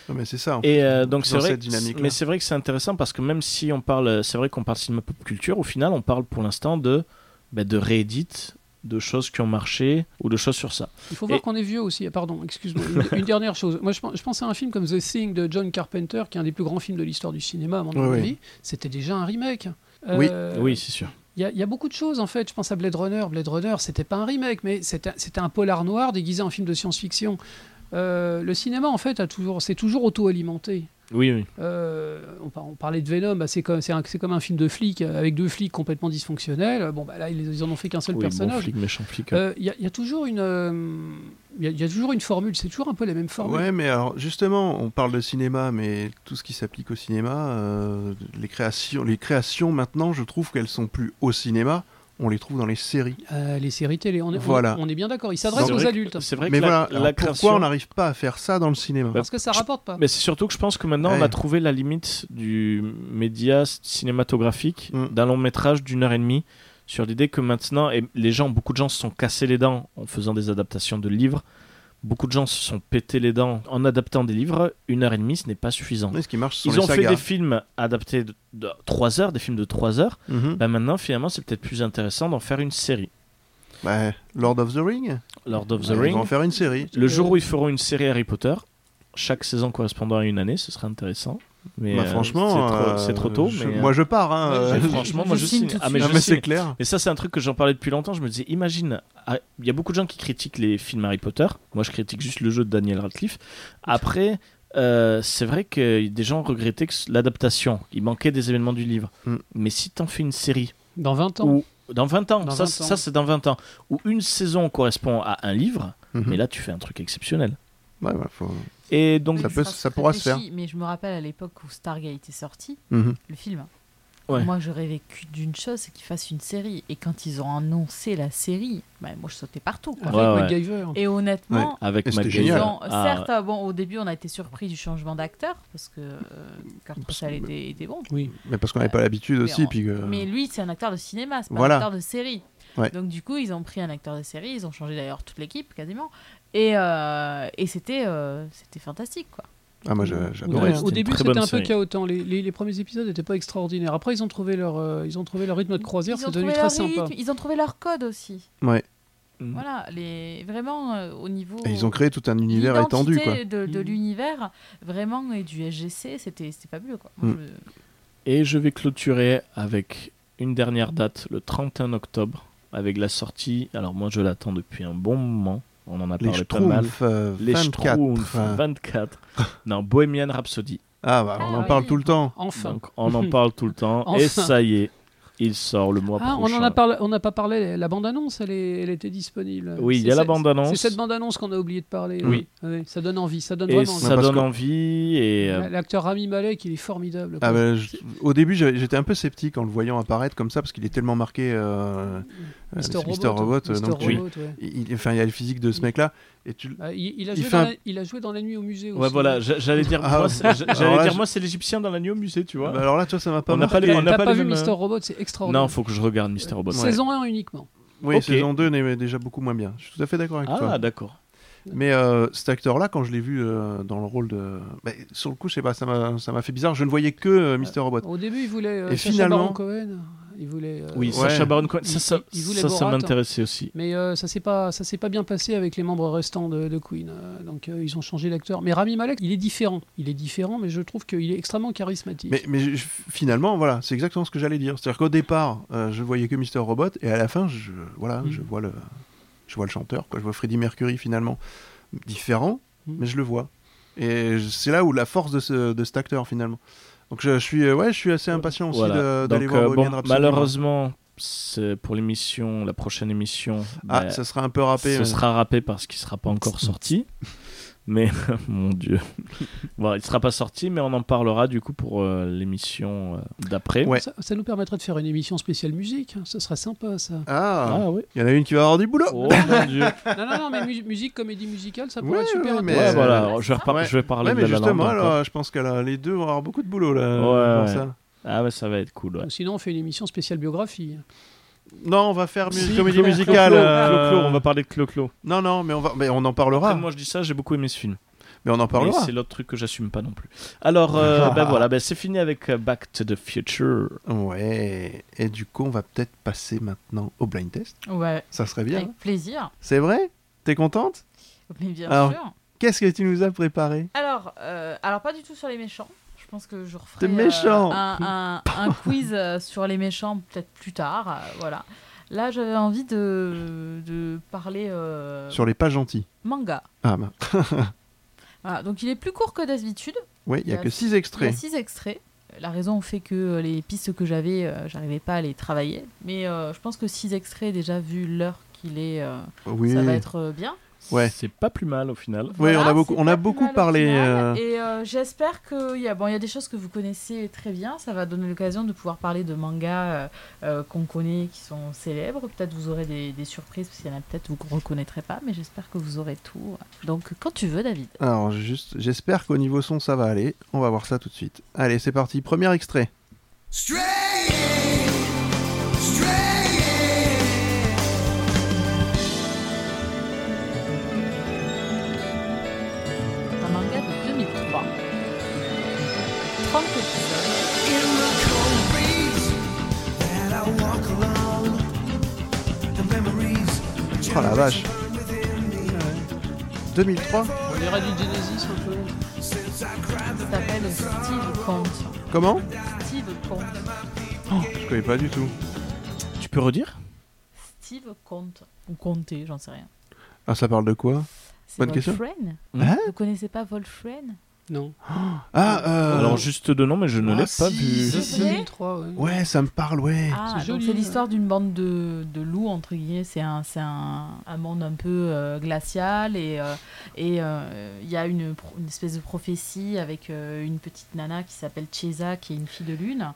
Speaker 2: Non, mais c'est ça. en fait.
Speaker 3: Et euh, donc c'est
Speaker 2: Dans
Speaker 3: vrai,
Speaker 2: cette dynamique-là.
Speaker 3: mais c'est vrai que c'est intéressant parce que même si on parle, c'est vrai qu'on parle cinéma pop culture, au final on parle pour l'instant de bah, de réédits, de choses qui ont marché ou de choses sur ça.
Speaker 5: Il faut voir
Speaker 3: Et-
Speaker 5: qu'on est vieux aussi. Ah, Pardon, excuse-moi. Une, une dernière chose. Moi, je, pense- je pense à un film comme The Thing de John Carpenter, qui est un des plus grands films de l'histoire du cinéma, à mon
Speaker 2: Oui, oui.
Speaker 5: avis. C'était déjà un remake. Euh,
Speaker 2: Oui.
Speaker 3: Oui, c'est sûr.
Speaker 5: Il y, a- il y a beaucoup de choses en fait. Je pense à Blade Runner. Blade Runner, c'était pas un remake, mais c'était c'était un polar noir déguisé en film de science-fiction. Euh, le cinéma en fait a toujours, c'est toujours auto-alimenté.
Speaker 3: Oui, oui.
Speaker 5: Euh, on, par- on parlait de Venom, bah, c'est comme c'est un, c'est comme un film de flic euh, avec deux flics complètement dysfonctionnels. Bon bah là ils, ils en ont fait qu'un seul
Speaker 3: Oui, bon
Speaker 5: personnage.
Speaker 3: flic, méchant flic.
Speaker 5: Euh, Il y, a- il y a toujours une, euh, il y, a- il y a toujours une formule. C'est toujours un peu la même formule.
Speaker 2: Ouais, mais alors justement, on parle de cinéma, mais tout ce qui s'applique au cinéma, euh, les créations, les créations maintenant, je trouve qu'elles sont plus au cinéma, on les trouve dans les séries.
Speaker 5: Euh, les séries télé, on est, on-
Speaker 2: Voilà.
Speaker 5: on est bien d'accord. Ils s'adressent
Speaker 3: C'est
Speaker 5: aux
Speaker 3: vrai que-
Speaker 5: adultes
Speaker 3: C'est vrai que
Speaker 2: mais
Speaker 3: la,
Speaker 2: voilà,
Speaker 3: la
Speaker 2: alors,
Speaker 3: création- Bah,
Speaker 2: pourquoi on n'arrive pas à faire ça dans le cinéma
Speaker 5: parce que ça
Speaker 3: je-
Speaker 5: rapporte pas.
Speaker 3: Mais c'est surtout que je pense que maintenant on
Speaker 2: Ouais.
Speaker 3: a trouvé la limite du média cinématographique
Speaker 2: Mm.
Speaker 3: d'un long métrage d'une heure et demie sur l'idée que maintenant, et les gens, beaucoup de gens se sont cassés les dents en faisant des adaptations de livres. Beaucoup de gens se sont pété les dents en adaptant des livres. Une heure et demie, ce n'est pas suffisant.
Speaker 2: Mais ce qui marche, ce sont
Speaker 3: Ils
Speaker 2: les
Speaker 3: ont fait
Speaker 2: sagas.
Speaker 3: des films adaptés de, de 3 heures, des films de 3 heures.
Speaker 2: Mhm.
Speaker 3: Bah maintenant, finalement, c'est peut-être plus intéressant d'en faire une série.
Speaker 2: Bah, Lord of the Ring,
Speaker 3: Lord of the
Speaker 2: Bah, ils
Speaker 3: Ring.
Speaker 2: vont en faire une série.
Speaker 3: Le jour où ils feront une série Harry Potter, chaque saison correspondant à une année, ce serait intéressant. Mais
Speaker 2: Bah,
Speaker 3: euh,
Speaker 2: franchement,
Speaker 3: c'est trop-
Speaker 2: euh,
Speaker 3: c'est trop, tôt.
Speaker 2: je-
Speaker 3: mais, euh,
Speaker 2: moi je pars. Hein,
Speaker 3: mais
Speaker 2: euh,
Speaker 3: franchement, moi
Speaker 4: je
Speaker 3: je
Speaker 4: signe
Speaker 3: signe.
Speaker 4: tout de
Speaker 3: Ah,
Speaker 2: non,
Speaker 3: mais, je
Speaker 2: mais
Speaker 3: signe.
Speaker 2: c'est clair.
Speaker 3: Et ça, c'est un truc que j'en parlais depuis longtemps. Je me disais, imagine, ah, il y a beaucoup de gens qui critiquent les films Harry Potter. Moi, je critique juste le jeu de Daniel Radcliffe. Après, euh, c'est vrai que des gens regrettaient que l'adaptation, il manquait des événements du livre.
Speaker 2: Mm.
Speaker 3: Mais si t'en fais une série
Speaker 5: Dans 20 ans.
Speaker 3: ou dans 20 ans,
Speaker 5: Dans
Speaker 3: ça,
Speaker 5: 20
Speaker 3: c'est-
Speaker 5: ans.
Speaker 3: ça c'est dans 20 ans, où une saison correspond à un livre,
Speaker 2: Mm-hmm.
Speaker 3: mais là tu fais un truc exceptionnel.
Speaker 2: Mhm. Ouais, ouais, faut-
Speaker 3: Et donc,
Speaker 2: Ça
Speaker 4: Oui,
Speaker 2: peut-
Speaker 4: sera
Speaker 2: ça pourra se
Speaker 4: réfléchi, Mais je me rappelle à l'époque où Stargate est sorti,
Speaker 2: Mhm.
Speaker 4: le film.
Speaker 3: Ouais.
Speaker 4: Moi, j'aurais vécu d'une chose, c'est qu'ils fassent une série. Et quand ils ont annoncé la série, bah, moi, je sautais partout. quoi.
Speaker 5: Avec
Speaker 3: Ouais, ouais.
Speaker 5: MacGyver.
Speaker 4: Et honnêtement,
Speaker 3: avec
Speaker 2: Et c'était
Speaker 3: MacGyver,
Speaker 4: ils
Speaker 2: génial.
Speaker 4: ont, euh,
Speaker 3: ah,
Speaker 4: certes, bon, au début, on a été surpris du changement d'acteur parce que euh, Kurt Russell était, était bon.
Speaker 5: Oui.
Speaker 2: Mais parce qu'on n'avait pas l'habitude aussi.
Speaker 4: on-
Speaker 2: puis que-
Speaker 4: Mais lui, c'est un acteur de cinéma, c'est pas
Speaker 2: Voilà.
Speaker 4: un acteur de série.
Speaker 2: Ouais.
Speaker 4: Donc du coup, ils ont pris un acteur de série, ils ont changé d'ailleurs toute l'équipe quasiment, et, euh, et c'était euh, c'était fantastique quoi.
Speaker 2: Ah, moi je-
Speaker 5: Au-
Speaker 2: j'adorais.
Speaker 3: Ouais,
Speaker 5: au,
Speaker 3: Mmh. c'était une
Speaker 5: début,
Speaker 3: très
Speaker 5: c'était
Speaker 3: bonne
Speaker 5: un
Speaker 3: série.
Speaker 5: peu chaotant. Les, les- les premiers épisodes n'étaient pas extraordinaires. Après, ils ont trouvé leur, euh, ils ont trouvé leur rythme de croisière.
Speaker 4: Ils
Speaker 5: C'est
Speaker 4: ont
Speaker 5: devenu
Speaker 4: trouvé
Speaker 5: très
Speaker 4: leur
Speaker 5: sympa.
Speaker 4: rythme, ils ont trouvé leur code aussi.
Speaker 2: Ouais.
Speaker 3: Mhm.
Speaker 4: Voilà, les vraiment euh, au niveau.
Speaker 2: Et ils ont créé tout un univers
Speaker 4: l'identité
Speaker 2: étendu. quoi.
Speaker 4: de, de
Speaker 5: Mhm.
Speaker 4: l'univers vraiment et du SGC, c'était c'était fabuleux quoi. Moi,
Speaker 2: Mhm.
Speaker 4: je-
Speaker 3: Et je vais clôturer avec une dernière date, le 31 octobre, avec la sortie. Alors moi, je l'attends depuis un bon moment. On en a
Speaker 2: Les
Speaker 3: parlé pas mal.
Speaker 2: Schtroumpfs euh,
Speaker 3: Les
Speaker 2: 24.
Speaker 3: Schtroumpfs,
Speaker 2: euh.
Speaker 3: 24. non, Bohemian Rhapsody.
Speaker 2: Ah, bah, on
Speaker 4: Ah
Speaker 2: en
Speaker 4: oui.
Speaker 2: parle tout le temps.
Speaker 5: Enfin.
Speaker 3: Donc, on en parle tout le temps. Et
Speaker 5: Enfin.
Speaker 3: ça y est, il sort le mois
Speaker 5: Ah, on
Speaker 3: prochain.
Speaker 5: en a parlé, on n'a pas parlé. La bande annonce, elle, est- elle était disponible.
Speaker 3: Oui, il y a
Speaker 5: C'est-
Speaker 3: la
Speaker 5: c'est-
Speaker 3: bande annonce.
Speaker 5: C'est cette bande annonce qu'on a oublié de parler. Ah
Speaker 3: Oui.
Speaker 5: Oui, ça donne envie, ça donne
Speaker 3: Et
Speaker 5: vraiment
Speaker 3: ça
Speaker 2: parce
Speaker 3: donne
Speaker 2: que-
Speaker 3: envie. Et euh,
Speaker 5: envie. L'acteur Rami Malek, il est formidable. quoi.
Speaker 2: Ah bah, je- au début, j'avais- j'étais un peu sceptique en le voyant apparaître comme ça parce qu'il est tellement marqué. euh,
Speaker 5: Mr.
Speaker 2: c'est
Speaker 5: Robot.
Speaker 2: Mr. Robot, euh,
Speaker 5: Mr.
Speaker 2: donc tu-
Speaker 5: Robot, ouais.
Speaker 2: il, il- enfin, il y a le physique de ce mec-là. Et tu,
Speaker 5: Ah, il, il a
Speaker 2: Il
Speaker 5: joué
Speaker 2: fait
Speaker 5: dans
Speaker 2: un-
Speaker 5: la, il a joué dans la nuit au musée aussi.
Speaker 3: ouais, voilà, j'a- j'allais dire,
Speaker 2: Ah,
Speaker 3: moi, c'est- j'a-
Speaker 2: alors
Speaker 3: j'allais
Speaker 2: là,
Speaker 3: dire
Speaker 2: je-
Speaker 3: moi, c'est l'Égyptien dans la nuit au musée, tu vois.
Speaker 2: Bah alors là, toi, ça m'a pas
Speaker 3: On n'a pas
Speaker 2: marqué.
Speaker 3: les-
Speaker 5: T'as
Speaker 3: on n'a
Speaker 5: t'as
Speaker 3: pas
Speaker 5: pas,
Speaker 3: les
Speaker 5: vu
Speaker 3: mêmes,
Speaker 5: Mr. Robot, c'est
Speaker 3: non,
Speaker 5: extraordinaire.
Speaker 3: faut que je regarde Mr. Robot.
Speaker 5: Saison 1 uniquement.
Speaker 2: Oui,
Speaker 3: Ok.
Speaker 2: saison 2 n'est déjà beaucoup moins bien. Je suis tout à fait d'accord avec toi.
Speaker 3: Ah, d'accord.
Speaker 2: Mais euh, cet acteur-là, quand je l'ai vu euh, dans le rôle de. Bah, sur le coup, je sais pas, ça m'a ça m'a fait bizarre. Je ne voyais que euh, Mr. Robot.
Speaker 5: Au début, il voulait euh,
Speaker 2: Et
Speaker 5: Sacha
Speaker 2: finalement-
Speaker 5: Baron Cohen. Il voulait. euh,
Speaker 3: Oui,
Speaker 2: Ouais.
Speaker 3: Sacha Baron Cohen, ça, ça,
Speaker 5: Il- il voulait
Speaker 3: ça, ça
Speaker 5: Borat.
Speaker 3: m'intéressait aussi.
Speaker 5: Mais euh, ça s'est pas ça s'est pas bien passé avec les membres restants de, de Queen. euh, donc euh, ils ont changé d'acteur. Mais Rami Malek, il est différent. Il est différent, mais je trouve qu'il est extrêmement charismatique.
Speaker 2: Mais, mais je- je- finalement, voilà, c'est exactement ce que j'allais dire. C'est-à-dire qu'au départ, euh, je voyais que Mr. Robot, et à la fin, je, voilà,
Speaker 3: Mm.
Speaker 5: Mhm.
Speaker 2: je, vois le, je vois le chanteur, quoi. je vois Freddie Mercury finalement différent,
Speaker 3: Mm.
Speaker 5: Mhm.
Speaker 2: mais je le vois. Et je- c'est là où la force de, ce- de cet acteur finalement. Donc je, je suis, euh, ouais, je suis assez impatient aussi
Speaker 3: Voilà.
Speaker 2: de- d'aller
Speaker 3: Donc,
Speaker 2: voir
Speaker 3: euh,
Speaker 2: Bohemian
Speaker 3: bon,
Speaker 2: Rhapsody.
Speaker 3: malheureusement, c'est pour l'émission, la prochaine émission,
Speaker 2: Ah,
Speaker 3: bah,
Speaker 2: ça sera un peu râpé.
Speaker 3: ce
Speaker 2: mais-
Speaker 3: sera râpé parce qu'il sera pas encore sorti. Mais mon Dieu, voilà, il sera pas sorti, mais on en parlera du coup pour euh, l'émission euh, d'après.
Speaker 2: Ouais.
Speaker 5: Ça, ça nous permettrait de faire une émission spéciale musique. hein. Ça serait sympa, ça.
Speaker 2: Ah,
Speaker 3: Ah oui.
Speaker 2: il y en a une qui va avoir du boulot.
Speaker 3: Oh mon Dieu.
Speaker 5: non, non, non, mais mu- musique, comédie musicale, ça pourrait
Speaker 2: Ouais,
Speaker 5: être super.
Speaker 2: ouais, mais- euh,
Speaker 3: Ouais,
Speaker 5: intéressant.
Speaker 3: voilà, alors, je vais, repar-
Speaker 2: Ouais.
Speaker 3: je vais parler
Speaker 2: Ouais, mais
Speaker 3: de la La Land
Speaker 2: justement,
Speaker 3: encore.
Speaker 2: alors, euh, je pense que là, les deux vont avoir beaucoup de boulot là.
Speaker 3: Ouais,
Speaker 2: pour
Speaker 3: ouais.
Speaker 2: ça.
Speaker 3: Ah ouais, ça va être cool. ouais.
Speaker 5: Sinon, on fait une émission spéciale biographie.
Speaker 2: Non, on va faire mu-
Speaker 3: Si,
Speaker 2: comédie
Speaker 3: Clo-Clo,
Speaker 2: musicale.
Speaker 3: Clo-Clo,
Speaker 2: euh,
Speaker 3: Clo-Clo, on va parler de Clo-Clo.
Speaker 2: Non, non, mais on, va... mais on en parlera.
Speaker 3: Après, Moi, je dis ça, j'ai beaucoup aimé ce film.
Speaker 2: Mais on en
Speaker 3: Mais
Speaker 2: parlera. Ah.
Speaker 3: c'est l'autre truc que j'assume pas non plus. Alors, euh, ben voilà, ben c'est fini avec euh, Back to the Future.
Speaker 2: Ouais. Et du coup, on va peut-être passer maintenant au blind test.
Speaker 4: Ouais,
Speaker 2: Ça serait bien.
Speaker 4: avec plaisir.
Speaker 2: C'est vrai T'es contente
Speaker 4: Mais bien
Speaker 2: Alors-
Speaker 4: sûr.
Speaker 2: Qu'est-ce que tu nous as préparé
Speaker 4: Alors, euh, alors pas du tout sur les méchants. Je pense que je referai
Speaker 2: T'es méchant.
Speaker 4: euh, un, un- un quiz euh, sur les méchants peut-être plus tard. euh, voilà. Là, j'avais envie de, de parler euh,
Speaker 2: Sur les pas gentils.
Speaker 4: manga.
Speaker 2: Ah, bah.
Speaker 4: Voilà, donc il est plus court que d'habitude.
Speaker 2: Oui, il n'y a
Speaker 4: Il y a-
Speaker 2: que six
Speaker 4: Il y a
Speaker 2: extraits.
Speaker 4: six extraits. La raison fait que euh, les pistes que j'avais, euh, j'arrivais pas à les travailler. Mais euh, je pense que six extraits, déjà vu l'heure qu'il est, euh,
Speaker 2: Oui.
Speaker 4: ça va être euh, bien.
Speaker 2: Ouais.
Speaker 3: C'est pas plus mal au final.
Speaker 2: Oui, on a beaucoup-
Speaker 4: c'est
Speaker 2: on a
Speaker 4: pas
Speaker 2: beaucoup
Speaker 4: plus mal au
Speaker 2: parlé,
Speaker 4: final.
Speaker 2: euh,
Speaker 4: Et euh, j'espère que il y a bon, il y a des choses que vous connaissez très bien. Ça va donner l'occasion de pouvoir parler de mangas euh, euh, qu'on connaît, qui sont célèbres. Peut-être vous aurez des, des surprises parce qu'il y en a peut-être que vous ne reconnaîtrez pas, mais j'espère que vous aurez tout. Donc quand tu veux, David.
Speaker 2: Alors, juste, j'espère qu'au niveau son, ça va aller. On va voir ça tout de suite. Allez, c'est parti. Premier extrait.
Speaker 4: Un manga de 2003. 30 épisodes.
Speaker 2: Oh la vache. 2003
Speaker 5: On dirait du Genesis un peu.
Speaker 4: Ça s'appelle Steve Conte.
Speaker 2: Comment
Speaker 4: Steve Conte.
Speaker 2: Je connais pas du tout.
Speaker 3: Tu peux redire
Speaker 4: Steve Conte. Ou Comté, j'en sais rien.
Speaker 2: Ah, ça parle de quoi
Speaker 4: C'est
Speaker 2: Bonne question.
Speaker 4: Wolfren.
Speaker 2: Hein
Speaker 4: Vous connaissez pas Wolfren
Speaker 5: Non.
Speaker 2: Ah, euh...
Speaker 3: Alors, juste de nom, mais je ne
Speaker 2: ah,
Speaker 3: l'ai pas
Speaker 2: si,
Speaker 3: vu.
Speaker 2: si,
Speaker 4: C'est
Speaker 2: si.
Speaker 4: vrai
Speaker 5: 2003, ouais.
Speaker 2: Ouais, ça me parle, ouais.
Speaker 4: Ah,
Speaker 5: C'est
Speaker 4: donc
Speaker 5: joli,
Speaker 4: c'est
Speaker 5: hein.
Speaker 4: l'histoire d'une bande de, de loups, entre guillemets. C'est un, c'est un, un monde un peu euh, glacial et euh, et, euh, il y a une, pro- une espèce de prophétie avec euh, une petite nana qui s'appelle Chesa, qui est une fille de lune,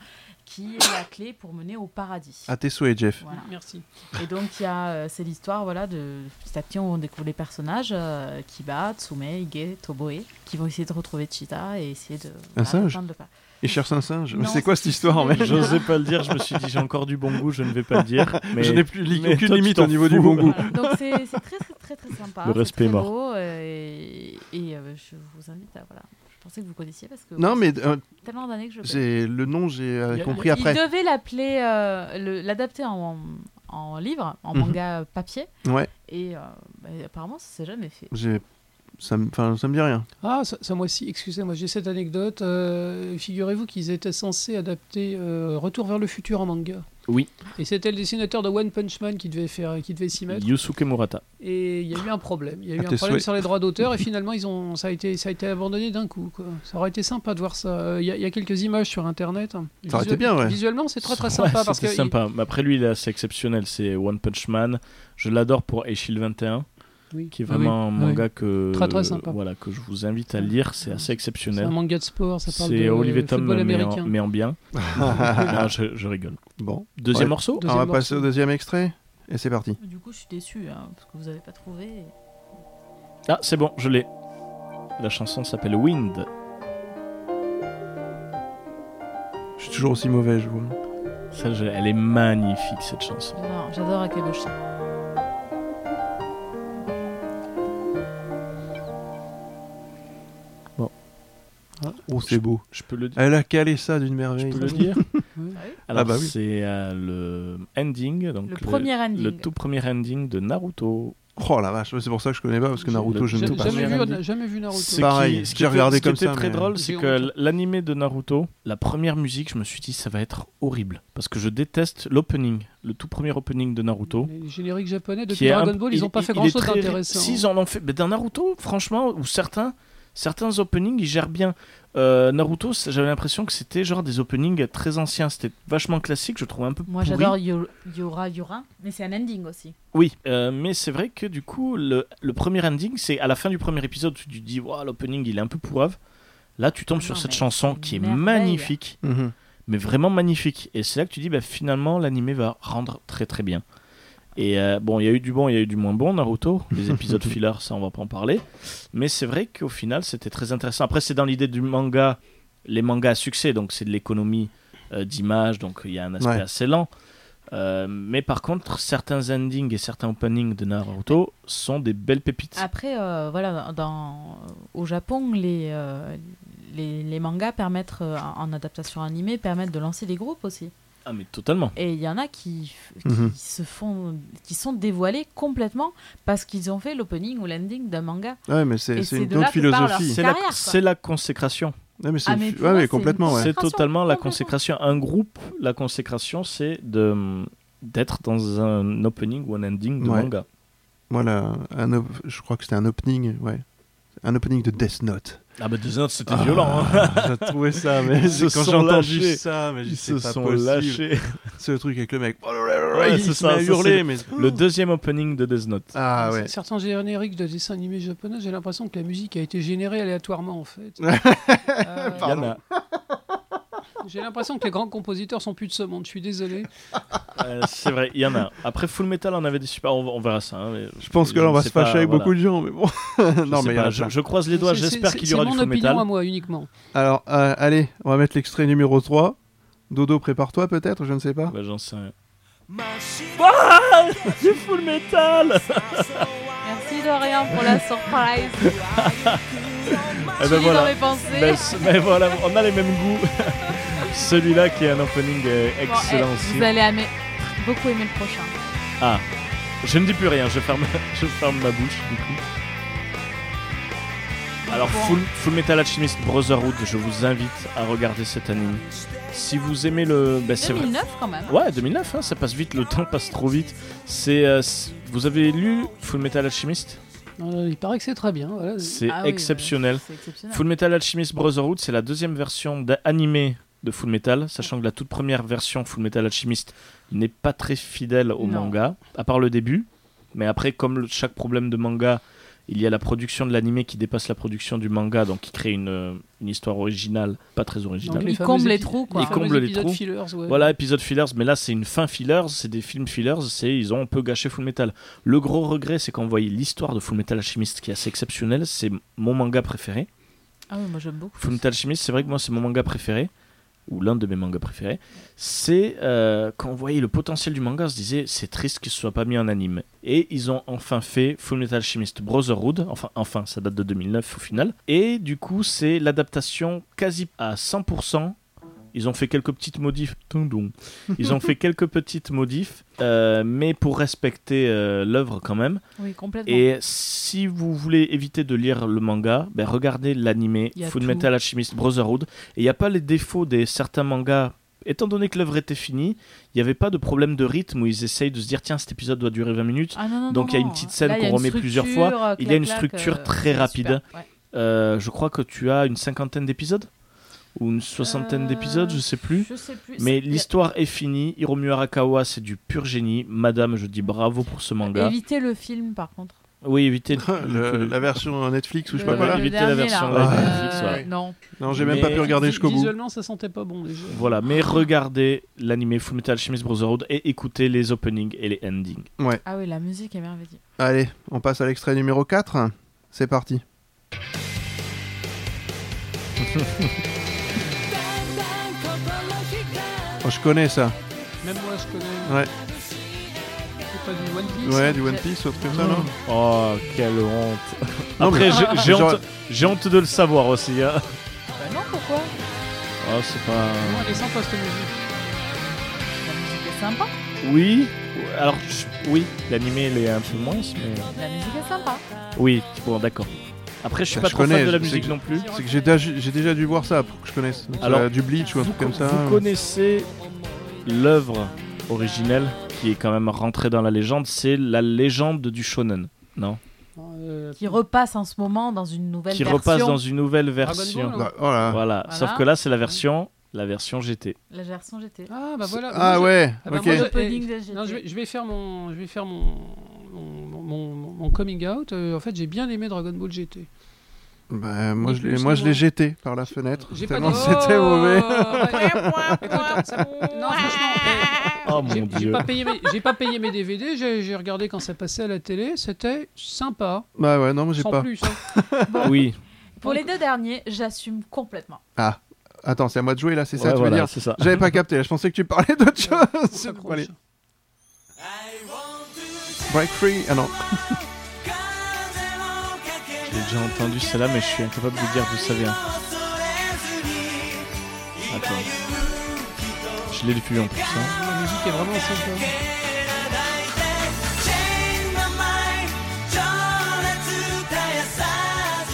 Speaker 4: qui est la clé pour mener au paradis.
Speaker 2: À tes souhaits, Jeff.
Speaker 4: Voilà.
Speaker 5: Merci.
Speaker 4: Et donc, il y a, euh, c'est l'histoire voilà, de petit à petit, on découvre les personnages euh, Kiba, Tsume, Ige, Toboe, qui vont essayer de retrouver Chita et essayer de. voilà,
Speaker 2: singe
Speaker 4: d'atteindre le pas.
Speaker 2: Et cherche un singe. Mais
Speaker 4: Non,
Speaker 2: c'est quoi cette histoire, mec
Speaker 3: J'osais pas le dire, je me suis dit j'ai encore du bon goût, je ne vais pas le dire. Mais
Speaker 2: Je n'ai plus li-
Speaker 3: mais
Speaker 2: aucune
Speaker 3: toi, tu
Speaker 2: limite
Speaker 3: t'en
Speaker 2: au niveau
Speaker 3: fous.
Speaker 2: du bon goût.
Speaker 4: Voilà. Donc c'est c'est très, très très très sympa.
Speaker 3: Le
Speaker 4: c'est
Speaker 3: respect est
Speaker 4: très
Speaker 3: mort.
Speaker 4: beau, euh, et et, euh, je vous invite à voilà. Je pensais que vous connaissiez parce que ça
Speaker 2: Non, mais
Speaker 4: fait
Speaker 2: euh,
Speaker 4: tellement d'années que je. le connais.
Speaker 2: c'est le nom, j'ai euh,
Speaker 5: Y a-
Speaker 2: compris
Speaker 5: y
Speaker 2: après.
Speaker 4: Il devait l'appeler, euh, le- l'adapter en, en livre, en
Speaker 2: Mhm.
Speaker 4: manga papier. euh,
Speaker 2: Ouais.
Speaker 4: Et euh, bah, apparemment, ça s'est jamais fait.
Speaker 2: J'ai ça, me- enfin, ça me dit rien.
Speaker 5: Ah, ça, ça, moi aussi, excusez-moi, j'ai cette anecdote. Euh, Figurez-vous qu'ils étaient censés adapter euh, Retour vers le futur en manga.
Speaker 3: Oui.
Speaker 5: Et c'était le dessinateur de One Punch Man qui devait, faire, qui devait s'y mettre.
Speaker 3: Yusuke Murata.
Speaker 5: Et il y a eu un problème. Il y a eu
Speaker 2: Ah,
Speaker 5: un
Speaker 2: tes
Speaker 5: problème
Speaker 2: souhaits.
Speaker 5: sur les droits d'auteur et finalement ils ont, ça, a été, ça a été abandonné d'un coup. quoi. Ça aurait été sympa de voir ça. Euh, Il y, a- il y a quelques images sur internet.
Speaker 2: Ça aurait été bien, ouais.
Speaker 5: Visuellement, c'est très très
Speaker 3: Ouais,
Speaker 5: sympa parce que.
Speaker 3: c'était sympa. Mais après lui, là, c'est exceptionnel. C'est One Punch Man. Je l'adore pour Eishil 21,
Speaker 5: Oui.
Speaker 3: qui est
Speaker 5: Ah
Speaker 3: vraiment
Speaker 5: Oui,
Speaker 3: un
Speaker 5: oui.
Speaker 3: manga que
Speaker 5: Très, très sympa.
Speaker 3: voilà que je vous invite à lire. C'est assez
Speaker 5: C'est un
Speaker 3: exceptionnel.
Speaker 5: manga de sport, ça parle
Speaker 3: C'est
Speaker 5: de
Speaker 3: Olivier Tom
Speaker 5: football
Speaker 3: mais
Speaker 5: américain.
Speaker 3: en, mais en bien. Non, je, je rigole.
Speaker 2: Bon,
Speaker 3: Deuxième
Speaker 2: Ouais.
Speaker 3: morceau.
Speaker 5: Deuxième
Speaker 2: on va passer
Speaker 5: morceau.
Speaker 2: au deuxième extrait et c'est parti.
Speaker 4: Du coup, je suis déçue hein, parce que vous avez pas trouvé.
Speaker 3: Ah, c'est bon, je l'ai. La chanson s'appelle Wind.
Speaker 2: Je suis toujours aussi mauvais, je vois.
Speaker 3: Ça, je- elle est magnifique cette chanson.
Speaker 4: J'adore, j'adore Akeboshi.
Speaker 2: Oh, c'est beau.
Speaker 3: Je peux le dire.
Speaker 2: Elle a calé ça d'une
Speaker 3: Je
Speaker 2: merveille.
Speaker 3: peux le dire. Alors
Speaker 2: bah oui.
Speaker 3: c'est euh, le ending, donc
Speaker 4: Le premier ending.
Speaker 3: le tout premier ending de Naruto.
Speaker 2: Oh la vache, c'est pour ça que je connais pas, parce que
Speaker 3: J'ai-
Speaker 2: Naruto, je ne
Speaker 5: J'ai-
Speaker 3: J'ai
Speaker 2: sais pas.
Speaker 5: Jamais,
Speaker 3: J'ai
Speaker 5: vu, jamais vu Naruto.
Speaker 3: Ce qui-
Speaker 2: Pareil,
Speaker 3: ce qui
Speaker 2: j'ai
Speaker 3: était-
Speaker 2: regardé
Speaker 3: ce qui
Speaker 2: comme
Speaker 3: était
Speaker 2: ça,
Speaker 3: très
Speaker 2: mais-
Speaker 3: drôle, c'est
Speaker 5: J'ai
Speaker 3: que
Speaker 5: honte.
Speaker 3: l'animé de Naruto, la première musique, je me suis dit ça va être horrible parce que je déteste l'opening, le tout premier opening de Naruto.
Speaker 5: Les génériques japonais
Speaker 3: qui
Speaker 5: depuis
Speaker 3: est
Speaker 5: Dragon
Speaker 3: imp-
Speaker 5: Ball,
Speaker 3: il-
Speaker 5: ils n'ont pas
Speaker 3: il-
Speaker 5: fait
Speaker 3: il est
Speaker 5: grand chose
Speaker 3: très-
Speaker 5: d'intéressant.
Speaker 3: S'ils en ont fait, mais dans Naruto, franchement, ou certains, certains openings, ils gèrent bien. Euh, Naruto, ça, j'avais l'impression que c'était genre des openings très anciens, c'était vachement classique, je trouve un peu.
Speaker 4: Moi,
Speaker 3: pourri.
Speaker 4: j'adore Yo- Yora Yora, mais c'est un ending aussi.
Speaker 3: Oui, euh, mais c'est vrai que du coup, le, le premier ending, c'est à la fin du premier épisode, tu te dis, Waouh, l'opening, il est un peu pourrave. Là, tu
Speaker 5: Ah
Speaker 3: tombes
Speaker 4: Non,
Speaker 3: sur cette
Speaker 4: mais
Speaker 3: chanson
Speaker 4: c'est
Speaker 3: qui est
Speaker 4: merveille.
Speaker 3: magnifique,
Speaker 2: Mhm.
Speaker 3: mais vraiment magnifique. Et c'est là que tu dis, bah, finalement, l'animé va rendre très très bien. Et euh, bon, il y a eu du bon, il y a eu du moins bon, Naruto. Les épisodes fillers, ça, on va pas en parler. Mais c'est vrai qu'au final, c'était très intéressant. Après, c'est dans l'idée du manga, les mangas à succès, donc c'est de l'économie euh, d'image, donc il y a un aspect
Speaker 2: Ouais.
Speaker 3: assez lent. Euh, mais par contre, certains endings et certains openings de Naruto sont des belles pépites.
Speaker 4: Après, euh, voilà, dans, au Japon, les, euh, les, les mangas permettent, euh, en adaptation animée, permettent de lancer des groupes aussi.
Speaker 3: Ah, mais totalement.
Speaker 4: Et il y en a qui, f- qui
Speaker 2: Mhm.
Speaker 4: se font, qui sont dévoilés complètement parce qu'ils ont fait l'opening ou l'ending d'un manga.
Speaker 2: Ouais, mais c'est
Speaker 4: Et
Speaker 2: c'est
Speaker 4: c'est
Speaker 2: une
Speaker 4: de
Speaker 2: autre
Speaker 4: là que part leur-
Speaker 2: philosophie.
Speaker 3: C'est la,
Speaker 4: Carrière, quoi.
Speaker 3: c'est la consécration.
Speaker 2: Ouais, mais c'est
Speaker 4: Ah,
Speaker 2: une
Speaker 4: mais
Speaker 2: phi-
Speaker 4: pour
Speaker 2: ouais,
Speaker 4: moi,
Speaker 2: mais
Speaker 4: c'est
Speaker 2: complètement,
Speaker 4: une-
Speaker 2: ouais.
Speaker 3: C'est
Speaker 4: Consécration,
Speaker 3: totalement la
Speaker 4: complètement.
Speaker 3: consécration. Un groupe, la consécration, c'est de mm, d'être dans un opening ou un ending de
Speaker 2: Ouais.
Speaker 3: manga.
Speaker 2: Voilà, un op- je crois que c'était un opening, ouais. Un opening de Death Note.
Speaker 3: Ah bah Death Note, c'était violent. hein.
Speaker 2: Ah, J'ai trouvé ça, mais
Speaker 3: Ils se
Speaker 2: quand j'ai
Speaker 3: sont
Speaker 2: entendu
Speaker 3: lâchés.
Speaker 2: ça, mais
Speaker 3: Ils
Speaker 2: j'ai
Speaker 3: se
Speaker 2: dit, c'est pas
Speaker 3: sont
Speaker 2: possible.
Speaker 3: lâchés.
Speaker 2: C'est le truc avec le mec.
Speaker 3: Ouais, c'est
Speaker 2: il se
Speaker 3: ça,
Speaker 2: met à
Speaker 3: ça,
Speaker 2: hurler,
Speaker 3: c'est
Speaker 2: mais.
Speaker 3: Le deuxième opening de Death Note.
Speaker 2: Ah ouais.
Speaker 5: Certains génériques de dessins animés japonais, j'ai l'impression que la musique a été générée aléatoirement en fait. Euh,
Speaker 3: Il y en a.
Speaker 5: j'ai l'impression que les grands compositeurs sont plus de ce monde, je suis désolé.
Speaker 3: Euh, c'est vrai, il y en a. Après Full Metal, on avait des super. On, on verra ça. hein, mais
Speaker 2: Je pense que là, on va se fâcher avec beaucoup de gens, mais bon.
Speaker 3: de.
Speaker 2: non, mais euh, il y en a
Speaker 3: je,
Speaker 2: plein.
Speaker 3: je croise les doigts.
Speaker 5: C'est-
Speaker 3: J'espère
Speaker 5: c'est-
Speaker 3: qu'il y aura
Speaker 5: C'est
Speaker 3: du
Speaker 5: mon
Speaker 3: Full
Speaker 5: opinion
Speaker 3: Metal.
Speaker 5: à moi uniquement.
Speaker 2: Alors, euh, allez, on va mettre l'extrait numéro 3. Dodo, prépare-toi peut-être, je ne sais pas.
Speaker 3: Bah, j'en sais rien. Du Full Metal.
Speaker 4: Merci Dorian pour la surprise.
Speaker 3: Eh
Speaker 4: Je
Speaker 3: ben
Speaker 4: suis dans
Speaker 3: voilà.
Speaker 4: mes pensées.
Speaker 3: Ben, c- ben voilà, on a les mêmes goûts. Celui-là qui est un opening euh,
Speaker 4: Bon,
Speaker 3: excellent
Speaker 4: eh,
Speaker 3: aussi.
Speaker 4: vous allez aimer- beaucoup aimer le prochain.
Speaker 3: Ah, je ne dis plus rien, je ferme, je ferme ma bouche du coup. Alors,
Speaker 4: Bon.
Speaker 3: Full, Full Metal Alchemist Brotherhood, je vous invite à regarder cet anime. Si vous aimez le. Ben, c'est vrai.
Speaker 4: 2009 quand même.
Speaker 3: Ouais, 2009, hein, ça passe vite, le temps passe trop vite. C'est, euh, c- vous avez lu Full Metal Alchemist
Speaker 5: Euh, il paraît que c'est très bien. voilà.
Speaker 3: C'est
Speaker 4: Ah oui,
Speaker 3: exceptionnel.
Speaker 4: ouais, c'est exceptionnel.
Speaker 3: Full Metal Alchemist Brotherhood, c'est la deuxième version d'a- animée de Full Metal, sachant que la toute première version Full Metal Alchemist n'est pas très fidèle au
Speaker 4: Non.
Speaker 3: manga, à part le début. Mais après, comme le- chaque problème de manga, il y a la production de l'animé qui dépasse la production du manga, donc qui crée une, euh, une histoire originale, pas très originale.
Speaker 5: Donc, euh,
Speaker 4: Il
Speaker 5: fameux
Speaker 4: comble les
Speaker 5: épi-
Speaker 4: trous, quoi.
Speaker 3: Il
Speaker 5: fameux
Speaker 3: comble les
Speaker 5: épisodes
Speaker 3: trous.
Speaker 5: fillers, ouais.
Speaker 3: Voilà, épisode fillers, mais là c'est une fin fillers, c'est des films fillers, c'est ils ont un peu gâché Full Metal. Le gros regret, c'est quand vous voyez l'histoire de Full Metal Alchemist qui est assez exceptionnelle, c'est mon manga préféré.
Speaker 4: Ah oui, moi j'aime beaucoup.
Speaker 3: Full Metal Alchemist, c'est vrai que moi, c'est mon manga préféré, ou l'un de mes mangas préférés. C'est euh, quand on voyait le potentiel du manga, on se disait, c'est triste qu'il ne soit pas mis en anime. Et ils ont enfin fait Full Metal Alchemist Brotherhood, enfin, enfin, ça date de 2009 au final. Et du coup, c'est l'adaptation quasi à 100% Ils ont fait quelques petites modifs. Tindon. Ils ont fait quelques petites modifs, euh, mais pour respecter euh, l'œuvre quand même.
Speaker 4: Oui, complètement.
Speaker 3: Et si vous voulez éviter de lire le manga, ben regardez l'anime
Speaker 4: Il y a
Speaker 3: Full
Speaker 4: tout.
Speaker 3: Metal Alchemist Brotherhood. Et il n'y a pas les défauts des certains mangas. Étant donné que l'œuvre était finie, il n'y avait pas de problème de rythme où ils essayent de se dire tiens, cet épisode doit durer 20 minutes.
Speaker 4: Ah non, non, non,
Speaker 3: Donc, il y a
Speaker 4: non.
Speaker 3: une petite scène
Speaker 4: Là, il y a
Speaker 3: qu'on
Speaker 4: une
Speaker 3: remet plusieurs
Speaker 4: structure,
Speaker 3: fois.
Speaker 4: euh,
Speaker 3: Il y a une
Speaker 4: clac, clac,
Speaker 3: structure
Speaker 4: euh,
Speaker 3: très
Speaker 4: super,
Speaker 3: rapide.
Speaker 4: ouais.
Speaker 3: Euh, je crois que tu as une cinquantaine d'épisodes ou une soixantaine
Speaker 4: Euh,
Speaker 3: d'épisodes, je sais plus.
Speaker 4: Je sais plus.
Speaker 3: Mais
Speaker 4: C'est-
Speaker 3: l'histoire est finie. Hiromu Arakawa, c'est du pur génie. Madame, je dis bravo pour ce manga.
Speaker 4: Évitez le film, par contre.
Speaker 3: Oui, évitez
Speaker 2: Le- la version Netflix ou je sais
Speaker 4: Le-
Speaker 2: pas quoi là.
Speaker 4: le
Speaker 3: Évitez la
Speaker 4: dernier,
Speaker 3: version,
Speaker 4: là.
Speaker 2: ouais,
Speaker 4: Euh,
Speaker 3: Netflix, ouais.
Speaker 4: Non.
Speaker 2: Non, j'ai même pas
Speaker 3: Mais-
Speaker 2: pu regarder
Speaker 5: Vis-
Speaker 2: jusqu'au bout.
Speaker 5: Visuellement, ça sentait pas bon déjà.
Speaker 3: Voilà, mais regardez l'anime Fullmetal Alchemist Brotherhood et écoutez les openings et les endings.
Speaker 4: Ah oui, la musique est merveilleuse.
Speaker 2: Allez, on passe à l'extrait numéro 4. C'est parti. Oh, je connais ça.
Speaker 5: Même moi, je connais.
Speaker 2: Ouais,
Speaker 5: C'est pas du One Piece. hein.
Speaker 2: ouais du One Piece, autre comme ça, non
Speaker 3: Oh, quelle honte.
Speaker 2: Non,
Speaker 3: Après,
Speaker 2: mais-
Speaker 3: j'ai- j'ai
Speaker 2: J'aurais-
Speaker 3: honte, j'ai honte de le savoir aussi. hein.
Speaker 4: Bah non, pourquoi
Speaker 3: Oh, c'est pas...
Speaker 5: Non, Elle est sympa cette musique.
Speaker 4: La musique est sympa.
Speaker 3: Oui, alors je- oui, l'anime il est un peu moins, mais...
Speaker 4: La musique est sympa.
Speaker 3: Oui, bon, d'accord. Après, je suis
Speaker 2: Bah,
Speaker 3: pas
Speaker 2: je
Speaker 3: trop
Speaker 2: connais,
Speaker 3: fan de la
Speaker 2: je sais
Speaker 3: musique
Speaker 2: que-
Speaker 3: non plus.
Speaker 2: C'est que j'ai déjà, j'ai déjà dû voir ça pour que je connaisse.
Speaker 3: Alors,
Speaker 2: Alors, du Bleach ou un truc comme ça.
Speaker 3: Vous connaissez l'œuvre originelle qui est quand même rentrée dans la légende, c'est la légende du shonen, non
Speaker 5: Euh,
Speaker 4: Qui repasse en ce moment dans une nouvelle
Speaker 3: Qui
Speaker 4: version. Ah,
Speaker 3: repasse dans une nouvelle
Speaker 5: Dragon Ball,
Speaker 3: version.
Speaker 5: hein.
Speaker 2: Bah, oh là.
Speaker 3: Voilà.
Speaker 4: Voilà.
Speaker 3: sauf que là c'est la version, la version GT.
Speaker 4: La version GT.
Speaker 5: Ah bah voilà.
Speaker 2: Ah
Speaker 5: Moi,
Speaker 2: ouais,
Speaker 5: Ah bah
Speaker 2: ok.
Speaker 5: moi, je-
Speaker 4: Opening de GT.
Speaker 5: Non, je vais, je vais faire mon, je vais faire mon, mon, mon- mon- mon coming out. Euh, en fait, j'ai bien aimé Dragon Ball GT.
Speaker 2: Bah, moi, je l'ai-
Speaker 5: Plus,
Speaker 2: moi, je l'ai
Speaker 5: Ah, moi.
Speaker 2: jeté par la fenêtre.
Speaker 5: J'ai
Speaker 2: Tellement
Speaker 5: dit-
Speaker 2: c'était
Speaker 5: Oh,
Speaker 2: mauvais.
Speaker 5: ouais. Écoute, ça- non, franchement,
Speaker 3: Oh
Speaker 5: eh,
Speaker 3: mon
Speaker 5: j'ai- j'ai
Speaker 3: dieu.
Speaker 5: pas payé mes, j'ai pas payé mes DVD. J'ai j'ai regardé quand ça passait à la télé. C'était sympa.
Speaker 2: Bah ouais, non, mais j'ai
Speaker 5: Sans
Speaker 2: pas.
Speaker 5: plus. hein.
Speaker 3: Oui.
Speaker 4: Pour les deux derniers, j'assume complètement.
Speaker 2: Ah, attends, c'est à moi de jouer là, c'est ça,
Speaker 3: Ouais,
Speaker 2: tu
Speaker 3: voilà,
Speaker 2: veux dire
Speaker 3: c'est ça.
Speaker 2: J'avais pas capté, je pensais que tu parlais d'autre chose.
Speaker 5: Ça
Speaker 2: Bon,
Speaker 5: croche.
Speaker 2: allez. Break free. Ah non.
Speaker 3: J'ai déjà entendu celle-là, mais je suis incapable de dire d'où ça vient. Attends. Je l'ai depuis en plus. hein.
Speaker 5: La musique est vraiment sympa.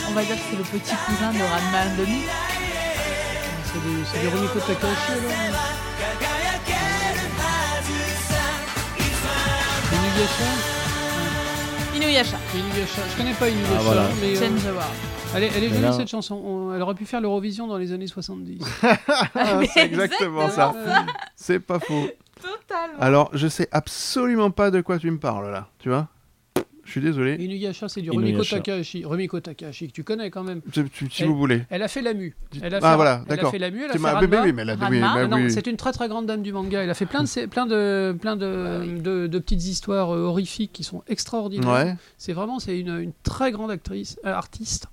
Speaker 4: On va dire que c'est le petit cousin de Ranma 1 demi.
Speaker 5: C'est des, c'est des Rumiko Takahashi alors. Inuyasha,
Speaker 4: Inuyasha,
Speaker 5: Inuyasha. Je connais pas Inuyasha,
Speaker 3: Ah, voilà.
Speaker 5: mais euh,
Speaker 4: Change the World.
Speaker 5: elle est, elle est
Speaker 3: Mais
Speaker 5: jolie
Speaker 3: là-
Speaker 5: cette chanson. On- elle aurait pu faire l'Eurovision dans les années 70.
Speaker 2: Ah, c'est exactement ça.
Speaker 5: Euh,
Speaker 2: C'est pas faux.
Speaker 4: Totalement.
Speaker 2: Alors, je sais absolument pas de quoi tu me parles là, tu vois Je suis désolé.
Speaker 5: Inuyasha, c'est du Rumiko
Speaker 3: Inuyasha.
Speaker 5: Takahashi. Rumiko Takahashi, que tu connais quand même.
Speaker 2: Tu- tu- Si
Speaker 5: Elle-
Speaker 2: vous voulez.
Speaker 5: Elle a fait la mue. Elle a
Speaker 2: Ah,
Speaker 5: fait- elle
Speaker 2: voilà,
Speaker 5: a
Speaker 2: d'accord.
Speaker 5: fait la mue, elle a
Speaker 2: Tu
Speaker 5: fait
Speaker 2: m'as
Speaker 5: Ranma.
Speaker 2: oui, oui, mais elle a
Speaker 4: Ranma,
Speaker 2: oui, mais
Speaker 5: Ah non,
Speaker 2: oui.
Speaker 5: c'est une très très grande dame du manga. Elle a fait plein de, ces- plein de, plein de, de, de petites histoires euh, horrifiques qui sont extraordinaires.
Speaker 2: Ouais.
Speaker 5: C'est vraiment c'est une, une très grande actrice, euh, artiste.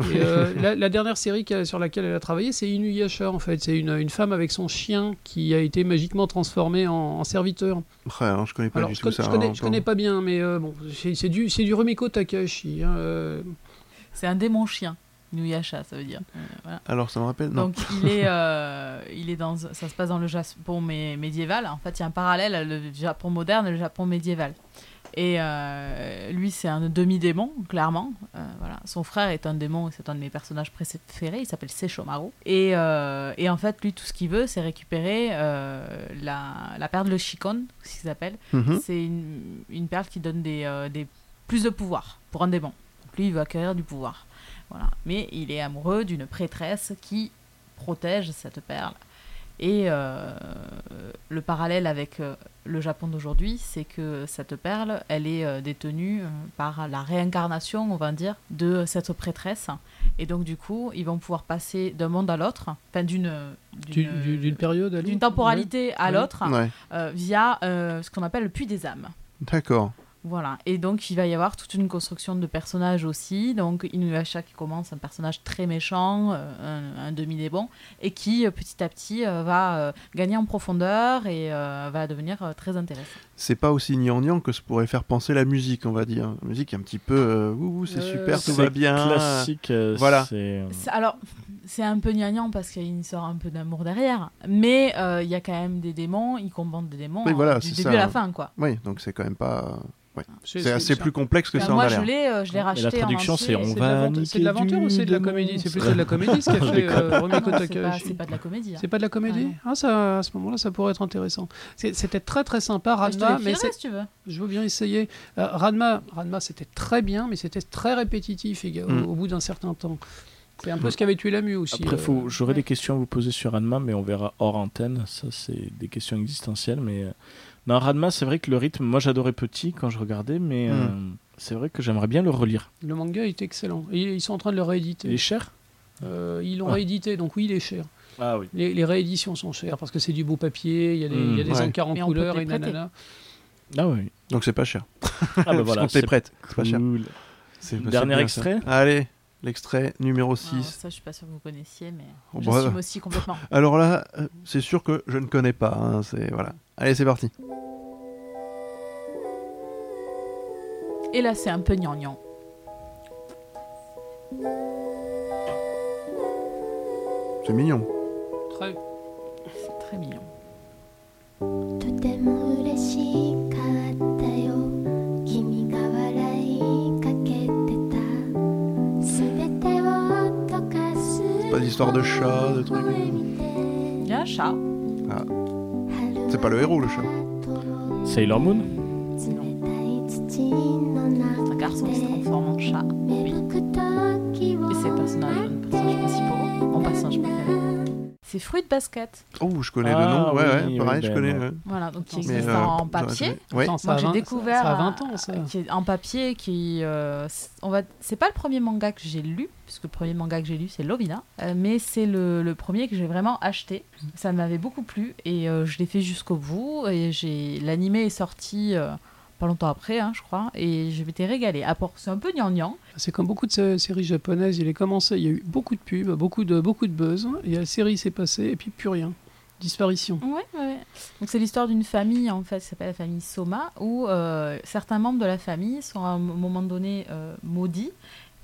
Speaker 5: Et, euh, la, la dernière série qu'elle- sur laquelle elle a travaillé, c'est Inuyasha en fait. C'est une, une femme avec son chien qui a été magiquement transformée en, en serviteur.
Speaker 2: Ouais, non, je connais pas
Speaker 5: Alors
Speaker 2: du
Speaker 5: je,
Speaker 2: tout
Speaker 5: con-
Speaker 2: ça.
Speaker 5: je connais,
Speaker 2: hein,
Speaker 5: je connais
Speaker 2: pardon.
Speaker 5: pas bien, mais euh, bon, c'est c'est du c'est du Rumiko Takahashi. hein, euh.
Speaker 4: C'est un démon chien. Inuyasha, ça veut dire.
Speaker 2: Alors, ça me rappelle Non.
Speaker 4: Donc il est, euh, il est dans, ça se passe dans le Japon mé- médiéval. En fait, il y a un parallèle le Japon moderne et le Japon médiéval. Et euh, lui, c'est un demi-démon, clairement. Euh, voilà. Son frère est un démon et c'est un de mes personnages préférés. Il s'appelle Seishomaru. Et, euh, et en fait, lui, tout ce qu'il veut, c'est récupérer euh, la, la perle de Shikon, ce qu'ils appellent.
Speaker 2: Mhm.
Speaker 4: C'est une, une perle qui donne des, euh, des- plus de pouvoir pour un démon. Donc lui, il veut acquérir du pouvoir. Voilà. Mais il est amoureux d'une prêtresse qui protège cette perle. Et euh, le parallèle avec euh, le Japon d'aujourd'hui, c'est que cette perle, elle est euh, détenue euh, par la réincarnation, on va dire, de cette prêtresse. Et donc, du coup, ils vont pouvoir passer d'un monde à l'autre, enfin, d'une
Speaker 5: Du-
Speaker 4: d'une-
Speaker 5: du- d'une période à
Speaker 4: d'une
Speaker 5: l'autre.
Speaker 4: temporalité à
Speaker 5: Ouais.
Speaker 4: l'autre,
Speaker 2: Ouais,
Speaker 4: euh, via euh, ce qu'on appelle le puits des âmes.
Speaker 2: d'accord.
Speaker 4: Voilà, et donc il va y avoir toute une construction de personnages aussi. Donc Inuyasha qui commence un personnage très méchant, euh, un, un demi-débon, et qui euh, petit à petit euh, va euh, gagner en profondeur et euh, va devenir euh, très intéressant.
Speaker 2: C'est pas aussi gnangnan que se pourrait faire penser la musique, on va dire. La musique est un petit peu. euh, ouh, ouh, c'est
Speaker 5: Euh,
Speaker 2: super, tout
Speaker 3: C'est
Speaker 2: va bien.
Speaker 3: Classique. euh,
Speaker 2: Ah. Voilà.
Speaker 3: c'est-
Speaker 4: C'est- Alors, c'est un peu gnagnan parce qu'il y a une sorte un peu d'amour derrière, mais euh, il y a quand même des démons, il commente des démons
Speaker 2: Oui,
Speaker 4: hein,
Speaker 2: voilà,
Speaker 4: du
Speaker 2: c'est
Speaker 4: début
Speaker 2: ça.
Speaker 4: à la fin, quoi.
Speaker 2: Oui, donc c'est quand même pas. C'est assez plus complexe que
Speaker 4: Bah,
Speaker 2: ça en
Speaker 4: moi,
Speaker 2: a
Speaker 4: je
Speaker 2: l'air.
Speaker 4: l'ai, euh, je l'ai
Speaker 3: Et la
Speaker 4: racheté. en
Speaker 3: traduction,
Speaker 4: entier.
Speaker 3: c'est on
Speaker 5: C'est de
Speaker 3: va
Speaker 5: l'avent- c'est de
Speaker 3: niquer
Speaker 5: l'aventure ou
Speaker 3: du
Speaker 5: c'est de la
Speaker 3: démon.
Speaker 5: comédie C'est plutôt de la comédie ce qu'a
Speaker 3: Je
Speaker 5: fait
Speaker 3: déconne.
Speaker 5: euh,
Speaker 4: Ah
Speaker 5: Romeko
Speaker 4: non, c'est pas-
Speaker 5: Takahashi.
Speaker 4: C'est pas de la comédie. hein.
Speaker 5: C'est pas de la comédie Ah, ça, à ce moment-là, ça pourrait être intéressant. C'est- C'était très très sympa,
Speaker 4: Bah, je te
Speaker 5: Ranma, Ah, mais
Speaker 4: mais
Speaker 5: c'est-
Speaker 4: si tu veux.
Speaker 5: je veux bien essayer. Euh, Ranma, Ranma c'était très bien, mais c'était très répétitif éga-
Speaker 2: Mm.
Speaker 5: au, au bout d'un certain temps. C'est un peu ce qu'avait tué Lamu aussi.
Speaker 3: Après,
Speaker 5: euh,
Speaker 3: faut- j'aurai
Speaker 4: ouais.
Speaker 3: des questions à vous poser sur Ranma, mais on verra hors antenne. Ça, c'est des questions existentielles. Mais euh, non, Ranma, c'est vrai que le rythme, moi, j'adorais petit quand je regardais, mais
Speaker 2: Hmm.
Speaker 3: euh, c'est vrai que j'aimerais bien le relire.
Speaker 5: Le manga est excellent. Et ils sont en train de le rééditer.
Speaker 3: Il est cher
Speaker 5: Euh, ils l'ont
Speaker 3: Ah.
Speaker 5: réédité, donc oui, il est cher.
Speaker 3: Ah oui.
Speaker 5: Les, les rééditions sont chères parce que c'est du beau papier, il y a des, il y a
Speaker 3: Mm.
Speaker 5: des
Speaker 2: Ouais.
Speaker 5: encarts
Speaker 4: Mais
Speaker 5: en
Speaker 4: on peut
Speaker 5: couleur
Speaker 4: te
Speaker 5: et
Speaker 4: les prêter.
Speaker 5: nanana.
Speaker 3: Ah oui.
Speaker 2: Donc c'est pas cher.
Speaker 3: Ah bah voilà.
Speaker 2: Parce qu'on t'est
Speaker 3: c'est Mm.
Speaker 2: prête. C'est pas cher.
Speaker 3: cool.
Speaker 2: C'est-
Speaker 3: Dernier
Speaker 2: c'est bien, ça.
Speaker 3: extrait
Speaker 2: Allez, l'extrait numéro 6.
Speaker 4: Ah, Alors, ça, je suis pas sûre que vous connaissiez, mais
Speaker 2: Oh,
Speaker 4: je
Speaker 2: bah,
Speaker 4: suis aussi complètement.
Speaker 2: Alors là, euh, c'est sûr que je ne connais pas. hein, c'est voilà. Allez, c'est parti.
Speaker 4: Et là, c'est un peu gnangnan.
Speaker 2: C'est mignon.
Speaker 5: Très-
Speaker 4: C'est très mignon.
Speaker 9: とても嬉しかったよ君が笑いかけてた全てを溶かす
Speaker 2: Pas d'histoire de chat, de trucs.
Speaker 4: Il y a un chat.
Speaker 2: C'est pas le héros, le chat.
Speaker 3: Sailor Moon
Speaker 4: Un garçon qui se transforme en chat. Oui. Et c'est le personnage, un personnage principal. Mon personnage préféré. C'est fruit de basket.
Speaker 2: Oh, je connais le
Speaker 3: Ah,
Speaker 2: nom. Ouais,
Speaker 3: oui,
Speaker 2: ouais, pareil,
Speaker 3: oui,
Speaker 2: je
Speaker 3: ben,
Speaker 2: connais.
Speaker 3: ouais.
Speaker 2: ouais.
Speaker 4: Voilà, donc qui
Speaker 5: Mais,
Speaker 4: existe
Speaker 2: euh,
Speaker 4: en
Speaker 2: j'aurais
Speaker 4: papier.
Speaker 2: trouvé- Ouais.
Speaker 5: Attends, ça
Speaker 4: Moi,
Speaker 5: a
Speaker 4: j'ai
Speaker 5: 20
Speaker 4: découvert
Speaker 5: ça a
Speaker 4: un-
Speaker 5: 20 ans, ça.
Speaker 4: qui est en papier qui euh, c- on va c'est pas le premier manga que j'ai lu puisque le premier manga que j'ai lu c'est Lovina euh, mais c'est le, le premier que j'ai vraiment acheté ça m'avait beaucoup plu et euh, je l'ai fait jusqu'au bout et j'ai l'animé est sorti euh, pas longtemps après hein, je crois et je m'étais régalée à part c'est un peu gnangnan
Speaker 5: C'est comme beaucoup de sé- séries japonaises, il est commencé, il y a eu beaucoup de pubs, beaucoup de, beaucoup de buzz, et la série s'est passée, et puis plus rien. Disparition.
Speaker 4: Ouais, ouais, ouais. Donc c'est l'histoire d'une famille en fait, qui s'appelle la famille Soma, où euh, certains membres de la famille sont à un moment donné euh, maudits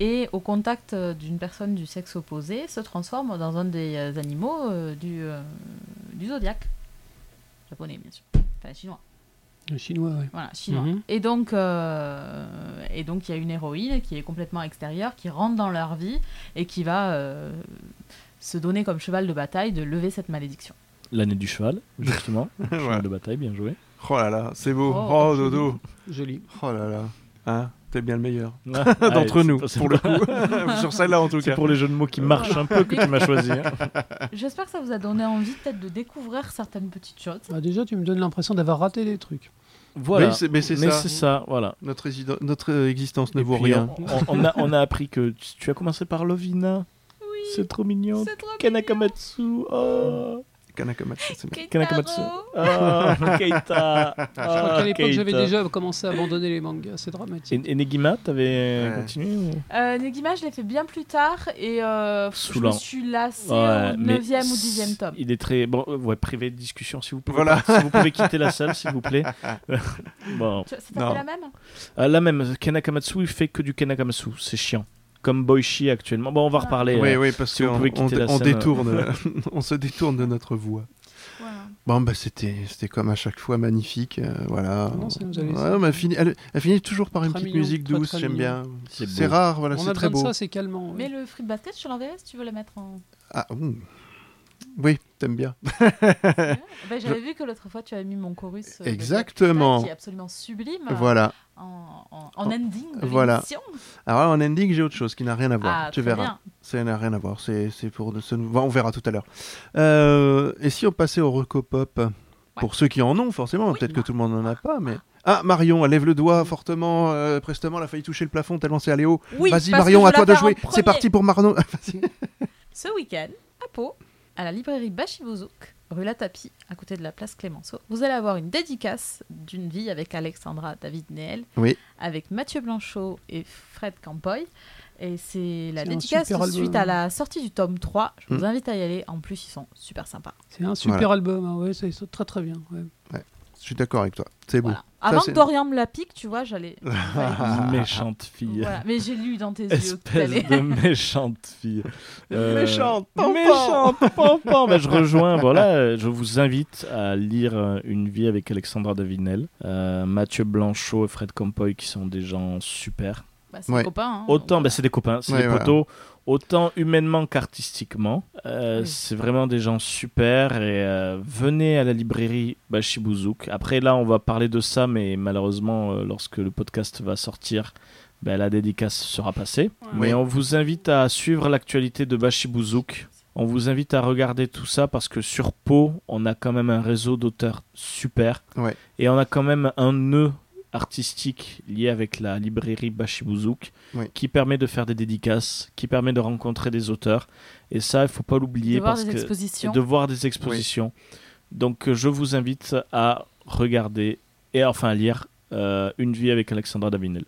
Speaker 4: et au contact euh, d'une personne du sexe opposé se transforment dans un des euh, animaux euh, du, euh, du zodiaque japonais bien sûr, enfin chinois.
Speaker 5: Le chinois, ouais.
Speaker 4: Voilà, chinois.
Speaker 5: Mhm.
Speaker 4: Et donc, euh, et donc il y a une héroïne qui est complètement extérieure, qui rentre dans leur vie et qui va euh, se donner comme cheval de bataille de lever cette malédiction.
Speaker 3: L'année du cheval, justement.
Speaker 2: Ouais.
Speaker 3: Cheval de bataille, bien joué.
Speaker 2: Oh là là, c'est beau.
Speaker 4: Oh,
Speaker 2: Oh, dodo.
Speaker 5: Joli.
Speaker 2: Oh là là. Hein, t'es bien le meilleur.
Speaker 3: D'entre
Speaker 2: D'entre nous, pour le coup. Sur celle-là, en tout
Speaker 3: C'est
Speaker 2: cas.
Speaker 3: pour les jeux de mots qui marchent un peu que tu m'as choisi. hein.
Speaker 4: J'espère que ça vous a donné envie peut-être de découvrir certaines petites choses.
Speaker 5: Bah, déjà, tu me donnes l'impression d'avoir raté des trucs.
Speaker 3: Voilà.
Speaker 2: Mais c'est- mais c'est ça.
Speaker 3: c'est ça, voilà.
Speaker 2: Notre, résident- notre euh, existence ne
Speaker 3: Et
Speaker 2: vaut
Speaker 3: puis,
Speaker 2: rien.
Speaker 3: On, on- on a, on a appris que tu, tu as commencé par Lovina. C'est trop mignon.
Speaker 4: C'est trop
Speaker 3: Kanakamatsu. Oh.
Speaker 2: Kanakamatsu, c'est bien.
Speaker 3: Kanakamatsu. Oh. Keita. Ah,
Speaker 5: Je crois
Speaker 2: Ah,
Speaker 5: qu'à l'époque, j'avais déjà commencé à abandonner les mangas, c'est dramatique.
Speaker 3: Et, et Negima, t'avais
Speaker 2: Ouais.
Speaker 3: continué ou...
Speaker 4: Euh, Negima, je l'ai fait bien plus tard et euh, je
Speaker 3: Saoulant.
Speaker 4: me suis lassée
Speaker 3: Ouais,
Speaker 4: au
Speaker 3: mais
Speaker 4: 9e ou 10e tome.
Speaker 3: Il est très. Bon, euh, ouais, privé de discussion, si vous pouvez.
Speaker 2: Voilà.
Speaker 3: Si vous pouvez quitter la salle, s'il vous plaît. bon.
Speaker 4: Tu- Ça
Speaker 2: Non.
Speaker 4: t'appelle la même hein.
Speaker 3: Euh, la même, Kanakamatsu, il fait que du Kanakamatsu. C'est chiant. Comme Boichi actuellement. Bon, on va
Speaker 4: Ah.
Speaker 3: reparler.
Speaker 2: Oui,
Speaker 3: euh,
Speaker 2: oui, parce
Speaker 3: si vous
Speaker 2: qu'on
Speaker 3: pouvez
Speaker 2: on,
Speaker 3: quitter la
Speaker 2: on
Speaker 3: scène. euh,
Speaker 2: détourne, on se détourne de notre voix.
Speaker 4: Voilà.
Speaker 2: Bon, bah, c'était, c'était comme à chaque fois magnifique. euh, voilà.
Speaker 5: Non, ça nous a laissé-
Speaker 2: Ouais, on a fini, elle, elle finit toujours par une
Speaker 5: Très
Speaker 2: petite
Speaker 5: mignon,
Speaker 2: musique
Speaker 5: très,
Speaker 2: douce,
Speaker 5: très
Speaker 2: j'aime bien.
Speaker 5: mignon.
Speaker 3: C'est
Speaker 2: C'est
Speaker 3: beau.
Speaker 2: rare, voilà,
Speaker 5: On
Speaker 2: c'est
Speaker 5: a
Speaker 2: très
Speaker 5: besoin de
Speaker 2: beau.
Speaker 5: ça, c'est calmant. ouais.
Speaker 4: Mais le fruit de basket, je te l'enverrai si tu veux le mettre en.
Speaker 2: Ah, ouh. Oui, t'aimes bien.
Speaker 4: Ben, J'avais vu que l'autre fois, tu avais mis mon chorus. euh, de
Speaker 2: Exactement.
Speaker 4: Capita, Qui est absolument sublime
Speaker 2: Voilà.
Speaker 4: en, en- en ending de
Speaker 2: Voilà.
Speaker 4: l'émission.
Speaker 2: Alors, en ending, j'ai autre chose qui n'a rien à voir.
Speaker 4: Ah, très
Speaker 2: tu verras.
Speaker 4: bien.
Speaker 2: Ça n'a rien à voir. C'est, c'est pour de- ce- bon, on verra tout à l'heure. Euh, et si on passait au recopop Pour ceux qui en ont, forcément. Peut-être que tout le monde n'en a pas, mais. Ah, Marion, elle lève le doigt fortement, euh, prestement, elle a failli toucher le plafond tellement c'est allé haut.
Speaker 4: Oui, parce
Speaker 2: Vas-y,
Speaker 4: que
Speaker 2: Marion,
Speaker 4: je
Speaker 2: à toi de
Speaker 4: la pars en
Speaker 2: jouer.
Speaker 4: premier.
Speaker 2: C'est parti pour Marion.
Speaker 4: Ce week-end, à Pau, à la librairie Bashibouzouk, rue La Tapie, à côté de la place Clémenceau, vous allez avoir une dédicace d'une vie avec Alexandra David Néel,
Speaker 2: Oui.
Speaker 4: avec Mathieu Blanchot et Fred Campoy. Et c'est la
Speaker 5: C'est un
Speaker 4: dédicace
Speaker 5: super album.
Speaker 4: suite à la sortie du tome 3. Je vous
Speaker 2: Mm.
Speaker 4: invite à y aller. En plus, ils sont super sympas.
Speaker 5: C'est un super
Speaker 2: Voilà.
Speaker 5: album, hein, ouais, c'est c'est très très bien. ouais.
Speaker 2: Je suis d'accord avec toi. C'est bon.
Speaker 4: Voilà. Avant
Speaker 2: c'est-
Speaker 4: que Dorian me la pique, tu vois, j'allais. Ouais.
Speaker 3: Méchante fille.
Speaker 4: Voilà. Mais j'ai lu dans tes yeux que
Speaker 3: Espèce
Speaker 4: t'allais.
Speaker 3: de méchante fille. Euh,
Speaker 2: Méchante, pompon.
Speaker 3: Méchante, pompon. Ben, je rejoins, voilà, euh, je vous invite à lire euh, Une vie avec Alexandra Davinel, euh, Mathieu Blanchot et Fred Campoy qui sont des gens super.
Speaker 4: Bah, c'est
Speaker 2: Ouais.
Speaker 4: des copains. hein.
Speaker 3: Autant, ben, c'est des copains, c'est
Speaker 2: Ouais,
Speaker 3: des
Speaker 2: voilà.
Speaker 3: poteaux, autant humainement qu'artistiquement. Euh,
Speaker 4: Oui.
Speaker 3: C'est vraiment des gens super et euh, venez à la librairie Bashibuzouk. Après, là, on va parler de ça, mais malheureusement, euh, lorsque le podcast va sortir, ben, la dédicace sera passée.
Speaker 2: Oui.
Speaker 3: Mais on vous invite à suivre l'actualité de Bashibuzouk. On vous invite à regarder tout ça parce que sur Pau, on a quand même un réseau d'auteurs super.
Speaker 2: Ouais.
Speaker 3: Et on a quand même un nœud artistique lié avec la librairie Bashibuzouk
Speaker 2: Oui.
Speaker 3: qui permet de faire des dédicaces, qui permet de rencontrer des auteurs. Et ça, il faut pas l'oublier
Speaker 4: de voir
Speaker 3: parce
Speaker 4: des
Speaker 3: que et
Speaker 4: expositions.
Speaker 3: de voir des expositions. Donc euh, je vous invite à regarder et enfin à lire euh, Une vie avec Alexandra Davinel.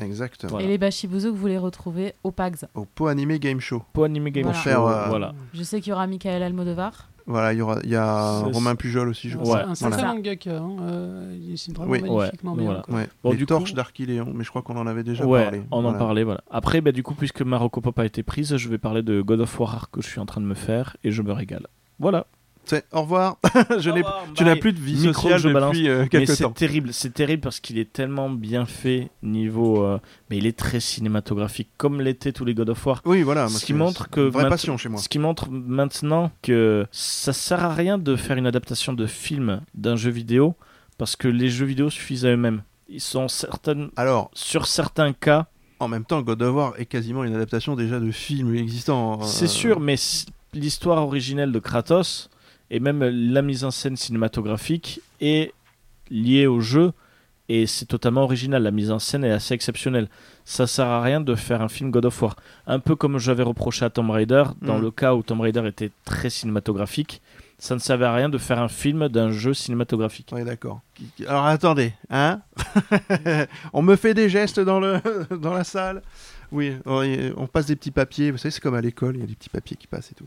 Speaker 2: Exactement.
Speaker 3: Voilà.
Speaker 4: Et les Bashibuzo que vous les retrouvez au PAGS.
Speaker 2: Au pot animé game show.
Speaker 3: Pour animer Game
Speaker 4: Pour
Speaker 3: Show,
Speaker 2: faire, euh,
Speaker 3: voilà.
Speaker 4: Je sais qu'il y aura Michael Almodovar.
Speaker 2: Voilà, il y aura, il y a
Speaker 3: C'est-
Speaker 2: Romain Pujol aussi, je
Speaker 5: C'est
Speaker 2: crois.
Speaker 3: Ouais.
Speaker 5: un sacré
Speaker 4: Voilà.
Speaker 5: mangaka, hein, euh, il dessine vraiment
Speaker 2: Oui.
Speaker 5: magnifiquement
Speaker 3: Ouais,
Speaker 5: bien.
Speaker 3: voilà.
Speaker 5: quoi.
Speaker 2: Ouais.
Speaker 3: Bon,
Speaker 2: les
Speaker 3: du
Speaker 2: torches
Speaker 3: coup-
Speaker 2: d'Archiléon, mais je crois qu'on en avait déjà
Speaker 3: ouais,
Speaker 2: parlé.
Speaker 3: on en
Speaker 2: Voilà.
Speaker 3: parlait, voilà. Après, bah, du coup, puisque ma Pop a été prise, je vais parler de God of War que je suis en train de me faire et je me régale. Voilà.
Speaker 2: C'est- Au revoir. je n'ai- tu n'as
Speaker 3: bye.
Speaker 2: plus de vie
Speaker 3: Micro que
Speaker 2: sociale
Speaker 3: je balance.
Speaker 2: depuis euh,
Speaker 3: Mais
Speaker 2: quelques
Speaker 3: c'est
Speaker 2: temps.
Speaker 3: terrible, c'est terrible parce qu'il est tellement bien fait niveau. euh, mais il est très cinématographique, comme l'étaient tous les God of War.
Speaker 2: Oui, voilà. moi,
Speaker 3: ce
Speaker 2: c'est-
Speaker 3: qui montre
Speaker 2: c'est
Speaker 3: que
Speaker 2: une Vraie
Speaker 3: mainte-
Speaker 2: passion chez moi.
Speaker 3: Ce qui montre maintenant que ça sert à rien de faire une adaptation de film d'un jeu vidéo parce que les jeux vidéo suffisent à eux-mêmes. Ils sont certaines,
Speaker 2: Alors,
Speaker 3: sur certains cas,
Speaker 2: en même temps, God of War est quasiment une adaptation déjà de films existants. euh,
Speaker 3: C'est sûr, mais c- l'histoire originelle de Kratos et même la mise en scène cinématographique est liée au jeu et c'est totalement original. La mise en scène est assez exceptionnelle. Ça sert à rien de faire un film God of War. Un peu comme j'avais reproché à Tomb Raider, dans
Speaker 2: Mm.
Speaker 3: le cas où Tomb Raider était très cinématographique, ça ne servait à rien de faire un film d'un jeu cinématographique.
Speaker 2: Ouais, d'accord. Qui- qui- Alors attendez, hein On me fait des gestes dans, le... dans la salle. Oui, on, on passe des petits papiers. Vous savez, c'est comme à l'école, il y a des petits papiers qui passent et tout.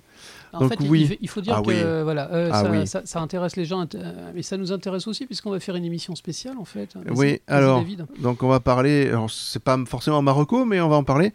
Speaker 5: En
Speaker 2: Donc
Speaker 5: fait, il-
Speaker 2: oui.
Speaker 5: il, fait- il faut dire
Speaker 2: Ah
Speaker 5: que
Speaker 2: oui.
Speaker 5: euh, voilà, euh,
Speaker 2: Ah
Speaker 5: ça,
Speaker 2: oui.
Speaker 5: ça- ça intéresse les gens, int- euh, mais ça nous intéresse aussi puisqu'on va faire une émission spéciale en fait. Vas-y,
Speaker 2: Oui,
Speaker 5: vas-y,
Speaker 2: alors-
Speaker 5: David.
Speaker 2: Donc on va parler, alors, c'est pas forcément Marocco, mais on va en parler.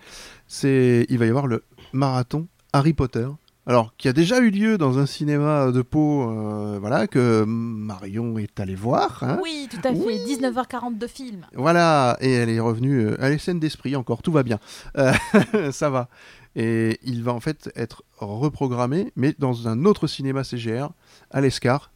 Speaker 2: C'est, il va y avoir le marathon Harry Potter. Alors qui a déjà eu lieu dans un cinéma de Pau, euh, voilà que Marion est allée voir. hein.
Speaker 4: oui, tout à fait. 19h40 de film.
Speaker 2: Voilà, et elle est revenue, euh, elle est saine d'esprit encore, tout va bien. Euh, ça va. Et il va en fait être reprogrammé, mais dans un autre cinéma CGR, à l'Escar.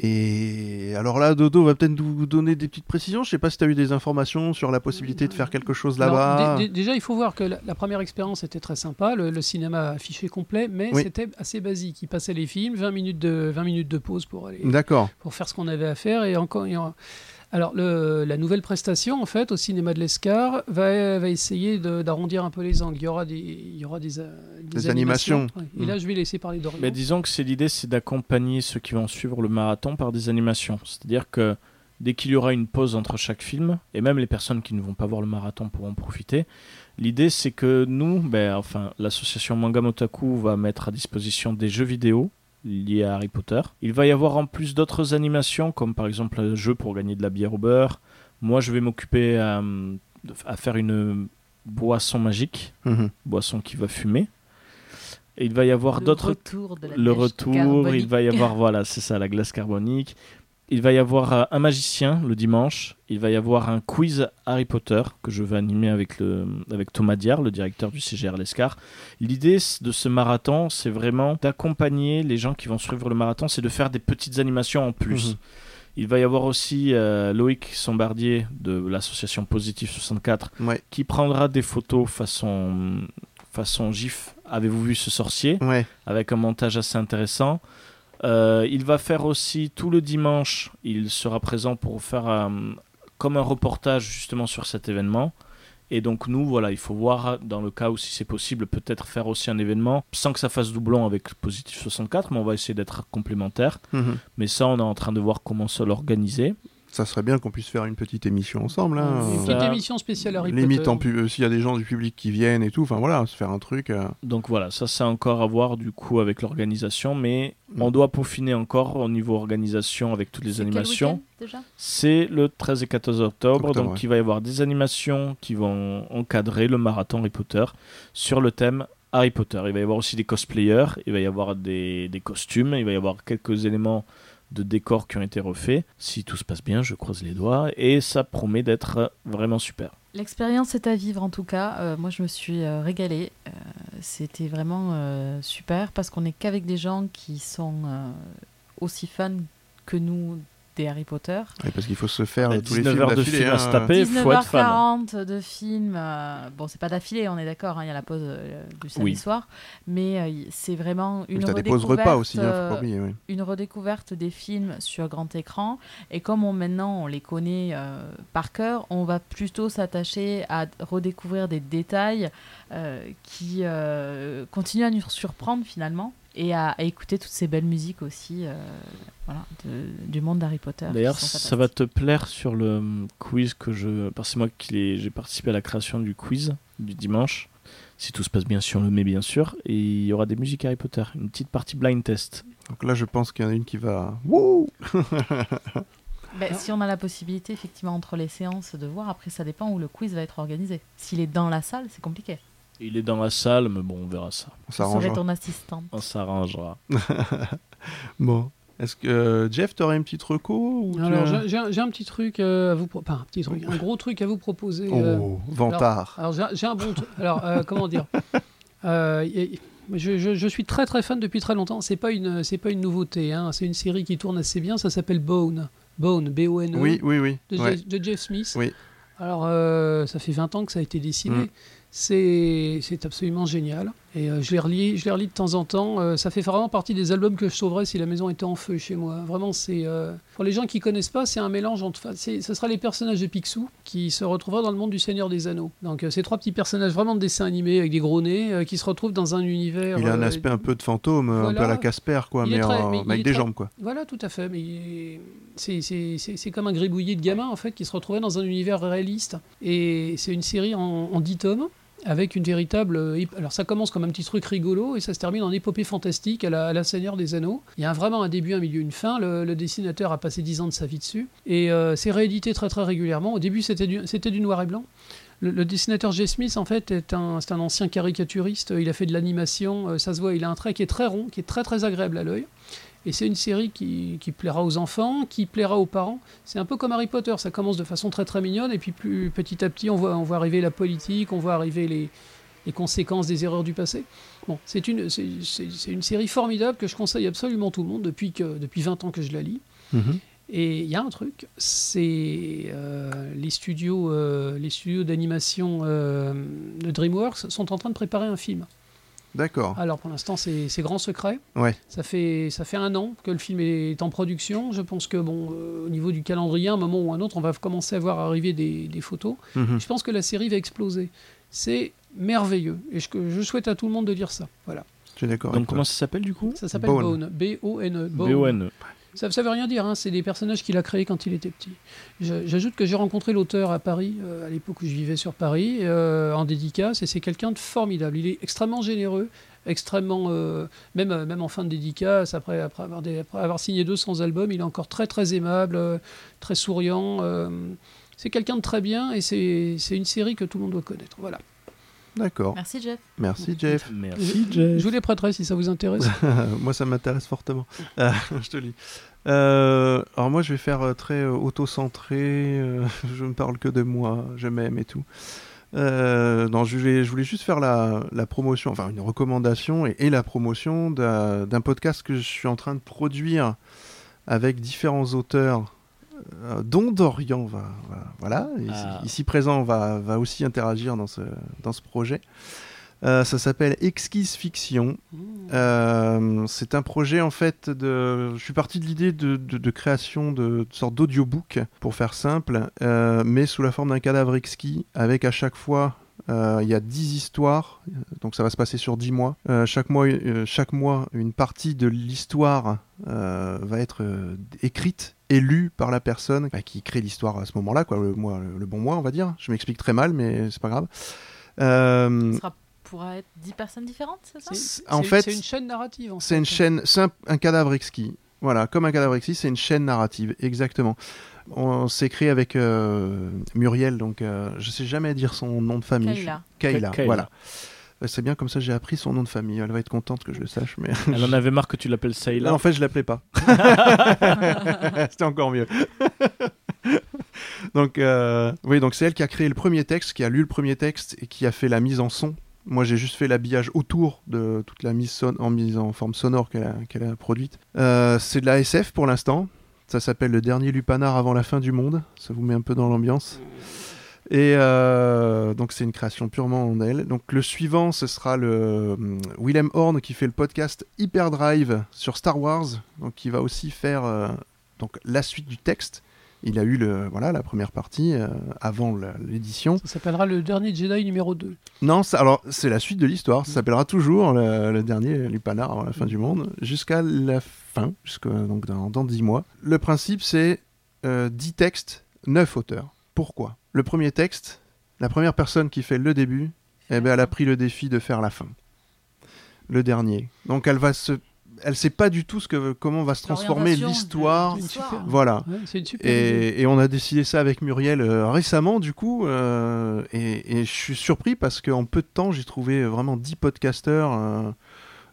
Speaker 2: Et alors là, Dodo va peut-être nous donner des petites précisions. Je sais pas si tu as eu des informations sur la possibilité de faire quelque chose là-bas.
Speaker 5: Alors, dé- dé- déjà, il faut voir que la, la première expérience était très sympa, le, le cinéma affiché complet, mais
Speaker 2: Oui.
Speaker 5: c'était assez basique. Il passait les films, 20 minutes de, 20 minutes de pause pour aller
Speaker 2: D'accord.
Speaker 5: pour faire ce qu'on avait à faire. Et encore, et en- alors le- la nouvelle prestation en fait au cinéma de l'Escar va, va essayer de- d'arrondir un peu les angles. Il y aura des, il y aura des, euh, des
Speaker 2: Des animations. Hmm.
Speaker 5: Ouais. Et là, je vais laisser parler Dorian.
Speaker 3: Mais disons que c'est l'idée, c'est d'accompagner ceux qui vont suivre le marathon par des animations. C'est-à-dire que dès qu'il y aura une pause entre chaque film, et même les personnes qui ne vont pas voir le marathon pourront en profiter, l'idée c'est que nous, ben, enfin, l'association Manga Motaku va mettre à disposition des jeux vidéo liés à Harry Potter. Il va y avoir en plus d'autres animations, comme par exemple un jeu pour gagner de la bière au beurre. Moi, je vais m'occuper à, à faire une boisson magique,
Speaker 2: Mhm.
Speaker 3: boisson qui va fumer. Et il va y avoir
Speaker 4: Le
Speaker 3: d'autres
Speaker 4: retour de la
Speaker 3: le
Speaker 4: pêche
Speaker 3: retour,
Speaker 4: carbonique.
Speaker 3: il va y avoir, voilà, c'est ça, la glace carbonique. Il va y avoir euh, un magicien le dimanche. Il va y avoir un quiz Harry Potter que je vais animer avec, le, avec Thomas Diard, le directeur du CGR L'Escar. L'idée c- de ce marathon, c'est vraiment d'accompagner les gens qui vont suivre le marathon, c'est de faire des petites animations en plus.
Speaker 2: Mhm.
Speaker 3: Il va y avoir aussi euh, Loïc Sombardier de l'association Positive 64
Speaker 2: Ouais.
Speaker 3: qui prendra des photos façon, façon GIF. Avez-vous vu ce sorcier
Speaker 2: Ouais.
Speaker 3: avec un montage assez intéressant. Euh, il va faire aussi tout le dimanche, il sera présent pour faire euh, comme un reportage justement sur cet événement. Et donc nous, voilà, il faut voir dans le cas où si c'est possible, peut-être faire aussi un événement sans que ça fasse doublon avec Positif 64, mais on va essayer d'être complémentaires.
Speaker 2: Mhm.
Speaker 3: Mais ça, on est en train de voir comment se l'organiser.
Speaker 2: Ça serait bien qu'on puisse faire une petite émission ensemble. hein.
Speaker 5: Une
Speaker 3: Ça-
Speaker 5: petite émission spéciale Harry
Speaker 2: Limite,
Speaker 5: Potter.
Speaker 2: en pub- euh, s'il y a des gens du public qui viennent et tout, enfin voilà, se faire un truc. euh,
Speaker 3: Donc voilà, ça c'est encore à voir du coup avec l'organisation, mais
Speaker 2: Mhm.
Speaker 3: on doit peaufiner encore au niveau organisation avec toutes les
Speaker 4: C'est quel
Speaker 3: animations.
Speaker 4: week-end, déjà
Speaker 3: C'est le 13 et 14 octobre,
Speaker 2: Octobre,
Speaker 3: donc
Speaker 2: ouais.
Speaker 3: il va y avoir des animations qui vont encadrer le marathon Harry Potter sur le thème Harry Potter. Il va y avoir aussi des cosplayers, il va y avoir des, des costumes, il va y avoir quelques éléments de décor qui ont été refaits. Si tout se passe bien, je croise les doigts et ça promet d'être vraiment super.
Speaker 4: L'expérience est à vivre en tout cas. Euh, moi, je me suis euh, régalée. Euh, C'était vraiment euh, super parce qu'on n'est qu'avec des gens qui sont euh, aussi fans que nous des Harry Potter.
Speaker 2: ouais, parce qu'il faut se faire
Speaker 3: Bah,
Speaker 2: euh, tous les
Speaker 3: 19
Speaker 2: films
Speaker 3: heures de
Speaker 2: d'affilée,
Speaker 3: films à
Speaker 2: hein.
Speaker 3: se taper. Et faut être fan.
Speaker 4: 19h40 de films. euh, bon, c'est pas d'affilée, on est d'accord. hein, Il y a la pause euh, du samedi
Speaker 3: Oui.
Speaker 4: soir, mais euh, y- c'est vraiment une
Speaker 2: Mais t'as des
Speaker 4: redécouverte.
Speaker 2: pauses repas aussi, hein, faut
Speaker 4: euh,
Speaker 2: pas oublier. oui.
Speaker 4: une redécouverte des films sur grand écran. Et comme on, maintenant on les connaît euh, par cœur, on va plutôt s'attacher à d- redécouvrir des détails euh, qui euh, continuent à nous surprendre finalement et à, à écouter toutes ces belles musiques aussi euh, voilà, de- du monde d'Harry Potter. qui
Speaker 3: D'ailleurs,
Speaker 4: sont
Speaker 3: ça va
Speaker 4: fantastiques.
Speaker 3: te plaire sur le hum, quiz que je. Parce que c'est moi qui l'ai- j'ai participé à la création du quiz du dimanche. Si tout se passe bien, si on le met bien sûr. Et il y aura des musiques Harry Potter. Une petite partie blind test.
Speaker 2: Donc là, je pense qu'il y en a une qui va. Wouh
Speaker 4: Ben, si on a la possibilité effectivement entre les séances de voir, après ça dépend où le quiz va être organisé. S'il est dans la salle, c'est compliqué.
Speaker 3: Il est dans la salle, mais bon, on verra ça.
Speaker 2: On
Speaker 4: Ça serait
Speaker 2: s'arrangera.
Speaker 4: ton assistante.
Speaker 3: On s'arrangera.
Speaker 2: Bon. Est-ce que euh, Jeff, t'aurais un petit reco ou tu-
Speaker 5: Alors, j'ai- j'ai un- j'ai un petit truc euh, à vous pro- enfin, un petit truc, un gros truc à vous proposer. euh,
Speaker 2: Oh, Vantard.
Speaker 5: Alors, j'ai- j'ai un bon truc. Alors, euh, comment dire Euh, y- y- je, je- je suis très très fan depuis très longtemps. C'est pas une c'est pas une nouveauté. hein. C'est une série qui tourne assez bien. Ça s'appelle Bone. Bone, B-O-N-E.
Speaker 2: Oui, oui, oui.
Speaker 5: ah, de,
Speaker 2: ouais.
Speaker 5: Jeff, de Jeff Smith.
Speaker 2: Oui.
Speaker 5: Alors, euh, ça fait 20 ans que ça a été dessiné.
Speaker 2: Mm.
Speaker 5: C'est c'est absolument génial. Et euh, je, les relis, je les relis de temps en temps. Euh, ça fait vraiment partie des albums que je sauverais si la maison était en feu chez moi. Vraiment, c'est. euh, Pour les gens qui connaissent pas, c'est un mélange entre. enfin, c'est- Ce sera les personnages de Picsou qui se retrouveront dans le monde du Seigneur des Anneaux. Donc, euh, ces trois petits personnages vraiment de dessin animé avec des gros nez euh, qui se retrouvent dans un univers.
Speaker 2: Il a un
Speaker 5: euh,
Speaker 2: aspect un peu de fantôme, un
Speaker 5: voilà.
Speaker 2: peu à la Casper, quoi,
Speaker 5: Il est
Speaker 2: mais,
Speaker 5: très-
Speaker 2: en-
Speaker 5: mais il
Speaker 2: avec
Speaker 5: est
Speaker 2: des
Speaker 5: très-
Speaker 2: jambes, quoi.
Speaker 5: Voilà, tout à fait. Mais il- c'est- c'est c'est- c'est comme un gribouillis de gamins en fait qui se retrouvait dans un univers réaliste. Et c'est une série en, en 10 tomes avec une véritable. euh, hip- Alors ça commence comme un petit truc rigolo et ça se termine en épopée fantastique à la, à la Seigneur des Anneaux. Il y a un- vraiment un début, un milieu, une fin. Le, le dessinateur a passé 10 ans de sa vie dessus et euh, c'est réédité très très régulièrement. Au début c'était du, c'était du noir et blanc. Le, le dessinateur Jay Smith, en fait, est un, c'est un ancien caricaturiste. Il a fait de l'animation. euh, Ça se voit, il a un trait qui est très rond, qui est très très agréable à l'œil. Et c'est une série qui, qui plaira aux enfants, qui plaira aux parents. C'est un peu comme Harry Potter, ça commence de façon très très mignonne, et puis plus, petit à petit, on voit, on voit arriver la politique, on voit arriver les, les conséquences des erreurs du passé. Bon, c'est une, c'est, c'est- c'est une série formidable que je conseille absolument tout le monde depuis, que, depuis 20 ans que je la lis.
Speaker 2: Mhm.
Speaker 5: Et il y a un truc, c'est euh, les studios, euh, les studios d'animation euh, de DreamWorks sont en train de préparer un film.
Speaker 2: D'accord.
Speaker 5: Alors pour l'instant, c'est c'est grand secret.
Speaker 2: Ouais.
Speaker 5: Ça fait ça fait un an que le film est en production. Je pense que bon, euh, au niveau du calendrier, à un moment ou un autre, on va commencer à voir arriver des, des photos.
Speaker 2: Mhm.
Speaker 5: Je pense que la série va exploser. C'est merveilleux et je, que je souhaite à tout le monde de lire ça. Voilà.
Speaker 2: Je suis d'accord.
Speaker 3: Donc
Speaker 2: avec toi.
Speaker 3: comment ça s'appelle du coup
Speaker 5: Ça s'appelle
Speaker 2: Bone.
Speaker 5: Bone. B-O-N-E. Bone.
Speaker 3: B-O-N-E.
Speaker 5: Ça, ça veut rien dire, hein, c'est des personnages qu'il a créés quand il était petit. Je- J'ajoute que j'ai rencontré l'auteur à Paris, euh, à l'époque où je vivais sur Paris, euh, en dédicace, et c'est quelqu'un de formidable. Il est extrêmement généreux, extrêmement. euh, même, euh, même en fin de dédicace, après, après, avoir des- après avoir signé 200 albums, il est encore très très aimable, euh, très souriant. euh, c'est quelqu'un de très bien, et c'est c'est une série que tout le monde doit connaître. Voilà. Ah.
Speaker 2: D'accord.
Speaker 4: Merci Jeff.
Speaker 2: Merci, Jeff.
Speaker 3: Merci.
Speaker 5: Je vous les prêterai si ça vous intéresse.
Speaker 2: euh, Moi, ça m'intéresse fortement. Euh, je te lis. Euh, alors moi, je vais faire euh, très euh, auto-centré. euh, je ne parle que de moi. Je m'aime et tout. Euh, non, je, vais- je voulais juste faire la, la promotion, enfin une recommandation et, et la promotion d'un d'un podcast que je suis en train de produire avec différents auteurs, euh, dont Dorian va, va- voilà, ici,
Speaker 3: Ah.
Speaker 2: ici présent, va, va aussi interagir dans ce, dans ce projet. Euh, ça s'appelle Exquise Fiction. Euh, c'est un projet en fait de. Je suis parti de l'idée de, de- de création de, de sorte d'audiobook, pour faire simple, euh, mais sous la forme d'un cadavre exquis, avec à chaque fois. euh, Il y a 10 histoires, euh, donc ça va se passer sur 10 mois. Euh, chaque, mois euh, chaque mois, une partie de l'histoire euh, va être euh, écrite et lue par la personne bah, qui crée l'histoire à ce moment-là, quoi, le, mois- le bon mois, on va dire. Je m'explique très mal, mais c'est pas grave. Euh,
Speaker 4: Ce sera, pourra être 10 personnes différentes, c'est ça
Speaker 5: C'est-
Speaker 2: en
Speaker 5: c'est-
Speaker 2: fait,
Speaker 5: c'est une chaîne narrative. en
Speaker 2: c'est
Speaker 5: fait.
Speaker 2: une chaîne, c'est un, un cadavre exquis. Voilà, comme un cadavre exquis, c'est une chaîne narrative, exactement. On s'est créé avec euh, Muriel, donc euh, je sais jamais dire son nom de famille.
Speaker 4: Kayla.
Speaker 2: Kayla,
Speaker 3: Kayla.
Speaker 2: voilà. Euh, C'est bien comme ça, j'ai appris son nom de famille. Elle va être contente que je le sache, mais
Speaker 3: Elle en avait marre que tu l'appelles
Speaker 2: là,
Speaker 3: Sayla.
Speaker 2: en fait, je l'appelais pas. C'était encore mieux. donc, euh, oui, donc c'est elle qui a créé le premier texte, qui a lu le premier texte et qui a fait la mise en son. Moi, j'ai juste fait l'habillage autour de toute la mise son- en mise en forme sonore qu'elle a, qu'elle a produite. Euh, c'est de la SF pour l'instant. Ça s'appelle Le dernier lupanar avant la fin du monde. Ça vous met un peu dans l'ambiance. Et euh, donc c'est une création purement en elle. Donc le suivant, ce sera le hum, Willem Horn qui fait le podcast Hyperdrive sur Star Wars, donc qui va aussi faire euh, donc la suite du texte. Il a eu le voilà la première partie euh, avant la- l'édition.
Speaker 5: Ça s'appellera le dernier Jedi numéro 2.
Speaker 2: Non, ça- alors c'est la suite de l'histoire. Ça s'appellera toujours le, le dernier Lupanar avant la fin du monde, jusqu'à la fin, jusqu'à donc dans, dans 10 mois. Le principe, c'est euh, 10 textes, 9 auteurs. Pourquoi Le premier texte, la première personne qui fait le début, eh ben, elle a pris le défi de faire la fin. Le dernier. Donc elle va se, elle sait pas du tout ce que, comment va se transformer
Speaker 4: L'orientation de
Speaker 2: l'histoire.
Speaker 4: l'histoire.
Speaker 2: Voilà.
Speaker 5: Ouais, c'est une super idée.
Speaker 2: Et, et on a décidé ça avec Muriel euh, récemment, du coup. euh, et, et je suis surpris parce qu'en peu de temps, j'ai trouvé vraiment 10 podcasteurs. euh,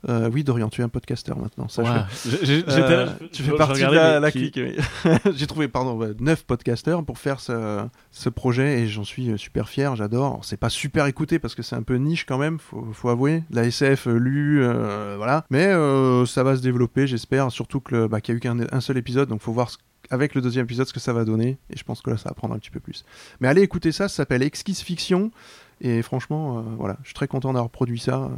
Speaker 2: euh, oui, Dorian, tu es un podcasteur maintenant. sache-le.
Speaker 3: Ouah, j'ai- j'ai- j'étais
Speaker 2: Euh,
Speaker 3: là, je-
Speaker 2: tu
Speaker 3: je-
Speaker 2: fais
Speaker 3: je
Speaker 2: partie de
Speaker 3: regardais,
Speaker 2: la,
Speaker 3: mais
Speaker 2: la
Speaker 3: qui-
Speaker 2: clique. oui. j'ai trouvé, pardon, 9 podcasteurs pour faire ce, ce projet et j'en suis euh, super fier, j'adore. Alors, C'est pas super écouté parce que c'est un peu niche quand même, faut, faut avouer. La SF, euh, lu, euh, voilà. Mais euh, ça va se développer, j'espère. Surtout que le- bah, qu'il y a eu qu'un un seul épisode, donc faut voir ce- avec le deuxième épisode ce que ça va donner. Et je pense que là, ça va prendre un petit peu plus. Mais allez écouter ça, ça s'appelle Exquise Fiction. Et franchement, euh, voilà, je suis très content d'avoir produit ça.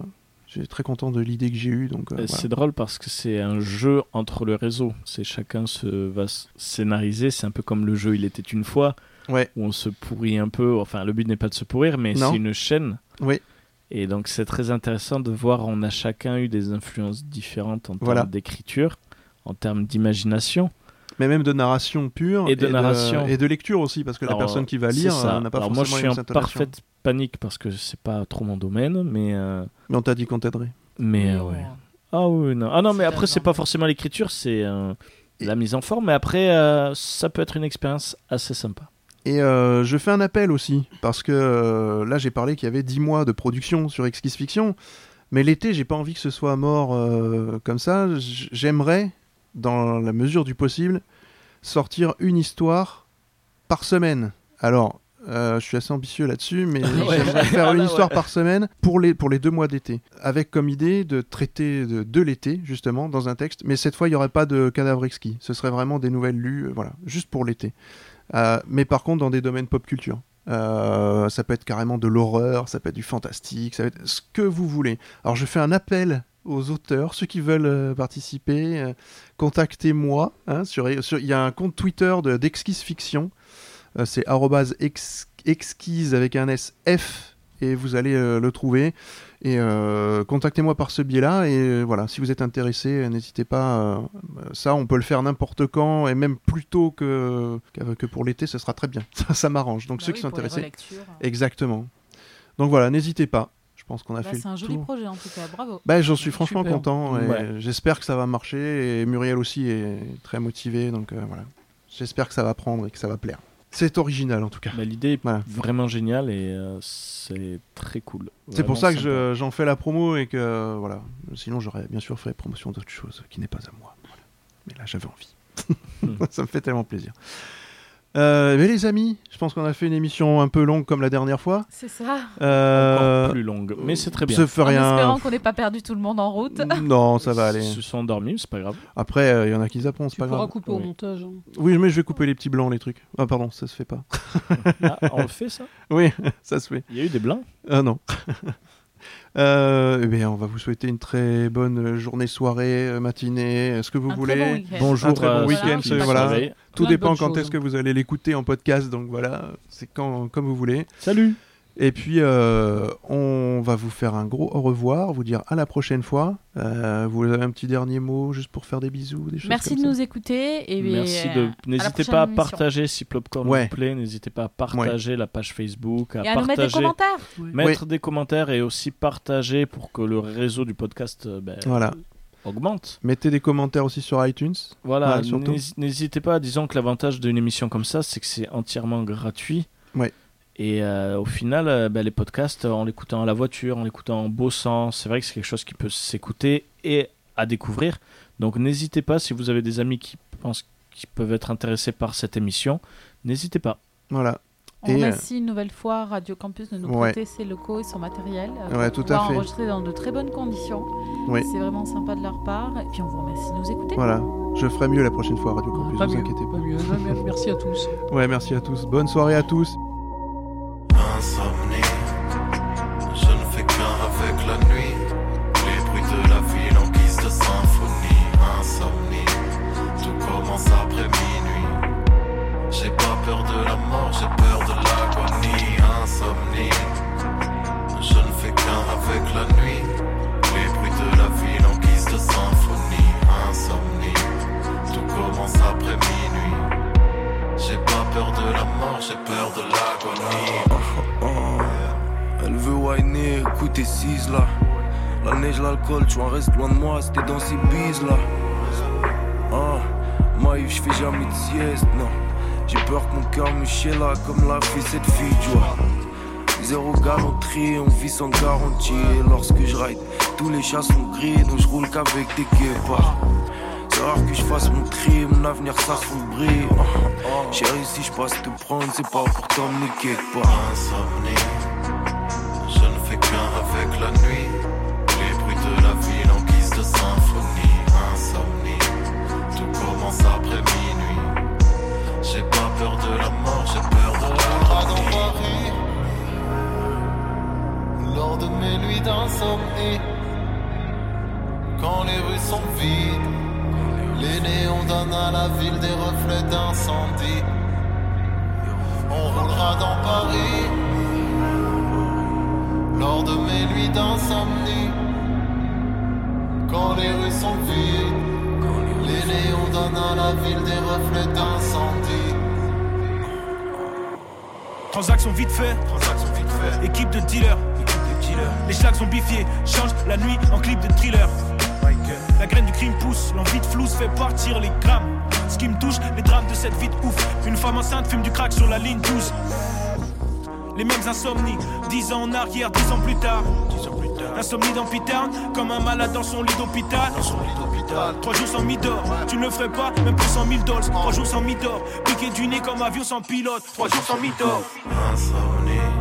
Speaker 2: Je suis très content de l'idée que j'ai eue. Donc, euh,
Speaker 3: Euh,
Speaker 2: voilà.
Speaker 3: C'est drôle parce que c'est un jeu entre le réseau. C'est chacun se va s- scénariser. C'est un peu comme le jeu Il était une fois,
Speaker 2: Ouais.
Speaker 3: où on se pourrit un peu. Enfin, le but n'est pas de se pourrir, mais
Speaker 2: Non.
Speaker 3: c'est une chaîne.
Speaker 2: Oui.
Speaker 3: Et donc c'est très intéressant de voir. On a chacun eu des influences différentes en
Speaker 2: Voilà.
Speaker 3: termes d'écriture, en termes d'imagination.
Speaker 2: Mais même de narration pure
Speaker 3: Et de narration.
Speaker 2: et de lecture aussi, parce que
Speaker 3: Alors,
Speaker 2: la personne qui va
Speaker 3: c'est
Speaker 2: lire
Speaker 3: ça.
Speaker 2: euh, n'a pas
Speaker 3: Alors,
Speaker 2: forcément
Speaker 3: moi, je
Speaker 2: les
Speaker 3: suis
Speaker 2: mêmes
Speaker 3: en
Speaker 2: intonations.
Speaker 3: parfaite panique parce que c'est pas trop mon domaine, mais euh,
Speaker 2: Mais on t'a dit qu'on t'aiderait.
Speaker 3: mais euh, ouais. Ah oui, non. Ah non, mais
Speaker 4: C'est
Speaker 3: après, c'est
Speaker 4: tellement-
Speaker 3: pas forcément l'écriture, c'est euh,
Speaker 2: Et-
Speaker 3: la mise en forme. Mais après, euh, ça peut être une expérience assez sympa.
Speaker 2: Et euh, je fais un appel aussi, parce que euh, là j'ai parlé qu'il y avait 10 mois de production sur Exquise Fiction, mais l'été j'ai pas envie que ce soit mort euh, comme ça. J- J'aimerais, dans la mesure du possible, sortir une histoire par semaine. Alors, euh, je suis assez ambitieux là-dessus, mais j'aimerais faire une histoire par semaine pour les, pour les deux mois d'été, avec comme idée de traiter de, de l'été, justement, dans un texte, mais cette fois il n'y aurait pas de cadavre exquis, ce serait vraiment des nouvelles lues, euh, voilà, juste pour l'été. Euh, mais par contre dans des domaines pop culture. Euh, ça peut être carrément de l'horreur, ça peut être du fantastique, ça peut être ce que vous voulez. Alors je fais un appel aux auteurs, ceux qui veulent euh, participer, euh, contactez-moi. hein, sur, sur- il y a un compte Twitter de- d'Exquise Fiction, Euh, c'est arrobase ex- exquise avec un SF, et vous allez euh, le trouver. Et euh, contactez-moi par ce biais-là, et euh, voilà, si vous êtes intéressé, euh, n'hésitez pas. euh, ça, on peut le faire n'importe quand et même plus tôt que, qu'ave- que pour l'été, ce sera très bien. Ça, ça m'arrange. Donc
Speaker 4: Bah
Speaker 2: ceux
Speaker 4: oui,
Speaker 2: qui sont
Speaker 4: pour les
Speaker 2: intéressés,
Speaker 4: relectures.
Speaker 2: exactement. Donc voilà, n'hésitez pas. Je pense qu'on a
Speaker 4: Bah,
Speaker 2: fait
Speaker 4: c'est
Speaker 2: le
Speaker 4: un joli
Speaker 2: tour.
Speaker 4: projet en tout cas, bravo.
Speaker 2: Bah, j'en suis franchement
Speaker 5: Super.
Speaker 2: content. et
Speaker 3: Ouais.
Speaker 2: J'espère que ça va marcher et Muriel aussi est très motivée. Donc euh, voilà, j'espère que ça va prendre et que ça va plaire. C'est original en tout cas.
Speaker 3: Mais l'idée est
Speaker 2: Voilà.
Speaker 3: vraiment géniale et euh, c'est très cool.
Speaker 2: C'est pour
Speaker 3: Vraiment
Speaker 2: ça que je-
Speaker 3: sympa.
Speaker 2: j'en fais la promo et que euh, voilà. Sinon, j'aurais bien sûr fait promotion d'autre chose qui n'est pas à moi. Voilà. Mais là, j'avais envie.
Speaker 3: Hmm.
Speaker 2: ça me fait tellement plaisir. Euh, mais les amis, je pense qu'on a fait une émission un peu longue comme la dernière fois.
Speaker 4: C'est ça.
Speaker 2: Euh,
Speaker 3: Encore plus longue, mais c'est très bien.
Speaker 2: Ça fait
Speaker 4: En espérant
Speaker 2: rien.
Speaker 4: qu'on n'ait pas perdu tout le monde en route.
Speaker 2: Non, ça va aller.
Speaker 3: Ils se sont endormis, mais c'est pas grave.
Speaker 2: Après, euh, il y en a qui zappent, c'est
Speaker 5: Tu
Speaker 2: pas
Speaker 5: pourras
Speaker 2: grave.
Speaker 5: couper au
Speaker 3: Oui.
Speaker 5: montage. hein.
Speaker 2: Oui, mais je vais couper les petits blancs, les trucs. Ah, pardon, ça se fait pas.
Speaker 3: Ah, on le fait ça
Speaker 2: Oui, ça se fait.
Speaker 3: Il y a eu des blancs
Speaker 2: Ah non. Euh, eh bien, on va vous souhaiter une très bonne journée, soirée, euh, matinée, euh, ce que vous
Speaker 4: Un très
Speaker 2: voulez.
Speaker 4: bon week-end.
Speaker 3: Bonjour,
Speaker 2: Un très bon
Speaker 3: à ceux
Speaker 2: week-end,
Speaker 3: qui
Speaker 2: ce-
Speaker 3: nous
Speaker 2: euh, voilà.
Speaker 3: surveillent.
Speaker 2: Tout
Speaker 5: Plein de
Speaker 2: dépend
Speaker 5: bonnes
Speaker 2: quand
Speaker 5: choses.
Speaker 2: est-ce
Speaker 4: hein.
Speaker 2: que vous allez l'écouter en podcast. Donc voilà, c'est quand, comme vous voulez.
Speaker 3: Salut.
Speaker 2: Et puis, euh, on va vous faire un gros au revoir, vous dire à la prochaine fois. Euh, vous avez un petit dernier mot juste pour faire des bisous, des choses
Speaker 4: Merci
Speaker 2: comme
Speaker 4: de
Speaker 2: ça
Speaker 4: nous écouter. Et
Speaker 3: Merci
Speaker 4: euh,
Speaker 3: de.
Speaker 4: à la
Speaker 3: N'hésitez
Speaker 4: prochaine
Speaker 3: pas à
Speaker 4: émission.
Speaker 3: partager si Plopcorn
Speaker 2: Ouais.
Speaker 3: vous plaît. N'hésitez pas à partager la page Facebook, à
Speaker 4: Et à nous mettre des
Speaker 3: partager,
Speaker 4: commentaires.
Speaker 3: mettre des commentaires et aussi partager pour que le réseau du podcast euh, ben,
Speaker 2: Voilà.
Speaker 3: augmente.
Speaker 2: Mettez des commentaires aussi sur iTunes.
Speaker 3: Voilà.
Speaker 2: Ouais, surtout.
Speaker 3: n'hési- N'hésitez pas. Disons que l'avantage d'une émission comme ça, c'est que c'est entièrement gratuit.
Speaker 2: Ouais.
Speaker 3: Et euh, au final, euh, ben, les podcasts, euh, en l'écoutant à la voiture, en l'écoutant en bossant, c'est vrai que c'est quelque chose qui peut s'écouter et à découvrir. Donc n'hésitez pas si vous avez des amis qui pensent qui peuvent être intéressés par cette émission, n'hésitez pas.
Speaker 2: Voilà.
Speaker 4: On
Speaker 2: Et, euh,
Speaker 4: remercie une nouvelle fois Radio Campus de nous
Speaker 2: ouais.
Speaker 4: prêter ses locaux et son matériel. euh,
Speaker 2: Ouais,
Speaker 4: pour
Speaker 2: tout à
Speaker 4: pouvoir
Speaker 2: fait.
Speaker 4: enregistrer dans de très bonnes conditions.
Speaker 2: Ouais.
Speaker 4: C'est vraiment sympa de leur part. Et puis on vous remercie de nous écouter.
Speaker 2: Voilà. Je ferai mieux la prochaine fois, Radio Campus,
Speaker 5: Pas
Speaker 2: vous
Speaker 5: mieux,
Speaker 2: inquiétez
Speaker 5: pas mieux. Non, Merci à tous.
Speaker 2: pas. Ouais, merci à tous. Bonne soirée à tous.
Speaker 7: Insomnie, je ne fais qu'un avec la nuit. Les bruits de la ville en guise de symphonie. Insomnie, tout commence après minuit. J'ai pas peur de la mort, j'ai peur de l'agonie. Insomnie, je ne fais qu'un avec la nuit. Les bruits de la ville en guise de symphonie. Insomnie, tout commence après minuit. J'ai pas peur de la mort, j'ai peur de l'agonie.
Speaker 10: Elle veut whiner, écoutez 6 là. La neige, l'alcool, tu en restes loin de moi, c'était dans ces bises là. Ah, Maïf, je fais jamais de sieste, non. J'ai peur que mon cœur me chie là, comme l'a fait cette fille, tu vois. Zéro galanterie, on vit sans garantie. Et lorsque je ride, tous les chats sont gris, donc je roule qu'avec des guépards. C'est rare que je fasse mon tri, mon avenir ça s'assombrit. Ah, Chérie, si je passe te prendre, c'est pas pour t'emmener quelque part.
Speaker 7: Insomnie, je ne fais qu'un avec la nuit. Les bruits de la ville en guise de symphonie. Insomnie, tout commence après minuit. J'ai pas peur de la mort, j'ai peur de l'agonie.
Speaker 11: lors de mes nuits d'insomnie. Quand les rues sont vides, les néons donnent à la ville des reflets d'incendie. On roulera dans Paris lors de mes nuits d'insomnie. Quand les rues sont vides, les néons donnent à la ville des reflets d'incendie.
Speaker 12: Transaction vite fait,
Speaker 11: Transaction vite faite.
Speaker 12: équipe de dealers. Les schlags sont bifiés, change la nuit en clip de thriller. La graine du crime pousse, l'envie de flousse fait partir les grammes. Ce qui me touche, les drames de cette vie de ouf. Une femme enceinte fume du crack sur la ligne 12. Les mêmes insomnies, 10 ans en arrière, 10 ans plus tard. Insomnie dans P-Town, comme un malade dans son lit d'hôpital. Trois jours sans mi d'or, tu ne le ferais pas, même pour 100 000 dollars. Trois jours sans mi d'or, piqué du nez comme avion sans pilote. Trois jours sans mi d'or.
Speaker 7: Insomnie,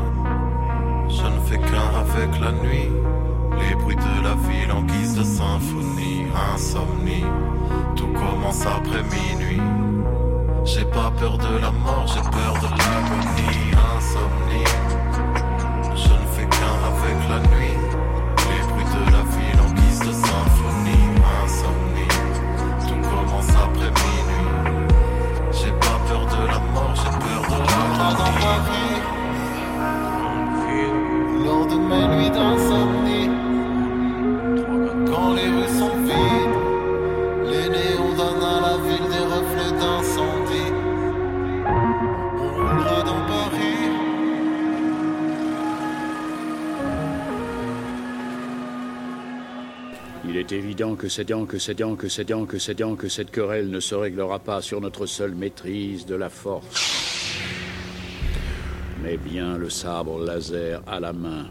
Speaker 7: je ne fais qu'un avec la nuit. Les bruits de la ville en guise de symphonie. Insomnie, tout commence après minuit. J'ai pas peur de la mort, j'ai peur de l'agonie. Insomnie, je ne fais qu'un avec la nuit. Les bruits de la ville en guise de symphonie. Insomnie, tout commence après minuit. J'ai pas peur de la mort, j'ai peur de
Speaker 11: Pas dans
Speaker 7: l'agonie.
Speaker 11: Paris. Lors de mes nuits d'insomnie, quand les rues sont vides, les néons donnent à la ville des reflets d'incendie. On roulera dans Paris.
Speaker 8: Il est évident que cette que cette que cette que cette que cette querelle ne se réglera pas sur notre seule maîtrise de la force, mais bien le sabre laser à la main.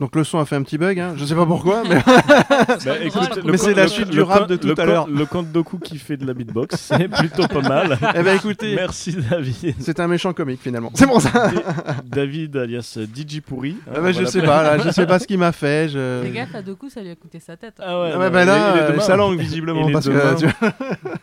Speaker 2: Donc le son a fait un petit bug, hein. je sais pas pourquoi, mais
Speaker 3: Bah, écoute,
Speaker 4: drôle.
Speaker 3: le
Speaker 2: Mais c'est
Speaker 3: compte-
Speaker 2: la
Speaker 3: le-
Speaker 2: suite
Speaker 3: le
Speaker 2: du rap
Speaker 3: compte-
Speaker 2: de tout
Speaker 3: le
Speaker 2: à l'heure.
Speaker 3: compte- Le compte Doku qui fait de la beatbox, c'est plutôt pas mal.
Speaker 2: eh ben, écoutez,
Speaker 3: Merci David.
Speaker 2: c'est un méchant comique finalement. C'est bon ça.
Speaker 3: David alias DJ Pourri. Hein,
Speaker 2: Ah bah, je sais pas, là, je sais pas ce qu'il m'a fait. Je...
Speaker 4: Les gars, là, de coup, ça lui a coûté sa tête.
Speaker 3: Ah ouais,
Speaker 2: Ah
Speaker 3: non,
Speaker 2: ouais,
Speaker 3: il est-
Speaker 2: bah là,
Speaker 3: il est de
Speaker 2: euh,
Speaker 3: main.
Speaker 2: sa langue visiblement
Speaker 3: Il est
Speaker 2: parce
Speaker 3: de
Speaker 2: que
Speaker 3: main.
Speaker 2: tu vois,